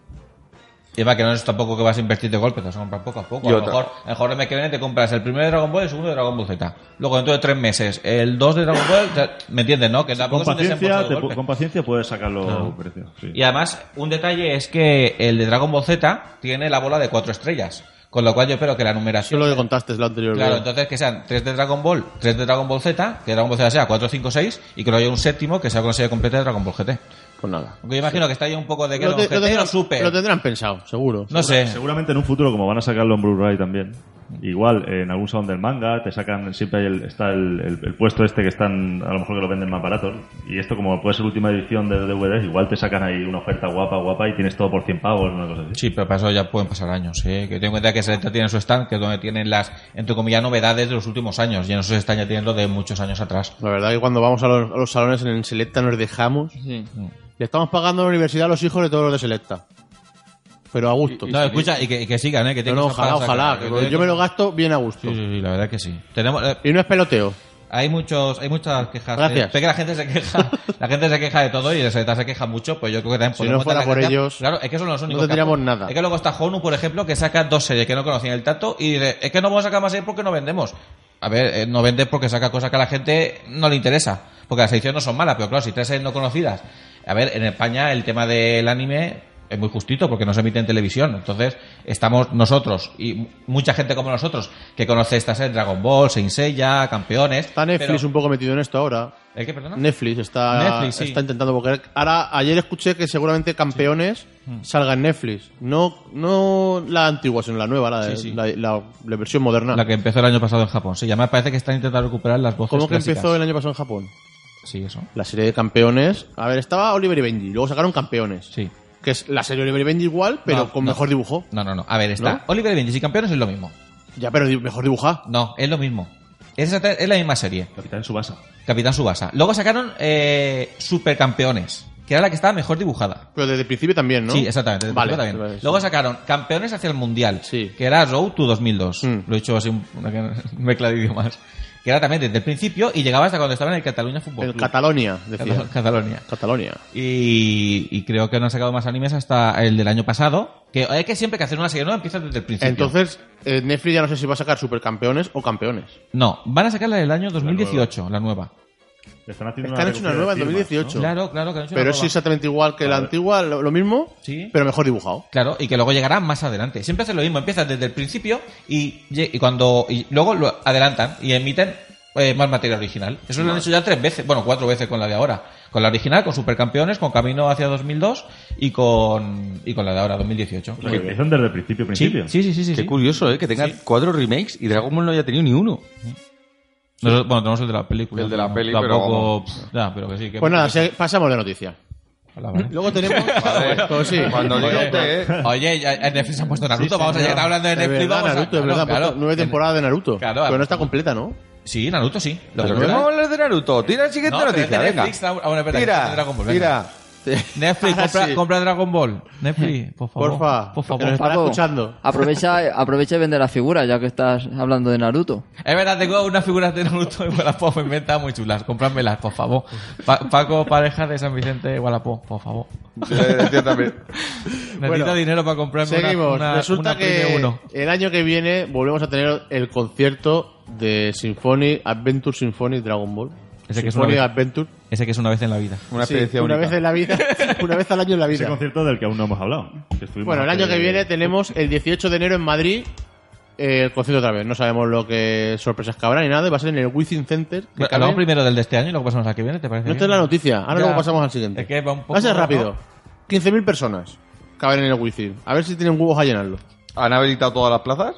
Speaker 4: Y va que no es tampoco que vas a invertir de golpe, te vas a comprar poco a poco.
Speaker 5: Y
Speaker 4: a lo
Speaker 5: otra.
Speaker 4: mejor, a lo mejor el mes que viene te compras el primero de Dragon Ball y el segundo de Dragon Ball Z. Luego dentro de tres meses, el dos de Dragon Ball, te- ¿me entiendes, no? Que tampoco
Speaker 3: Con
Speaker 4: es un desembolso
Speaker 3: paciencia,
Speaker 4: de
Speaker 3: te pu-
Speaker 4: golpe.
Speaker 3: con paciencia puedes sacarlo a precio. sí.
Speaker 4: Y además, un detalle es que el de Dragon Ball Z tiene la bola de cuatro estrellas. Con lo cual yo espero que la
Speaker 1: Eso
Speaker 4: numeración.
Speaker 1: es lo que contaste la anterior
Speaker 4: Claro,
Speaker 1: vez.
Speaker 4: entonces que sean tres de Dragon Ball, tres de Dragon Ball Z, que Dragon Ball Z sea 4, 5, 6 y que no haya un séptimo que sea con la serie completa de Dragon Ball GT.
Speaker 1: Pues nada.
Speaker 4: Aunque yo imagino que está ahí un poco de que
Speaker 1: Lo
Speaker 4: no,
Speaker 1: te-
Speaker 4: GT
Speaker 1: lo
Speaker 4: o
Speaker 1: tendrán-
Speaker 4: Super.
Speaker 1: lo tendrán pensado, seguro.
Speaker 4: no sé.
Speaker 3: Seguramente en un futuro, como van a sacarlo en Blu-ray también, igual eh, en algún salón del manga te sacan, siempre hay el- está el, el- el puesto este que están, a lo mejor que lo venden más barato. Y esto, como puede ser última edición de DVD, igual te sacan ahí una oferta guapa, guapa y tienes todo por 100 pavos, una cosa así.
Speaker 4: Sí, pero para eso ya pueden pasar años. ¿eh? Que ten en cuenta que Selecta tiene su stand, que es donde tienen las, entre comillas, novedades de los últimos años. Y en esos stand ya tienen lo de muchos años atrás.
Speaker 1: La verdad que cuando vamos a los, a los salones en Selecta nos dejamos.
Speaker 6: Sí.
Speaker 1: Le estamos pagando a la universidad a los hijos de todos los de Selecta. Pero a gusto.
Speaker 4: No, escucha, y que, y que sigan, ¿eh? que
Speaker 1: No,
Speaker 4: tienen
Speaker 1: no,
Speaker 4: cosas para
Speaker 1: ojalá, ojalá.
Speaker 4: sacar,
Speaker 1: que
Speaker 4: que tienen
Speaker 1: yo me lo
Speaker 4: cosas-
Speaker 1: gasto bien a gusto.
Speaker 4: Sí, sí, sí, la verdad que sí. Tenemos, eh,
Speaker 1: Y no es peloteo.
Speaker 4: Hay muchos, hay muchas quejas.
Speaker 1: Gracias.
Speaker 4: ¿eh? Sé que la gente se queja, la gente se queja de todo y el secretario se queja mucho, pues yo creo que también
Speaker 1: Si
Speaker 4: podemos
Speaker 1: no fuera
Speaker 4: dar la
Speaker 1: por
Speaker 4: gracia.
Speaker 1: ellos,
Speaker 4: claro, es que son los únicos. que
Speaker 1: tendríamos
Speaker 4: apoyan.
Speaker 1: nada.
Speaker 4: Es que luego está Honu, por ejemplo, que saca dos series que no conocían el tanto y dice, es que no vamos a sacar más series porque no vendemos. A ver, eh, no vendes porque saca cosas que a la gente no le interesa, porque las ediciones no son malas, pero claro, si tres series no conocidas. A ver, en España el tema del anime es muy justito porque no se emite en televisión. Entonces, estamos nosotros y m- mucha gente como nosotros que conoce estas series, Dragon Ball, Saint Seiya, Campeones.
Speaker 1: Está Netflix
Speaker 4: pero-
Speaker 1: un poco metido en esto ahora.
Speaker 4: ¿El qué, perdona?
Speaker 1: Netflix está,
Speaker 4: Netflix, sí.
Speaker 1: está intentando porque ahora ayer escuché que seguramente campeones
Speaker 4: Mm.
Speaker 1: salga en Netflix. No, no la antigua, sino la nueva, la, de-
Speaker 4: Sí, sí.
Speaker 1: la, la- la versión moderna.
Speaker 4: La que empezó el año pasado en Japón. Sí, ya me parece que están intentando recuperar las voces
Speaker 1: ¿Cómo que
Speaker 4: clásicas.
Speaker 1: empezó el año pasado en Japón?
Speaker 4: Sí, eso.
Speaker 1: La serie de campeones. A ver, estaba Oliver y Benji, luego sacaron campeones.
Speaker 4: Sí.
Speaker 1: Que es la serie Oliver y Benji igual, pero
Speaker 4: No,
Speaker 1: con
Speaker 4: no.
Speaker 1: mejor dibujo.
Speaker 4: No, no, no. A ver, está.
Speaker 1: ¿No?
Speaker 4: Oliver y Benji y Campeones es lo mismo.
Speaker 1: Ya, pero di- mejor dibujada.
Speaker 4: No, es lo mismo. Es, exacta- es la misma serie.
Speaker 3: Capitán Subasa.
Speaker 4: Capitán Subasa. Luego sacaron eh, Supercampeones, que era la que estaba mejor dibujada.
Speaker 1: Pero desde el principio también, ¿no?
Speaker 4: Sí, exactamente. desde
Speaker 1: Vale,
Speaker 4: el
Speaker 1: vale,
Speaker 4: principio también.
Speaker 1: sí.
Speaker 4: Luego sacaron Campeones hacia el Mundial,
Speaker 1: Sí.
Speaker 4: que era Road to 2002.
Speaker 1: Mm.
Speaker 4: Lo he hecho así un- una mezcla de idiomas. Que era también desde el principio y llegaba hasta cuando estaba en el Cataluña Fútbol
Speaker 1: En
Speaker 4: Club.
Speaker 1: Catalonia, decía.
Speaker 4: Catalu- Catalonia.
Speaker 1: Catalonia.
Speaker 4: Y, y creo que no han sacado más animes hasta el del año pasado. Que es que siempre que hacer una serie nueva empieza desde el principio.
Speaker 1: Entonces, eh, Netflix ya no sé si va a sacar supercampeones o campeones.
Speaker 4: No, van a sacarla del año 2018, la nueva.
Speaker 3: Están haciendo
Speaker 1: Es que han hecho una nueva en
Speaker 3: recogida de firmas,
Speaker 1: 2018.
Speaker 4: Claro, claro, que han hecho la
Speaker 1: Pero es
Speaker 4: nueva.
Speaker 1: exactamente igual que la
Speaker 3: Vale.
Speaker 1: antigua, lo, lo mismo,
Speaker 4: Sí.
Speaker 1: pero mejor dibujado.
Speaker 4: Claro, y que luego llegará más adelante. Siempre hacen lo mismo, empiezan desde el principio y, lle- y cuando y luego lo adelantan y emiten eh, más material original. Eso lo han hecho ya tres veces, bueno, cuatro veces con la de ahora. Con la original, con Supercampeones, con Camino hacia 2002 y con, y con la de ahora, 2018.
Speaker 3: ¿no? O sea, que empiezan desde el principio,
Speaker 4: Sí,
Speaker 3: principio.
Speaker 4: sí, sí, sí. sí,
Speaker 5: Qué
Speaker 4: sí.
Speaker 5: curioso, ¿eh? Que tenga cuatro remakes y Dragon Ball no haya tenido ni uno.
Speaker 4: Nosotros- bueno, tenemos el de la película.
Speaker 5: El de la
Speaker 4: no,
Speaker 5: peli,
Speaker 4: tampoco, pff, ya, pero que sí. Que
Speaker 1: Pues nada, se- pasamos de noticia.
Speaker 4: Hola, vale.
Speaker 1: Luego tenemos. Pues sí.
Speaker 5: Cuando
Speaker 1: Oye,
Speaker 5: llegue usted, ¿eh?
Speaker 4: Oye, ya- en Netflix han puesto Naruto, vamos a llegar hablando de
Speaker 1: Es
Speaker 4: Netflix.
Speaker 1: verdad,
Speaker 4: vamos a-
Speaker 1: Naruto, es verdad. han
Speaker 4: Claro,
Speaker 1: puesto nueve
Speaker 4: claro.
Speaker 1: temporadas de Naruto.
Speaker 4: Claro,
Speaker 1: pero
Speaker 4: vamos.
Speaker 1: no está completa, ¿no?
Speaker 4: Sí, Naruto sí. Lo
Speaker 5: Pero
Speaker 4: que
Speaker 5: que
Speaker 4: pasa-
Speaker 5: vamos a hablar de Naruto. Tira el siguiente
Speaker 4: No, pero
Speaker 5: noticia,
Speaker 4: es de
Speaker 5: venga.
Speaker 4: Netflix, ah, bueno, es verdad, es de
Speaker 5: tira,
Speaker 4: Dragon Ball, venga.
Speaker 5: tira.
Speaker 4: Netflix,
Speaker 1: Ahora
Speaker 4: compra,
Speaker 1: Ah, sí.
Speaker 4: compra Dragon Ball. Netflix, por favor.
Speaker 1: Porfa,
Speaker 4: Por
Speaker 1: que nos
Speaker 4: favor.
Speaker 1: estará escuchando.
Speaker 6: Pues, Aprovecha, aprovecha y vende la figura, ya que estás hablando de Naruto.
Speaker 4: Es verdad, tengo unas figuras de Naruto en Wallapop en venta muy chulas. Cómprammelas, por favor. Pa- Paco, pareja de San Vicente, Wallapop, por favor.
Speaker 5: Eh, Yo también.
Speaker 4: Necesito
Speaker 1: Bueno,
Speaker 4: dinero para comprarme una-
Speaker 1: Seguimos.
Speaker 4: una,
Speaker 1: Resulta
Speaker 4: una Prime
Speaker 1: que
Speaker 4: 1.
Speaker 1: el año que viene volvemos a tener el concierto de Symphony Adventure Symphony Dragon Ball.
Speaker 4: Ese que es
Speaker 1: Symphony
Speaker 4: una vez.
Speaker 1: Adventure.
Speaker 4: Ese que es una vez en la vida.
Speaker 5: Una
Speaker 1: Sí,
Speaker 5: experiencia
Speaker 1: una
Speaker 5: única.
Speaker 1: vez en la vida, una vez al año en la
Speaker 3: Ese
Speaker 1: vida.
Speaker 3: Este concierto del que aún no hemos hablado. que estuvimos
Speaker 1: Bueno, el año
Speaker 3: hace-
Speaker 1: que viene tenemos el 18 de enero en Madrid eh, el concierto otra vez. No sabemos lo que sorpresas que habrá ni nada. Va a ser en el Wizzing Center. que
Speaker 4: Bueno,
Speaker 1: cabe-
Speaker 4: Hablamos primero del de este año y luego pasamos al que viene, ¿te parece?
Speaker 1: no
Speaker 4: bien?
Speaker 1: esta es la noticia. Ahora
Speaker 4: Ya.
Speaker 1: luego pasamos al siguiente.
Speaker 4: Es que va un poco-
Speaker 1: a ser
Speaker 4: ¿no?
Speaker 1: rápido. 15.000 personas caben en el Wizzing. A ver si tienen huevos a llenarlo.
Speaker 5: ¿Han habilitado todas las plazas?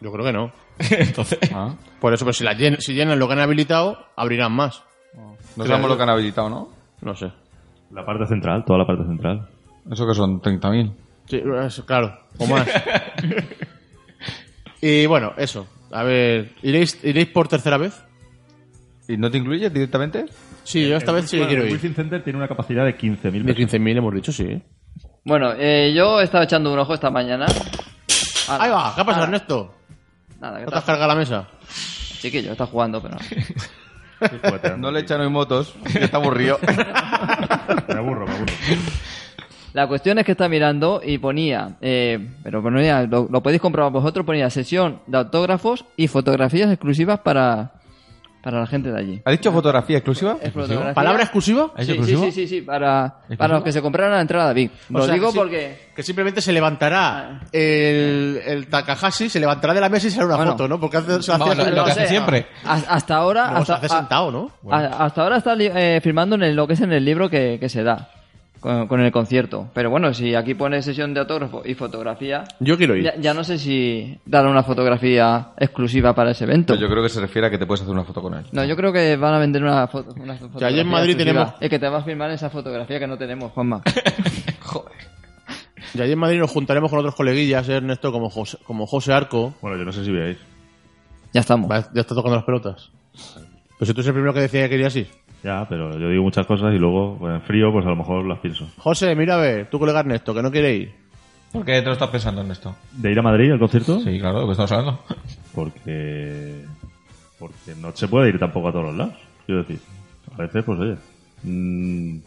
Speaker 1: Yo creo que no.
Speaker 4: Entonces,
Speaker 5: Ah.
Speaker 1: Por eso, pero si, las llen- si llenan lo que han habilitado, abrirán más.
Speaker 5: No
Speaker 1: Claro.
Speaker 5: sabemos lo que han habilitado, ¿no?
Speaker 1: No sé.
Speaker 3: La parte central, toda la parte central.
Speaker 5: Eso que son 30.000.
Speaker 1: Sí, es- claro, o más. y bueno, eso. A ver, ¿iréis, ¿iréis por tercera vez?
Speaker 5: ¿Y no te incluyes directamente?
Speaker 1: Sí, yo esta
Speaker 3: Eh,
Speaker 1: vez sí que quiero
Speaker 3: El
Speaker 1: ir.
Speaker 3: Wilson Center tiene una capacidad de 15.000
Speaker 1: De
Speaker 3: personas.
Speaker 1: 15.000 hemos dicho, sí.
Speaker 6: Bueno, eh, yo estaba echando un ojo esta mañana. Ala,
Speaker 1: Ahí va, ¿qué ha pasado,
Speaker 6: ala,
Speaker 1: Ernesto?
Speaker 6: Nada, que
Speaker 1: ¿No te has
Speaker 6: está,
Speaker 1: cargado la mesa?
Speaker 6: chiquillo, está jugando, pero...
Speaker 5: No le echan hoy motos. que Está aburrido.
Speaker 3: Me aburro, me aburro.
Speaker 6: La cuestión es que está mirando y ponía, eh, pero ponía, lo, lo podéis comprobar vosotros, ponía sesión de autógrafos y fotografías exclusivas para, para la gente de allí.
Speaker 5: ¿Ha dicho fotografía exclusiva?
Speaker 6: Es fotografía-
Speaker 1: ¿Palabra exclusiva?
Speaker 4: ¿Es
Speaker 6: Sí, sí,
Speaker 4: exclusivo?
Speaker 6: sí, sí, sí, para, para los que se compraron la entrada VIP.
Speaker 1: O
Speaker 6: Lo
Speaker 1: sea,
Speaker 6: digo
Speaker 1: que sí-
Speaker 6: porque...
Speaker 1: Que simplemente se levantará el, el Takahashi, se levantará de la mesa y se hará una
Speaker 6: Bueno.
Speaker 1: foto, ¿no? Porque hace, se hace-
Speaker 4: Vamos, lo- lo que hace
Speaker 6: sé.
Speaker 4: siempre.
Speaker 6: Has- Hasta ahora...
Speaker 1: No, se
Speaker 6: hasta,
Speaker 1: hace
Speaker 6: a-
Speaker 1: sentado, ¿no?
Speaker 6: A- Hasta ahora está li- eh, firmando en el- lo que es en el libro que, que se da con, con el concierto. Pero bueno, si aquí pone sesión de autógrafo y fotografía,
Speaker 1: Yo quiero ir.
Speaker 6: ya, ya no sé si dar una fotografía exclusiva para ese evento.
Speaker 5: Pero yo creo que se refiere a que te puedes hacer una foto con él.
Speaker 6: No, yo creo que van a vender una foto. Una fotografía
Speaker 1: allí en Madrid
Speaker 6: exclusiva.
Speaker 1: tenemos-
Speaker 6: Es que te va a firmar esa fotografía que no tenemos, Juanma.
Speaker 1: Y allí en Madrid nos juntaremos con otros coleguillas, ¿eh, Ernesto, como José, como José Arco.
Speaker 3: Bueno, yo no sé si voy a ir.
Speaker 6: Ya estamos.
Speaker 1: Va, ya está tocando las pelotas. Pues si tú eres el primero que decía que querías ir.
Speaker 3: Ya, pero yo digo muchas cosas y luego, pues, en frío, pues a lo mejor las pienso.
Speaker 1: José, mira a ver, tu colega Ernesto, que no quiere ir.
Speaker 4: ¿Por qué te lo estás pensando en esto?
Speaker 3: ¿De ir a Madrid al concierto?
Speaker 1: Mm.
Speaker 4: Sí, claro, de lo que estamos hablando.
Speaker 3: Porque. Porque no se puede ir tampoco a todos los lados. Quiero decir, a veces, pues oye. mm,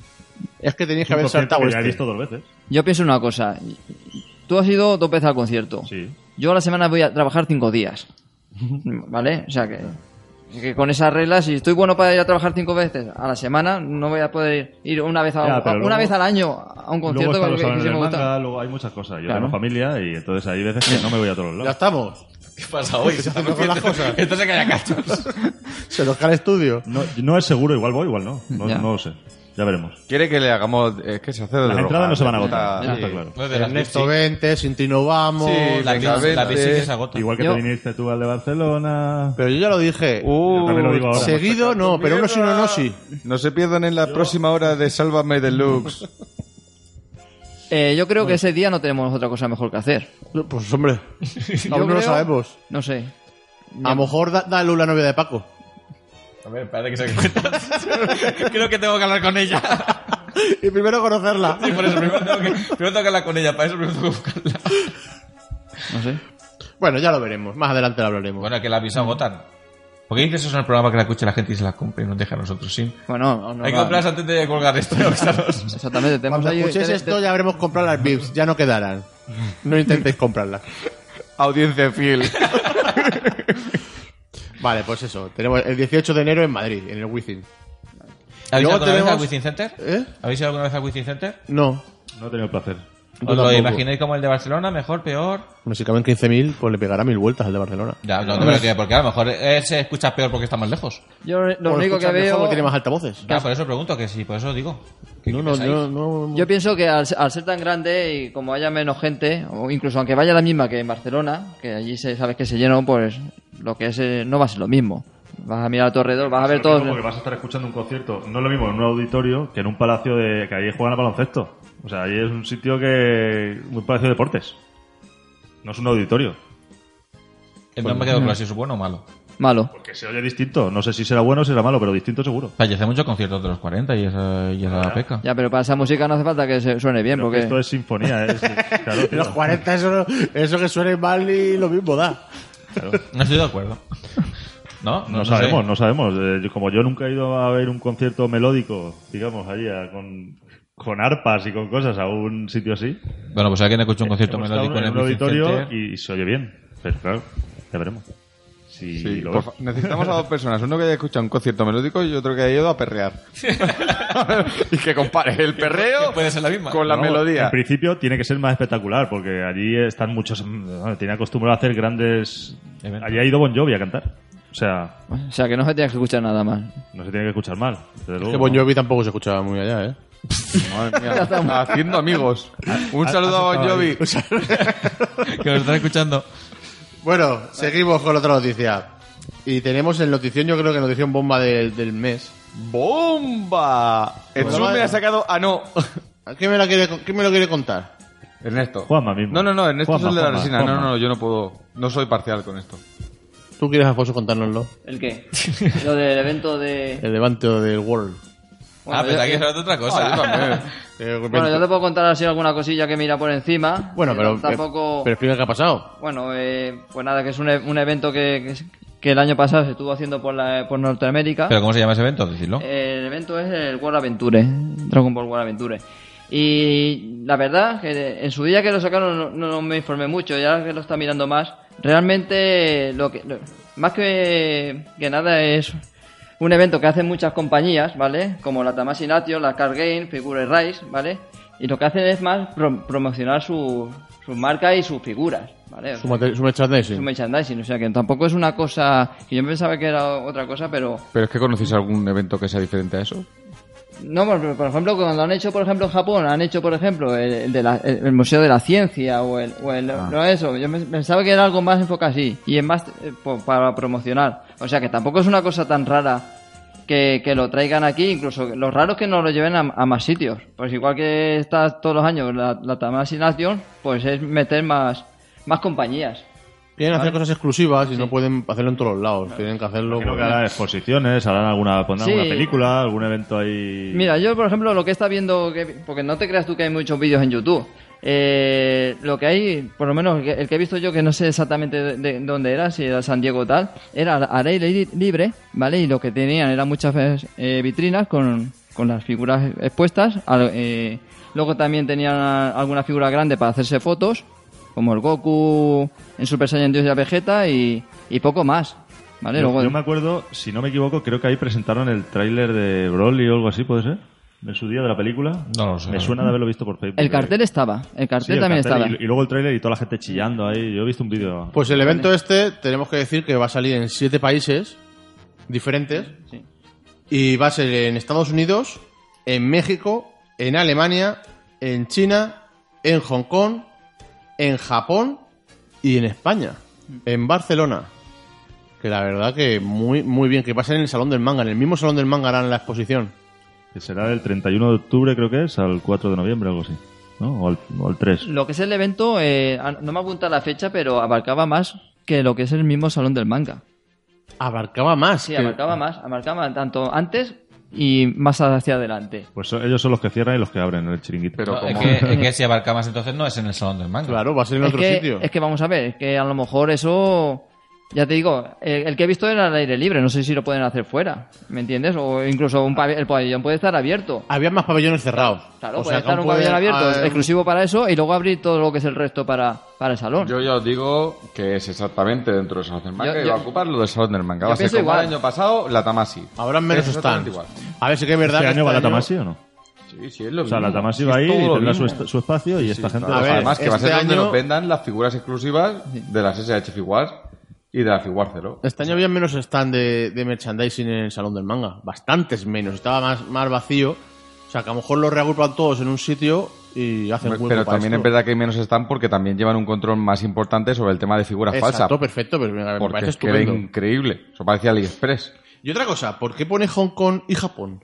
Speaker 1: Es que tenías que
Speaker 3: un
Speaker 1: haber
Speaker 3: concierto
Speaker 1: saltado
Speaker 3: que ya he
Speaker 1: este.
Speaker 3: visto dos veces.
Speaker 6: Yo pienso una cosa. Tú has ido dos veces al concierto.
Speaker 3: Sí.
Speaker 6: Yo a la semana voy a trabajar cinco días. ¿Vale? O sea que, que con esas reglas, si estoy bueno para ir a trabajar cinco veces a la semana, no voy a poder ir una vez, a,
Speaker 3: Ya, pero
Speaker 6: a-
Speaker 3: luego-
Speaker 6: una vez al año a un
Speaker 3: Luego
Speaker 6: concierto
Speaker 3: están
Speaker 6: que-
Speaker 3: los
Speaker 6: que,
Speaker 3: salones
Speaker 6: sí
Speaker 3: del
Speaker 6: me gusta.
Speaker 3: manga, luego hay muchas cosas. Yo
Speaker 6: Claro.
Speaker 3: tengo familia y entonces hay veces que no me voy a todos los
Speaker 1: Ya
Speaker 3: lados.
Speaker 1: estamos.
Speaker 4: ¿Qué pasa hoy?
Speaker 1: Se hacen con las cosas.
Speaker 4: Esto se calla cachos.
Speaker 1: Se nos cae el estudio.
Speaker 3: No, no es seguro, igual voy, igual no. No,
Speaker 6: Ya.
Speaker 3: no lo sé. Ya veremos.
Speaker 5: Quiere que le hagamos. Es que se hace de
Speaker 3: Las
Speaker 5: rogar,
Speaker 3: entradas no se van a
Speaker 5: le
Speaker 3: agotar.
Speaker 5: gusta-
Speaker 3: Eso
Speaker 5: sí.
Speaker 3: está claro.
Speaker 4: No, de las
Speaker 1: Ernesto,
Speaker 4: bici.
Speaker 1: vente, sin ti no vamos.
Speaker 5: Sí,
Speaker 4: La
Speaker 5: Venga,
Speaker 4: bici- la
Speaker 5: vente.
Speaker 4: bici que se agota.
Speaker 3: Igual que
Speaker 6: Yo-
Speaker 3: te viniste tú al de Barcelona.
Speaker 1: Pero yo ya lo dije.
Speaker 5: Uh,
Speaker 3: también lo digo ahora.
Speaker 1: Seguido no, pero uno sí, uno no sí.
Speaker 5: No se pierdan en la próxima hora de Sálvame Deluxe.
Speaker 6: Eh, yo creo que
Speaker 3: Pues-
Speaker 6: ese día no tenemos otra cosa mejor que hacer.
Speaker 1: Pues hombre,
Speaker 6: Yo
Speaker 1: aún no lo
Speaker 6: creo-
Speaker 1: sabemos.
Speaker 6: No sé.
Speaker 1: A lo mejor da, da luz la novia de Paco.
Speaker 4: A ver, espérate que se cuenta. Creo que tengo que hablar con ella.
Speaker 1: Y primero conocerla.
Speaker 4: Sí, por eso primero tengo que, primero tengo que hablar con ella. Para eso primero tengo que buscarla.
Speaker 6: No sé.
Speaker 1: Bueno, ya lo veremos. Más adelante lo hablaremos.
Speaker 4: Bueno, que la bici agotan. ¿Por qué dices eso en el programa que la escuche la gente y se la compre y nos deja a nosotros sin?
Speaker 6: Bueno, no, no,
Speaker 4: Hay que
Speaker 6: no.
Speaker 4: comprarlas antes de colgar esto. ¿no? Avisaros.
Speaker 6: Exactamente. Tenemos
Speaker 1: Cuando
Speaker 6: ahí-
Speaker 1: escuchéis
Speaker 6: te-
Speaker 1: esto
Speaker 6: te-
Speaker 1: ya habremos comprado las VIPs. Ya no quedarán. No intentéis comprarlas.
Speaker 5: Audiencia fiel.
Speaker 1: Vale, pues eso. Tenemos el 18 de enero en Madrid, en el Wizzing.
Speaker 4: ¿Habéis ido
Speaker 1: Luego
Speaker 4: alguna vez
Speaker 1: tenemos-
Speaker 4: al Wizzing Center?
Speaker 1: ¿Eh?
Speaker 4: ¿Habéis ido alguna vez al Wizzing Center?
Speaker 1: No.
Speaker 3: No he tenido el placer.
Speaker 1: Yo
Speaker 4: ¿Os lo
Speaker 1: tampoco.
Speaker 4: imagináis como el de Barcelona? ¿Mejor? ¿Peor?
Speaker 1: Bueno, si caben 15.000, pues le pegará mil vueltas al de Barcelona.
Speaker 4: Ya, no, no me lo creo, porque a lo mejor eh, se escucha peor porque está más lejos.
Speaker 6: Yo lo
Speaker 1: Bueno,
Speaker 6: único que
Speaker 1: escuchas mejor
Speaker 6: veo...
Speaker 1: porque tiene más altavoces.
Speaker 4: Ya, por eso pregunto, que sí, por eso digo. ¿Qué-
Speaker 1: No,
Speaker 4: qué
Speaker 1: no,
Speaker 4: pensáis?
Speaker 1: yo no.
Speaker 6: Yo pienso que al, al ser tan grande y como haya menos gente, o incluso aunque vaya la misma que en Barcelona, que allí se sabes que se llenó, pues lo que es eh, no va a ser lo mismo. Vas a mirar a tu alrededor, vas a ver
Speaker 3: Es lo mismo
Speaker 6: todos.
Speaker 3: Porque vas a estar escuchando un concierto. No es lo mismo en un auditorio que en un palacio de. que ahí juegan a baloncesto. O sea, ahí es un sitio que. un palacio de deportes. No es un auditorio.
Speaker 4: Entonces me quedo claro si es bueno o malo.
Speaker 6: Malo.
Speaker 3: Porque se oye distinto. No sé si será bueno o será malo, pero distinto seguro.
Speaker 4: Fallece muchos conciertos de los 40 y esa, y esa peca.
Speaker 6: Ya, pero para esa música no hace falta que se suene bien,
Speaker 3: Pero
Speaker 6: porque.
Speaker 3: que Esto es sinfonía, es- claro, tío.
Speaker 1: Los 40, eso, no- eso que suene mal y lo mismo da.
Speaker 4: No estoy de acuerdo. ¿No?
Speaker 3: No,
Speaker 4: sé.
Speaker 3: sabemos, no sabemos. Eh, yo- como yo nunca he ido a ver un concierto melódico, digamos, allí a- con, con arpas y con cosas a un sitio así.
Speaker 4: Bueno, pues alguien escuchó un concierto
Speaker 3: Hemos estado
Speaker 4: melódico en
Speaker 3: en
Speaker 4: el
Speaker 3: un
Speaker 4: Wizzing
Speaker 3: auditorio
Speaker 4: Center.
Speaker 3: y, y se oye bien. Pero claro, ya veremos. Si
Speaker 5: Sí,
Speaker 3: lo ves.
Speaker 5: por fa- necesitamos a dos personas. Uno que haya escuchado un concierto melódico y otro que haya ido a perrear. y que compare el perreo
Speaker 4: Que puede ser la misma.
Speaker 5: con la
Speaker 3: No,
Speaker 5: melodía.
Speaker 3: En principio tiene que ser más espectacular, porque allí están muchos. bueno, tiene acostumbrado a hacer grandes.
Speaker 4: Eventos.
Speaker 3: Allí ha ido Bon Jovi a cantar. O sea,
Speaker 6: O sea, que no se tiene que escuchar nada más.
Speaker 3: no se tiene que escuchar mal. desde luego,
Speaker 1: Que Bon
Speaker 3: ¿no?
Speaker 1: Jovi tampoco se escuchaba muy allá, ¿eh?
Speaker 5: Madre mía, haciendo amigos. Un
Speaker 3: has-
Speaker 5: saludo a
Speaker 3: has
Speaker 5: Bon
Speaker 3: estado
Speaker 5: Jovi.
Speaker 4: Que nos están escuchando.
Speaker 1: Bueno, seguimos con otra noticia. Y tenemos en notición, yo creo que notición bomba del, del mes.
Speaker 5: ¡Bomba! Etsume
Speaker 1: vale.
Speaker 5: ha sacado. Ah, no.
Speaker 1: ¿Quién me, la quiere, con- quién me lo quiere contar?
Speaker 5: Ernesto.
Speaker 3: Juanma mismo.
Speaker 5: No, no, no, Ernesto
Speaker 3: Juanma,
Speaker 5: es el de la
Speaker 3: Juanma,
Speaker 5: resina. No,
Speaker 3: Juanma.
Speaker 5: no, no, yo no puedo. No soy parcial con esto.
Speaker 1: ¿Tú quieres, Alfonso, contárnoslo?
Speaker 6: ¿El qué? Lo del evento de.
Speaker 1: El levante del World.
Speaker 6: Bueno,
Speaker 4: ah,
Speaker 6: yo,
Speaker 4: pensaba que eso era otra cosa.
Speaker 5: Ah, yo también.
Speaker 1: Eh,
Speaker 6: bueno, yo te puedo contar así alguna cosilla que mira por encima.
Speaker 1: Bueno,
Speaker 6: Eh,
Speaker 1: pero,
Speaker 6: Tampoco.
Speaker 1: pero explica qué ha pasado.
Speaker 6: Bueno, eh, pues nada, que es un, e- un evento que, que es- que el año pasado se estuvo haciendo por, la, por Norteamérica.
Speaker 4: Eh, ¿Pero cómo se llama ese evento? Decidlo.
Speaker 6: El evento es el World Adventure, Dragon ¿eh? Ball World Adventure. Y la verdad, que en su día que lo sacaron no, no me informé mucho, ya que lo está mirando más, realmente lo que lo- más que, que nada es un evento que hacen muchas compañías, ¿vale? Como la Tamasi Natio, la Car Game, Figure Rise, ¿vale? Y lo que hacen es más pro- promocionar su, su marca y sus figuras, ¿vale? O
Speaker 1: Su,
Speaker 6: sea,
Speaker 1: mate- su merchandising.
Speaker 6: su merchandising, o sea que tampoco es una cosa que yo pensaba que era otra cosa, pero
Speaker 5: ¿Pero es que conocéis algún evento que sea diferente a eso?
Speaker 6: no, por, por ejemplo, cuando han hecho, por ejemplo, en Japón, han hecho, por ejemplo, el, el de la- el- el Museo de la Ciencia o el... o el- No, eso, yo me- pensaba que era algo más enfocado así y es más eh, po- para promocionar. O sea que tampoco es una cosa tan rara que, que lo traigan aquí, incluso lo raro es que no lo lleven a, a más sitios. Pues igual que está todos los años la, la Tamasi Nation, pues es meter más, más compañías.
Speaker 1: Quieren hacer cosas exclusivas y no pueden hacerlo en todos los lados. Tienen que hacerlo.
Speaker 3: Creo que
Speaker 1: pues,
Speaker 3: harán exposiciones, harán alguna, pondrán
Speaker 6: Sí.
Speaker 3: alguna película, algún evento ahí.
Speaker 6: Mira, yo por ejemplo lo que está viendo, que- porque no te creas tú que hay muchos vídeos en YouTube. Eh, lo que hay, por lo menos el que- el que he visto yo, que no sé exactamente de, de dónde era, si era San Diego o tal, era al aire li- libre, ¿vale? Y lo que tenían eran muchas veces, eh, vitrinas con, con las figuras expuestas. al- eh, luego también tenían a- alguna figura grande para hacerse fotos, como el Goku en Super Saiyan 2 y la Vegeta y, y poco más, ¿vale?
Speaker 3: yo,
Speaker 6: luego,
Speaker 3: yo me acuerdo, si no me equivoco, creo que ahí presentaron el tráiler de Broly o algo así, ¿puede ser? En su día de la película.
Speaker 4: No lo sé.
Speaker 3: Me suena de haberlo visto por Facebook.
Speaker 6: el cartel estaba, el
Speaker 3: Sí,
Speaker 6: cartel
Speaker 3: el
Speaker 6: también
Speaker 3: cartel
Speaker 6: estaba.
Speaker 3: Y, y luego el tráiler y toda la gente chillando ahí. Yo he visto un vídeo.
Speaker 1: Pues el evento este, tenemos que decir que va a salir en siete países diferentes.
Speaker 6: Sí.
Speaker 1: Y va a ser en Estados Unidos, en México, en Alemania, en China, en Hong Kong, en Japón y en España.
Speaker 6: Mm.
Speaker 1: En Barcelona. Que la verdad que muy, muy bien. Que va a ser en el Salón del Manga. En el mismo Salón del Manga harán la exposición.
Speaker 3: Que será del 31 de octubre, creo que es, al 4 de noviembre, algo así. ¿No? O al, o al 3.
Speaker 6: Lo que es el evento, eh, ah, no me apunta la fecha, pero abarcaba más que lo que es el mismo salón del manga.
Speaker 1: Abarcaba más.
Speaker 6: Sí,
Speaker 1: que-
Speaker 6: abarcaba más, abarcaba tanto antes y más hacia adelante.
Speaker 3: Pues son- ellos son los que cierran y los que abren el chiringuito. ¿Este
Speaker 5: Pero
Speaker 4: No, Ah, es,
Speaker 5: como...
Speaker 4: que, es que si abarca más entonces no es en el salón del manga.
Speaker 1: Claro, va a ser en
Speaker 6: es
Speaker 1: otro
Speaker 6: que,
Speaker 1: sitio.
Speaker 6: Es que vamos a ver, es que a lo mejor eso, ya te digo, el, el que he visto era al aire libre, no sé si lo pueden hacer fuera, ¿me entiendes? O incluso un pabe- el pabellón puede estar abierto.
Speaker 1: Había más pabellones cerrados.
Speaker 6: Claro,
Speaker 1: O sea,
Speaker 6: puede
Speaker 1: que
Speaker 6: estar
Speaker 1: aún
Speaker 6: un pabellón
Speaker 1: pueden-
Speaker 6: abierto,
Speaker 1: ah,
Speaker 6: exclusivo para eso, y luego abrir todo lo que es el resto para, para el salón.
Speaker 5: Yo ya os digo que es exactamente dentro del Salón del Manga
Speaker 6: Yo-
Speaker 5: y va a
Speaker 6: yo-
Speaker 5: ocupar lo del Salón del Manga.
Speaker 6: Yo
Speaker 5: Va a ser
Speaker 6: pienso
Speaker 5: como
Speaker 6: igual.
Speaker 5: el año pasado, la Tamasi.
Speaker 1: Ahora menos
Speaker 5: Es
Speaker 1: están.
Speaker 5: exactamente igual.
Speaker 1: A ver si que es verdad
Speaker 3: ¿Este
Speaker 1: que
Speaker 3: año va la
Speaker 1: este año-
Speaker 3: Tamasi o no?
Speaker 5: Sí, sí, es lo
Speaker 3: O sea, la
Speaker 5: mismo.
Speaker 3: Tamasi
Speaker 5: Sí,
Speaker 3: va
Speaker 5: es
Speaker 3: ahí
Speaker 5: todo
Speaker 3: y
Speaker 5: lo
Speaker 3: tendrá su,
Speaker 5: mismo.
Speaker 3: est- su espacio y esta gente...
Speaker 1: claro. A ver,
Speaker 5: Además, que va a ser
Speaker 1: este
Speaker 5: donde
Speaker 1: año-
Speaker 5: nos vendan las figuras exclusivas de las SH Figuarts y de la Figuar Zero.
Speaker 1: Este año había menos stand de, de merchandising en el salón del manga. Bastantes menos. Estaba más, más vacío. O sea, que a lo mejor lo reagrupan todos en un sitio y hacen hueco
Speaker 5: Pero
Speaker 1: para
Speaker 5: también
Speaker 1: esto.
Speaker 5: es verdad que hay menos están porque también llevan un control más importante sobre el tema de figuras falsas.
Speaker 1: Exacto, perfecto, pero me, me
Speaker 5: Porque
Speaker 1: parece
Speaker 5: es que era
Speaker 1: estupendo.
Speaker 5: increíble. Eso parecía AliExpress.
Speaker 1: Y otra cosa, ¿por qué pone Hong Kong y Japón?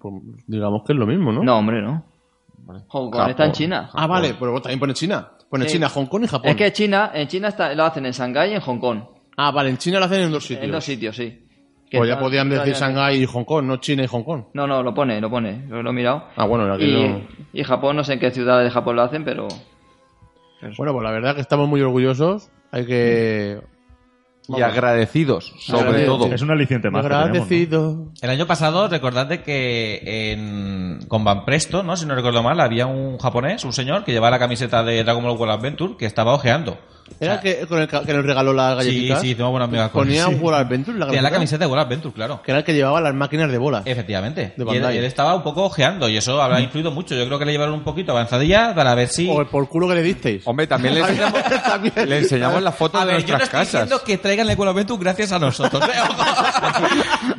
Speaker 1: Pues digamos que es lo mismo, ¿no?
Speaker 6: No, hombre, no. Hong Kong está en
Speaker 5: Japón.
Speaker 6: China.
Speaker 1: Ah, vale, pero también pone China. Pone
Speaker 6: Sí.
Speaker 1: China, Hong Kong y Japón.
Speaker 6: Es que China, en China está, lo hacen en Shanghái y en Hong Kong.
Speaker 1: Ah, vale, en China lo hacen en dos sitios.
Speaker 6: En dos sitios, sí. Que
Speaker 1: Pues ya
Speaker 6: está-
Speaker 1: podían
Speaker 6: está-
Speaker 1: decir Shanghái y Hong Kong, no China y Hong Kong.
Speaker 6: No, no, lo pone, lo pone. Yo lo he mirado.
Speaker 1: Ah, bueno, era que
Speaker 6: y,
Speaker 1: no-
Speaker 6: y Japón, no sé en qué ciudades de Japón lo hacen, pero.
Speaker 1: Bueno, pues la verdad que estamos muy orgullosos. Hay que...
Speaker 5: Y agradecidos, sobre
Speaker 1: Agradecidos.
Speaker 5: todo.
Speaker 3: Es un aliciente más. que tenemos, ¿no?
Speaker 1: Agradecidos.
Speaker 4: El año pasado, recordad que en, con Van Presto, ¿no? si no recuerdo mal, había un japonés, un señor, que llevaba la camiseta de Dragon Ball World Adventure, que estaba ojeando.
Speaker 1: ¿Era el que, con el ca- que nos regaló las
Speaker 4: Sí,
Speaker 1: galletitas?
Speaker 4: sí, tengo buenas amigas con
Speaker 1: Ponía
Speaker 4: él, sí.
Speaker 1: un World Adventure en la
Speaker 4: Tenía la
Speaker 1: camiseta,
Speaker 4: camiseta Eh, de World Adventure, claro.
Speaker 1: Que era el que llevaba las máquinas de bolas.
Speaker 4: Efectivamente.
Speaker 1: De
Speaker 4: Y él,
Speaker 1: Bandai. Mm.
Speaker 4: él estaba un poco ojeando y eso habrá influido mucho. Yo creo que le llevaron un poquito avanzadilla para ver si...
Speaker 1: O el por culo que le disteis.
Speaker 5: Hombre, también le enseñamos,
Speaker 1: También.
Speaker 5: le enseñamos las fotos
Speaker 4: A
Speaker 5: de
Speaker 4: ver, yo no
Speaker 5: nuestras
Speaker 4: estoy
Speaker 5: casas.
Speaker 4: diciendo que traigan el Econoventus gracias a nosotros. ¿eh? Ojo.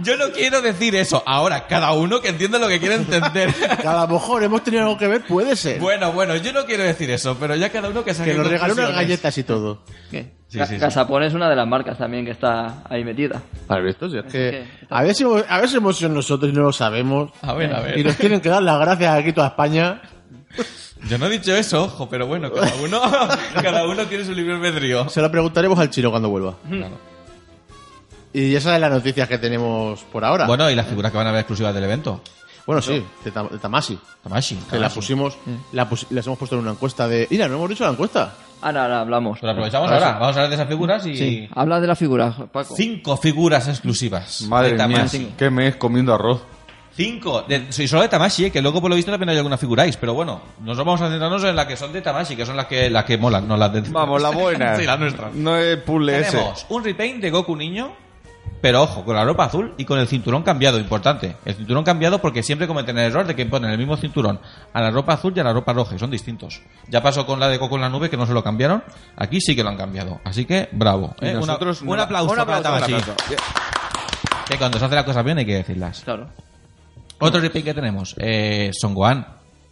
Speaker 4: yo no quiero decir eso. Ahora, cada uno que entienda lo que quiere entender.
Speaker 1: Que a lo mejor hemos tenido algo que ver, puede ser.
Speaker 4: bueno, bueno, yo no quiero decir eso, pero ya cada uno que saque
Speaker 1: que nos regaló unas
Speaker 4: conclusiones.
Speaker 1: galletas y todo.
Speaker 6: ¿Qué?
Speaker 4: Sí,
Speaker 6: Ca-
Speaker 4: sí, sí.
Speaker 6: Casapón es una de las marcas también que está ahí metida.
Speaker 1: es que,
Speaker 6: que-
Speaker 1: a ver si hemos- a ver si hemos sido nosotros y no lo sabemos.
Speaker 4: A ver, a ver.
Speaker 1: Y nos tienen que dar las gracias aquí toda España.
Speaker 4: Yo no he dicho eso, ojo, pero bueno, cada uno, cada uno tiene su libre albedrío.
Speaker 1: Se lo preguntaremos al chino cuando vuelva. Y esas son las noticias que tenemos por ahora.
Speaker 4: Bueno, y las figuras que van a ver exclusivas del evento.
Speaker 1: Bueno, sí, de, Tam- de Tamasi. Mm.
Speaker 4: Tamashi.
Speaker 1: Que las pusimos, la pusi- las hemos puesto en una encuesta de. Mira, no hemos dicho la encuesta.
Speaker 6: Ahora, ahora hablamos.
Speaker 4: Lo Pues aprovechamos ahora. Vamos a hablar de esas figuras y...
Speaker 6: Sí. Habla de la figura, Paco.
Speaker 4: Cinco figuras exclusivas.
Speaker 5: Madre
Speaker 4: de
Speaker 5: mía,
Speaker 4: Tamashi.
Speaker 5: que me es comiendo arroz.
Speaker 4: Cinco. De, soy solo de Tamashi, eh, que luego por lo visto también hay alguna figuráis, pero bueno, nos vamos a centrarnos en las que son de Tamashi, que son las que, las que molan, no las de...
Speaker 5: Vamos, la buena.
Speaker 4: sí, las nuestras.
Speaker 5: No es puzzle ese.
Speaker 4: Tenemos un repaint de Goku niño, pero ojo, con la ropa azul y con el cinturón cambiado, importante. El cinturón cambiado porque siempre cometen el error de que ponen el mismo cinturón a la ropa azul y a la ropa roja, y son distintos. Ya pasó con la de Goku en la nube que no se lo cambiaron, aquí sí que lo han cambiado. Así que, bravo.
Speaker 5: Y
Speaker 4: ¿eh? Una-
Speaker 5: nosotros
Speaker 4: un,
Speaker 5: no-
Speaker 4: aplauso
Speaker 5: un aplauso,
Speaker 4: para
Speaker 5: un
Speaker 4: Tamashi.
Speaker 5: aplauso.
Speaker 4: Que cuando se hacen las cosas bien hay que decirlas.
Speaker 6: Claro.
Speaker 4: Otro repaint que tenemos, eh, Son Gohan,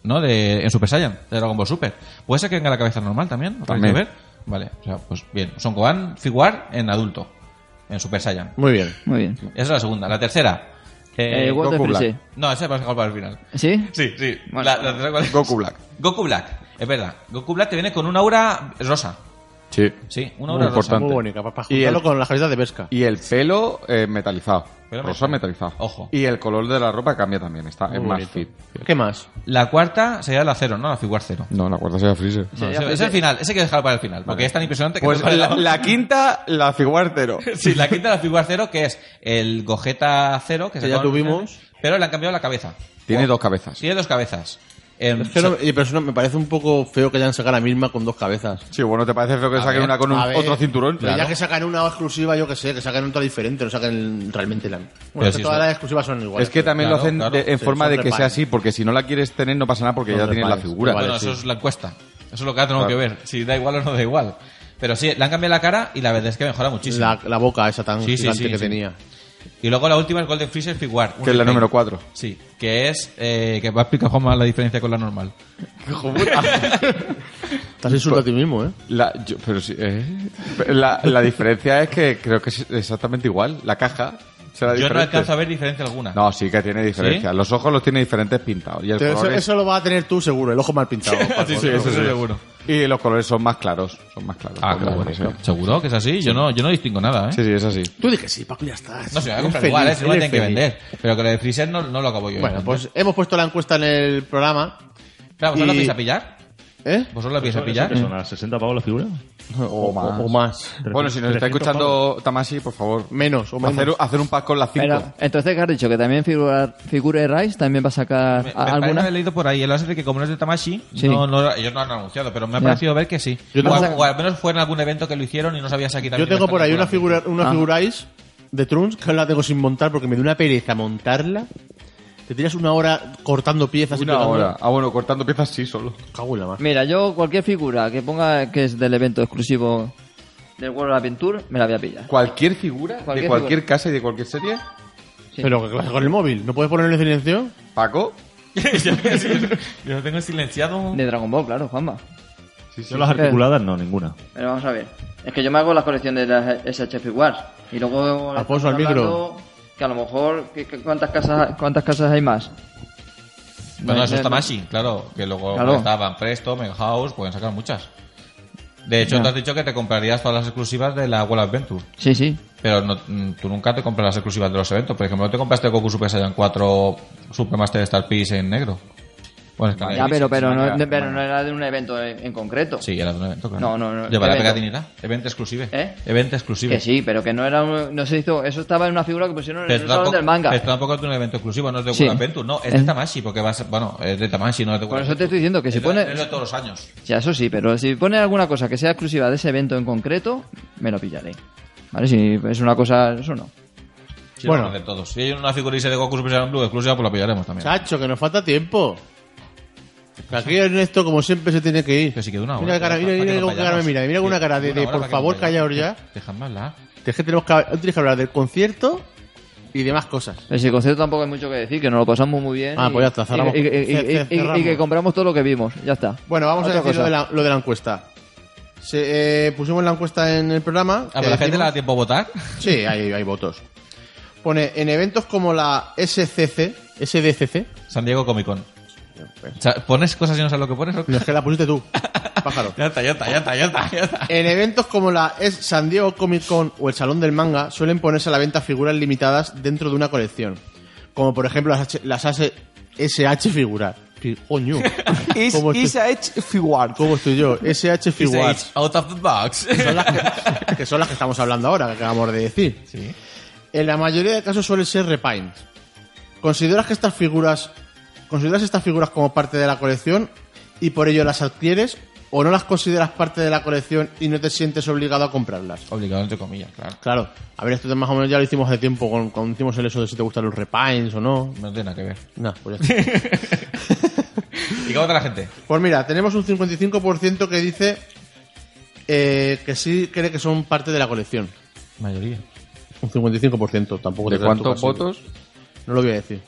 Speaker 4: ¿no? De, en Super Saiyan, de Dragon Ball Super. Puede ser que tenga la cabeza normal también, ¿Lo acabáis de
Speaker 5: También.
Speaker 4: ver? Vale, o sea, pues bien. Son Gohan, Figuar en adulto, en Super Saiyan.
Speaker 1: Muy bien.
Speaker 6: Muy bien.
Speaker 4: Esa es la segunda. La tercera. eh,
Speaker 6: Eh, What
Speaker 5: Goku
Speaker 6: the
Speaker 5: Black.
Speaker 6: Freeze.
Speaker 4: no, esa vas a dejar para el final.
Speaker 6: ¿Sí?
Speaker 4: Sí, sí.
Speaker 6: Bueno.
Speaker 4: La- la tercera, ¿cuál es?
Speaker 5: Goku Black.
Speaker 4: Goku Black. Es verdad. Goku Black te viene con una aura rosa.
Speaker 5: Sí.
Speaker 4: Sí, una
Speaker 5: Muy
Speaker 4: aura rosa.
Speaker 5: importante.
Speaker 1: Muy bonita, para
Speaker 5: Y
Speaker 1: juntarlo
Speaker 5: el-
Speaker 1: con la calidad de Vesca.
Speaker 5: Y el pelo eh, metalizado.
Speaker 4: Pelo
Speaker 5: rosa
Speaker 4: metalizado.
Speaker 5: metalizado.
Speaker 4: Ojo.
Speaker 5: Y el color de la ropa cambia también. Está
Speaker 1: Muy
Speaker 5: es más
Speaker 1: bonito.
Speaker 5: fit.
Speaker 1: ¿Qué más?
Speaker 4: La cuarta sería la cero, ¿no? La Figuar cero.
Speaker 5: No, la cuarta sería Freezer.
Speaker 4: No,
Speaker 6: Sí,
Speaker 4: ese-
Speaker 6: ya-
Speaker 4: ese es el final. Ese hay que dejarlo para el final. Porque es tan impresionante que...
Speaker 5: Pues
Speaker 4: no-
Speaker 5: la, la quinta, la figuartero.
Speaker 4: Sí, la quinta la Figuar cero, que es el Gogeta cero, que,
Speaker 1: Que
Speaker 4: se
Speaker 1: ya
Speaker 4: acaba de
Speaker 1: tuvimos.
Speaker 4: mencionar, Pero le han cambiado la cabeza.
Speaker 5: Tiene dos cabezas.
Speaker 4: Tiene dos cabezas. Em,
Speaker 1: Es que no- y, pero eso no- me parece un poco feo que hayan sacado la misma con dos cabezas.
Speaker 5: Sí, bueno, ¿te parece feo que
Speaker 4: A
Speaker 5: saquen
Speaker 4: ver,
Speaker 5: una con un-
Speaker 1: A ver,
Speaker 5: otro cinturón?
Speaker 1: Pero
Speaker 5: Claro.
Speaker 1: ya que sacan una exclusiva, yo que sé, que sacan otra diferente, no sacan realmente la. Bueno,
Speaker 4: Pero
Speaker 1: es que
Speaker 4: si
Speaker 1: todas
Speaker 4: son-
Speaker 1: las exclusivas son iguales.
Speaker 5: Es que también
Speaker 4: Claro,
Speaker 5: lo hacen
Speaker 4: claro.
Speaker 5: de- en
Speaker 1: Sí,
Speaker 5: forma
Speaker 1: son
Speaker 5: de que sea
Speaker 1: repares.
Speaker 5: así, porque si no la quieres tener no pasa nada porque
Speaker 1: Son
Speaker 5: ya tienes la
Speaker 1: repares,
Speaker 5: figura.
Speaker 1: vale.
Speaker 4: bueno,
Speaker 1: sí.
Speaker 4: eso es la encuesta. Eso es lo que tenemos que ver. Si da igual o no da igual. Pero sí, le han cambiado la cara y la verdad es que mejora muchísimo.
Speaker 1: la, la boca esa tan
Speaker 4: Sí, sí,
Speaker 1: gigante
Speaker 4: sí,
Speaker 1: que
Speaker 4: sí.
Speaker 1: tenía.
Speaker 4: Y luego la última es Golden Freezer Figuar.
Speaker 5: Que es la número 4.
Speaker 4: Sí, que es. eh, que va a explicar Juanma la diferencia con la normal.
Speaker 1: Estás insultando a ti mismo, ¿eh?
Speaker 5: La, yo- pero sí, eh. la, la diferencia es que creo que es exactamente igual. La caja será
Speaker 4: Yo no
Speaker 5: diferente.
Speaker 4: alcanzo a ver diferencia alguna.
Speaker 5: No, sí que tiene diferencia.
Speaker 4: ¿Sí?
Speaker 5: Los ojos los tiene diferentes pintados. Y, el
Speaker 1: Pero eso,
Speaker 5: color es-
Speaker 1: eso lo vas a tener tú seguro, el ojo mal pintado.
Speaker 4: Sí, sí,
Speaker 5: sí,
Speaker 4: eso
Speaker 5: eso sí.
Speaker 4: seguro.
Speaker 5: y los colores son más claros. Son más claros.
Speaker 4: Ah,
Speaker 5: Son
Speaker 4: claro,
Speaker 5: más
Speaker 4: bueno,
Speaker 5: claros,
Speaker 4: ¿Seguro que es así? Yo no, yo no distingo nada, ¿eh?
Speaker 5: ¿eh? sí. sí, sí, es así.
Speaker 1: Tú dije sí, Paco, ya está.
Speaker 4: No, se me va a
Speaker 1: Eres
Speaker 4: comprar
Speaker 1: feliz,
Speaker 4: igual, ¿eh? Si no me la
Speaker 1: eres
Speaker 4: tienen que
Speaker 1: feliz.
Speaker 4: vender. Pero que lo de Freezer no, no lo acabo yo. ¿eh?
Speaker 1: Bueno, pues hemos puesto la encuesta en el programa.
Speaker 4: Claro, ¿vosotros la
Speaker 1: y-
Speaker 4: vais a pillar?
Speaker 1: ¿Eh?
Speaker 4: ¿Vosotros la vais a
Speaker 3: ¿Eso-
Speaker 4: pillar?
Speaker 3: eso qué son las 60 pavos la figura?
Speaker 5: O más.
Speaker 1: O más.
Speaker 5: Bueno, si nos está
Speaker 3: 300
Speaker 5: escuchando Tamashi, por favor,
Speaker 1: Menos o menos.
Speaker 5: hacer, hacer un pack con las 5.
Speaker 6: Pero, entonces, ¿qué has dicho? ¿Que también figura, figura de Rice también va a sacar
Speaker 4: Me, me
Speaker 6: a-
Speaker 4: parece
Speaker 6: Ah, alguna?
Speaker 4: haber leído por ahí el láser de que como no es de Tamashi,
Speaker 6: Sí.
Speaker 4: no, no- ellos no han anunciado, pero me ha
Speaker 6: Ya.
Speaker 4: parecido ver que sí.
Speaker 1: Yo
Speaker 4: O,
Speaker 1: tengo-
Speaker 4: al- o al menos fue en algún evento que lo hicieron y no sabía si aquí
Speaker 1: Yo
Speaker 4: también
Speaker 1: tengo
Speaker 4: están
Speaker 1: por ahí una
Speaker 4: calculando.
Speaker 1: figura, una
Speaker 6: Ah.
Speaker 1: figuráis de Trunks que aún la tengo sin montar porque me dio una pereza montarla. Te tiras una hora cortando piezas y
Speaker 5: Una
Speaker 1: pegando.
Speaker 5: hora. Ah, bueno, cortando piezas sí solo.
Speaker 1: Cago en la mar.
Speaker 6: Mira, yo cualquier figura que ponga que es del evento exclusivo del World Adventure, me la voy a pillar.
Speaker 5: Cualquier figura
Speaker 6: Cualquier
Speaker 5: de cualquier casa y de cualquier serie,
Speaker 6: Sí.
Speaker 1: Pero ¿qué pasa con el móvil? ¿No puedes ponerlo en silencio?
Speaker 5: Paco.
Speaker 4: Yo lo tengo silenciado.
Speaker 6: De Dragon Ball, claro, Juanma.
Speaker 3: Yo las articuladas no, ninguna.
Speaker 6: Pero vamos a ver. Es que yo me hago las colecciones de las SH Figuar. Y luego...
Speaker 1: Alfonso, al
Speaker 6: estamos
Speaker 1: micro.
Speaker 6: hablando Que a lo mejor... que- que- ¿cuántas, casas, ¿Cuántas casas hay más?
Speaker 4: Bueno, eso
Speaker 6: No,
Speaker 4: es
Speaker 6: no,
Speaker 4: Tamashi, claro. Que luego
Speaker 6: Claro.
Speaker 4: estaban Presto, Menhouse, pueden sacar muchas. De hecho,
Speaker 6: Ya.
Speaker 4: te has dicho que te comprarías todas las exclusivas de la World Adventure.
Speaker 6: Sí, sí.
Speaker 4: Pero no- mm, tú nunca te compras las exclusivas de los eventos. Por ejemplo, no te compraste Goku Super Saiyan 4 Super Master Star Peace en negro. Bueno, es que
Speaker 6: Ya, pero, pero, no,
Speaker 5: semana-
Speaker 6: pero no era de un evento en, en concreto.
Speaker 4: Sí, era de un evento, claro.
Speaker 6: No, no, no,
Speaker 4: Lleva la
Speaker 6: evento.
Speaker 4: pegatinita. Evento exclusivo.
Speaker 6: ¿Eh?
Speaker 4: Evento exclusivo.
Speaker 6: Que sí, pero que no era... un- no se hizo... Eso estaba en una figura que pusieron en
Speaker 4: Pero
Speaker 6: el
Speaker 4: tampoco,
Speaker 6: salón del manga.
Speaker 4: pero tampoco es de un evento exclusivo, no es de
Speaker 6: Sí.
Speaker 4: World Adventure, no, es de
Speaker 6: Es-
Speaker 4: Tamashi, porque va a ser, bueno, es de Tamashi, no es de
Speaker 6: Por
Speaker 4: World
Speaker 6: eso te
Speaker 4: Adventure.
Speaker 6: estoy diciendo que
Speaker 4: Es
Speaker 6: si
Speaker 4: de-
Speaker 6: pone...
Speaker 4: Es de todos los años.
Speaker 6: Ya, eso sí, pero si pone alguna cosa que sea exclusiva de ese evento en concreto, me lo pillaré. ¿Vale? Si es una cosa, eso no.
Speaker 4: Sí,
Speaker 1: Bueno.
Speaker 4: bueno, de todos. Si hay una figurilla de Goku Super Saiyan Blue exclusiva, pues la pillaremos también.
Speaker 1: Chacho, que nos falta tiempo. Que Aquí Ernesto, como siempre, se tiene que ir.
Speaker 4: Que sí, que de una hora.
Speaker 1: mira la cara,
Speaker 4: ¿Para
Speaker 1: mira,
Speaker 4: qué
Speaker 1: mira
Speaker 4: nos
Speaker 1: con qué cara me
Speaker 4: vayamos?
Speaker 1: mira, mira con una cara de, de,
Speaker 4: Una hora para
Speaker 1: por
Speaker 4: que
Speaker 1: favor,
Speaker 4: nos vayamos.
Speaker 1: callaos ya.
Speaker 4: Dejadme hablar.
Speaker 1: Es que tenemos que, hab- tienes que hablar del concierto y demás cosas.
Speaker 6: Pero si Pues el concierto tampoco hay mucho que decir, que nos lo pasamos muy bien.
Speaker 1: Ah,
Speaker 6: y-
Speaker 1: pues ya está, cerramos.
Speaker 6: Y, y- y-
Speaker 1: Cer- cer-
Speaker 6: y- y- y
Speaker 1: cerramos.
Speaker 6: que compramos todo lo que vimos, ya está.
Speaker 1: Bueno, vamos
Speaker 6: Otra
Speaker 1: a decir
Speaker 6: cosa.
Speaker 1: lo de, la, lo de la encuesta. Se, eh, pusimos la encuesta en el programa.
Speaker 4: Ah,
Speaker 1: que
Speaker 4: pero la gente
Speaker 1: decimos-
Speaker 4: le da tiempo a votar.
Speaker 1: Sí, hay, hay votos. Pone, en eventos como la SCC, SDCC,
Speaker 4: San Diego Comic Con. O sea, ¿Pones cosas y no sabes lo que pones? o qué?
Speaker 1: no es que la pusiste tú, pájaro.
Speaker 4: Ya está, ya está, ya está, ya está. ya está.
Speaker 1: En eventos como la es San Diego Comic Con o el Salón del Manga suelen ponerse a la venta figuras limitadas dentro de una colección. Como por ejemplo las, H- las H- SH figuras. Fi- Coño. ¿Cómo estoy,
Speaker 5: figuar.
Speaker 1: cómo estoy yo? SH
Speaker 4: Dice,
Speaker 1: figuras.
Speaker 4: Out of the box.
Speaker 1: Que son, las que, que son las que estamos hablando ahora, que acabamos de decir.
Speaker 4: Sí.
Speaker 1: En la mayoría de casos suelen ser repaint. ¿Consideras que estas figuras consideras estas figuras como parte de la colección y por ello las adquieres o no las consideras parte de la colección y no te sientes obligado a comprarlas?
Speaker 4: Obligado, entre comillas, claro.
Speaker 1: Claro, a ver, esto más o menos ya lo hicimos hace tiempo con- cuando hicimos el eso de si te gustan los repines o no.
Speaker 4: No tiene nada que ver.
Speaker 1: Nah, pues ya está.
Speaker 4: ¿Y cómo está la gente?
Speaker 1: Pues mira, tenemos un 55% que dice eh, que sí cree que son parte de la colección.
Speaker 4: Mayoría.
Speaker 1: Un 55%, tampoco
Speaker 5: ¿De
Speaker 1: te creas tú
Speaker 5: cuántos
Speaker 1: casi.
Speaker 5: votos?
Speaker 1: No lo voy a decir.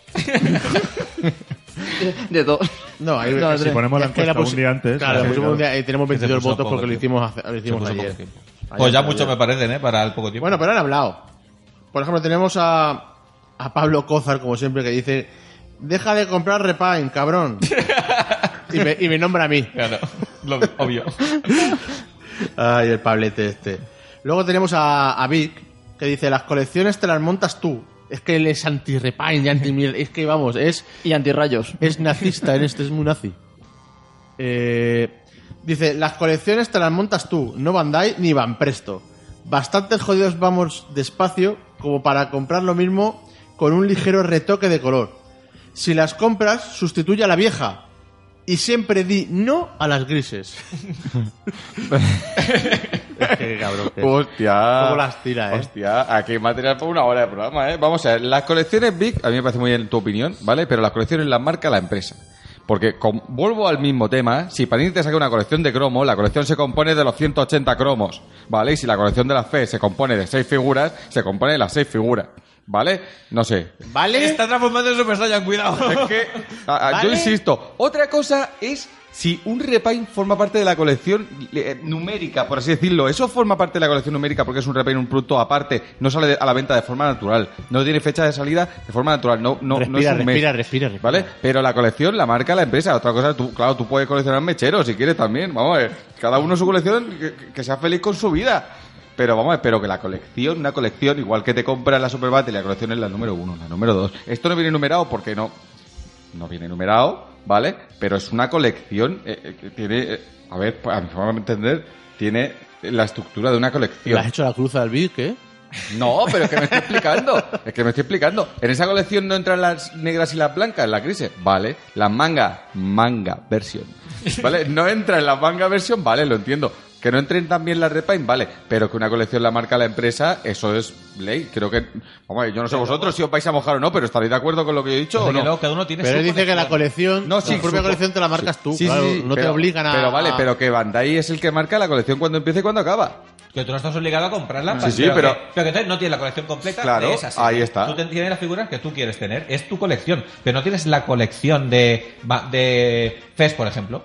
Speaker 6: De dos.
Speaker 1: No, ahí
Speaker 6: No,
Speaker 1: sí.
Speaker 6: tres.
Speaker 3: Ponemos la
Speaker 1: Es que
Speaker 3: encuesta
Speaker 1: pusi-
Speaker 3: un día antes.
Speaker 1: Claro, la
Speaker 3: Sí,
Speaker 1: pusimos un día y tenemos
Speaker 4: Que se
Speaker 1: 22
Speaker 4: puso
Speaker 1: votos
Speaker 4: poco
Speaker 1: porque lo
Speaker 4: tiempo.
Speaker 1: hicimos, hace- lo hicimos
Speaker 4: Se puso
Speaker 1: ayer.
Speaker 4: poco tiempo.
Speaker 1: Ayer,
Speaker 4: Pues ya
Speaker 1: ayer.
Speaker 4: mucho me parecen, ¿eh? Para el poco tiempo.
Speaker 1: Bueno, pero han hablado. Por ejemplo, tenemos a, a Pablo Cózar, como siempre, que dice: Deja de comprar Repine, cabrón. y, me, y me nombra a mí.
Speaker 4: Claro, lo obvio.
Speaker 1: Ay, el pablete este. Luego tenemos a, a Vic, que dice: Las colecciones te las montas tú. Es que él es anti-Repine y anti Es que vamos, es.
Speaker 6: Y antirrayos.
Speaker 1: Es nazista, en este es muy nazi. Eh, dice, las colecciones te las montas tú, no Bandai ni Van Presto. Bastantes jodidos vamos despacio como para comprar lo mismo con un ligero retoque de color. Si las compras, sustituye a la vieja. Y siempre di no a las grises. es que cabrón. que-
Speaker 5: Hostia.
Speaker 1: Cómo las tira, eh.
Speaker 5: Hostia, aquí hay material para una hora de programa, eh. Vamos a ver, las colecciones Big, a mí me parece muy bien tu opinión, ¿vale? Pero las colecciones las marca la empresa. Porque con- vuelvo al mismo tema, ¿eh? si Panini te saca una colección de cromos, la colección se compone de los 180 cromos, ¿vale? Y si la colección de las fe se compone de 6 figuras, se compone de las 6 figuras, ¿vale? No sé.
Speaker 1: ¿Vale?
Speaker 4: Está transformando en Super Saiyan, cuidado.
Speaker 5: Es que, a- a- Ah, yo
Speaker 1: ¿Vale?
Speaker 5: insisto, otra cosa es si un repaint forma parte de la colección eh, numérica, por así decirlo. Eso forma parte de la colección numérica porque es un repaint, un producto aparte. No sale de- a la venta de forma natural. No tiene fecha de salida de forma natural. No, no, no es
Speaker 1: respira,
Speaker 5: un mes,
Speaker 1: respira, respira, respira.
Speaker 5: ¿Vale? Pero la colección la marca la empresa. Otra cosa, tú, claro, tú puedes coleccionar mecheros si quieres también. Vamos a ver. Cada uno su colección, que, que sea feliz con su vida. Pero vamos a ver, pero que la colección, una colección, igual que te compras la Super Battle, la colección es la número uno, la número dos. Esto no viene numerado porque no, no viene numerado, ¿vale? Pero es una colección eh, eh, que tiene, eh, a ver, a mi forma de entender, tiene la estructura de una
Speaker 1: ¿Le
Speaker 5: colección.
Speaker 1: has hecho la cruz al Vic, eh?
Speaker 5: No, pero es que me estoy explicando. Es que me estoy explicando. En esa colección no entran las negras y las blancas, las grises. Vale. Las manga, manga versión. Vale. No entra en la manga versión, vale, lo entiendo. Que no entren también las repaint, vale. Pero que una colección la marca la empresa, eso es ley. Creo que. Vamos, a ver, yo no sé vosotros si os vais a mojar o no, pero estaréis de acuerdo con lo que yo he dicho o
Speaker 4: Así que
Speaker 5: no.
Speaker 4: luego cada uno tiene
Speaker 1: Pero
Speaker 4: su
Speaker 1: él dice que la
Speaker 4: colección.
Speaker 1: colección,
Speaker 5: No, sí,
Speaker 1: tu propia
Speaker 5: supo-
Speaker 1: colección te la marcas tú,
Speaker 5: Sí, sí,
Speaker 1: claro,
Speaker 5: sí,
Speaker 1: no te
Speaker 5: pero-
Speaker 1: obligan a...
Speaker 5: Pero vale,
Speaker 1: a-
Speaker 5: pero que Bandai es el que marca la colección cuando empieza y cuando acaba.
Speaker 4: Que tú no estás obligado a comprarla.
Speaker 5: Sí, sí,
Speaker 4: Que,
Speaker 5: pero-
Speaker 4: pero que entonces no tienes la colección completa
Speaker 5: Claro,
Speaker 4: de esas.
Speaker 5: ahí está.
Speaker 4: Tú ten- tienes las figuras que tú quieres tener. Es tu colección. Pero no tienes la colección de, ba- de FES, por ejemplo.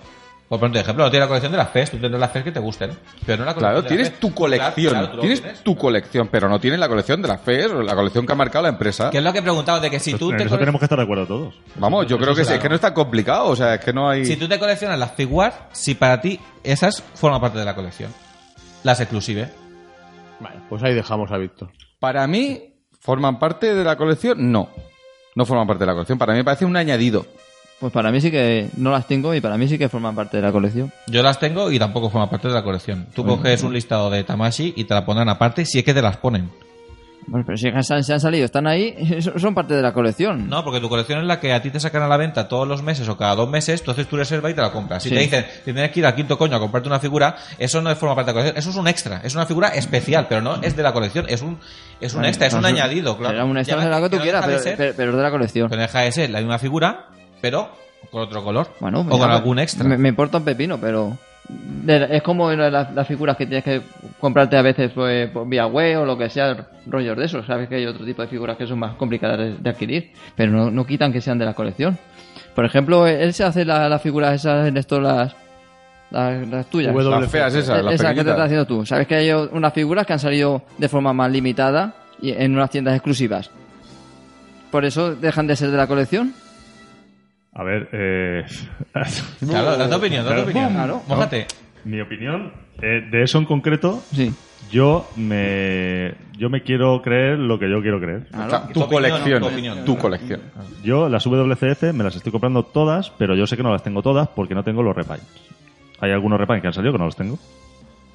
Speaker 4: Por ponerte de ejemplo, no tienes la colección de las FES. Tú tendrás las FES que te gusten. Pero no la colección
Speaker 5: Claro,
Speaker 4: de las
Speaker 5: tienes
Speaker 4: FES.
Speaker 5: tu colección.
Speaker 4: Claro, claro, tú lo
Speaker 5: tienes
Speaker 4: tienes.
Speaker 5: tu colección, pero no tienes la colección de la FES o la colección que ha marcado la empresa.
Speaker 4: Que es lo que he preguntado, de que si
Speaker 3: Pues
Speaker 4: tú
Speaker 3: en
Speaker 4: te
Speaker 3: eso
Speaker 4: cole-
Speaker 3: tenemos que estar de acuerdo todos.
Speaker 5: Vamos, yo creo que sí, es que no es tan complicado, o sea, es que no hay...
Speaker 4: Si tú te coleccionas las figuras, si para ti esas forman parte de la colección. Las exclusive.
Speaker 1: Vale, pues ahí dejamos a Víctor.
Speaker 5: Para mí, ¿forman parte de la colección? No, no forman parte de la colección, para mí me parece un añadido.
Speaker 6: Pues para mí sí que no las tengo y para mí sí que forman parte de la colección.
Speaker 4: Yo las tengo y tampoco forman parte de la colección. Tú coges un listado de Tamashi y te la pondrán aparte si es que te las ponen.
Speaker 6: Bueno, pero si se han, se han salido, están ahí, son son parte de la colección.
Speaker 4: No, porque tu colección es la que a ti te sacan a la venta todos los meses o cada dos meses, entonces tú reservas y te la compras. Si
Speaker 6: Sí.
Speaker 4: te dicen que tienes que ir al quinto coño a comprarte una figura, eso no es forma parte de la colección, eso es un extra, es una figura especial, pero no es de la colección, es un, es un
Speaker 6: Bueno,
Speaker 4: extra, es un
Speaker 6: no,
Speaker 4: añadido, claro.
Speaker 6: pues Será un extra,
Speaker 4: Ya,
Speaker 6: será lo que tú
Speaker 4: no
Speaker 6: quieras,
Speaker 4: deja de
Speaker 6: pero,
Speaker 4: ser-
Speaker 6: pero- pero es de la colección.
Speaker 4: pero deja de ser la misma figura, pero con otro color.
Speaker 6: Bueno,
Speaker 4: o
Speaker 6: mira,
Speaker 4: con algún extra.
Speaker 6: Me, me importa un pepino, pero de- es como la- la- las figuras que tienes que comprarte a veces pues, por vía web o lo que sea, rollos de esos. Sabes que hay otro tipo de figuras que son más complicadas de, de adquirir, pero no, no quitan que sean de la colección. Por ejemplo, e, él se hace la- las figuras esas en esto, las, las, las tuyas. E,
Speaker 1: W.
Speaker 5: Las feas esas,
Speaker 6: Esa que
Speaker 5: las
Speaker 6: te
Speaker 5: pequeñitas.
Speaker 6: estás haciendo tú. Sabes que hay o- unas figuras que han salido de forma más limitada y en unas tiendas exclusivas. Por eso dejan de ser de la colección.
Speaker 3: A ver, eh...
Speaker 4: Claro, da tu opinión, da tu
Speaker 3: Claro.
Speaker 4: opinión.
Speaker 6: Claro.
Speaker 4: Mójate.
Speaker 3: mi opinión eh, de eso en concreto,
Speaker 6: Sí.
Speaker 3: yo me, yo me quiero creer lo que yo quiero creer.
Speaker 5: O
Speaker 6: Claro.
Speaker 5: sea, tu,
Speaker 4: Tu opinión,
Speaker 5: colección,
Speaker 4: tu opinión.
Speaker 5: tu colección.
Speaker 3: Yo las WCF me las estoy comprando todas, pero yo sé que no las tengo todas porque no tengo los repaints. Hay algunos repaints que han salido que no los tengo.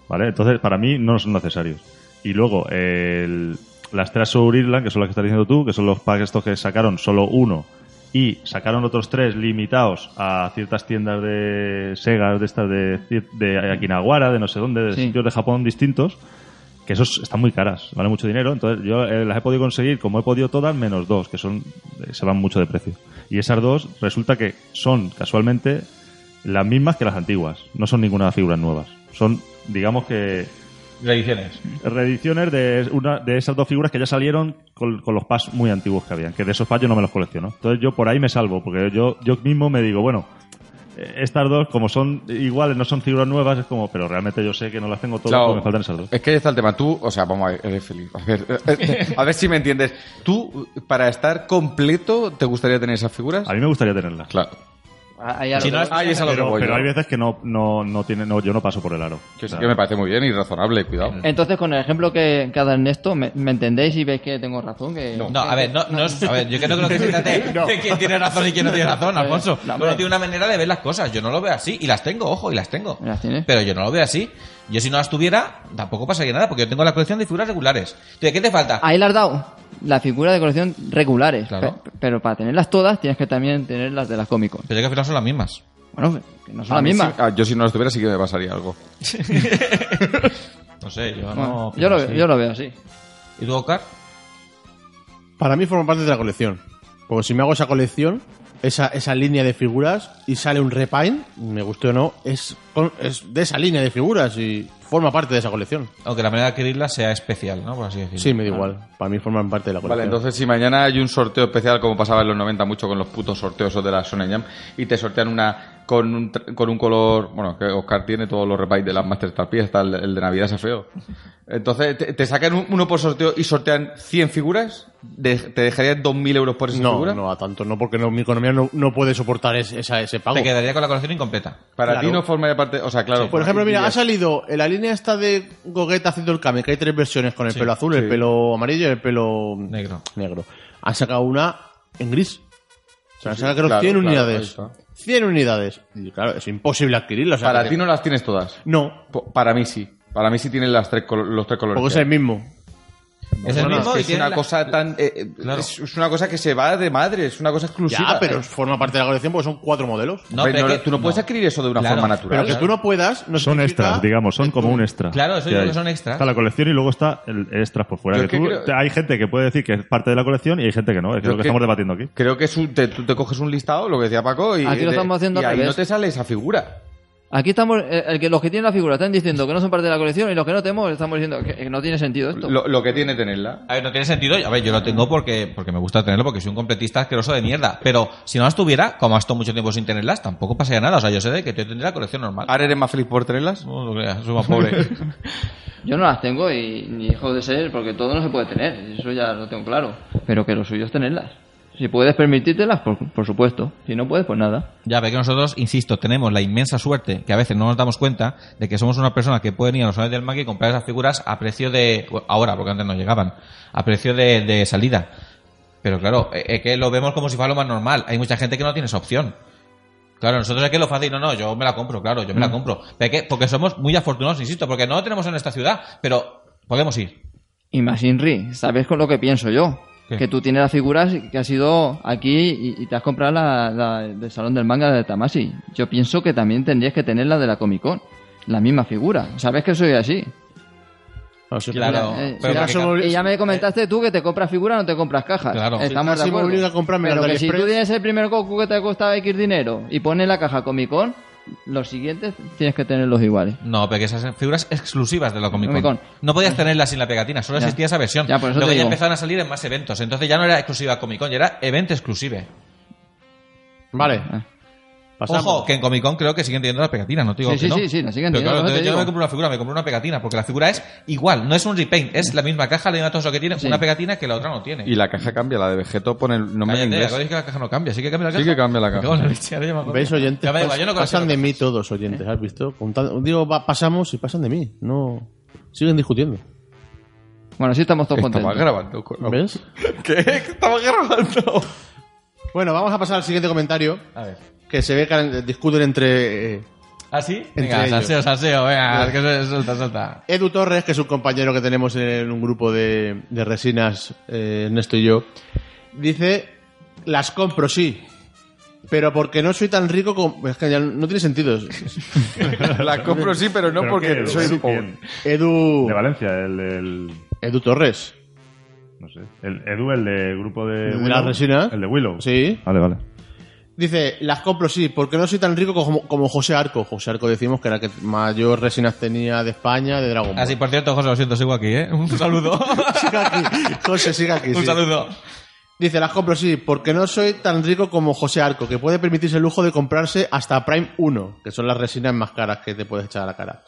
Speaker 3: ¿Vale? Entonces, para mí no son necesarios. Y luego, el- las tres Soul Irland, que son las que estás diciendo tú, que son los packs estos que sacaron solo uno, y sacaron otros tres limitados a ciertas tiendas de Sega, de estas de, cier- de Akinawara, de no sé dónde, de
Speaker 6: Sí.
Speaker 3: sitios de Japón distintos, que esos están muy caras, vale mucho dinero. Entonces yo eh, las he podido conseguir, como he podido todas, menos dos, que son eh, se van mucho de precio. Y esas dos resulta que son casualmente las mismas que las antiguas, no son ninguna figuras nuevas. Son, digamos que
Speaker 4: Reediciones.
Speaker 3: reediciones de, una, de esas dos figuras que ya salieron con, con los packs muy antiguos que habían, que de esos packs yo no me los colecciono. Entonces yo por ahí me salvo, porque yo, yo mismo me digo, bueno, eh, estas dos, como son iguales, no son figuras nuevas, es como, pero realmente yo sé que no las tengo todas,
Speaker 5: Claro,
Speaker 3: porque me faltan esas dos.
Speaker 5: Es que ahí está el tema. Tú, o sea, vamos a ver, eh, Felipe, a ver, eh, a ver si me entiendes. Tú, para estar completo, ¿te gustaría tener esas figuras?
Speaker 3: A mí me gustaría tenerlas.
Speaker 5: Claro.
Speaker 6: Ahí a lo
Speaker 4: Si no
Speaker 6: que
Speaker 4: es-
Speaker 6: voy.
Speaker 5: Ahí es a lo que
Speaker 3: Pero,
Speaker 5: voy
Speaker 3: pero
Speaker 5: yo.
Speaker 3: hay veces que no, no, no tiene, no, yo no paso por el aro.
Speaker 5: Que sí
Speaker 3: O sea,
Speaker 5: que me parece muy bien y razonable, cuidado.
Speaker 6: Entonces, con el ejemplo que, que ha dado Ernesto, ¿me, me entendéis y veis que tengo razón? Que,
Speaker 4: No, a ver, no, no es- a ver, yo creo que no se trata de, de quién tiene razón y quién no tiene razón, Alfonso.
Speaker 6: No, hombre.
Speaker 4: Uno tiene una manera de ver las cosas. Yo no lo veo así. Y las tengo, ojo, y las tengo.
Speaker 6: Las tienes.
Speaker 4: Pero yo no lo veo así. Yo si no las tuviera, tampoco pasaría nada, porque yo tengo la colección de figuras regulares. Entonces, ¿qué te falta?
Speaker 6: Ahí las has dado. La figura de colección regulares.
Speaker 4: Claro.
Speaker 6: Pe- pero para tenerlas todas, tienes que también tener las de las cómicos.
Speaker 4: Pero es que al final son las mismas.
Speaker 6: Bueno, que no son
Speaker 5: A
Speaker 6: las
Speaker 5: mí
Speaker 6: mismas.
Speaker 5: sí- ah, yo si no las tuviera sí que me pasaría algo.
Speaker 4: ah, No sé, yo
Speaker 6: Bueno,
Speaker 4: no...
Speaker 6: yo, lo, yo lo veo así.
Speaker 4: ¿Y tú, Oscar?
Speaker 1: Para mí forma parte de la colección. Porque si me hago esa colección, esa, esa línea de figuras, y sale un repaint, me guste o no, es, con- es de esa línea de figuras y forma parte de esa colección.
Speaker 4: Aunque la manera de adquirirla sea especial, ¿no? Por así decirlo.
Speaker 1: Sí, me da igual. Para mí forman parte de la colección.
Speaker 5: Vale, entonces si mañana hay un sorteo especial, como pasaba en los 90 mucho con los putos sorteos esos de la Sony Jam, y te sortean una con un, tr- con un color, bueno, que Oscar tiene todos los repays de las Master Tapia, está el, el de Navidad, ese feo. Entonces, ¿te, te sacan un- uno por sorteo y sortean 100 figuras? ¿De- ¿Te dejarían 2.000 euros por esa
Speaker 1: No,
Speaker 5: figura?
Speaker 1: no, a tanto no, porque no, mi economía no, no puede soportar es- esa- ese pago.
Speaker 4: Te quedaría con la colección incompleta.
Speaker 5: Para
Speaker 1: Claro.
Speaker 5: ti no formaría parte, o sea, claro.
Speaker 1: Por ejemplo, mira, ha
Speaker 5: dirías,
Speaker 1: salido en la línea esta de Gogeta haciendo el cambio, que hay tres versiones, con el pelo azul, el pelo amarillo y el pelo
Speaker 4: Negro.
Speaker 1: negro. Han sacado una en gris. O sea, han
Speaker 5: Sí,
Speaker 1: sacado
Speaker 5: sí,
Speaker 1: creo,
Speaker 5: claro,
Speaker 1: 100
Speaker 5: claro, ahí
Speaker 1: unidades.
Speaker 5: está.
Speaker 1: 100 unidades. Y claro, es imposible adquirirlas. o sea,
Speaker 5: Para
Speaker 1: que-
Speaker 5: ti no las tienes todas.
Speaker 1: No,
Speaker 5: Po- Para mí sí. Para mí sí tienen las tres colo- los tres colores.
Speaker 1: porque es
Speaker 5: que hay.
Speaker 1: el mismo.
Speaker 4: es el
Speaker 5: Bueno,
Speaker 4: mismo
Speaker 5: que
Speaker 4: y
Speaker 5: es
Speaker 4: tiene
Speaker 5: una
Speaker 4: la-
Speaker 5: cosa tan eh, eh,
Speaker 4: Claro.
Speaker 5: es, es una cosa que se va de madre es una cosa exclusiva Eh,
Speaker 1: Ya, pero forma parte de la colección porque son cuatro modelos.
Speaker 4: No,
Speaker 5: Hombre,
Speaker 4: pero
Speaker 5: no-
Speaker 4: es que-
Speaker 5: tú no puedes
Speaker 4: no.
Speaker 5: adquirir eso de una
Speaker 4: Claro.
Speaker 5: forma
Speaker 1: Pero
Speaker 5: natural
Speaker 1: que tú no puedas, no
Speaker 3: Son
Speaker 1: significa-
Speaker 3: extras, digamos, son como un extra.
Speaker 4: Claro, eso
Speaker 3: que
Speaker 4: yo creo
Speaker 3: hay.
Speaker 4: que son extras.
Speaker 3: Está la colección y luego está el extras por fuera. que
Speaker 5: Yo es que
Speaker 3: tú-
Speaker 5: creo-
Speaker 3: te- Hay gente que puede decir que es parte de la colección y hay gente que no. Es que
Speaker 5: Yo
Speaker 3: lo que
Speaker 5: es que-
Speaker 3: estamos debatiendo aquí.
Speaker 5: creo que es un- te, tú te coges un listado lo que decía Paco y,
Speaker 6: Aquí lo
Speaker 5: de-
Speaker 6: estamos haciendo
Speaker 5: y
Speaker 6: al
Speaker 5: ahí
Speaker 6: revés.
Speaker 5: no te sale esa figura
Speaker 6: Aquí estamos, eh, el que, los que tienen la figura están diciendo que no son parte de la colección y los que no tenemos estamos diciendo que, que no tiene sentido esto.
Speaker 5: lo, lo que tiene tenerla
Speaker 4: A ver, no tiene sentido. A ver, yo lo tengo porque, porque me gusta tenerlo, porque soy un completista asqueroso de mierda. Pero si no las tuviera, como has estado mucho tiempo sin tenerlas, tampoco pasaría nada. O sea, yo sé de que tú tendrías la colección normal.
Speaker 5: ahora eres más feliz por tenerlas
Speaker 4: No lo creas, soy más pobre.
Speaker 6: Yo no las tengo y ni dejo de ser porque todo no se puede tener, eso ya lo tengo claro. Pero que lo suyo es tenerlas. Si puedes permitírtelas, por, por supuesto. Si no puedes, pues nada.
Speaker 4: ya ve que nosotros, insisto, tenemos la inmensa suerte, que a veces no nos damos cuenta, de que somos una persona que pueden ir a los salones del Mac y comprar esas figuras a precio de... Ahora, porque antes no llegaban. A precio de, de salida. Pero claro, eh, es que lo vemos como si fuera lo más normal. Hay mucha gente que no tiene esa opción. Claro, nosotros es que lo fácil, no, no, yo me la compro, claro, yo me la compro. Pero es que- porque somos muy afortunados, insisto, porque no lo tenemos en esta ciudad, pero podemos ir.
Speaker 6: Y más Inri, ¿sabes con lo que pienso yo?
Speaker 4: ¿Qué?
Speaker 6: Que tú tienes las figuras que has ido aquí y, y te has comprado la, la del Salón del Manga de Tamasi. Yo pienso que también tendrías que tener la de la Comic Con. La misma figura. ¿Sabes que soy así?
Speaker 1: No, si-
Speaker 4: Claro.
Speaker 6: Eh,
Speaker 4: pero
Speaker 6: ya-
Speaker 4: que ca-
Speaker 6: y ya me comentaste tú que te compras figuras, no te compras cajas.
Speaker 4: Claro.
Speaker 6: Estamos
Speaker 1: Sí,
Speaker 6: de
Speaker 1: me
Speaker 6: acuerdo.
Speaker 1: obliga a comprarme
Speaker 6: Pero
Speaker 1: las de
Speaker 6: que si tú
Speaker 1: AliExpress.
Speaker 6: tienes el primer Goku que te ha costado X dinero y pones la caja Comic Con, los siguientes tienes que tenerlos iguales.
Speaker 4: No, porque esas figuras exclusivas de la Comic Con.
Speaker 6: Comic Con.
Speaker 4: No podías tenerlas sin la pegatina, solo
Speaker 6: Ya.
Speaker 4: existía esa versión.
Speaker 6: Ya, por eso
Speaker 4: Luego
Speaker 6: te
Speaker 4: ya
Speaker 6: digo.
Speaker 4: empezaron a salir en más eventos, entonces ya no era exclusiva Comic Con, ya era evento exclusive.
Speaker 1: Vale.
Speaker 6: Ah.
Speaker 1: Pasamos.
Speaker 4: Ojo, que en Comic Con creo que siguen teniendo las pegatinas, no te digo
Speaker 6: Sí,
Speaker 4: que
Speaker 6: sí,
Speaker 4: no.
Speaker 6: sí, sí, las siguen
Speaker 4: Pero
Speaker 6: teniendo,
Speaker 4: claro,
Speaker 6: por eso
Speaker 4: entonces
Speaker 6: te
Speaker 4: yo no
Speaker 6: digo.
Speaker 4: me compro una figura, me compro una pegatina, porque la figura es igual, no es un repaint, es la misma caja, la misma todo lo que tiene,
Speaker 6: Sí.
Speaker 4: una pegatina que la otra no tiene.
Speaker 5: y la caja cambia la de Vegeto pone el nombre
Speaker 4: Cállate,
Speaker 5: en inglés
Speaker 4: acordáis que la caja no cambia, sí que cambia la
Speaker 5: Sí
Speaker 4: caja.
Speaker 5: que cambia la
Speaker 4: Me
Speaker 5: caja.
Speaker 4: cago en leche, ahora ya me acuerdo.
Speaker 1: ¿Veis, oyentes?
Speaker 4: Ya me da igual, yo no
Speaker 1: Pas- pasan
Speaker 4: colecciono
Speaker 1: de mí todos, oyentes, ¿has visto? Contan- digo, va- pasamos y pasan de mí. No. Siguen discutiendo.
Speaker 6: Bueno, sí estamos todos
Speaker 5: estaba
Speaker 6: contentos.
Speaker 5: grabando con-
Speaker 1: ¿Ves?
Speaker 5: ¿Qué? estaba grabando
Speaker 1: Bueno, vamos a pasar al siguiente comentario.
Speaker 4: A ver.
Speaker 1: Que se ve que discuten entre eh,
Speaker 4: ¿Así?
Speaker 1: Entre
Speaker 4: Venga,
Speaker 1: ellos.
Speaker 4: salseo, salseo, venga, que se- suelta, suelta.
Speaker 1: Edu Torres, que es un compañero que tenemos en un grupo de, de resinas, eh, Ernesto y yo, dice, las compro, sí, pero porque no soy tan rico como... Es que ya no tiene sentido.
Speaker 5: Las compro sí, pero no
Speaker 3: ¿Pero
Speaker 5: porque
Speaker 3: qué?
Speaker 5: soy
Speaker 3: Sí,
Speaker 5: pobre.
Speaker 3: bien.
Speaker 1: Edu...
Speaker 3: De Valencia, el, el-
Speaker 1: Edu Torres.
Speaker 3: No sé. El Edu, el de grupo de.
Speaker 1: ¿De
Speaker 3: Willow.
Speaker 1: la resina?
Speaker 3: El de Willow.
Speaker 1: Sí.
Speaker 3: Vale, vale.
Speaker 1: Dice, las compro, sí, porque no soy tan rico como, como José Arco. José Arco decimos que era el que mayor resinas tenía de España, de Dragon Ball.
Speaker 4: Así, Ah, por cierto, José, lo siento, sigo aquí, ¿eh? Un saludo.
Speaker 1: Siga aquí. José, siga aquí.
Speaker 4: Un
Speaker 1: sí.
Speaker 4: saludo.
Speaker 1: Dice, las compro, sí, porque no soy tan rico como José Arco, que puede permitirse el lujo de comprarse hasta Prime 1, que son las resinas más caras que te puedes echar a la cara.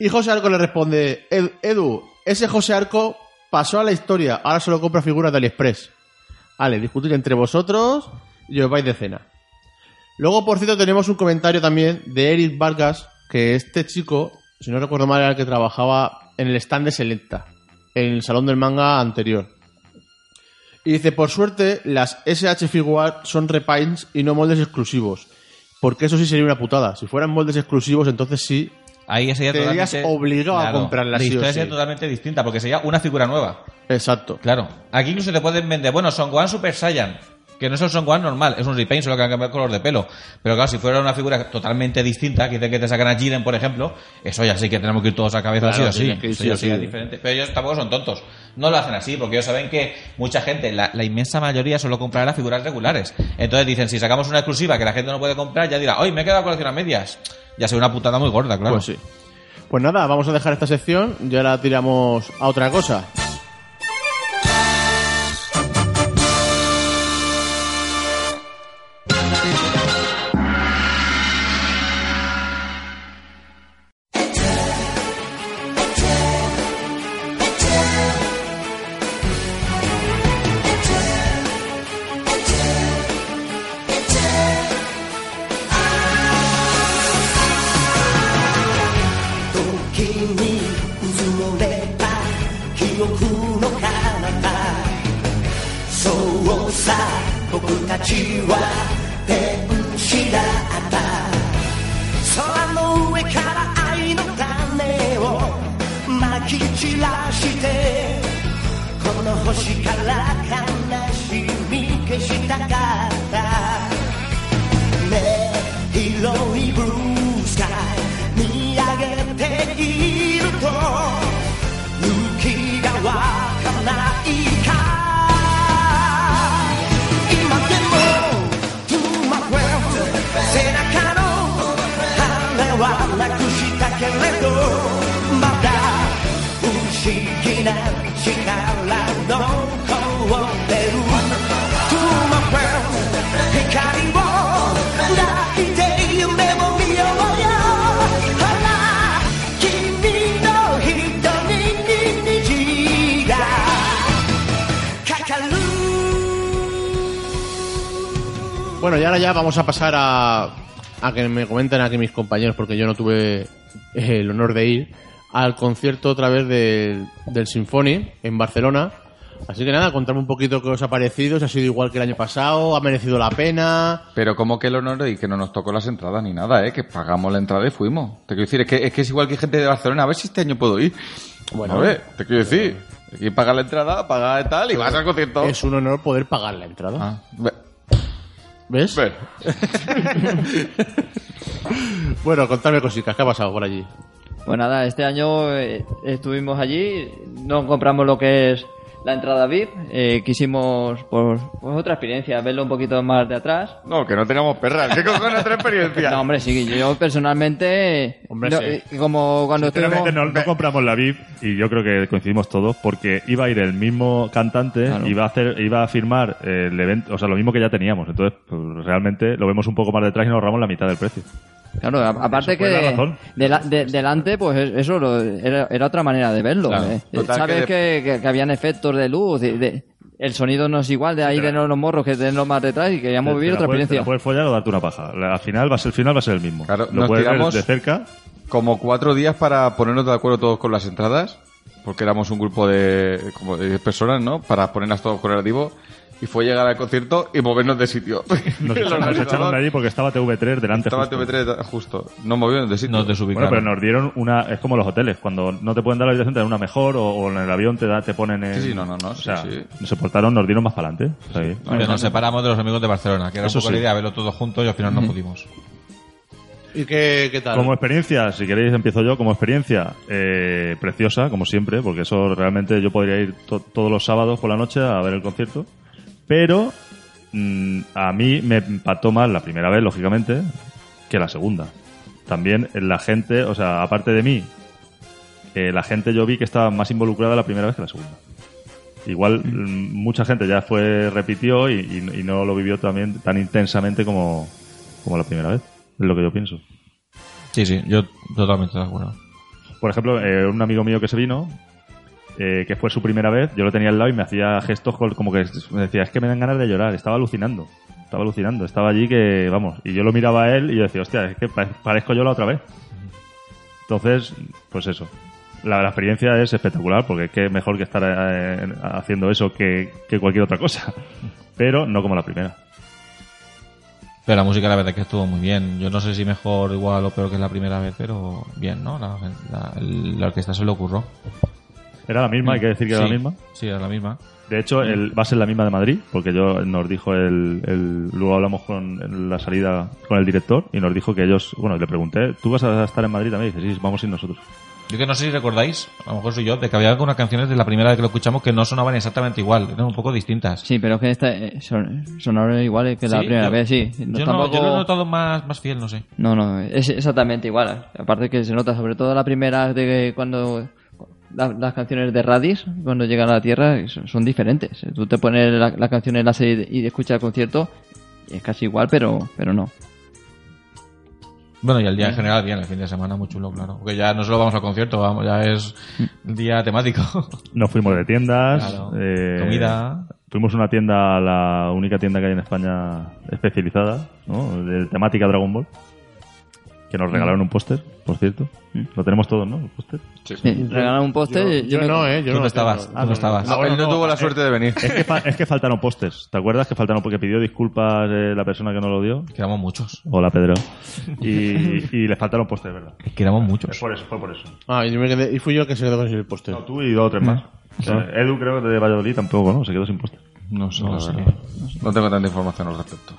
Speaker 1: Y José Arco le responde, "Ed- Edu, ese José Arco pasó a la historia, ahora solo compra figuras de AliExpress. Vale, discutir entre vosotros y os vais de cena. Luego, por cierto, tenemos un comentario también de Eric Vargas, que este chico, si no recuerdo mal, era el que trabajaba en el stand de Selecta, en el salón del manga anterior. Y dice, por suerte, las SH Figuar son repaints y no moldes exclusivos. Porque eso sí sería una putada. Si fueran moldes exclusivos, entonces sí.
Speaker 4: Ahí sería
Speaker 1: Te verías
Speaker 4: totalmente...
Speaker 1: obligado a comprarla
Speaker 4: La
Speaker 1: sí o
Speaker 4: historia
Speaker 1: sí.
Speaker 4: sería totalmente distinta, porque sería una figura nueva.
Speaker 1: Exacto.
Speaker 4: Claro. Aquí incluso te pueden vender, bueno, Son Gohan Super Saiyan. Que no es el Son Gohan normal, es un repaint, solo que han cambiado el color de pelo. Pero claro, si fuera una figura totalmente distinta, que dicen que te sacan a Jiren, por ejemplo, eso ya sí que tenemos que ir todos a cabeza
Speaker 1: Claro,
Speaker 4: así o sí.
Speaker 1: tienes que ir
Speaker 4: Eso
Speaker 1: sí
Speaker 4: ya
Speaker 1: o
Speaker 4: sí
Speaker 1: sí.
Speaker 4: es diferente. Pero ellos tampoco son tontos. No lo hacen así, porque ellos saben que mucha gente, la, la inmensa mayoría, solo comprará las figuras regulares. Entonces dicen, si sacamos una exclusiva que la gente no puede comprar, ya dirá, hoy me he quedado con a medias. Ya será una putada muy gorda, claro.
Speaker 1: Pues sí. Pues nada, vamos a dejar esta sección y ahora tiramos a otra cosa.
Speaker 7: 時にうずもれた記憶の彼方そうさ僕たちは天使だった空の上から愛の種を撒き散らしてこの星から悲しみ消したかったねえ広いブルースカイ見上げていると雪が湧かないか今でも To my world 背中の羽はなくしたけれどまだ不思議な力の凍ってる To my world 光を抱いて夢を見ようよほら君の瞳に虹がかかる
Speaker 1: Bueno, y ahora ya vamos a pasar a, a que me comenten aquí mis compañeros, porque yo no tuve eh, el honor de ir al concierto otra vez del, del Sinfoni en Barcelona. Así que nada, contarme un poquito qué os ha parecido, si ha sido igual que el año pasado, ha merecido la pena.
Speaker 5: Pero como que el honor y que no nos tocó las entradas ni nada, ¿eh? Que pagamos la entrada y fuimos. Te quiero decir, es que es, que es igual que gente de Barcelona. A ver si este año puedo ir. Bueno, a ver, te quiero decir. Hay que pagar la entrada, pagar tal y vas al concierto.
Speaker 1: Es un honor poder pagar la entrada.
Speaker 5: Ah, ve-
Speaker 1: ¿Ves?
Speaker 5: ve.
Speaker 1: Bueno, contadme cositas, ¿qué ha pasado por allí?
Speaker 6: Pues nada, este año eh, estuvimos allí, no compramos lo que es la entrada VIP, eh, quisimos por, por otra experiencia, verlo un poquito más de atrás.
Speaker 5: No, que no tengamos perras. ¿Qué cojones otra experiencia?
Speaker 6: No, hombre, sí, yo personalmente,
Speaker 1: Hombre,
Speaker 6: no,
Speaker 1: sí.
Speaker 6: eh, como cuando estuvimos...
Speaker 3: Sinceramente, no, no compramos la VIP y yo creo que coincidimos todos porque iba a ir el mismo cantante,
Speaker 6: Claro.
Speaker 3: iba a hacer, iba a firmar eh, el evento, o sea, lo mismo que ya teníamos. Entonces, pues, realmente lo vemos un poco más detrás y nos ahorramos la mitad del precio.
Speaker 6: Claro, a- aparte
Speaker 3: Eso fue
Speaker 6: que
Speaker 3: la razón.
Speaker 6: dela- de- delante, pues es- eso lo- era, era otra manera de verlo.
Speaker 5: Claro.
Speaker 6: ¿eh?
Speaker 5: Total,
Speaker 6: Sabes que,
Speaker 5: que
Speaker 6: que- que habían efectos de luz, de- de- el sonido no es igual de ahí de los morros que de los más detrás y queríamos vivir
Speaker 3: Te la
Speaker 6: otra
Speaker 3: puedes- te la
Speaker 6: experiencia.
Speaker 3: puedes follar o darte una paja. La- al final va a ser, el final va a ser el mismo.
Speaker 5: Claro,
Speaker 3: lo
Speaker 5: nos
Speaker 3: puedes ver
Speaker 5: tiramos-
Speaker 3: de cerca.
Speaker 5: como cuatro días para ponernos de acuerdo todos con las entradas, porque éramos un grupo de como de 10 personas, ¿no? Para ponerlas todos con el Y fue llegar al concierto y movernos de sitio.
Speaker 3: Nos,
Speaker 5: El
Speaker 3: echaron- nos echaron de
Speaker 5: organizador
Speaker 3: allí porque estaba TV3 delante.
Speaker 5: Estaba
Speaker 3: justo.
Speaker 5: TV3 justo. Nos movieron de sitio.
Speaker 4: Nos desubicaron.
Speaker 3: Bueno, pero nos dieron una. Es como los hoteles, cuando no te pueden dar la habitación, te dan una mejor, o, o en el avión te, da, te ponen. En,
Speaker 5: Sí, sí, no, no, no,
Speaker 3: O
Speaker 5: sí,
Speaker 3: sea,
Speaker 5: sí.
Speaker 3: nos soportaron, nos dieron más para adelante. Está bien.
Speaker 4: Pero nos separamos de los amigos de Barcelona, que era
Speaker 3: Eso
Speaker 4: un poco la
Speaker 3: sí.
Speaker 4: idea, verlo todos juntos y al final no pudimos.
Speaker 1: ¿Y qué, qué tal?
Speaker 3: Como experiencia, si queréis empiezo yo, como experiencia eh, preciosa, como siempre, porque eso realmente yo podría ir to- todos los sábados por la noche a ver el concierto, pero mm, a mí me empató más la primera vez, lógicamente, que la segunda. También eh, la gente, o sea, aparte de mí, eh, la gente yo vi que estaba más involucrada la primera vez que la segunda. Igual mm, mucha gente ya fue, repitió y, y- y no lo vivió también tan intensamente como, como la primera vez. Es lo que yo pienso.
Speaker 4: Sí, sí, yo totalmente de acuerdo.
Speaker 3: Por ejemplo, eh, un amigo mío que se vino, eh, que fue su primera vez, yo lo tenía al lado y me hacía gestos col- como que me decía, es que me dan ganas de llorar, estaba alucinando, estaba alucinando, estaba allí que, vamos, y yo lo miraba a él y yo decía, hostia, es que pa- parezco yo la otra vez. Entonces, pues eso. La, la experiencia es espectacular porque es que mejor que estar eh, haciendo eso que, que cualquier otra cosa. Pero no como la primera.
Speaker 4: Pero la música la verdad es que estuvo muy bien. Yo no sé si mejor, igual o peor que la primera vez, pero bien, ¿no? La, la- la orquesta se le ocurrió.
Speaker 3: Era la misma, hay que decir que era
Speaker 4: Sí,
Speaker 3: la misma.
Speaker 4: Sí, era la misma.
Speaker 3: De hecho, el, va a ser la misma de Madrid, porque yo nos dijo el, el- luego hablamos con la salida con el director y nos dijo que ellos, bueno, le pregunté, ¿tú vas a estar en Madrid también? Y dice, sí, vamos a ir nosotros.
Speaker 4: Yo que no sé si recordáis, a lo mejor soy yo, de que había algunas canciones de la primera vez que lo escuchamos que no sonaban exactamente igual, eran un poco distintas.
Speaker 6: Sí, pero es que esta, eh, son, sonaron iguales que la
Speaker 4: Sí,
Speaker 6: primera
Speaker 4: yo-
Speaker 6: vez, sí. No,
Speaker 4: Yo, no,
Speaker 6: tampoco-
Speaker 4: yo lo he notado más, más fiel, no sé.
Speaker 6: No, no, es exactamente igual. Aparte que se nota, sobre todo la primera de cuando la- las canciones de Radis, cuando llegan a la Tierra, son, son diferentes. Tú te pones la- las canciones la serie y escuchas el concierto, y es casi igual, pero, pero no.
Speaker 4: Bueno, y el día en general, bien, el fin de semana, muy chulo, claro. Porque ya no solo vamos al concierto, vamos, ya es el día temático.
Speaker 3: Nos fuimos de tiendas,
Speaker 4: Claro.
Speaker 3: eh,
Speaker 4: Comida.
Speaker 3: Fuimos a una tienda, a la única tienda que hay en España especializada, ¿no? De temática Dragon Ball, que nos regalaron un póster, por cierto. Lo tenemos todos, ¿no? El póster.
Speaker 6: Sí, regalan un póster.
Speaker 1: Yo,
Speaker 6: y
Speaker 1: yo
Speaker 6: me-
Speaker 1: no, ¿eh? Yo
Speaker 4: tú
Speaker 1: no
Speaker 4: no
Speaker 1: lo
Speaker 4: estabas,
Speaker 1: tengo.
Speaker 4: tú no estabas.
Speaker 5: No, él no, tuvo la suerte de venir.
Speaker 3: Es que, fa- es que faltaron pósters. ¿Te acuerdas que faltaron porque pidió disculpas eh, la persona que no lo dio?
Speaker 4: Quedamos muchos,
Speaker 3: Hola, Pedro. Y, y le faltaron pósters, ¿verdad?
Speaker 4: quedamos muchos.
Speaker 3: Por eso, fue por eso.
Speaker 1: Ah, y, yo me quedé- y fui yo el que se quedó con el póster.
Speaker 3: No, tú y dos o tres más. Eh, Edu creo que de Valladolid tampoco, ¿no? Se quedó sin puesto.
Speaker 4: No sé, no sé.
Speaker 5: No tengo tanta información al respecto.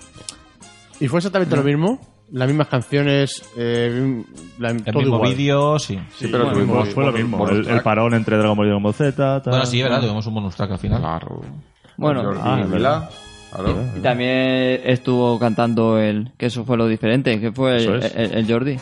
Speaker 1: ¿Y fue exactamente lo mismo? Las mismas canciones, eh, la-
Speaker 4: El
Speaker 1: todo
Speaker 4: mismo
Speaker 1: igual.
Speaker 4: vídeo, sí.
Speaker 5: Sí, pero
Speaker 1: bueno,
Speaker 5: tuvimos-
Speaker 3: fue lo
Speaker 5: bonus-
Speaker 3: mismo.
Speaker 5: bonus
Speaker 3: El, el
Speaker 5: track.
Speaker 3: parón entre Dragon Ball y Dragon Ball Z. tal.
Speaker 4: Bueno, sí, es verdad, tuvimos un bonus track al final.
Speaker 5: Claro.
Speaker 6: Bueno,
Speaker 5: Jordi
Speaker 3: ah, es
Speaker 5: Vila. Claro.
Speaker 6: y también estuvo cantando el. Que eso fue lo diferente, que fue el,
Speaker 3: Eso es.
Speaker 6: el- el Jordi.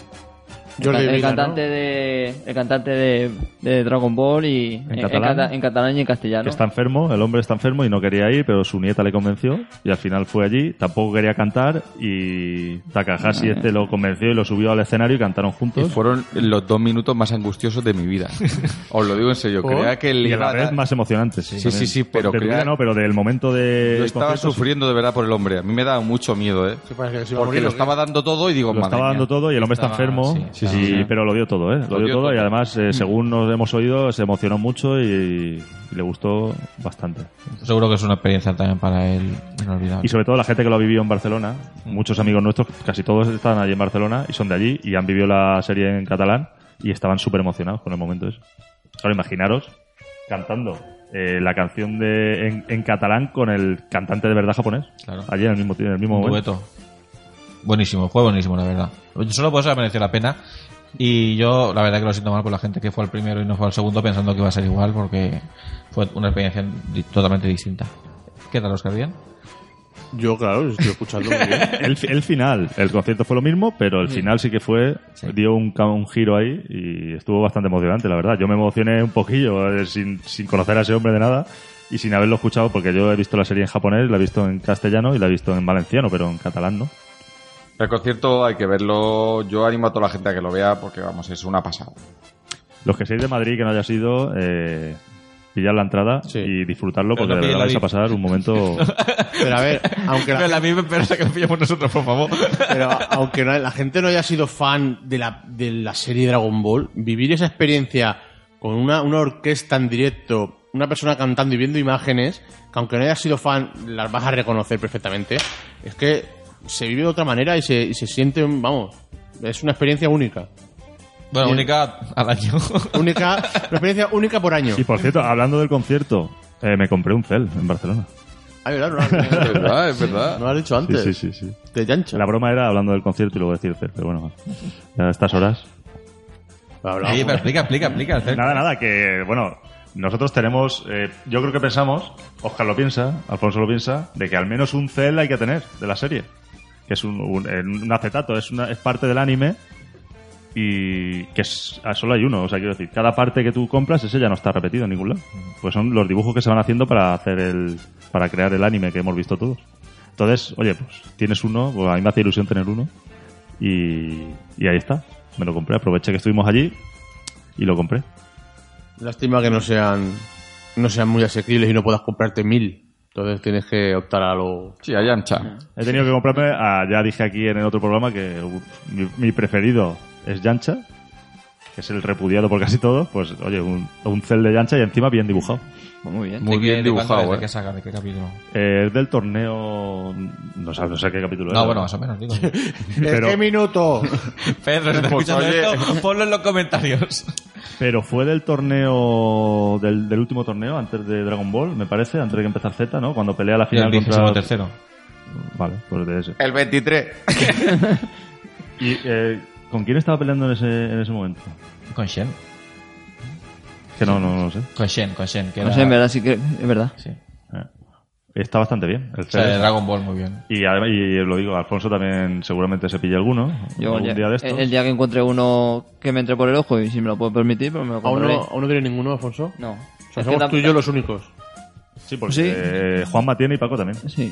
Speaker 1: Jordi
Speaker 6: el, ca- el
Speaker 1: Vila,
Speaker 6: cantante
Speaker 1: ¿no?
Speaker 6: de el cantante de, de Dragon Ball y en, en
Speaker 3: catalán.
Speaker 6: cata- en catalán y en castellano.
Speaker 3: Que está enfermo, el hombre está enfermo y no quería ir, pero su nieta le convenció y al final fue allí. Tampoco quería cantar y Takahashi este lo convenció y lo subió al escenario y cantaron
Speaker 5: Y
Speaker 3: juntos.
Speaker 5: fueron los dos minutos más angustiosos de mi vida. Os lo digo en serio. Creía que le
Speaker 3: y a
Speaker 5: iba
Speaker 3: la
Speaker 5: a
Speaker 3: vez
Speaker 5: dar-
Speaker 3: más emocionantes. Sí,
Speaker 5: sí, sí, pero
Speaker 3: Del
Speaker 5: creía-
Speaker 3: día no, pero del momento de.
Speaker 5: Yo estaba
Speaker 3: concierto, sí.
Speaker 5: sufriendo de verdad por el hombre. A mí me daba mucho miedo, ¿eh?
Speaker 1: ¿Qué pasa, que se iba a
Speaker 5: Porque
Speaker 1: morir,
Speaker 5: lo
Speaker 1: o qué?
Speaker 5: estaba dando todo y digo,
Speaker 3: Lo
Speaker 5: madre
Speaker 3: estaba dando
Speaker 5: mía.
Speaker 3: todo y el hombre está
Speaker 4: ¿eh? Estaba-
Speaker 3: enfermo,
Speaker 4: sí,
Speaker 3: y- pero lo dio todo, ¿eh? Lo, dio, todo, y además,
Speaker 4: Mm.
Speaker 3: eh, según nos hemos oído, se emocionó mucho y, y le gustó bastante.
Speaker 4: Seguro que es una experiencia también para él inolvidable.
Speaker 3: Y sobre todo la gente que lo ha vivido en Barcelona,
Speaker 4: Mm.
Speaker 3: muchos amigos nuestros, casi todos están allí en Barcelona y son de allí y han vivido la serie en catalán y estaban súper emocionados con el momento ese. Claro, imaginaros cantando eh, la canción de, en, en catalán con el cantante de verdad japonés,
Speaker 4: Claro.
Speaker 3: allí en el mismo, en el mismo
Speaker 4: Un
Speaker 3: momento.
Speaker 4: dueto. Buenísimo, fue buenísimo, la verdad. Solo por eso ha merecido la pena. Y yo, la verdad, que lo siento mal por la gente que fue al primero y no fue al segundo pensando que iba a ser igual, porque fue una experiencia di- totalmente distinta. ¿Qué tal, Oscar? ¿Bien?
Speaker 1: Yo, claro, lo estoy escuchando muy bien.
Speaker 3: el, fi- el final, el concierto fue lo mismo, pero el final sí que fue, dio un, ca- un giro ahí y estuvo bastante emocionante, la verdad. Yo me emocioné un poquillo, eh, sin, sin conocer a ese hombre de nada y sin haberlo escuchado, porque yo he visto la serie en japonés, la he visto en castellano y la he visto en valenciano, pero en catalán no.
Speaker 5: El concierto hay que verlo. Yo animo a toda la gente a que lo vea porque, vamos, es una pasada.
Speaker 3: Los que seáis de Madrid que no haya sido, eh, pillar la entrada
Speaker 1: Sí.
Speaker 3: y disfrutarlo,
Speaker 4: Pero
Speaker 3: porque
Speaker 4: no
Speaker 3: de verdad
Speaker 4: pilléis
Speaker 3: vais
Speaker 4: la
Speaker 3: a pasar un momento...
Speaker 1: Pero a ver, aunque la,
Speaker 4: misma esperanza que pillamos nosotros, por favor.
Speaker 1: pero aunque no- la gente no haya sido fan de la, de la serie Dragon Ball, vivir esa experiencia con una, una orquesta en directo una persona cantando y viendo imágenes que aunque no hayas sido fan las vas a reconocer perfectamente. Es que se vive de otra manera y se, y se siente, un- vamos, es una experiencia única.
Speaker 4: Bueno,
Speaker 1: Bien.
Speaker 4: única al año.
Speaker 1: Única, una experiencia única por año.
Speaker 3: Y por cierto, hablando del concierto, eh, me compré un cel en Barcelona.
Speaker 1: Ah, verdad, no,
Speaker 5: Es
Speaker 1: no, no,
Speaker 5: verdad, es verdad.
Speaker 1: no lo has dicho
Speaker 3: Sí,
Speaker 1: antes.
Speaker 3: sí, sí, sí.
Speaker 1: Te yancha.
Speaker 3: La broma era hablando del concierto y luego decir cel, pero bueno, ya a estas horas.
Speaker 1: Hablamos.
Speaker 4: Oye, pero explica, explica, explica. el cerco.
Speaker 3: Nada, nada, que bueno, nosotros tenemos, eh, yo creo que pensamos, Oscar lo piensa, Alfonso lo piensa, de que al menos un cel hay que tener de la serie, que es un, un- eh, un acetato, es, una, es parte del anime y que es, ah, solo hay uno, o sea, quiero decir, cada parte que tú compras, ese ya no está repetido en ningún lado, pues son los dibujos que se van haciendo para hacer el, para crear el anime que hemos visto todos. Entonces, oye, pues tienes uno, pues a mí me hace ilusión tener uno y, y ahí está, me lo compré, aproveché que estuvimos allí y lo compré.
Speaker 1: Lástima que no sean, no sean muy asequibles y no puedas comprarte mil. Entonces tienes que optar a lo.
Speaker 5: Sí, hay ancha.
Speaker 3: He tenido que comprarme, a- ya dije aquí en el otro programa que mi, mi preferido es Yancha, que es el repudiado por casi todos. Pues oye, un, un cel de Yancha y encima bien dibujado.
Speaker 6: Pues muy bien.
Speaker 5: Muy
Speaker 4: ¿De qué-
Speaker 5: bien
Speaker 4: de cuándo
Speaker 5: dibujado,
Speaker 4: es?
Speaker 5: eh.
Speaker 4: ¿De qué saga? ¿De qué capítulo?
Speaker 3: Eh, Es del torneo, no sé, no sé qué capítulo
Speaker 4: No,
Speaker 3: era.
Speaker 4: bueno, más o menos, digo.
Speaker 3: pero,
Speaker 1: minuto?
Speaker 4: Pedro, si estás
Speaker 5: Pues,
Speaker 4: escuchando
Speaker 5: oye.
Speaker 4: esto, ponlo en los comentarios.
Speaker 3: pero fue del torneo, del, del último torneo, antes de Dragon Ball, me parece, antes de que empezar Z, ¿no? Cuando pelea la
Speaker 4: el
Speaker 3: final
Speaker 4: vigésimo
Speaker 3: contra...
Speaker 4: tercero.
Speaker 3: Vale, pues de ese.
Speaker 5: El 23.
Speaker 3: ¿Y eh, con quién estaba peleando en ese, en ese momento?
Speaker 4: Con Shen.
Speaker 3: Que no, no, no lo sé.
Speaker 4: Con Shen, con Shen. Que
Speaker 6: No
Speaker 4: era-
Speaker 6: sé, en verdad, sí que es verdad.
Speaker 4: Sí.
Speaker 3: Eh, Está bastante bien. El
Speaker 4: O sea,
Speaker 3: cel.
Speaker 4: de Dragon Ball, muy bien.
Speaker 3: Y, además, y lo digo, Alfonso también seguramente se pille alguno.
Speaker 6: Yo
Speaker 3: algún
Speaker 6: ya-
Speaker 3: día de estos.
Speaker 6: El, el día que encuentre uno que me entre por el ojo y si me lo puedo permitir, pues me lo
Speaker 1: ¿Aún
Speaker 6: compraré.
Speaker 1: no, aún no tiene ninguno, Alfonso? O
Speaker 6: No.
Speaker 1: sea,
Speaker 6: Es que
Speaker 1: somos
Speaker 6: tam-
Speaker 1: tú y yo los únicos.
Speaker 3: Sí, porque
Speaker 6: Sí.
Speaker 3: eh, Juanma tiene y Paco también.
Speaker 6: Sí.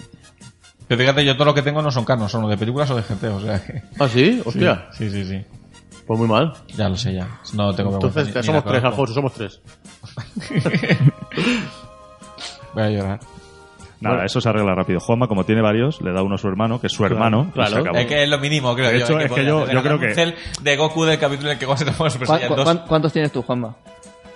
Speaker 4: Pero fíjate, yo todo lo que tengo no son carnos, son o de películas o de gente, o sea que...
Speaker 1: ¿Ah, sí? Hostia.
Speaker 4: Sí, sí, sí.
Speaker 1: Pues muy mal.
Speaker 4: Ya lo sé, ya. No tengo vergüenza
Speaker 1: Entonces,
Speaker 4: ni- ni
Speaker 1: somos
Speaker 4: la
Speaker 1: tres,
Speaker 4: conozco.
Speaker 1: Alfonso, somos tres.
Speaker 4: Voy a llorar.
Speaker 3: Nada, eso se arregla rápido. Juanma, como tiene varios, le da uno a su hermano, que es su hermano. y
Speaker 1: claro.
Speaker 3: se acabó.
Speaker 4: Es que es lo mínimo, creo
Speaker 3: De
Speaker 4: yo.
Speaker 3: hecho, es
Speaker 4: hay
Speaker 3: que
Speaker 4: poder
Speaker 3: yo- yo
Speaker 4: regalar
Speaker 3: creo
Speaker 4: un
Speaker 3: que-
Speaker 4: cel de Goku del capítulo en el que Goku se toma Super
Speaker 6: ¿Cuán-
Speaker 4: Saiyan
Speaker 6: cu-
Speaker 4: 2.
Speaker 6: cuán- ¿Cuántos tienes tú, Juanma?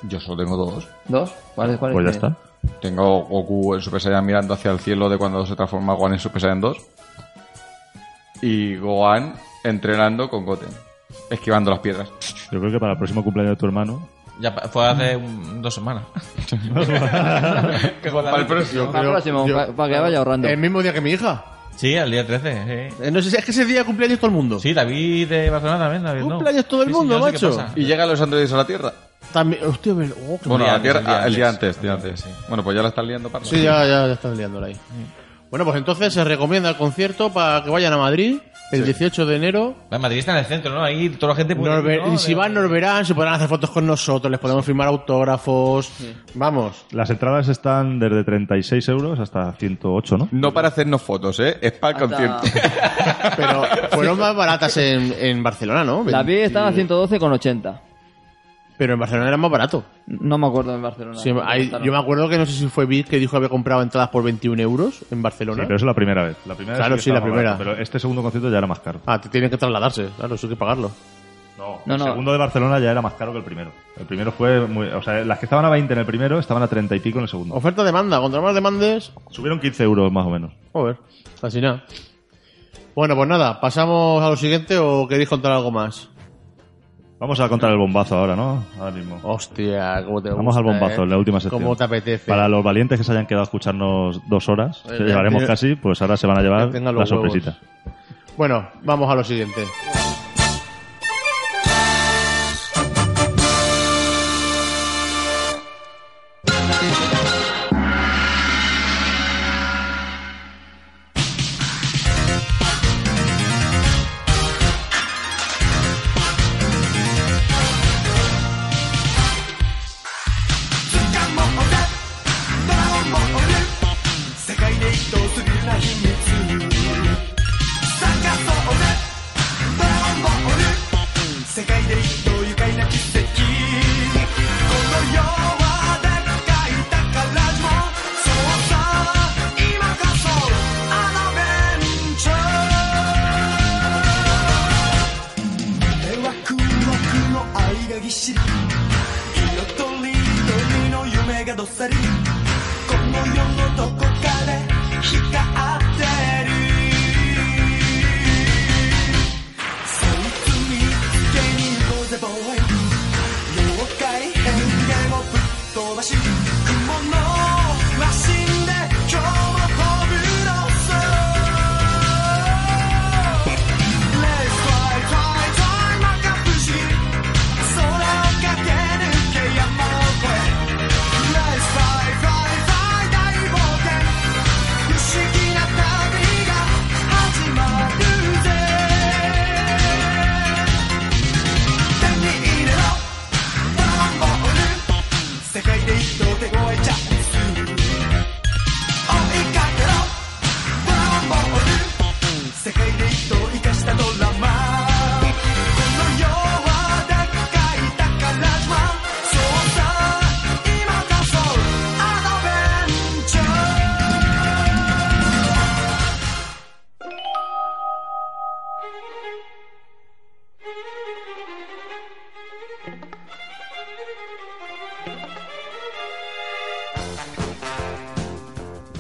Speaker 5: Yo solo tengo dos.
Speaker 6: ¿Dos? ¿Cuáles? cuáles
Speaker 3: Pues ya
Speaker 6: tienes?
Speaker 3: está.
Speaker 5: Tengo Goku en Super Saiyan mirando hacia el cielo de cuando se transforma Gohan en Super Saiyan 2. Y Gohan entrenando con Goten, esquivando las piedras.
Speaker 3: Yo creo que para el próximo cumpleaños de tu hermano.
Speaker 4: Ya pa- fue hace un- dos semanas. Que con la-
Speaker 5: Para el próximo.
Speaker 6: Para el
Speaker 1: Yo-
Speaker 6: próximo,
Speaker 1: yo-
Speaker 6: pa- para que vaya ahorrando.
Speaker 1: El mismo día que mi hija.
Speaker 4: Sí, el día 13. sí.
Speaker 1: Eh, No sé si es que ese día cumpleaños todo el mundo.
Speaker 4: Sí, David de Barcelona también, David. no.
Speaker 1: Cumpleaños todo el
Speaker 4: Sí,
Speaker 1: mundo,
Speaker 4: yo no sé qué
Speaker 1: macho.
Speaker 4: pasa.
Speaker 5: Y llegan los androides a la Tierra.
Speaker 1: También, hostia, pero- oh, qué
Speaker 4: día
Speaker 5: Bueno, a la
Speaker 4: antes,
Speaker 5: Tierra,
Speaker 4: el
Speaker 5: el
Speaker 4: día
Speaker 5: día
Speaker 4: antes.
Speaker 5: antes, día antes.
Speaker 4: Sí.
Speaker 5: Bueno, pues ya la están liando para
Speaker 1: Sí, ya, ya, ya están liándola ahí. Bueno, pues entonces se recomienda el concierto para que vayan a Madrid el 18 de enero.
Speaker 4: La Madrid está en el centro, ¿no? Ahí toda la gente... puede ir,
Speaker 1: Norbe-
Speaker 4: ¿no?
Speaker 1: y si
Speaker 4: De-
Speaker 1: van, nos verán, se podrán hacer fotos con nosotros, les podemos firmar autógrafos. Vamos.
Speaker 3: Las entradas están desde 36 euros hasta 108, ¿no?
Speaker 5: No para hacernos fotos, ¿eh? Es para el
Speaker 6: Hasta-
Speaker 5: concierto.
Speaker 1: Pero fueron más baratas en, en Barcelona, ¿no?
Speaker 6: La vi estaba a
Speaker 1: 20.
Speaker 6: 112,80.
Speaker 1: Pero en Barcelona era más barato.
Speaker 6: No me acuerdo en Barcelona.
Speaker 1: Sí, hay- yo me acuerdo que no sé si fue Vic que dijo que había comprado entradas por 21 euros en
Speaker 3: Sí,
Speaker 1: Barcelona.
Speaker 3: pero eso es la primera vez. La primera
Speaker 1: Claro,
Speaker 3: vez que
Speaker 1: sí, la
Speaker 3: estaba
Speaker 1: primera.
Speaker 3: barato, pero este segundo concierto ya era más caro.
Speaker 1: Ah, te tienen que trasladarse, claro, eso hay que pagarlo.
Speaker 6: No,
Speaker 3: el
Speaker 6: no.
Speaker 3: segundo de Barcelona ya era más caro que el primero. El primero fue muy. O sea, las que estaban a 20 en el primero estaban a 30 y pico en el segundo.
Speaker 1: Oferta-demanda, contra más demandes,
Speaker 3: Subieron 15 euros más o menos.
Speaker 1: Joder, casi nada. Bueno, pues nada, ¿pasamos a lo siguiente o queréis contar algo más?
Speaker 3: Vamos a contar el bombazo ahora, ¿no? Ahora mismo.
Speaker 1: Hostia, cómo te
Speaker 3: Vamos
Speaker 1: gusta,
Speaker 3: al bombazo,
Speaker 1: ¿eh?
Speaker 3: en la última sección.
Speaker 1: Cómo te apetece.
Speaker 3: Para los valientes que se hayan quedado a escucharnos dos horas,
Speaker 1: Oye,
Speaker 3: que
Speaker 1: que
Speaker 3: llevaremos
Speaker 1: tiene-
Speaker 3: casi, pues ahora se van a llevar
Speaker 1: que tenga
Speaker 3: la
Speaker 1: los huevos.
Speaker 3: sorpresita.
Speaker 1: Bueno, vamos a lo siguiente.
Speaker 8: 「色とりどりの夢がどっさり」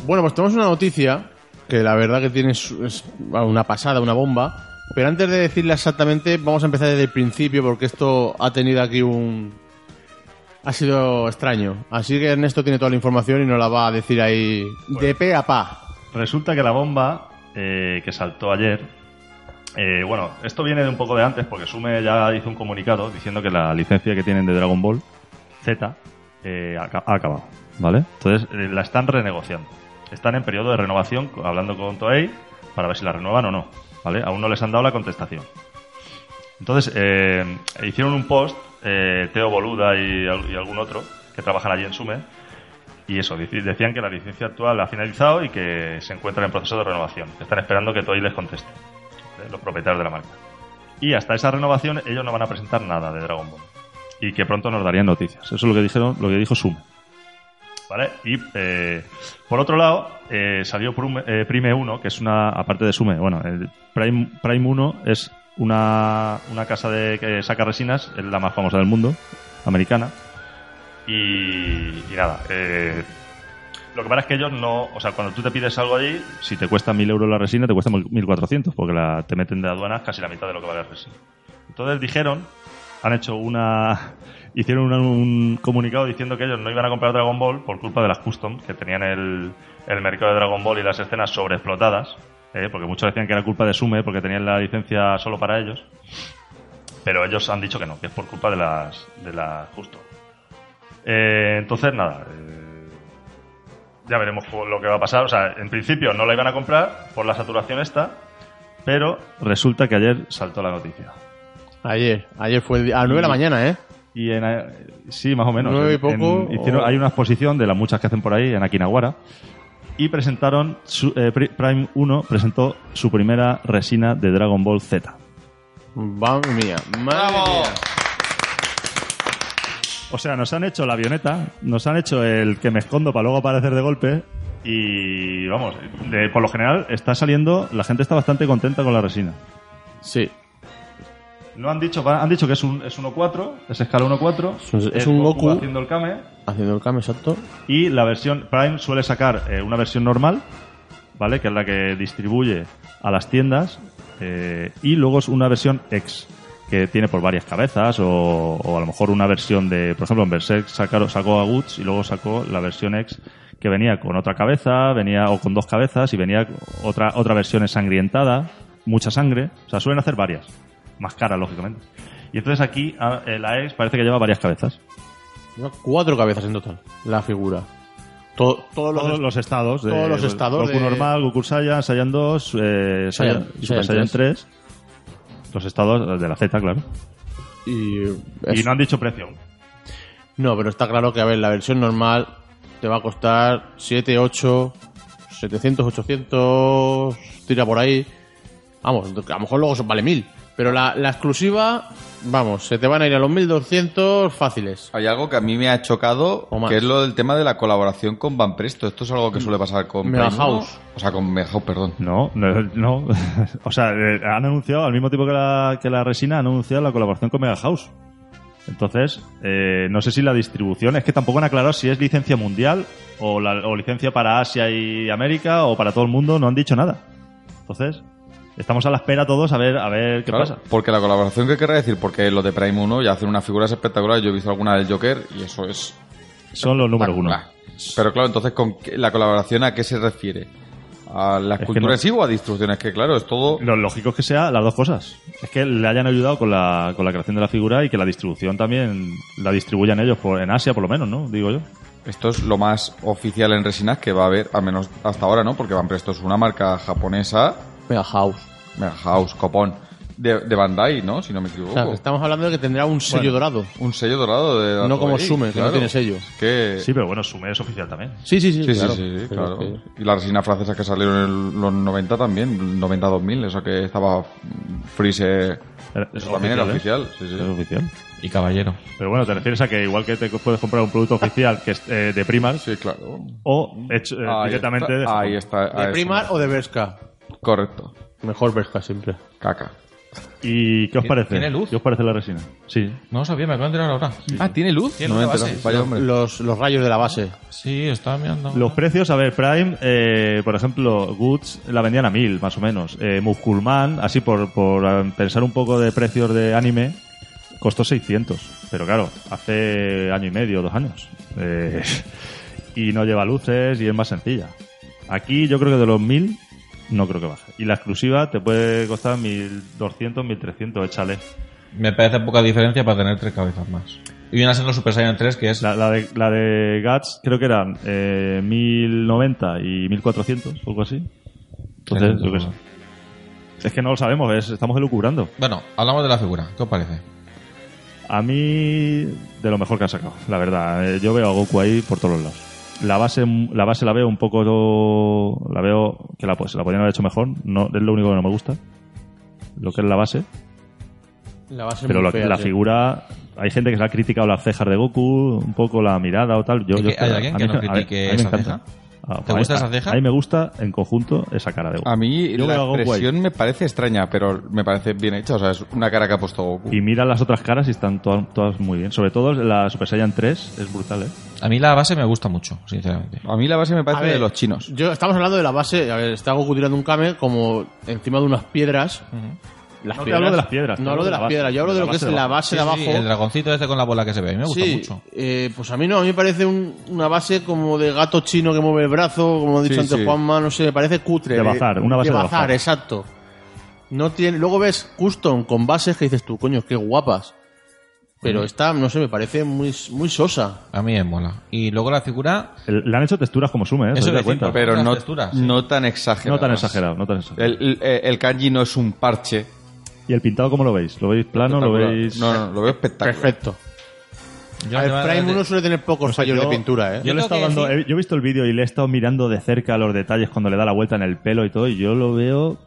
Speaker 1: Bueno, pues tenemos una noticia que la verdad que tiene su- es una pasada, una bomba. Pero antes de decirla exactamente, vamos a empezar desde el principio porque esto ha tenido aquí un... Ha sido extraño. Así que Ernesto tiene toda la información y nos la va a decir ahí de pe a pa.
Speaker 3: Resulta que la bomba eh, que saltó ayer. eh, bueno, esto viene de un poco de antes, porque Sume ya hizo un comunicado diciendo que la licencia que tienen de Dragon Ball Z eh, aca- ha acabado, ¿vale? Entonces eh, la están renegociando. Están en periodo de renovación, co- hablando con Toei para ver si la renuevan o no, ¿vale? Aún no les han dado la contestación. Entonces, eh, hicieron un post, eh, Teo Boluda y, al- y algún otro, que trabajan allí en Sume, y eso, deci- decían que la licencia actual ha finalizado y que se encuentran en proceso de renovación. Están esperando que Toei les conteste, ¿eh? los propietarios de la marca. Y hasta esa renovación ellos no van a presentar nada de Dragon Ball. Y que pronto nos darían noticias. Eso es lo que dijeron, lo que dijo Sume. ¿Vale? Y eh, por otro lado, eh, salió Prime, eh, Prime 1, que es una, aparte de Sume, bueno, el Prime, Prime 1 es una, una casa de, que saca resinas, es la más famosa del mundo, americana. Y, y nada, eh, lo que pasa es que ellos no, o sea, cuando tú te pides algo allí, si te cuesta 1.000 euros la resina, te cuesta 1.400, porque la, te meten de aduanas casi la mitad de lo que vale la resina. Entonces dijeron, han hecho una, hicieron una- un comunicado diciendo que ellos no iban a comprar Dragon Ball por culpa de las custom, que tenían el, el mercado de Dragon Ball y las escenas sobreexplotadas, eh, porque muchos decían que era culpa de Sume, porque tenían la licencia solo para ellos. Pero ellos han dicho que no, que es por culpa de las, de las custom. Eh, entonces, nada. eh, ya veremos cu- lo que va a pasar. O sea, en principio no la iban a comprar por la saturación esta, pero resulta que ayer saltó la noticia.
Speaker 1: Ayer, ayer fue el día- a las 9 de la mañana, ¿eh?
Speaker 3: Y en, eh, sí, más o menos.
Speaker 1: Nueve y
Speaker 3: En-
Speaker 1: poco,
Speaker 3: en- hicieron-
Speaker 1: o-
Speaker 3: Hay una exposición de las muchas que hacen por ahí en Akinawara. Y presentaron, su- eh, Pri- Prime 1 presentó su primera resina de Dragon Ball Z.
Speaker 1: Madre mía, madre
Speaker 4: ¡Bravo!
Speaker 1: mía.
Speaker 3: O sea, nos han hecho la avioneta, nos han hecho el que me escondo para luego aparecer de golpe. Y vamos, de- por lo general está saliendo, la gente está bastante contenta con la resina.
Speaker 1: Sí,
Speaker 3: No han dicho, va- han dicho que es un es 1.4, es escala 1.4.
Speaker 1: Es un- es un Goku.
Speaker 3: haciendo el Kame.
Speaker 1: haciendo el cambio exacto.
Speaker 3: Y la versión Prime suele sacar eh, una versión normal, ¿vale? Que es la que distribuye a las tiendas. eh, y luego es una versión X, que tiene por varias cabezas, o, o a lo mejor una versión de. Por ejemplo, en Berserk sacaron- sacó a Guts y luego sacó la versión X que venía con otra cabeza, venía o con dos cabezas y venía otra, otra versión ensangrientada, mucha sangre. O sea, suelen hacer varias. Más cara, lógicamente. Y entonces aquí a- eh, la X parece que lleva varias cabezas.
Speaker 1: Lleva Cuatro cabezas en total, la figura. To- todos los,
Speaker 3: todos los estados. de-
Speaker 1: todos los estados
Speaker 3: Goku
Speaker 1: de-
Speaker 3: normal, Goku Saiyan, Saiyan 2, eh, Saiyan,
Speaker 1: Saiyan-
Speaker 3: y Super
Speaker 1: Saiyan
Speaker 3: Saiyan 3. Los estados de la Z, claro.
Speaker 1: Y,
Speaker 3: Y no han dicho precio. aún.
Speaker 1: No, pero está claro que, a ver, la versión normal te va a costar 7, 8, 700, 800, tira por ahí. Vamos, a lo mejor luego son- vale 1000. Pero la, la exclusiva, vamos, se te van a ir a los 1200 fáciles.
Speaker 5: Hay algo que a mí me ha chocado,
Speaker 1: O más.
Speaker 5: que es lo del tema de la colaboración con Van Presto. Esto es algo que suele pasar con
Speaker 1: Mega
Speaker 5: Prime Uno.
Speaker 1: House.
Speaker 5: O sea, con Mega House, perdón.
Speaker 3: No, no. no. o sea, eh, han anunciado, al mismo tiempo que la, que la resina, han anunciado la colaboración con Mega House. Entonces, eh, no sé si la distribución, es que tampoco han aclarado si es licencia mundial o, la- o licencia para Asia y América o para todo el mundo, no han dicho nada. Entonces, estamos a la espera todos a ver, a ver qué
Speaker 5: Claro,
Speaker 3: pasa.
Speaker 5: Porque la colaboración que querrá decir, porque lo de Prime 1 ya hacen unas figuras espectaculares. Yo he visto alguna del Joker y eso es.
Speaker 3: Son los número uno.
Speaker 5: espectacular. Pero claro, entonces, ¿con qué- ¿la colaboración a qué se refiere? ¿A la
Speaker 3: que
Speaker 5: escultura
Speaker 3: no-
Speaker 5: en sí o a distribuciones? Que claro, es todo.
Speaker 3: Lo lógico es que sea las dos cosas. Es que le hayan ayudado con la, con la creación de la figura y que la distribución también la distribuyan ellos por, en Asia, por lo menos, ¿no? Digo yo.
Speaker 5: Esto es lo más oficial en resinas que va a haber, al menos hasta ahora, ¿no? Porque Van Presto es una marca japonesa,
Speaker 1: Mega House.
Speaker 5: Mega House, Copón, de, de Bandai, ¿no? Si no me equivoco.
Speaker 1: O sea, que estamos hablando de que tendrá un sello dorado.
Speaker 5: Un sello dorado de...
Speaker 1: No como
Speaker 5: Toei,
Speaker 1: Sume, que no tiene sello.
Speaker 5: Es que...
Speaker 3: Sí, pero bueno, Sume es oficial también.
Speaker 1: Sí, sí, sí,
Speaker 5: Sí, sí,
Speaker 1: claro.
Speaker 5: sí, sí,
Speaker 1: Pero
Speaker 5: claro.
Speaker 1: es que-
Speaker 5: Y las resinas francesas que salieron en los 90 también, 90-2000, eso que estaba mm, Freeze...
Speaker 3: Era-
Speaker 5: Eso también era
Speaker 3: ¿eh?
Speaker 5: oficial, sí, sí.
Speaker 3: Es oficial.
Speaker 4: Y caballero.
Speaker 3: Pero bueno, te refieres a que igual que te puedes comprar un producto oficial que es eh, de Primark
Speaker 5: Sí, claro.
Speaker 3: o hecho, eh,
Speaker 5: Ahí
Speaker 3: directamente de
Speaker 5: está,
Speaker 3: Japón.
Speaker 5: Ahí está. ahí
Speaker 1: ¿De
Speaker 5: está.
Speaker 1: Primar o de Berska?
Speaker 5: Correcto.
Speaker 1: Mejor Berska siempre.
Speaker 5: Caca.
Speaker 3: ¿Y qué os
Speaker 4: Tiene-
Speaker 3: parece?
Speaker 4: tiene luz.
Speaker 3: ¿Qué os parece la resina? Sí.
Speaker 4: No lo sabía, me acabo de enterar ahora.
Speaker 5: Ah, ¿tiene luz?
Speaker 4: Tiene
Speaker 5: no me
Speaker 4: una
Speaker 5: entero.
Speaker 4: base.
Speaker 5: Vaya hombre.
Speaker 1: Los, los rayos de la base.
Speaker 4: Sí, estaba mirando.
Speaker 3: Los precios, a ver, Prime, eh, por ejemplo, Goods la vendían a mil, más o menos. Eh, Musculman, así por, por eh, pensar un poco de precios de anime, costó 600. Pero claro, hace año y medio, dos años. Eh, y no lleva luces y es más sencilla. Aquí yo creo que de los mil no creo que baje. Y la exclusiva te puede costar 1200, 1300, échale.
Speaker 4: Me parece poca diferencia para tener tres cabezas más. Y viene a ser los Super Saiyan 3, que es.
Speaker 3: La, la de, la de Guts creo que eran eh, 1090 y 1400, algo así. Entonces, yo qué sé. Es que no lo sabemos, es- estamos elucubrando.
Speaker 4: Bueno, hablamos de la figura. ¿Qué os parece?
Speaker 3: A mí, de lo mejor que han sacado, la verdad. Eh, Yo veo a Goku ahí por todos los lados. La base, la base la veo un poco. La veo que la, pues, la podrían haber hecho mejor. No, es lo único que no me gusta. Lo que es la base.
Speaker 1: La base
Speaker 3: Pero lo- la figura. Hay gente que se ha criticado las cejas de Goku, un poco la mirada o tal. Yo,
Speaker 4: ¿Y
Speaker 3: yo
Speaker 4: que hay alguien
Speaker 3: a
Speaker 4: que
Speaker 3: mí-
Speaker 4: no
Speaker 3: a mí-
Speaker 4: critique
Speaker 3: a mí me
Speaker 4: esa
Speaker 3: encanta.
Speaker 4: ceja?
Speaker 3: Ah,
Speaker 4: ¿Te
Speaker 3: a-
Speaker 4: gusta esa
Speaker 3: a-
Speaker 4: ceja?
Speaker 3: A mí me gusta en conjunto esa cara de
Speaker 1: Ah,
Speaker 3: Goku.
Speaker 5: A mí
Speaker 3: Yo veo
Speaker 5: la
Speaker 3: algo guay.
Speaker 5: expresión me parece extraña, pero me parece bien hecha. O sea, es una cara que ha puesto Goku.
Speaker 3: Y mira las otras caras y están todas, todas muy bien. Sobre todo la Super Saiyan 3 es brutal, ¿eh?
Speaker 4: A mí la base me gusta mucho, sinceramente.
Speaker 5: A mí la base me
Speaker 1: A
Speaker 5: parece
Speaker 1: ver,
Speaker 5: de los chinos.
Speaker 1: Yo, estamos hablando de la base. A ver, está Goku tirando un Kame como encima de unas piedras. Las
Speaker 3: No te hablo de las piedras, te
Speaker 1: No hablo de las
Speaker 3: base,
Speaker 1: piedras. Yo hablo de
Speaker 3: de la
Speaker 1: lo que es
Speaker 3: base de
Speaker 1: la
Speaker 3: abajo.
Speaker 1: base de
Speaker 4: Sí,
Speaker 1: abajo.
Speaker 4: sí, el dragoncito este con la bola que se ve. A mí me gusta
Speaker 1: Sí,
Speaker 4: mucho.
Speaker 1: eh, pues a mí no, a mí me parece un- una base como de gato chino que mueve el brazo, como ha dicho
Speaker 5: Sí,
Speaker 1: antes
Speaker 5: sí.
Speaker 1: Juanma, no sé, me parece cutre.
Speaker 3: De bazar, una base de
Speaker 1: bazar,
Speaker 3: bazar.
Speaker 1: exacto. No tiene, luego ves custom con bases que dices tú, coño, qué guapas. Pero esta, no sé, me parece muy, muy sosa.
Speaker 4: A mí me mola. Y luego la figura.
Speaker 3: El- le han hecho texturas como Sume, ¿eh?
Speaker 4: Eso
Speaker 3: ¿Os
Speaker 4: iba a
Speaker 3: dais
Speaker 4: decir,
Speaker 3: cuenta?
Speaker 4: pero-
Speaker 5: Pero
Speaker 4: Unas
Speaker 5: no,
Speaker 4: texturas, sí.
Speaker 5: no tan exagerado.
Speaker 3: No tan exagerado, no tan exagerado.
Speaker 5: El, el- el kanji no es un parche.
Speaker 3: ¿Y el pintado cómo lo veis? ¿Lo veis plano? ¿Lo
Speaker 5: Espectacular.
Speaker 3: veis...?
Speaker 5: No, no, lo veo espectacular.
Speaker 1: Perfecto.
Speaker 4: Yo
Speaker 1: A ver,
Speaker 4: no-
Speaker 1: Prime
Speaker 4: de-
Speaker 1: 1 suele tener pocos fallos de
Speaker 3: yo-
Speaker 1: pintura, ¿eh?
Speaker 3: Yo, le he
Speaker 4: tengo
Speaker 3: estado
Speaker 4: que
Speaker 3: dando-
Speaker 4: decir-
Speaker 3: he- yo he visto el vídeo y le he estado mirando de cerca los detalles cuando le da la vuelta en el pelo y todo, y yo lo veo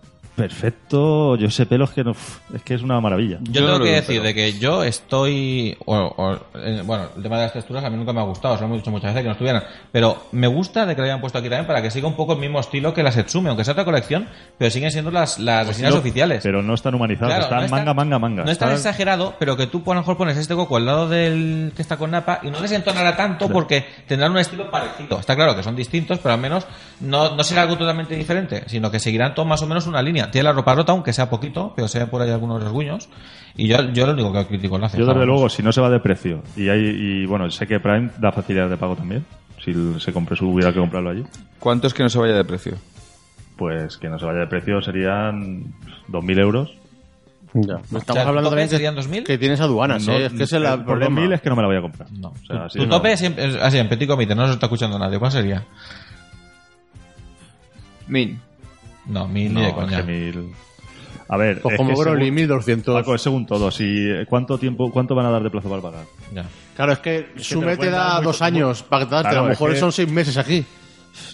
Speaker 3: perfecto. Yo sé pelos que no... Es que es una maravilla.
Speaker 4: Yo,
Speaker 5: Yo no
Speaker 4: tengo
Speaker 5: lo
Speaker 4: que
Speaker 5: veo,
Speaker 4: decir
Speaker 5: pero-
Speaker 4: de que yo estoy. o- o- eh, bueno, el tema de las texturas a mí nunca me ha gustado, se lo hemos dicho muchas veces que no estuvieran. Pero me gusta de que lo hayan puesto aquí también para que siga un poco el mismo estilo que las Etsume, aunque sea otra colección, pero siguen siendo las,
Speaker 5: Pues
Speaker 4: las resinas
Speaker 3: No,
Speaker 4: oficiales.
Speaker 3: Pero no están humanizados,
Speaker 4: Claro,
Speaker 3: están
Speaker 4: no es tan-
Speaker 3: manga, manga, manga.
Speaker 4: No es tan
Speaker 3: Están-
Speaker 4: exagerado, pero que tú a lo mejor pones este Goku al lado del que está con Napa y no les entonará tanto porque tendrán un estilo parecido. Está claro que son distintos, pero al menos no, no será algo totalmente diferente, sino que seguirán todos más o menos una línea. Tiene la ropa rota, aunque sea poquito, pero se ven por ahí algunos rasguños. Y yo, yo lo único que critico lo hace.
Speaker 3: Yo, desde
Speaker 4: Vamos.
Speaker 3: luego, si no se va de precio, y, hay, y bueno, sé que Prime da facilidad de pago también, si l- se compre su, hubiera que comprarlo allí,
Speaker 5: ¿Cuánto es que no se vaya de precio?
Speaker 3: pues que no se vaya de precio serían 2.000 euros.
Speaker 1: Estamos
Speaker 4: O sea,
Speaker 1: hablando
Speaker 4: ¿tope
Speaker 1: también que,
Speaker 4: serían 2000?
Speaker 1: que tienes aduanas, ¿eh? Es que ese es el
Speaker 3: por
Speaker 1: problema.
Speaker 3: 2.000 es que no me la voy a comprar.
Speaker 4: No.
Speaker 3: O sea,
Speaker 4: tu
Speaker 3: sí, no.
Speaker 4: tope es siempre- es así, en petit comité, no se está escuchando nadie. ¿Cuál sería?
Speaker 5: Mil.
Speaker 4: No, mil
Speaker 3: No,
Speaker 4: ni de
Speaker 3: es
Speaker 4: coña.
Speaker 3: que 1.000. A ver,
Speaker 1: Pues
Speaker 3: es
Speaker 1: como
Speaker 3: que
Speaker 1: Broly,
Speaker 3: según,
Speaker 1: 1200.
Speaker 3: Paco, es según todo, si, eh, ¿cuánto, tiempo, ¿cuánto van a dar de plazo para pagar?
Speaker 4: Ya.
Speaker 1: Claro, es que
Speaker 3: te
Speaker 1: Sume
Speaker 3: lo
Speaker 1: te da
Speaker 3: cuentan muy-
Speaker 1: dos años para que te
Speaker 3: Claro,
Speaker 1: A lo
Speaker 3: es
Speaker 1: mejor
Speaker 3: que-
Speaker 1: son seis meses aquí.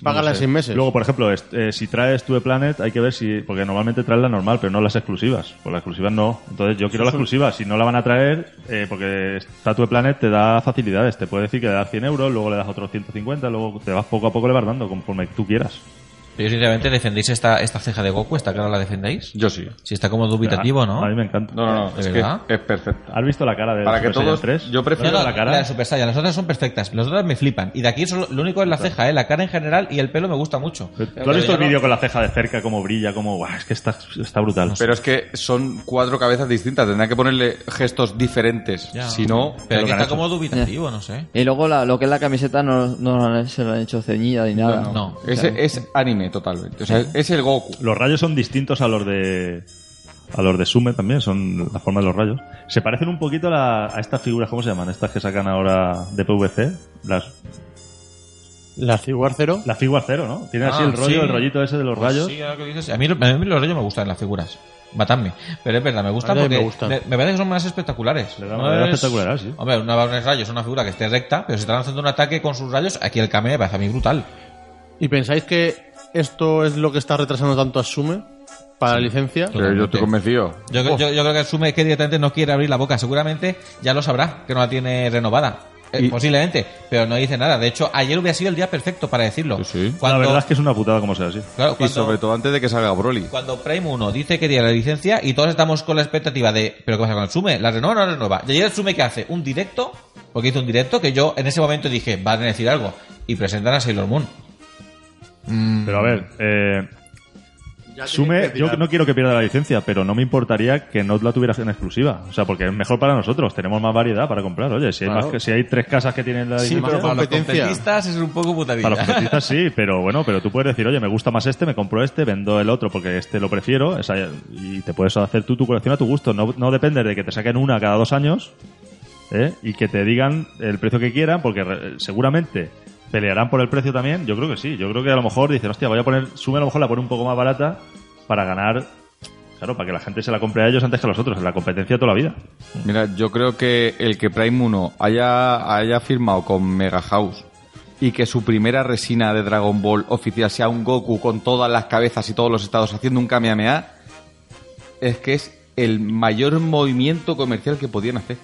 Speaker 1: Págala en seis meses.
Speaker 3: Luego, por ejemplo, est- eh, si traes Tube Planet, hay que ver si. Porque normalmente traes la normal, pero no las exclusivas. Pues las exclusivas no. Entonces, yo quiero la exclusiva. Si no la van a traer, eh, porque está Tube Planet, te da facilidades. Te puede decir que le das 100 euros, luego le das otros 150, luego te vas poco a poco le vas dando, conforme tú quieras.
Speaker 4: Pero yo, sinceramente, ¿defendéis esta, esta ceja de Goku? ¿Esta cara la defendéis?
Speaker 5: Yo sí.
Speaker 4: Si está como dubitativo, ¿no?
Speaker 3: A mí me encanta.
Speaker 5: No, no, no.
Speaker 4: ¿De
Speaker 5: Es que
Speaker 4: verdad?
Speaker 5: es perfecto.
Speaker 3: ¿Has visto la cara de
Speaker 5: Para que todos-
Speaker 3: 3?
Speaker 5: yo prefiero-
Speaker 4: No, no,
Speaker 3: la cara.
Speaker 4: de Super Saiyan. Las otras son perfectas. Las otras me flipan. Y de aquí solo, lo único es la ceja, ¿eh? La cara en general y el pelo me gusta mucho.
Speaker 3: ¿Tú has visto el vídeo con la ceja de cerca, cómo brilla, cómo. Guau, es que está, está brutal.
Speaker 5: Pero es que son cuatro cabezas distintas. Tendrán que ponerle gestos diferentes.
Speaker 4: Ya.
Speaker 5: Si no,
Speaker 4: Pero
Speaker 3: lo
Speaker 4: que
Speaker 3: que han
Speaker 4: está
Speaker 3: hecho.
Speaker 4: como dubitativo, no sé.
Speaker 6: Y luego la- lo que es la camiseta no, no se la han hecho ceñida ni nada.
Speaker 4: No, no.
Speaker 5: ese es anime totalmente. O sea, es el Goku.
Speaker 3: Los rayos son distintos a los de a los de Sume también, son la forma de los rayos. Se parecen un poquito a, la- a estas figuras, ¿cómo se llaman? Estas que sacan ahora de PVC, las
Speaker 1: La Ciguar Cero.
Speaker 3: la figura cero, ¿no? Tiene así
Speaker 4: Ah,
Speaker 3: el rollo,
Speaker 4: sí.
Speaker 3: el rollito ese de los
Speaker 4: Pues
Speaker 3: rayos.
Speaker 4: sí, ahora que dices- a, mí, a mí los rayos me gustan las figuras. Matadme. Pero es verdad, me gustan
Speaker 1: A mí
Speaker 4: porque
Speaker 1: también me gustan.
Speaker 4: me- me parece que son más espectaculares.
Speaker 3: Le da
Speaker 4: No
Speaker 3: una manera
Speaker 4: es-
Speaker 3: espectacular, sí.
Speaker 4: Hombre, una barra de rayos es una figura que esté recta, pero si está lanzando un ataque con sus rayos, aquí el Kame me parece a mí brutal.
Speaker 1: ¿Y pensáis que esto es lo que está retrasando tanto a Sume para la licencia?
Speaker 5: Pero yo estoy convencido.
Speaker 4: Yo, yo- yo creo que asume que directamente no quiere abrir la boca. Seguramente ya lo sabrá, que no la tiene renovada. eh, posiblemente, pero no dice nada. De hecho, ayer hubiera sido el día perfecto para decirlo.
Speaker 5: Sí, sí.
Speaker 3: La
Speaker 4: Cuando,
Speaker 3: verdad es que es una putada como sea así.
Speaker 4: claro,
Speaker 5: Y
Speaker 4: cuando-
Speaker 5: sobre todo antes de que salga Broly.
Speaker 4: cuando Prime 1 dice que tiene la licencia y todos estamos con la expectativa de, ¿pero qué pasa con el Sume? ¿La renueva o no la renueva? Y ayer el Sume que hace un directo, porque hizo un directo que yo en ese momento dije, van a decir algo. Y presentan a Sailor Moon. Mm.
Speaker 3: Pero a ver, eh, Sume, yo no quiero que pierda la licencia, pero no me importaría que no la tuvieras en exclusiva. O sea, porque es mejor para nosotros, tenemos más variedad para comprar. Oye, si hay,
Speaker 1: Claro.
Speaker 3: más que, si hay tres casas que tienen la
Speaker 1: Sí,
Speaker 3: licencia,
Speaker 1: pero
Speaker 4: Para los
Speaker 1: competencia.
Speaker 4: competistas es un poco putadilla.
Speaker 3: para los competistas sí, pero bueno, pero tú puedes decir, oye, me gusta más este, me compro este, vendo el otro porque este lo prefiero, o sea, y te puedes hacer tú tu colección a tu gusto. No, no depender de que te saquen una cada dos años ¿eh? y que te digan el precio que quieran, porque re- seguramente pelearán por el precio también. Yo creo que sí, yo creo que a lo mejor dicen, hostia, voy a poner, Sume a lo mejor la pone un poco más barata para ganar. Claro, para que la gente se la compre a ellos antes que a los otros, en la competencia toda la vida.
Speaker 5: Mira, yo creo que el que Prime 1 haya, haya firmado con Mega House y que su primera resina de Dragon Ball oficial sea un Goku con todas las cabezas y todos los estados haciendo un Kamehameha, es que es el mayor movimiento comercial que podían hacer.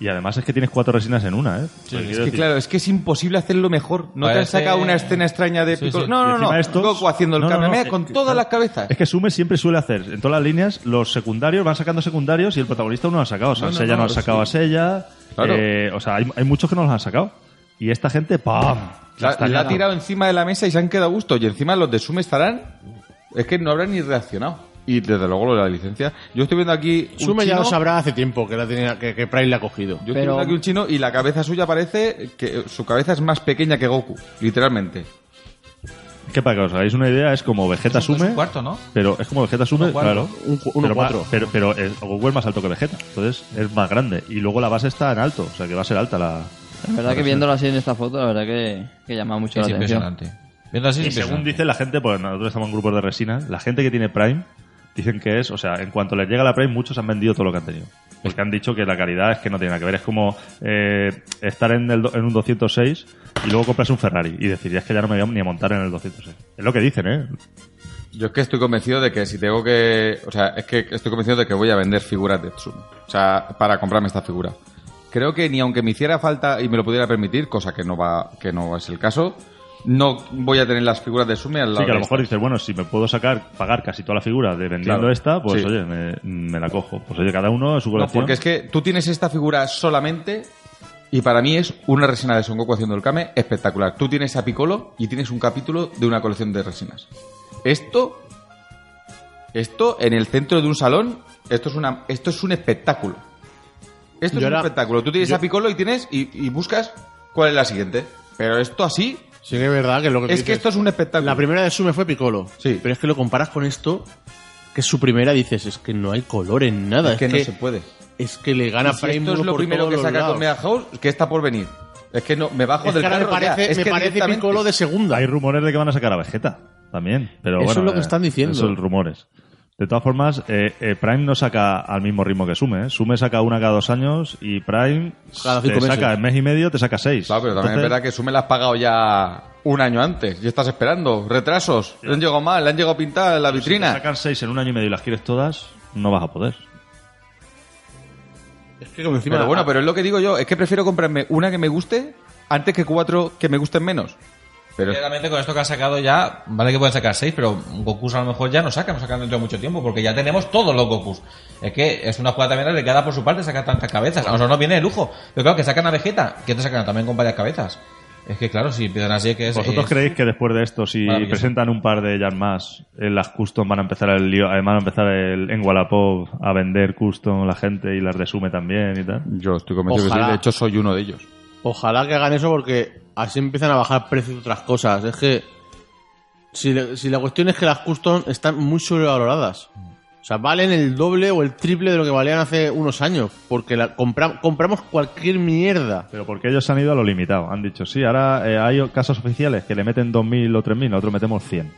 Speaker 3: Y además es que tienes cuatro resinas en una, ¿eh? Porque
Speaker 5: Es
Speaker 3: quiero
Speaker 5: que
Speaker 3: decir-
Speaker 5: claro, es que es imposible hacerlo mejor. No te han
Speaker 4: Pues Parece-
Speaker 5: sacado una escena extraña de
Speaker 4: Sí,
Speaker 5: Piccolo.
Speaker 4: sí.
Speaker 3: Y
Speaker 5: No, no, no.
Speaker 3: encima estos-
Speaker 5: Goku haciendo el
Speaker 3: No, no, no,
Speaker 5: Kamehameha
Speaker 3: es
Speaker 5: con
Speaker 3: que-
Speaker 5: todas
Speaker 3: claro.
Speaker 5: las cabezas.
Speaker 3: Es que Sume siempre suele hacer, en todas las líneas, los secundarios van sacando secundarios y el protagonista no lo ha sacado. O sea,
Speaker 5: No, no,
Speaker 3: Sella no,
Speaker 5: no,
Speaker 3: ha sacado a Sella.
Speaker 5: Claro.
Speaker 3: eh, o sea, hay, hay muchos que no los han sacado. Y esta gente, ¡pam! Ya
Speaker 5: La,
Speaker 3: está,
Speaker 5: la
Speaker 3: ya
Speaker 5: ha
Speaker 3: no.
Speaker 5: tirado encima de la mesa y se han quedado a gusto. Y encima los de Sume estarán. Es que no habrán ni reaccionado. Y desde luego lo de la licencia. Yo estoy viendo aquí. Un
Speaker 1: Sume ya
Speaker 5: chino,
Speaker 1: lo sabrá hace tiempo que, la tenía, que, que Prime la ha cogido.
Speaker 5: Yo estoy
Speaker 6: Pero-
Speaker 5: viendo aquí un chino y la cabeza suya parece que su cabeza es más pequeña que Goku, literalmente.
Speaker 3: Es que para que os hagáis una idea, es como Vegeta
Speaker 4: Es un-
Speaker 3: Sume.
Speaker 4: es un cuarto, ¿no?
Speaker 3: Pero es como Vegeta Sume,
Speaker 4: Uno cuarto.
Speaker 3: claro.
Speaker 1: Un cu- uno
Speaker 3: pero
Speaker 1: cuatro.
Speaker 3: ma- Pero, pero es- Goku es más alto que Vegeta. Entonces es más grande. Y luego la base está en alto. O sea, que va a ser alta la.
Speaker 6: La verdad que viéndolo así en esta foto, la verdad que, que llama mucho
Speaker 4: es
Speaker 6: la atención.
Speaker 4: impresionante. Viendo así, es
Speaker 3: Y según
Speaker 4: impresionante.
Speaker 3: dice la gente, pues nosotros estamos en grupos de resina, la gente que tiene Prime dicen que es, o sea, en cuanto les llega la Prime, muchos han vendido todo lo que han tenido. Porque han dicho que la calidad es que no tiene nada que ver. Es como eh, estar en, el do- en un 206 y luego compras un Ferrari y decir, "Ya es que ya no me voy a ni a montar en el 206. Es lo que dicen, ¿eh?
Speaker 5: Yo es que estoy convencido de que si tengo que. O sea, es que estoy convencido de que voy a vender figuras de Tsum. O sea, para comprarme esta figura. Creo que ni aunque me hiciera falta y me lo pudiera permitir, cosa que no va, que no es el caso, no voy a tener las figuras de Sume al lado.
Speaker 3: Sí, que a
Speaker 5: de
Speaker 3: lo mejor
Speaker 5: estas.
Speaker 3: dices, bueno, si me puedo sacar, pagar casi toda la figura de vendiendo
Speaker 5: Claro.
Speaker 3: esta, pues
Speaker 5: Sí.
Speaker 3: oye, me, me la cojo. Pues oye, cada uno su
Speaker 5: No,
Speaker 3: colección.
Speaker 5: porque es que tú tienes esta figura solamente y para mí es una resina de Son Goku haciendo el Kame espectacular. Tú tienes a Piccolo y tienes un capítulo de una colección de resinas. Esto, esto en el centro de un salón, esto es una, esto es un espectáculo. Esto
Speaker 1: Yo
Speaker 5: es un
Speaker 1: era-
Speaker 5: espectáculo. Tú tienes
Speaker 1: yo-
Speaker 5: a Piccolo y tienes y, y buscas cuál es la siguiente. Pero esto así
Speaker 1: Sí que es verdad que lo que
Speaker 5: es que
Speaker 1: dices-
Speaker 5: esto es un espectáculo.
Speaker 1: La primera de Sume fue Piccolo.
Speaker 5: Sí.
Speaker 1: Pero es que lo comparas con esto, que es su primera, dices, es que no hay color en nada.
Speaker 5: es que, no se puede.
Speaker 1: es que le gana
Speaker 5: Y si
Speaker 1: Prime
Speaker 5: esto es
Speaker 1: uno
Speaker 5: lo
Speaker 1: por
Speaker 5: primero
Speaker 1: todos
Speaker 5: que
Speaker 1: los
Speaker 5: saca
Speaker 1: lados.
Speaker 5: con Mega House, que está por venir. Es que no, me bajo
Speaker 1: Es
Speaker 5: del
Speaker 1: que ahora me
Speaker 5: carro ya.
Speaker 1: parece,
Speaker 5: Es
Speaker 1: me
Speaker 5: que
Speaker 1: parece
Speaker 5: directamente-
Speaker 1: Piccolo de segunda.
Speaker 3: Hay rumores de que van a sacar a Vegeta también. Pero
Speaker 1: Eso
Speaker 3: bueno,
Speaker 1: es lo que
Speaker 3: eh,
Speaker 1: están diciendo.
Speaker 3: Esos rumores. De todas formas, eh, eh, Prime no saca al mismo ritmo que Sume. ¿eh? Sume saca una cada dos años y Prime
Speaker 1: Cada cinco
Speaker 3: te
Speaker 1: meses.
Speaker 3: saca en mes y medio, te saca seis.
Speaker 5: Claro, pero también
Speaker 3: Entonces,
Speaker 5: es verdad que Sume la has pagado ya un año antes y estás esperando. Retrasos, le han llegado mal, le han llegado a pintar la
Speaker 3: si te
Speaker 5: vitrina.
Speaker 3: sacan seis en un año y medio y las quieres todas, no vas a poder.
Speaker 1: Es que como encima- Ah.
Speaker 5: Pero bueno, pero es lo que digo yo, es que prefiero comprarme una que me guste antes que cuatro que me gusten menos. Pero
Speaker 4: Realmente con esto que ha sacado ya, vale que pueden sacar 6, pero Gokus a lo mejor ya no sacan, no sacan dentro de mucho tiempo, porque ya tenemos todos los Gokus. Es que es una jugada también arriesgada por su parte sacar tantas cabezas. A nosotros no viene de lujo. Pero claro, que sacan a Vegeta, que te sacan también con varias cabezas. Es que claro, si empiezan así que es...
Speaker 3: ¿Vosotros
Speaker 4: es-
Speaker 3: creéis que después de esto, si
Speaker 4: Maravilloso.
Speaker 3: presentan un par de ellas más, eh, las custom van a empezar el lío, además van a empezar el, en Wallapop a vender custom la gente y las de Sume también y tal?
Speaker 5: yo estoy convencido que
Speaker 1: Ojalá.
Speaker 5: sí, de hecho soy uno de ellos.
Speaker 1: Ojalá que hagan eso porque así empiezan a bajar precios de otras cosas. Es que si, le- si la cuestión es que las custom están muy sobrevaloradas. O sea, valen el doble o el triple de lo que valían hace unos años. Porque la, compra- compramos cualquier mierda.
Speaker 3: Pero porque ellos se han ido a lo limitado. Han dicho, sí, ahora eh, hay casos oficiales que le meten 2.000 o 3.000, nosotros metemos 100.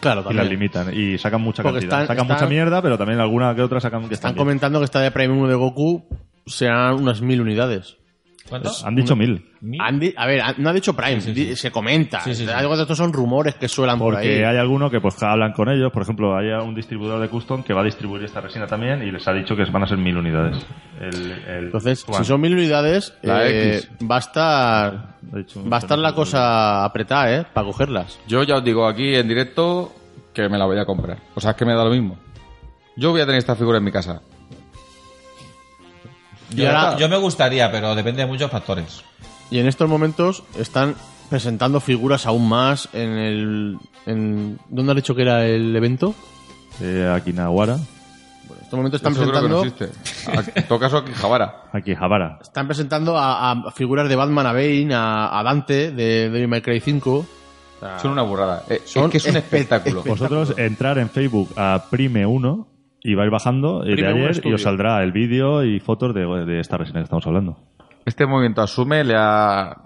Speaker 1: Claro,
Speaker 3: Y las
Speaker 1: también.
Speaker 3: limitan. Y sacan mucha
Speaker 1: Porque
Speaker 3: cantidad.
Speaker 1: están-
Speaker 3: sacan
Speaker 1: están-
Speaker 3: mucha mierda, pero también alguna que otra sacan que
Speaker 1: Están
Speaker 3: bien.
Speaker 1: comentando que esta de Prime 1 de Goku serán unas mil unidades.
Speaker 4: ¿Cuánto?
Speaker 3: Han dicho mil.
Speaker 4: ¿Mil?
Speaker 1: Han di- a ver, han- no ha dicho Prime, di- se comenta.
Speaker 4: Sí, sí, sí.
Speaker 1: Algo de estos son rumores que suelan por ahí.
Speaker 3: Porque hay algunos que pues hablan con ellos, por ejemplo, hay un distribuidor de custom que va a distribuir esta resina también y les ha dicho que van a ser mil unidades. El- el-
Speaker 1: Entonces,
Speaker 3: Juan,
Speaker 1: si son mil unidades,
Speaker 5: La
Speaker 1: eh,
Speaker 5: X.
Speaker 1: va a estar.
Speaker 3: ha dicho-
Speaker 1: Va a estar la cosa apretada, ¿eh? Para cogerlas.
Speaker 5: Yo ya os digo aquí en directo que me la voy a comprar. O sea, es que me da lo mismo. Yo voy a tener esta figura en mi casa.
Speaker 1: Y
Speaker 4: Yo,
Speaker 1: ahora-
Speaker 4: yo me gustaría, pero depende de muchos factores.
Speaker 5: ¿Eh?
Speaker 1: Y en estos momentos están presentando figuras aún más en el. En, ¿Dónde has dicho que era el evento?
Speaker 3: Eh, Akinawara,
Speaker 1: En estos momentos están
Speaker 5: Eso creo que
Speaker 1: presentando.
Speaker 5: no existe. Ah, En todo caso, aquí Javara.
Speaker 3: Akihabara.
Speaker 1: Están presentando a, a figuras de Batman, a Bane, a, a Dante, de Devil May Cry 5.
Speaker 5: Son una burrada. Eh,
Speaker 1: Son
Speaker 5: es que es un
Speaker 1: espe-
Speaker 5: espectáculo.
Speaker 3: Vosotros entrar en Facebook a Prime1 y vais bajando el de
Speaker 1: Prime Uno
Speaker 3: ayer y
Speaker 1: Studio.
Speaker 3: os saldrá el vídeo y fotos de, de esta resina que estamos hablando.
Speaker 5: Este movimiento asume, le ha...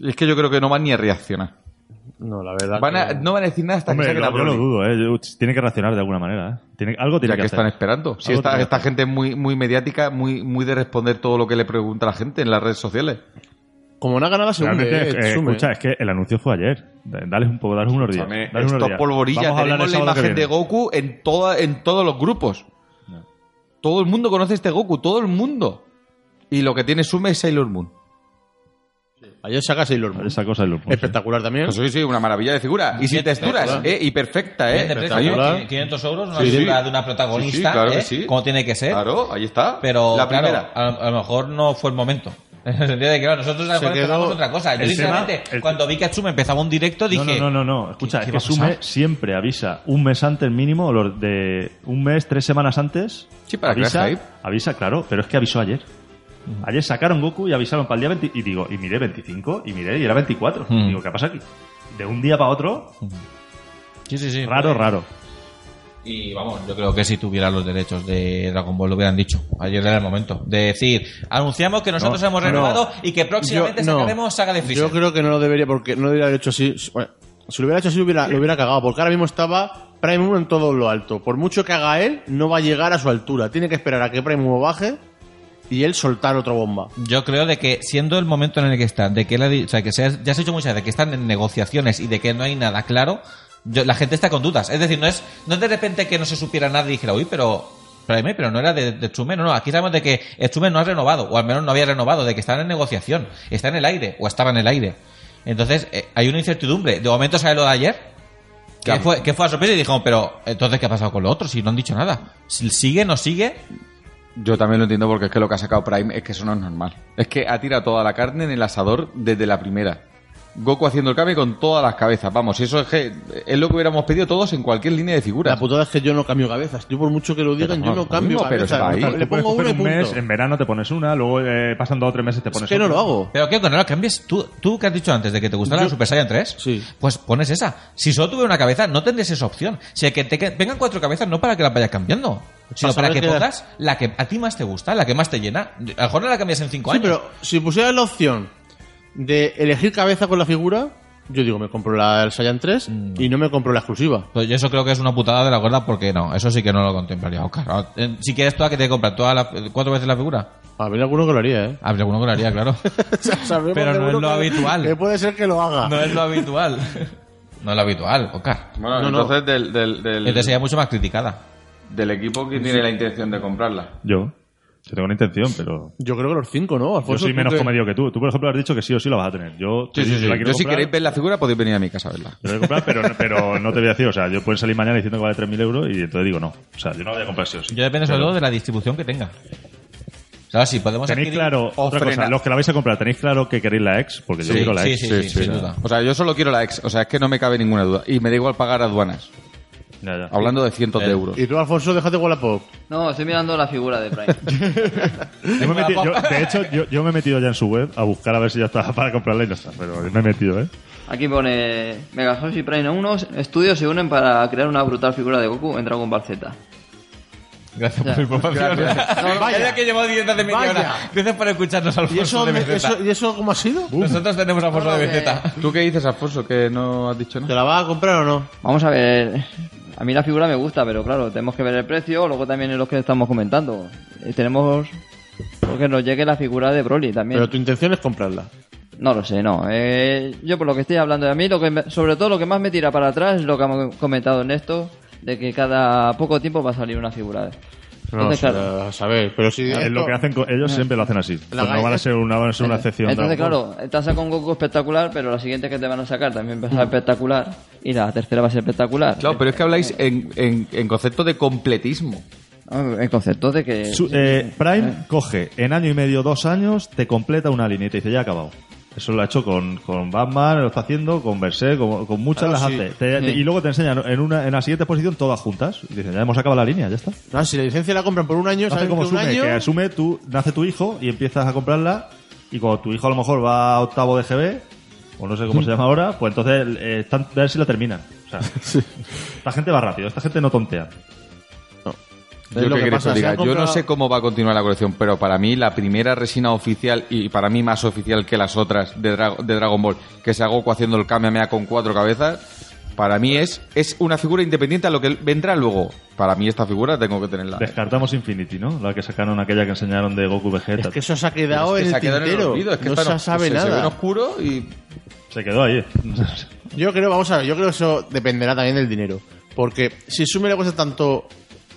Speaker 5: Es que yo creo que no van ni a reaccionar.
Speaker 1: No, la verdad.
Speaker 5: Van a-
Speaker 1: que-
Speaker 5: no van a decir nada hasta que
Speaker 3: Hombre,
Speaker 5: saquen
Speaker 3: lo-
Speaker 5: a
Speaker 3: yo lo
Speaker 5: Broly.
Speaker 3: dudo, ¿eh? Yo- tiene que reaccionar de alguna manera, ¿eh? Tiene, algo tiene
Speaker 5: ya que,
Speaker 3: que,
Speaker 5: están
Speaker 3: hacer.
Speaker 5: esperando. Si
Speaker 3: Algo
Speaker 5: esta,
Speaker 3: tiene que
Speaker 5: esta
Speaker 3: hacer.
Speaker 5: gente es muy, muy mediática, muy, muy de responder todo lo que le pregunta la gente en las redes sociales.
Speaker 1: Como no ha ganado, se hunde.
Speaker 3: Realmente,
Speaker 1: eh,
Speaker 3: eh,
Speaker 1: Tsume.
Speaker 3: escucha, es que el anuncio fue ayer. Da- Dales un poco, dales unos días.
Speaker 5: Escúchame,
Speaker 3: dales unos
Speaker 5: Esto es
Speaker 3: días.
Speaker 5: polvorilla.
Speaker 3: Vamos a hablar
Speaker 5: Tenemos
Speaker 3: el
Speaker 5: la
Speaker 3: sábado que
Speaker 5: imagen de
Speaker 3: viene.
Speaker 5: Goku en, toda, en todos los grupos. Todo el mundo conoce este Goku, todo el mundo. Y lo que tiene Sume es Sailor Moon.
Speaker 1: Ayer saca Sailor Moon.
Speaker 3: Esa cosa es lo
Speaker 1: Espectacular también.
Speaker 5: Pues sí, sí, una maravilla de figura. Y sin texturas, ¿eh? Y perfecta, ¿eh?
Speaker 4: De precio,
Speaker 5: Ahí-
Speaker 1: espectacular.
Speaker 4: ¿no? 500 euros, una
Speaker 5: Sí, sí.
Speaker 4: figura de una
Speaker 5: Sí, sí,
Speaker 4: protagonista,
Speaker 5: claro que
Speaker 4: ¿eh?
Speaker 5: sí.
Speaker 4: como tiene que ser.
Speaker 5: Claro, ahí está.
Speaker 4: Pero
Speaker 5: la
Speaker 4: claro,
Speaker 5: primera.
Speaker 4: a, a lo mejor no fue el momento. En el sentido de que claro, nosotros a lo
Speaker 1: Se
Speaker 4: mejor
Speaker 1: quedó-
Speaker 4: empezamos otra cosa. Yo,
Speaker 3: el
Speaker 4: sinceramente,
Speaker 3: tema- el-
Speaker 4: cuando vi que Atsume empezaba un directo,
Speaker 3: No,
Speaker 4: dije.
Speaker 3: no, no, no, no. Escucha,
Speaker 4: ¿Qué-
Speaker 3: es
Speaker 4: qué
Speaker 3: que
Speaker 4: va a
Speaker 3: Sume
Speaker 4: pasar?
Speaker 3: siempre avisa un mes antes mínimo, o los de un mes, tres semanas antes.
Speaker 5: Sí, para crear
Speaker 3: avisa,
Speaker 5: hype.
Speaker 3: avisa, claro, pero es que avisó ayer. Ayer sacaron Goku y avisaron para el día 20 y digo, y miré 25, y miré y era 24.
Speaker 5: Hmm.
Speaker 4: Mm.
Speaker 3: Digo, ¿qué pasa aquí? De un día para otro,
Speaker 4: Sí, sí, sí.
Speaker 3: raro, raro.
Speaker 4: Y vamos, yo creo que si tuviera los derechos de Dragon Ball lo hubieran dicho. Ayer era el momento. De decir, anunciamos que nosotros
Speaker 3: No,
Speaker 4: hemos
Speaker 3: no.
Speaker 4: renovado y que próximamente
Speaker 1: Yo- no.
Speaker 4: sacaremos saga de Freezer.
Speaker 1: Yo creo que no lo debería, porque no debería haber hecho así. Bueno, si lo hubiera hecho así, lo hubiera, lo hubiera cagado, porque ahora mismo estaba Prime 1 en todo lo alto. Por mucho que haga él, no va a llegar a su altura. Tiene que esperar a que Prime 1 baje y él soltar otra bomba.
Speaker 4: Yo creo de que siendo el momento en el que están, de que, él ha di- o sea, que se ha- ya se ha dicho muchas veces que están en negociaciones y de que no hay nada claro, yo- la gente está con dudas. Es decir, no es, no es de repente que no se supiera nada y dijera, uy, pero, espérame, pero no era de, de Chumen, no, no, aquí sabemos de que Chumen no ha renovado, o al menos no había renovado, de que están en negociación, está en el aire, o estaba en el aire. Entonces, eh, hay una incertidumbre. De momento sale lo de ayer, que fue, que fue a sorpresa y dijeron, pero, entonces, ¿qué ha pasado con lo otro? Si no han dicho nada. Si sigue, no sigue,
Speaker 5: Yo también lo entiendo porque es que lo que ha sacado Prime es que eso no es normal. Es que ha tirado toda la carne en el asador desde la primera. Goku haciendo el cambio con todas las cabezas. Vamos, eso es, que es lo que hubiéramos pedido todos en cualquier línea de
Speaker 1: La
Speaker 5: figuras.
Speaker 1: putada es que yo no cambio cabezas. Yo, por mucho que lo digan,
Speaker 5: Pero
Speaker 1: yo no
Speaker 5: tampoco,
Speaker 1: cambio
Speaker 5: no, pero
Speaker 1: cabezas.
Speaker 5: está ahí.
Speaker 1: No,
Speaker 5: Te
Speaker 1: Le
Speaker 3: Te puedes
Speaker 1: pongo
Speaker 3: coger
Speaker 1: una y
Speaker 3: un mes,
Speaker 1: punto.
Speaker 3: en verano te pones una, luego eh, pasan dos o tres meses te
Speaker 1: Es
Speaker 3: pones
Speaker 1: que no
Speaker 3: otra.
Speaker 1: lo hago.
Speaker 4: Pero ¿qué? Que no la cambies tú. Tú que has dicho antes de que te gustara la Super Saiyan 3,
Speaker 1: Sí.
Speaker 4: pues pones esa. Si solo tuve una cabeza, no tendrías esa opción. Si que te que- vengan cuatro cabezas, no para que las vayas cambiando, sino
Speaker 1: saber
Speaker 4: para que
Speaker 1: qué edad.
Speaker 4: pongas la que a ti más te gusta, la que más te llena. A lo mejor no la cambias en cinco
Speaker 1: Sí,
Speaker 4: años.
Speaker 1: pero si pusieras la opción de elegir cabeza con la figura, yo digo, me compro la del Saiyan 3
Speaker 3: Mm.
Speaker 1: y no me compro la exclusiva.
Speaker 4: Pues yo eso creo que es una putada de la gorda porque no, eso sí que no lo contemplaría. Oscar. Ah, eh, Si quieres toda que te compras todas las eh, cuatro veces la figura.
Speaker 1: Habría alguno que lo haría, ¿eh?
Speaker 4: Habría alguno que lo haría, claro.
Speaker 1: Sabemos
Speaker 4: Pero no
Speaker 1: seguro
Speaker 4: es lo
Speaker 1: que-
Speaker 4: habitual.
Speaker 1: que puede ser que lo haga.
Speaker 4: no es lo habitual. No es lo habitual, Oscar.
Speaker 5: Bueno,
Speaker 1: No, no.
Speaker 5: entonces Del, del, del-
Speaker 4: Entonces sería mucho más criticada.
Speaker 5: del equipo que tiene la intención de comprarla.
Speaker 3: Yo. Yo tengo una intención, pero.
Speaker 1: Yo creo que los cinco, ¿no?
Speaker 3: Yo
Speaker 1: Alfonso,
Speaker 3: soy
Speaker 1: tú
Speaker 3: menos
Speaker 1: que-
Speaker 3: comedido que tú. Tú, por ejemplo, has dicho que sí o sí la vas a tener. Yo, te digo, yo la quiero
Speaker 5: Yo si
Speaker 3: comprar,
Speaker 5: queréis ver la figura podéis venir a mi casa a verla.
Speaker 3: yo la voy a comprar, pero, no- pero no te voy a decir. O sea, yo puedo salir mañana diciendo que vale 3.000 euros y entonces digo no. O sea, yo no la voy a comprar sí o sí.
Speaker 4: Yo depende sobre
Speaker 3: Pero-
Speaker 4: todo de la distribución que tenga. O sea, si podemos
Speaker 3: Tenéis
Speaker 4: adquirir-
Speaker 3: claro,
Speaker 5: o
Speaker 3: otra cosa,
Speaker 5: frenar.
Speaker 3: los que la vais a comprar, tenéis claro que queréis la ex, porque yo
Speaker 4: Sí,
Speaker 3: quiero la
Speaker 4: sí,
Speaker 3: ex.
Speaker 4: sí, sí, sin duda.
Speaker 5: O sea, yo solo quiero la ex. O sea, es que no me cabe ninguna duda. Y me da igual pagar aduanas.
Speaker 3: Ya, ya.
Speaker 5: Hablando de cientos de euros.
Speaker 1: Y tú, Alfonso, déjate Wallapop.
Speaker 6: No, estoy mirando la figura de Prime.
Speaker 3: Yo me he metido- yo- de hecho, yo, yo me he metido ya en su web a buscar a ver si ya estaba para comprarla y no está, pero me he metido, ¿eh?
Speaker 6: Aquí pone Megahosh y Prime 1 estudios se unen para crear una brutal figura de Goku en Dragon Ball Z.
Speaker 4: Gracias
Speaker 6: Ya.
Speaker 4: por la información.
Speaker 1: Vaya.
Speaker 4: Vaya que llevamos 10 de media
Speaker 1: Vaya.
Speaker 4: hora. Gracias por escucharnos al
Speaker 1: ¿Y eso,
Speaker 4: de
Speaker 1: me-
Speaker 4: BZ.
Speaker 1: eso- ¿Y eso cómo ha sido?
Speaker 4: Nosotros tenemos a Alfonso
Speaker 6: No,
Speaker 4: de
Speaker 6: no, que-
Speaker 4: BZ.
Speaker 5: ¿Tú qué dices, Alfonso? ¿Que no has
Speaker 1: ¿Te
Speaker 5: dicho nada?
Speaker 1: la vas a comprar o no?
Speaker 6: Vamos a ver. A mí la figura me gusta, pero claro, tenemos que ver el precio, luego también es lo que estamos comentando. Eh, tenemos Porque nos llegue la figura de Broly también.
Speaker 1: Pero tu intención es comprarla.
Speaker 6: No lo sé, no. Eh, yo por lo que estoy hablando de a mí, lo que me- sobre todo lo que más me tira para atrás es lo que hemos comentado en esto, de que cada poco tiempo va a salir una
Speaker 1: No,
Speaker 6: figura. Entonces,
Speaker 1: o sea,
Speaker 6: claro.
Speaker 1: a saber, pero si
Speaker 3: Es
Speaker 1: esto-
Speaker 3: Eh, lo que hacen, co- ellos siempre lo hacen así.
Speaker 1: La Eh,
Speaker 3: Pues no van a ser una, van a ser una excepción.
Speaker 6: eh, Entonces,
Speaker 3: Dragon Ball.
Speaker 6: claro, te han sacado un Goku espectacular, pero la siguiente que te van a sacar también va a ser espectacular y la tercera va a ser espectacular.
Speaker 5: Claro, pero es que habláis en, en- en concepto de completismo.
Speaker 6: Ah, El concepto de que...
Speaker 3: Su- eh, Prime coge en año y medio, dos años, te completa una línea y te dice, ya ha acabado. Eso lo ha hecho con, con Batman, lo está haciendo con Berserk, con, con muchas
Speaker 1: Claro,
Speaker 3: las
Speaker 1: sí.
Speaker 3: hace. Te- te-
Speaker 6: Sí.
Speaker 3: y luego te enseñan en, una, en la siguiente exposición todas juntas. Y dicen, ya hemos acabado la línea, ya está.
Speaker 1: No, si la licencia la compran por un año,
Speaker 3: Hace
Speaker 1: saben
Speaker 3: como
Speaker 1: Pues que un
Speaker 3: Sume,
Speaker 1: año...
Speaker 3: que asume, tú, nace tu hijo y empiezas a comprarla. Y cuando tu hijo a lo mejor va a octavo de GB, o no sé
Speaker 1: Mm.
Speaker 3: cómo se llama ahora, pues entonces eh, están, a ver si la terminan. O sea, esta gente va rápido, esta gente no tontea.
Speaker 1: Es lo
Speaker 5: Yo,
Speaker 1: que
Speaker 5: qué queréis
Speaker 1: pasa,
Speaker 5: que os
Speaker 1: se
Speaker 5: diga?
Speaker 1: han
Speaker 5: Yo no
Speaker 1: comprado-
Speaker 5: sé cómo va a continuar la colección, pero para mí la primera resina oficial y para mí más oficial que las otras de, Dra- de Dragon Ball, que se hago haciendo el Kamehameha con cuatro cabezas, para mí es, es una figura independiente a lo que vendrá luego. Para mí esta figura tengo que tenerla.
Speaker 3: Descartamos Infinity, ¿no? La que sacaron aquella que enseñaron de Goku Vegeta.
Speaker 1: Es que eso se ha quedado
Speaker 5: Es que
Speaker 1: en
Speaker 5: se
Speaker 1: el
Speaker 5: ha quedado en el
Speaker 1: tintero.
Speaker 5: olvido, es que
Speaker 1: no
Speaker 5: está
Speaker 1: se
Speaker 5: en-
Speaker 1: sabe
Speaker 5: Se ve en
Speaker 1: nada.
Speaker 5: oscuro y
Speaker 3: Se quedó ahí.
Speaker 1: Yo creo, vamos a ver, yo creo que eso dependerá también del dinero. Porque si Sume le cuesta tanto,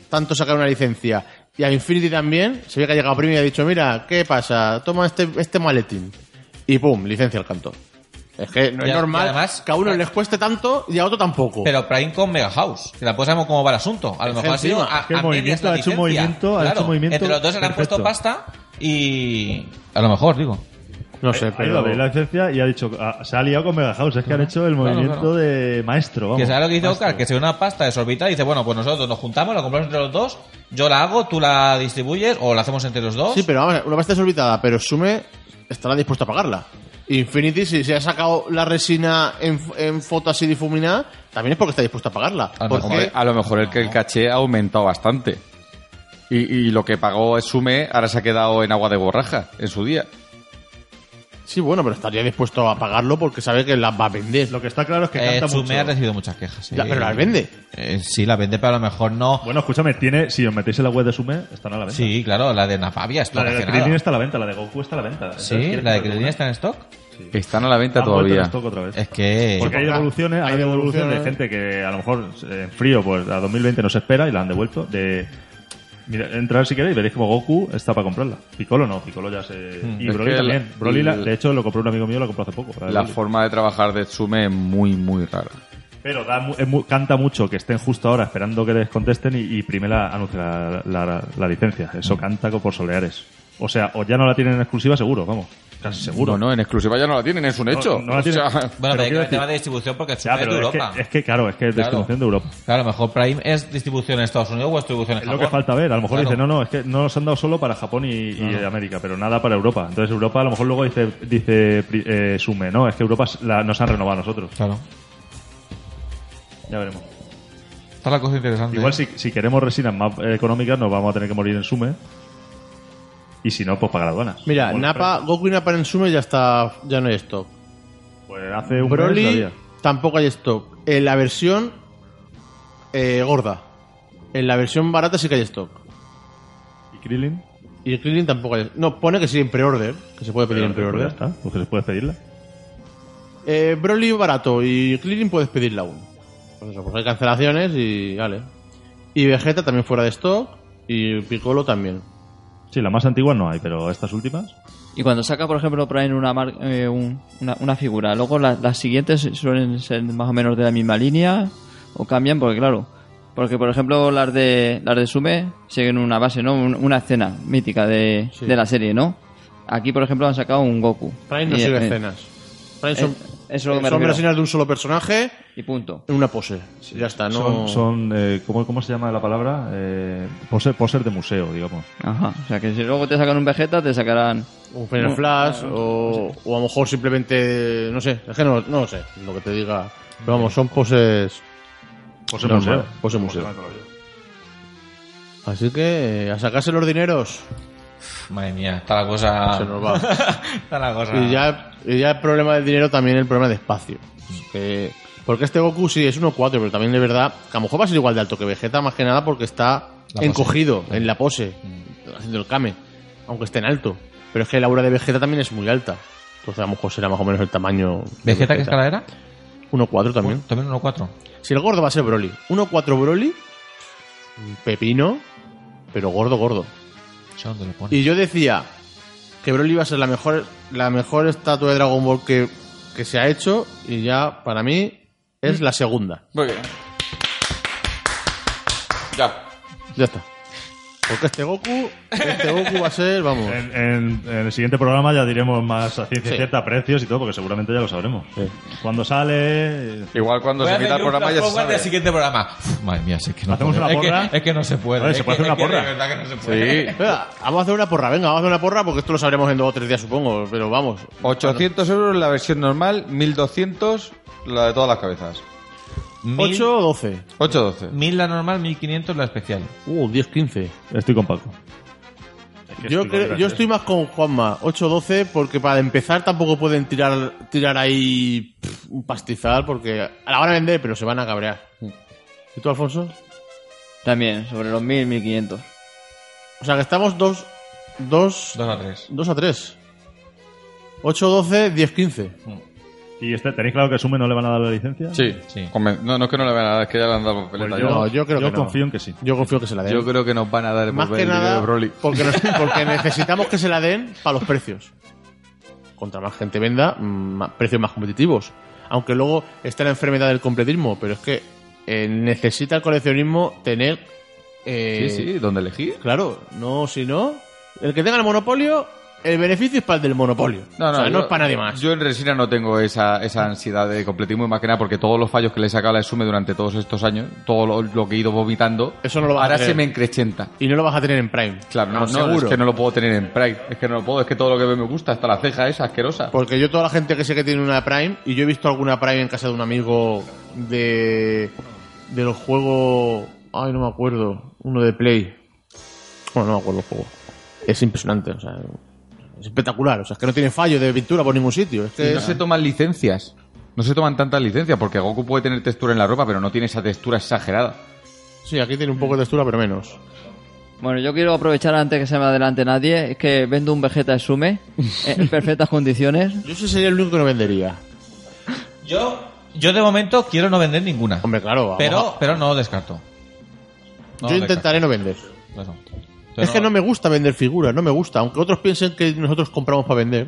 Speaker 1: tanto sacar una licencia y a Infinity también, se ve que ha llegado Primi y ha dicho, mira, ¿qué pasa? Toma este, este maletín. Y pum, licencia al canto. Es que no
Speaker 4: Y
Speaker 1: es
Speaker 4: a-
Speaker 1: normal
Speaker 4: y además-
Speaker 1: que a uno les cueste tanto y a otro tampoco.
Speaker 4: Pero Prime con Mega House. Que tampoco sabemos cómo va el asunto. A lo mejor ha sido.
Speaker 1: encima,
Speaker 4: A,
Speaker 3: es que el
Speaker 4: a medias
Speaker 3: movimiento
Speaker 4: la
Speaker 3: ha hecho un
Speaker 4: licencia.
Speaker 3: movimiento, ha hecho
Speaker 4: Claro,
Speaker 3: un movimiento
Speaker 4: Entre los dos se le han
Speaker 3: perfecto.
Speaker 4: puesto pasta y. A lo mejor, digo.
Speaker 1: no
Speaker 4: eh,
Speaker 1: sé,
Speaker 3: Ha ido a
Speaker 1: pero...
Speaker 3: ver la licencia y ha dicho, ah, se ha liado con Mega House. Es que han hecho el
Speaker 4: Claro,
Speaker 3: movimiento
Speaker 4: claro.
Speaker 3: de maestro, vamos.
Speaker 4: que sea lo que dice Oscar, que se ve una pasta desorbitada y dice, bueno, pues nosotros nos juntamos, la compramos entre los dos, yo la hago, tú la distribuyes o la hacemos entre los dos.
Speaker 1: Sí, pero vamos, a ver, una pasta desorbitada, pero Sume estará dispuesto a pagarla. Infinity, si se ha sacado la resina en, en foto así difuminada, también es porque está dispuesto a pagarla.
Speaker 4: lo
Speaker 1: Porque-
Speaker 4: mejor
Speaker 3: ¿Eh?
Speaker 5: Hombre, a lo mejor el, que el caché ha aumentado bastante. Y, y lo que pagó Sume ahora se ha quedado en agua de borraja en su día.
Speaker 1: Sí, bueno, pero estaría dispuesto a pagarlo porque sabe que las va a vender.
Speaker 3: Lo que está claro es que
Speaker 4: Eh,
Speaker 3: canta
Speaker 4: Tsume
Speaker 3: mucho.
Speaker 4: ha recibido muchas quejas.
Speaker 1: Ya,
Speaker 4: eh.
Speaker 1: pero las vende.
Speaker 4: Eh, sí, las vende, pero a lo mejor no.
Speaker 3: Bueno, escúchame, tiene, si os metéis en la web de Sume, están a la venta.
Speaker 4: Sí, claro, la de Napavia
Speaker 3: La
Speaker 4: está
Speaker 3: de
Speaker 4: racionada.
Speaker 3: Krillin está a la venta, la de Goku está a la venta.
Speaker 4: Sí, la de Krillin está en stock.
Speaker 5: Están a la venta todavía.
Speaker 3: Otra vez.
Speaker 4: Es
Speaker 5: Eh,
Speaker 4: que.
Speaker 3: Pues, Porque hay devoluciones, hay
Speaker 1: Hay
Speaker 3: devoluciones de
Speaker 1: devoluciones.
Speaker 3: gente que a lo mejor eh, en frío, pues a 2020 no se espera y la han devuelto. De mira, entrar si queréis, veréis como Goku está para comprarla. Piccolo no, Piccolo ya se. Y
Speaker 5: Hmm. Es
Speaker 3: Broly
Speaker 5: que la-
Speaker 3: también. Broly, la-
Speaker 5: el-
Speaker 3: de hecho, lo compró un amigo mío, lo compró hace poco. para
Speaker 5: La
Speaker 3: Broly.
Speaker 5: forma de trabajar de Sume es muy, muy rara.
Speaker 3: Pero da mu- es mu- canta mucho que estén justo ahora esperando que les contesten y, y primero anuncia la, la- la licencia. Eso
Speaker 5: Hmm.
Speaker 3: canta co- por soleares. O sea, o ya no la tienen en exclusiva, seguro, vamos. Casi seguro.
Speaker 5: No, no, en exclusiva ya no la tienen, es un hecho.
Speaker 3: no la
Speaker 5: O sea,
Speaker 3: tienen.
Speaker 4: Bueno,
Speaker 3: Pero
Speaker 4: pero, hay que
Speaker 3: quiero
Speaker 4: ver el tema
Speaker 3: decir-
Speaker 4: de distribución porque Tsume
Speaker 3: Ya,
Speaker 4: es de
Speaker 3: pero es
Speaker 4: Europa.
Speaker 3: que, es que, claro, es que es
Speaker 4: Claro.
Speaker 3: distribución de Europa.
Speaker 4: Claro, a lo mejor Prime es distribución en Estados Unidos o es distribución en
Speaker 3: Es
Speaker 4: Japón.
Speaker 3: lo que falta ver. A lo mejor
Speaker 4: Claro.
Speaker 3: dice, no, no, es que no los han dado solo para Japón y, y América, pero nada para Europa. Entonces Europa a lo mejor luego dice, dice pri- eh, Sume, no, es que Europa s- la- nos han renovado a nosotros.
Speaker 4: Claro.
Speaker 3: Ya veremos.
Speaker 4: Está la cosa interesante.
Speaker 3: Igual
Speaker 4: ¿eh?
Speaker 3: si, si queremos resinas más eh, económicas nos vamos a tener que morir en Sume. Y si no, pues pagar aduanas.
Speaker 1: Mira,
Speaker 3: Como los
Speaker 1: Napa, Goku y Napa en Sume ya está, ya no hay stock.
Speaker 3: pre- Pues hace un mes
Speaker 1: Broly
Speaker 3: todavía.
Speaker 1: tampoco hay stock. En la versión eh, gorda. En la versión barata sí que hay stock.
Speaker 3: ¿Y Krillin?
Speaker 1: Y Krillin tampoco hay. No, pone que sí en pre-order, que se puede pedir en
Speaker 3: Pues ya
Speaker 1: pre-order.
Speaker 3: está, pues que les puedes pedirla.
Speaker 1: Eh, Broly barato y Krillin puedes pedirla aún. Pues eso, pues hay cancelaciones y vale. Y Vegeta también fuera de stock y Piccolo también.
Speaker 3: Sí, las más antiguas no hay, pero estas últimas...
Speaker 6: Y cuando saca, por ejemplo, Prime una, mar- eh, un- una, una figura, luego la- las siguientes suelen ser más o menos de la misma línea o cambian, porque claro, porque por ejemplo las de las de Sume siguen una base, ¿no? Un- una escena mítica de,
Speaker 1: Sí.
Speaker 6: de la serie, ¿no? Aquí, por ejemplo, han sacado un Goku.
Speaker 1: Prime no
Speaker 6: Y,
Speaker 1: sigue
Speaker 6: eh,
Speaker 1: escenas. Prime son,
Speaker 6: eh, eso es lo que me
Speaker 1: son
Speaker 6: refiero.
Speaker 1: versiones de un solo personaje
Speaker 6: Y punto.
Speaker 1: en una pose. Ya está, no.
Speaker 3: Son, son, eh, ¿cómo, ¿Cómo se llama la palabra? Eh, poser, poser de museo, digamos.
Speaker 6: Ajá. O sea que si luego te sacan un Vegeta, te sacarán.
Speaker 1: un Final Flash o, o a lo mejor simplemente no sé es que no, no lo sé lo que te diga pero vamos son poses
Speaker 3: Poser
Speaker 1: Normal,
Speaker 3: museo.
Speaker 1: pose museo. así que eh, a sacarse los dineros
Speaker 4: Madre mía, está la cosa.
Speaker 1: se nos va
Speaker 4: está la cosa.
Speaker 1: y ya y ya el problema del dinero también el problema de espacio que porque este Goku sí es 1.4 pero también de verdad que a lo mejor va a ser igual de alto que Vegeta más que nada porque está
Speaker 4: La pose.
Speaker 1: encogido en la pose haciendo el kame aunque esté en alto. Pero es que la aura de Vegeta también es muy alta. Entonces a lo mejor será más o menos el tamaño. de
Speaker 4: ¿Vegeta qué escala era?
Speaker 1: 1.4 también.
Speaker 4: También 1.4.
Speaker 1: Si el gordo va a ser Broly. 1.4 Broly. un Pepino. Pero gordo, gordo.
Speaker 4: Eso, ¿Dónde lo pone?
Speaker 1: Y yo decía que Broly iba a ser la mejor, la mejor estatua de Dragon Ball que, que se ha hecho. Y ya, para mí, es la segunda.
Speaker 5: Muy bien. Ya.
Speaker 1: Ya está. Porque este Goku, este Goku va a ser, vamos.
Speaker 3: En, en- en el siguiente programa ya diremos más a ciencia
Speaker 1: Pues- Sí.
Speaker 3: cierta, precios y todo, porque seguramente ya lo sabremos. Cuando sale, eh,
Speaker 5: Igual cuando
Speaker 4: Voy a
Speaker 5: se emita el
Speaker 4: hacer un
Speaker 5: programa ya se
Speaker 4: flashforward del
Speaker 5: sabe.
Speaker 4: siguiente programa. Uf, madre mía, si es que no
Speaker 3: Hacemos una
Speaker 4: podemos. Es que- Es
Speaker 3: porra.
Speaker 4: que, no se puede.
Speaker 3: Oye, se
Speaker 4: es
Speaker 3: puede
Speaker 4: que-
Speaker 3: hacer
Speaker 4: es
Speaker 3: una
Speaker 4: que de
Speaker 3: porra.
Speaker 4: verdad que no se puede.
Speaker 5: Sí.
Speaker 1: Venga, vamos a hacer una porra, venga, vamos a hacer una porra porque esto lo sabremos en dos o tres días, supongo. Pero vamos.
Speaker 5: 800 euros la versión normal, 1200 la de todas las cabezas.
Speaker 4: Mil-
Speaker 1: 8 o 12.
Speaker 5: 812.
Speaker 4: Mil la normal, 1500 la especial.
Speaker 1: Uh, 10, 15.
Speaker 3: estoy con Paco.
Speaker 1: Yo, creo-
Speaker 3: estoy con
Speaker 1: yo
Speaker 3: gracias.
Speaker 1: estoy más con ¿eh? Juanma, 8-12, porque para empezar tampoco pueden tirar, tirar ahí pff, un pastizal, porque a la van a vender, pero se van a cabrear. ¿Y tú, Alfonso?
Speaker 6: También, sobre los 1000, 1500.
Speaker 1: O sea, que estamos 2 dos,
Speaker 4: 2 a 3.
Speaker 1: dos a 3. 8-12, 10-15.
Speaker 3: ¿Y este, tenéis claro que a Sume no le van a dar la licencia?
Speaker 5: Sí.
Speaker 4: Sí.
Speaker 5: Conven- No, no es que no le van a dar, es que ya le han dado por
Speaker 3: Pues
Speaker 5: peleta.
Speaker 1: yo- No, creo que no.
Speaker 3: confío en que sí.
Speaker 1: Yo confío que se la den.
Speaker 5: Yo creo que nos van a dar el
Speaker 1: Más
Speaker 5: volver
Speaker 1: que
Speaker 5: el dinero
Speaker 1: nada,
Speaker 5: de Broly.
Speaker 1: Porque, nos- porque necesitamos que se la den para los precios. Contra más gente venda, mm, más- precios más competitivos. Aunque luego está la enfermedad del completismo, pero es que eh, necesita el coleccionismo tener. eh,
Speaker 5: Sí, sí, ¿dónde elegir?
Speaker 1: Claro, no, si no. El que tenga el monopolio, el beneficio es para el del monopolio. o sea, no
Speaker 5: yo-
Speaker 1: es para nadie más.
Speaker 5: Yo en Resina no tengo esa, esa ansiedad de completismo y más que nada porque todos los fallos que le he sacado a la Sume durante todos estos años, todo lo, lo que he ido vomitando,
Speaker 1: Eso no lo vas a Ah,
Speaker 5: ahora
Speaker 1: tener.
Speaker 5: se me encrechenta.
Speaker 1: y no lo vas a tener en Prime.
Speaker 5: Claro, no,
Speaker 1: Lo
Speaker 5: no,
Speaker 1: aseguro.
Speaker 5: es que no lo puedo tener en Pride. Es que no lo puedo, es que todo lo que me gusta, hasta la ceja es asquerosa.
Speaker 1: Porque yo toda la gente que sé que tiene una Prime, y yo he visto alguna Prime en casa de un amigo de del juego... Ay, no me acuerdo. Uno de Play. Bueno, no me acuerdo el juego. Es impresionante, o sea... Es espectacular, o sea, es que no tiene fallo de pintura por ningún sitio. Es
Speaker 5: Y
Speaker 1: que
Speaker 5: no se toman licencias. No se toman tantas licencias porque Goku puede tener textura en la ropa, pero no tiene esa textura exagerada.
Speaker 1: Sí, aquí tiene un poco de textura, pero menos.
Speaker 6: Bueno, yo quiero aprovechar antes que se me adelante nadie, es que vendo un Vegeta Sume en perfectas condiciones.
Speaker 1: Yo sí sería el único que no vendería.
Speaker 4: Yo, yo de momento quiero no vender ninguna.
Speaker 1: Hombre, claro, vamos
Speaker 4: Pero,
Speaker 1: a-
Speaker 4: pero no descarto. No
Speaker 1: yo
Speaker 4: lo
Speaker 1: intentaré no vender.
Speaker 4: descarto. Eso. Yo
Speaker 1: Es que no me gusta vender figuras, no me gusta. Aunque otros piensen que nosotros compramos para vender,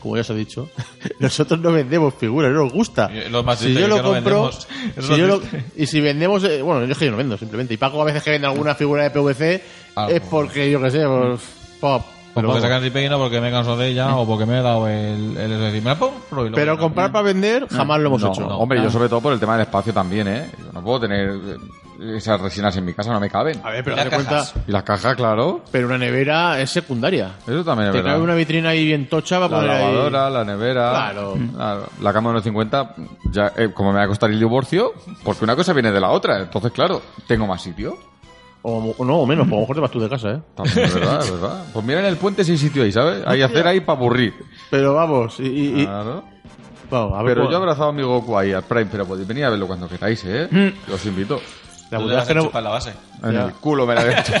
Speaker 1: como ya os he dicho, nosotros no vendemos figuras, no nos gusta.
Speaker 4: Y lo más
Speaker 1: si
Speaker 4: triste
Speaker 1: yo
Speaker 4: es
Speaker 1: lo
Speaker 4: que no
Speaker 1: compro,
Speaker 4: vendemos.
Speaker 1: si
Speaker 4: Es lo
Speaker 1: yo lo-
Speaker 4: triste.
Speaker 1: y si vendemos, eh, bueno, yo es que yo no vendo simplemente. Y Paco a veces que vende alguna figura de PVC
Speaker 4: Ah,
Speaker 1: es
Speaker 4: pues,
Speaker 1: porque yo qué sé, pues, pop. Pero,
Speaker 4: Pues porque
Speaker 1: vamos. Mm.
Speaker 4: sacan Ripeino, porque me canso de ella, o porque me he dado el. el, el, me la compro y luego-
Speaker 1: Pero comprar para vender
Speaker 4: Mm.
Speaker 1: jamás lo hemos
Speaker 5: No,
Speaker 1: hecho. Ah.
Speaker 5: no, hombre, yo sobre todo por el tema del espacio también, ¿eh? Yo no puedo tener eh, esas resinas en mi casa, no me caben.
Speaker 1: A ver, pero
Speaker 4: Las
Speaker 1: date cuenta,
Speaker 4: cajas.
Speaker 5: Y las cajas, claro.
Speaker 1: pero una nevera es secundaria.
Speaker 5: Eso también es
Speaker 1: Te
Speaker 5: verdad.
Speaker 1: cabe una vitrina ahí bien tocha para
Speaker 5: La
Speaker 1: poner ahí-
Speaker 5: lavadora, la nevera.
Speaker 1: Claro.
Speaker 5: Claro. La cama de unos 50, ya, eh, como me va a costar el divorcio, porque una cosa viene de la otra. Entonces, claro, tengo más sitio.
Speaker 1: O, o no, o menos, porque a lo mejor te vas tú de casa, ¿eh?
Speaker 5: También es verdad, es verdad. Pues mira en el puente si hay sitio ahí, ¿sabes? Hay hacer ahí para aburrir.
Speaker 1: Pero vamos, y, y- y-
Speaker 5: Claro.
Speaker 1: vamos, a ver,
Speaker 5: Pero
Speaker 1: pues,
Speaker 5: yo he abrazado a mi Goku ahí al Prime, pero podéis venir a verlo cuando queráis, ¿eh? Os invito.
Speaker 1: la
Speaker 4: Tú
Speaker 1: verdad
Speaker 4: te
Speaker 1: es
Speaker 4: vas
Speaker 1: que
Speaker 4: a
Speaker 1: no-
Speaker 4: enchufar la base.
Speaker 5: En
Speaker 1: Mm. Ya.
Speaker 5: el culo me la he hecho.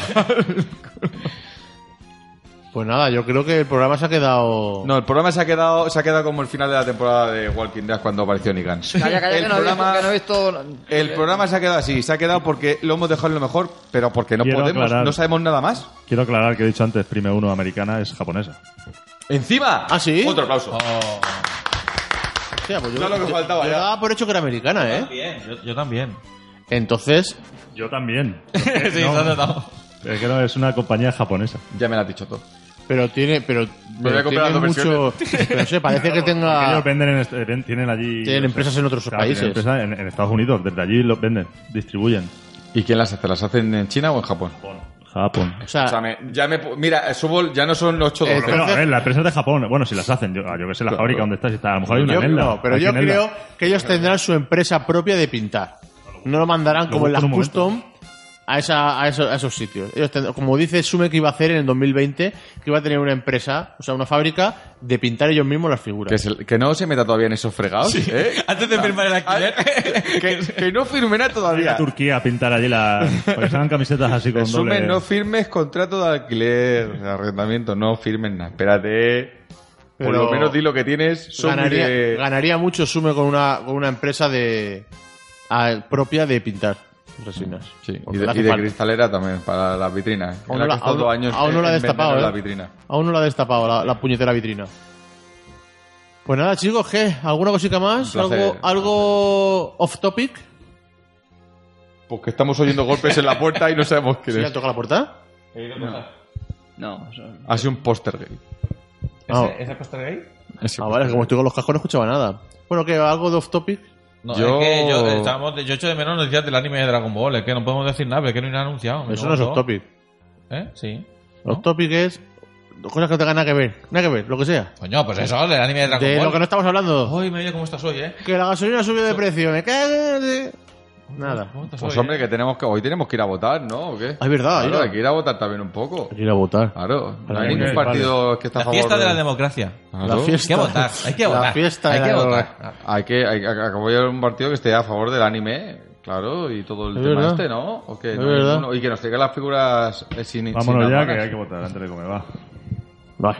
Speaker 1: Pues nada, yo creo que el programa se ha quedado.
Speaker 5: No, el programa se ha quedado, se ha quedado como el final de la temporada de Walking Dead cuando apareció Nigans.
Speaker 6: Calla, calla,
Speaker 5: el
Speaker 6: que no, he visto-
Speaker 5: programa,
Speaker 6: que no he visto...
Speaker 5: el programa se ha quedado así, se ha quedado porque lo hemos dejado en lo mejor, pero porque no
Speaker 3: Quiero
Speaker 5: podemos,
Speaker 3: aclarar.
Speaker 5: no sabemos nada más.
Speaker 3: Quiero aclarar que he dicho antes, Prime 1 americana es japonesa.
Speaker 5: Encima.
Speaker 1: ¿Ah, sí?
Speaker 5: Otro aplauso.
Speaker 4: Oh,
Speaker 1: Hostia, pues yo,
Speaker 5: No, lo
Speaker 1: yo-
Speaker 5: que faltaba,
Speaker 1: yo
Speaker 5: ya.
Speaker 1: daba por hecho que era americana, ¿eh?
Speaker 4: bien, yo, yo también.
Speaker 1: Entonces,
Speaker 3: Yo también.
Speaker 4: sí, no, no, no.
Speaker 3: Es que no, es una compañía japonesa.
Speaker 5: Ya me lo has dicho todo.
Speaker 1: pero tiene, pero,
Speaker 5: voy a
Speaker 1: pero
Speaker 5: comprar
Speaker 1: tiene
Speaker 5: las
Speaker 1: mucho,
Speaker 5: dos
Speaker 1: pero sé, parece que tenga
Speaker 3: Ellos venden en est- eh, ven- tienen allí...
Speaker 1: Ah. tienen empresas en otros
Speaker 3: Claro, tienen
Speaker 1: países.
Speaker 3: empresas en, en Estados Unidos, desde allí los venden, distribuyen.
Speaker 5: ¿Y quién las hace? ¿Las hacen en China o en Japón?
Speaker 3: Japón.
Speaker 1: O
Speaker 6: Ah.
Speaker 1: sea,
Speaker 5: Escúchame, ya me, pu- mira, Sobol ya no son 8
Speaker 1: Eh,
Speaker 3: Pero
Speaker 5: dólares.
Speaker 3: a ver, las empresas de Japón, bueno, si las hacen, yo, ah, yo que sé, la fábrica donde está, si está, a lo mejor hay una
Speaker 1: yo,
Speaker 3: en Elda,
Speaker 1: no, pero
Speaker 3: aquí
Speaker 1: yo
Speaker 3: en Elda.
Speaker 1: creo que ellos tendrán su empresa propia de pintar. No lo mandarán
Speaker 3: Lo
Speaker 1: como en
Speaker 3: busco
Speaker 1: las
Speaker 3: en un
Speaker 1: custom, a, esa, a, esos, a esos sitios. Ellos tendrán- como dice Sume que iba a hacer en el 2020, que iba a tener una empresa, o sea, una fábrica de pintar ellos mismos las figuras.
Speaker 5: Que, se- que no se meta todavía en esos fregados, ¿eh?
Speaker 4: Antes de firmar el alquiler.
Speaker 5: Que, que no firme nada
Speaker 3: Ir a
Speaker 5: todavía.
Speaker 3: Turquía a pintar allí las. Porque estaban camisetas así con doble.
Speaker 5: Resumen, no firmes contrato de alquiler, de arrendamiento, no firmes nada. Espérate. Por
Speaker 1: Pero
Speaker 5: lo menos di lo que tienes. son muy
Speaker 1: ganaría,
Speaker 5: de-
Speaker 1: ganaría mucho Sume con una, con una empresa de a- propia de pintar resinas.
Speaker 5: Sí, y
Speaker 1: Porque
Speaker 5: de,
Speaker 1: le hace
Speaker 5: y de
Speaker 1: falta.
Speaker 5: cristalera también, para las vitrinas.
Speaker 1: Aún no
Speaker 5: Le ha
Speaker 1: la-
Speaker 5: costado
Speaker 1: aún-
Speaker 5: dos años
Speaker 1: aún no la ha
Speaker 5: en vender
Speaker 1: destapado, ¿eh?
Speaker 5: la vitrina.
Speaker 1: Aún no la ha destapado la, la puñetera vitrina. Pues nada, chicos, ¿qué? ¿Alguna cosita más?
Speaker 5: Un placer.
Speaker 1: ¿Algo, algo off topic?
Speaker 5: Porque Pues estamos oyendo golpes en la puerta y no sabemos
Speaker 1: ¿Se
Speaker 5: quién
Speaker 1: le ha
Speaker 5: es.
Speaker 1: tocado la puerta?
Speaker 6: No, son-
Speaker 5: Ha sido un póster gay.
Speaker 1: Ah,
Speaker 4: ¿Ese, ¿Ese póster gay?
Speaker 5: Ese
Speaker 1: ah,
Speaker 5: póster
Speaker 1: vale,
Speaker 5: gay.
Speaker 1: como estoy con los cascos no escuchaba nada. Bueno, que algo de off topic.
Speaker 4: No,
Speaker 5: Yo-
Speaker 4: es que yo, eh, estábamos de- yo echo de menos noticias del anime de Dragon Ball. Es que no podemos decir nada, es que no hay nada anunciado. me
Speaker 1: Eso
Speaker 4: cago
Speaker 1: no es
Speaker 4: en
Speaker 1: off
Speaker 4: todo.
Speaker 1: topic.
Speaker 4: ¿Eh? Sí.
Speaker 1: Off topic es cosas que no tengan nada que ver. Nada que ver, lo que sea.
Speaker 4: Coño, pues eso, del anime de Dragon
Speaker 1: De
Speaker 4: Ball.
Speaker 1: lo que no estamos hablando.
Speaker 4: Uy, me oye cómo estás hoy, ¿eh?
Speaker 1: Que la gasolina ha subido de precio, me cago de... Nada.
Speaker 4: ¿Cómo estás
Speaker 5: Pues
Speaker 4: hoy,
Speaker 5: hombre,
Speaker 4: eh?
Speaker 5: que tenemos que hoy tenemos que ir a votar, ¿no? ¿O qué?
Speaker 1: Ah, es verdad,
Speaker 5: Claro,
Speaker 1: mira.
Speaker 5: hay que ir a votar también un poco.
Speaker 1: Ir a votar.
Speaker 5: Claro, no
Speaker 1: Para
Speaker 5: hay
Speaker 1: mí
Speaker 5: ningún
Speaker 1: que-
Speaker 5: partido que está a
Speaker 4: La
Speaker 5: favor.
Speaker 4: fiesta de la
Speaker 5: de-
Speaker 4: democracia.
Speaker 5: Claro.
Speaker 1: La
Speaker 4: Hay
Speaker 1: fiesta.
Speaker 4: que votar, hay que votar.
Speaker 1: La fiesta
Speaker 4: hay
Speaker 1: de
Speaker 4: que
Speaker 1: la-
Speaker 4: votar.
Speaker 5: Hay que hay, hay- acabo de ver un partido que esté a favor del anime, claro, y todo el
Speaker 1: Es
Speaker 5: tema
Speaker 1: verdad.
Speaker 5: este, ¿no? ¿O qué?
Speaker 1: Es
Speaker 5: No hay
Speaker 1: verdad.
Speaker 5: ninguno. y que nos traigan las figuras eh, sin
Speaker 3: Vámonos
Speaker 5: sin
Speaker 3: ya,
Speaker 5: amagas.
Speaker 3: que hay que votar antes de comer, va.
Speaker 1: Vale.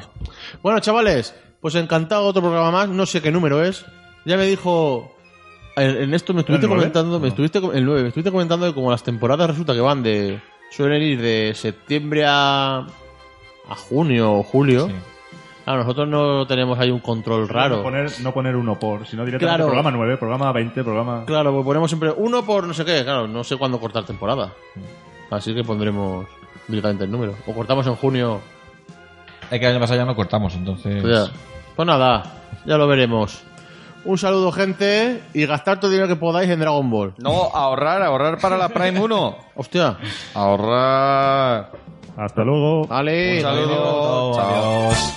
Speaker 1: Bueno, chavales, pues encantado otro programa más. No sé qué número es. Ya me dijo. En, en esto me estuviste
Speaker 3: ¿El nueve?
Speaker 1: comentando. Me
Speaker 3: No.
Speaker 1: estuviste, com- el 9, me estuviste comentando que como las temporadas resulta que van de. Suelen ir de septiembre a. a junio o julio.
Speaker 4: Sí.
Speaker 1: Claro, nosotros no tenemos ahí un control
Speaker 3: No
Speaker 1: raro.
Speaker 3: poner, no poner uno por, sino directamente
Speaker 1: Claro.
Speaker 3: programa 9, programa 20, programa.
Speaker 1: Claro, pues ponemos siempre uno por no sé qué. Claro, no sé cuándo cortar temporada. Así que pondremos directamente el número. O cortamos en junio.
Speaker 4: Es que el año pasado ya no cortamos, entonces.
Speaker 1: Pues ya. Pues nada, ya lo veremos. Un saludo, gente, y gastar todo el dinero que podáis en Dragon Ball.
Speaker 5: No, ahorrar, ahorrar para la Prime 1.
Speaker 1: Hostia,
Speaker 5: Ahorrar.
Speaker 3: Hasta luego.
Speaker 1: vale.
Speaker 5: Un saludo.
Speaker 4: Adiós.
Speaker 5: Chao.
Speaker 4: Adiós.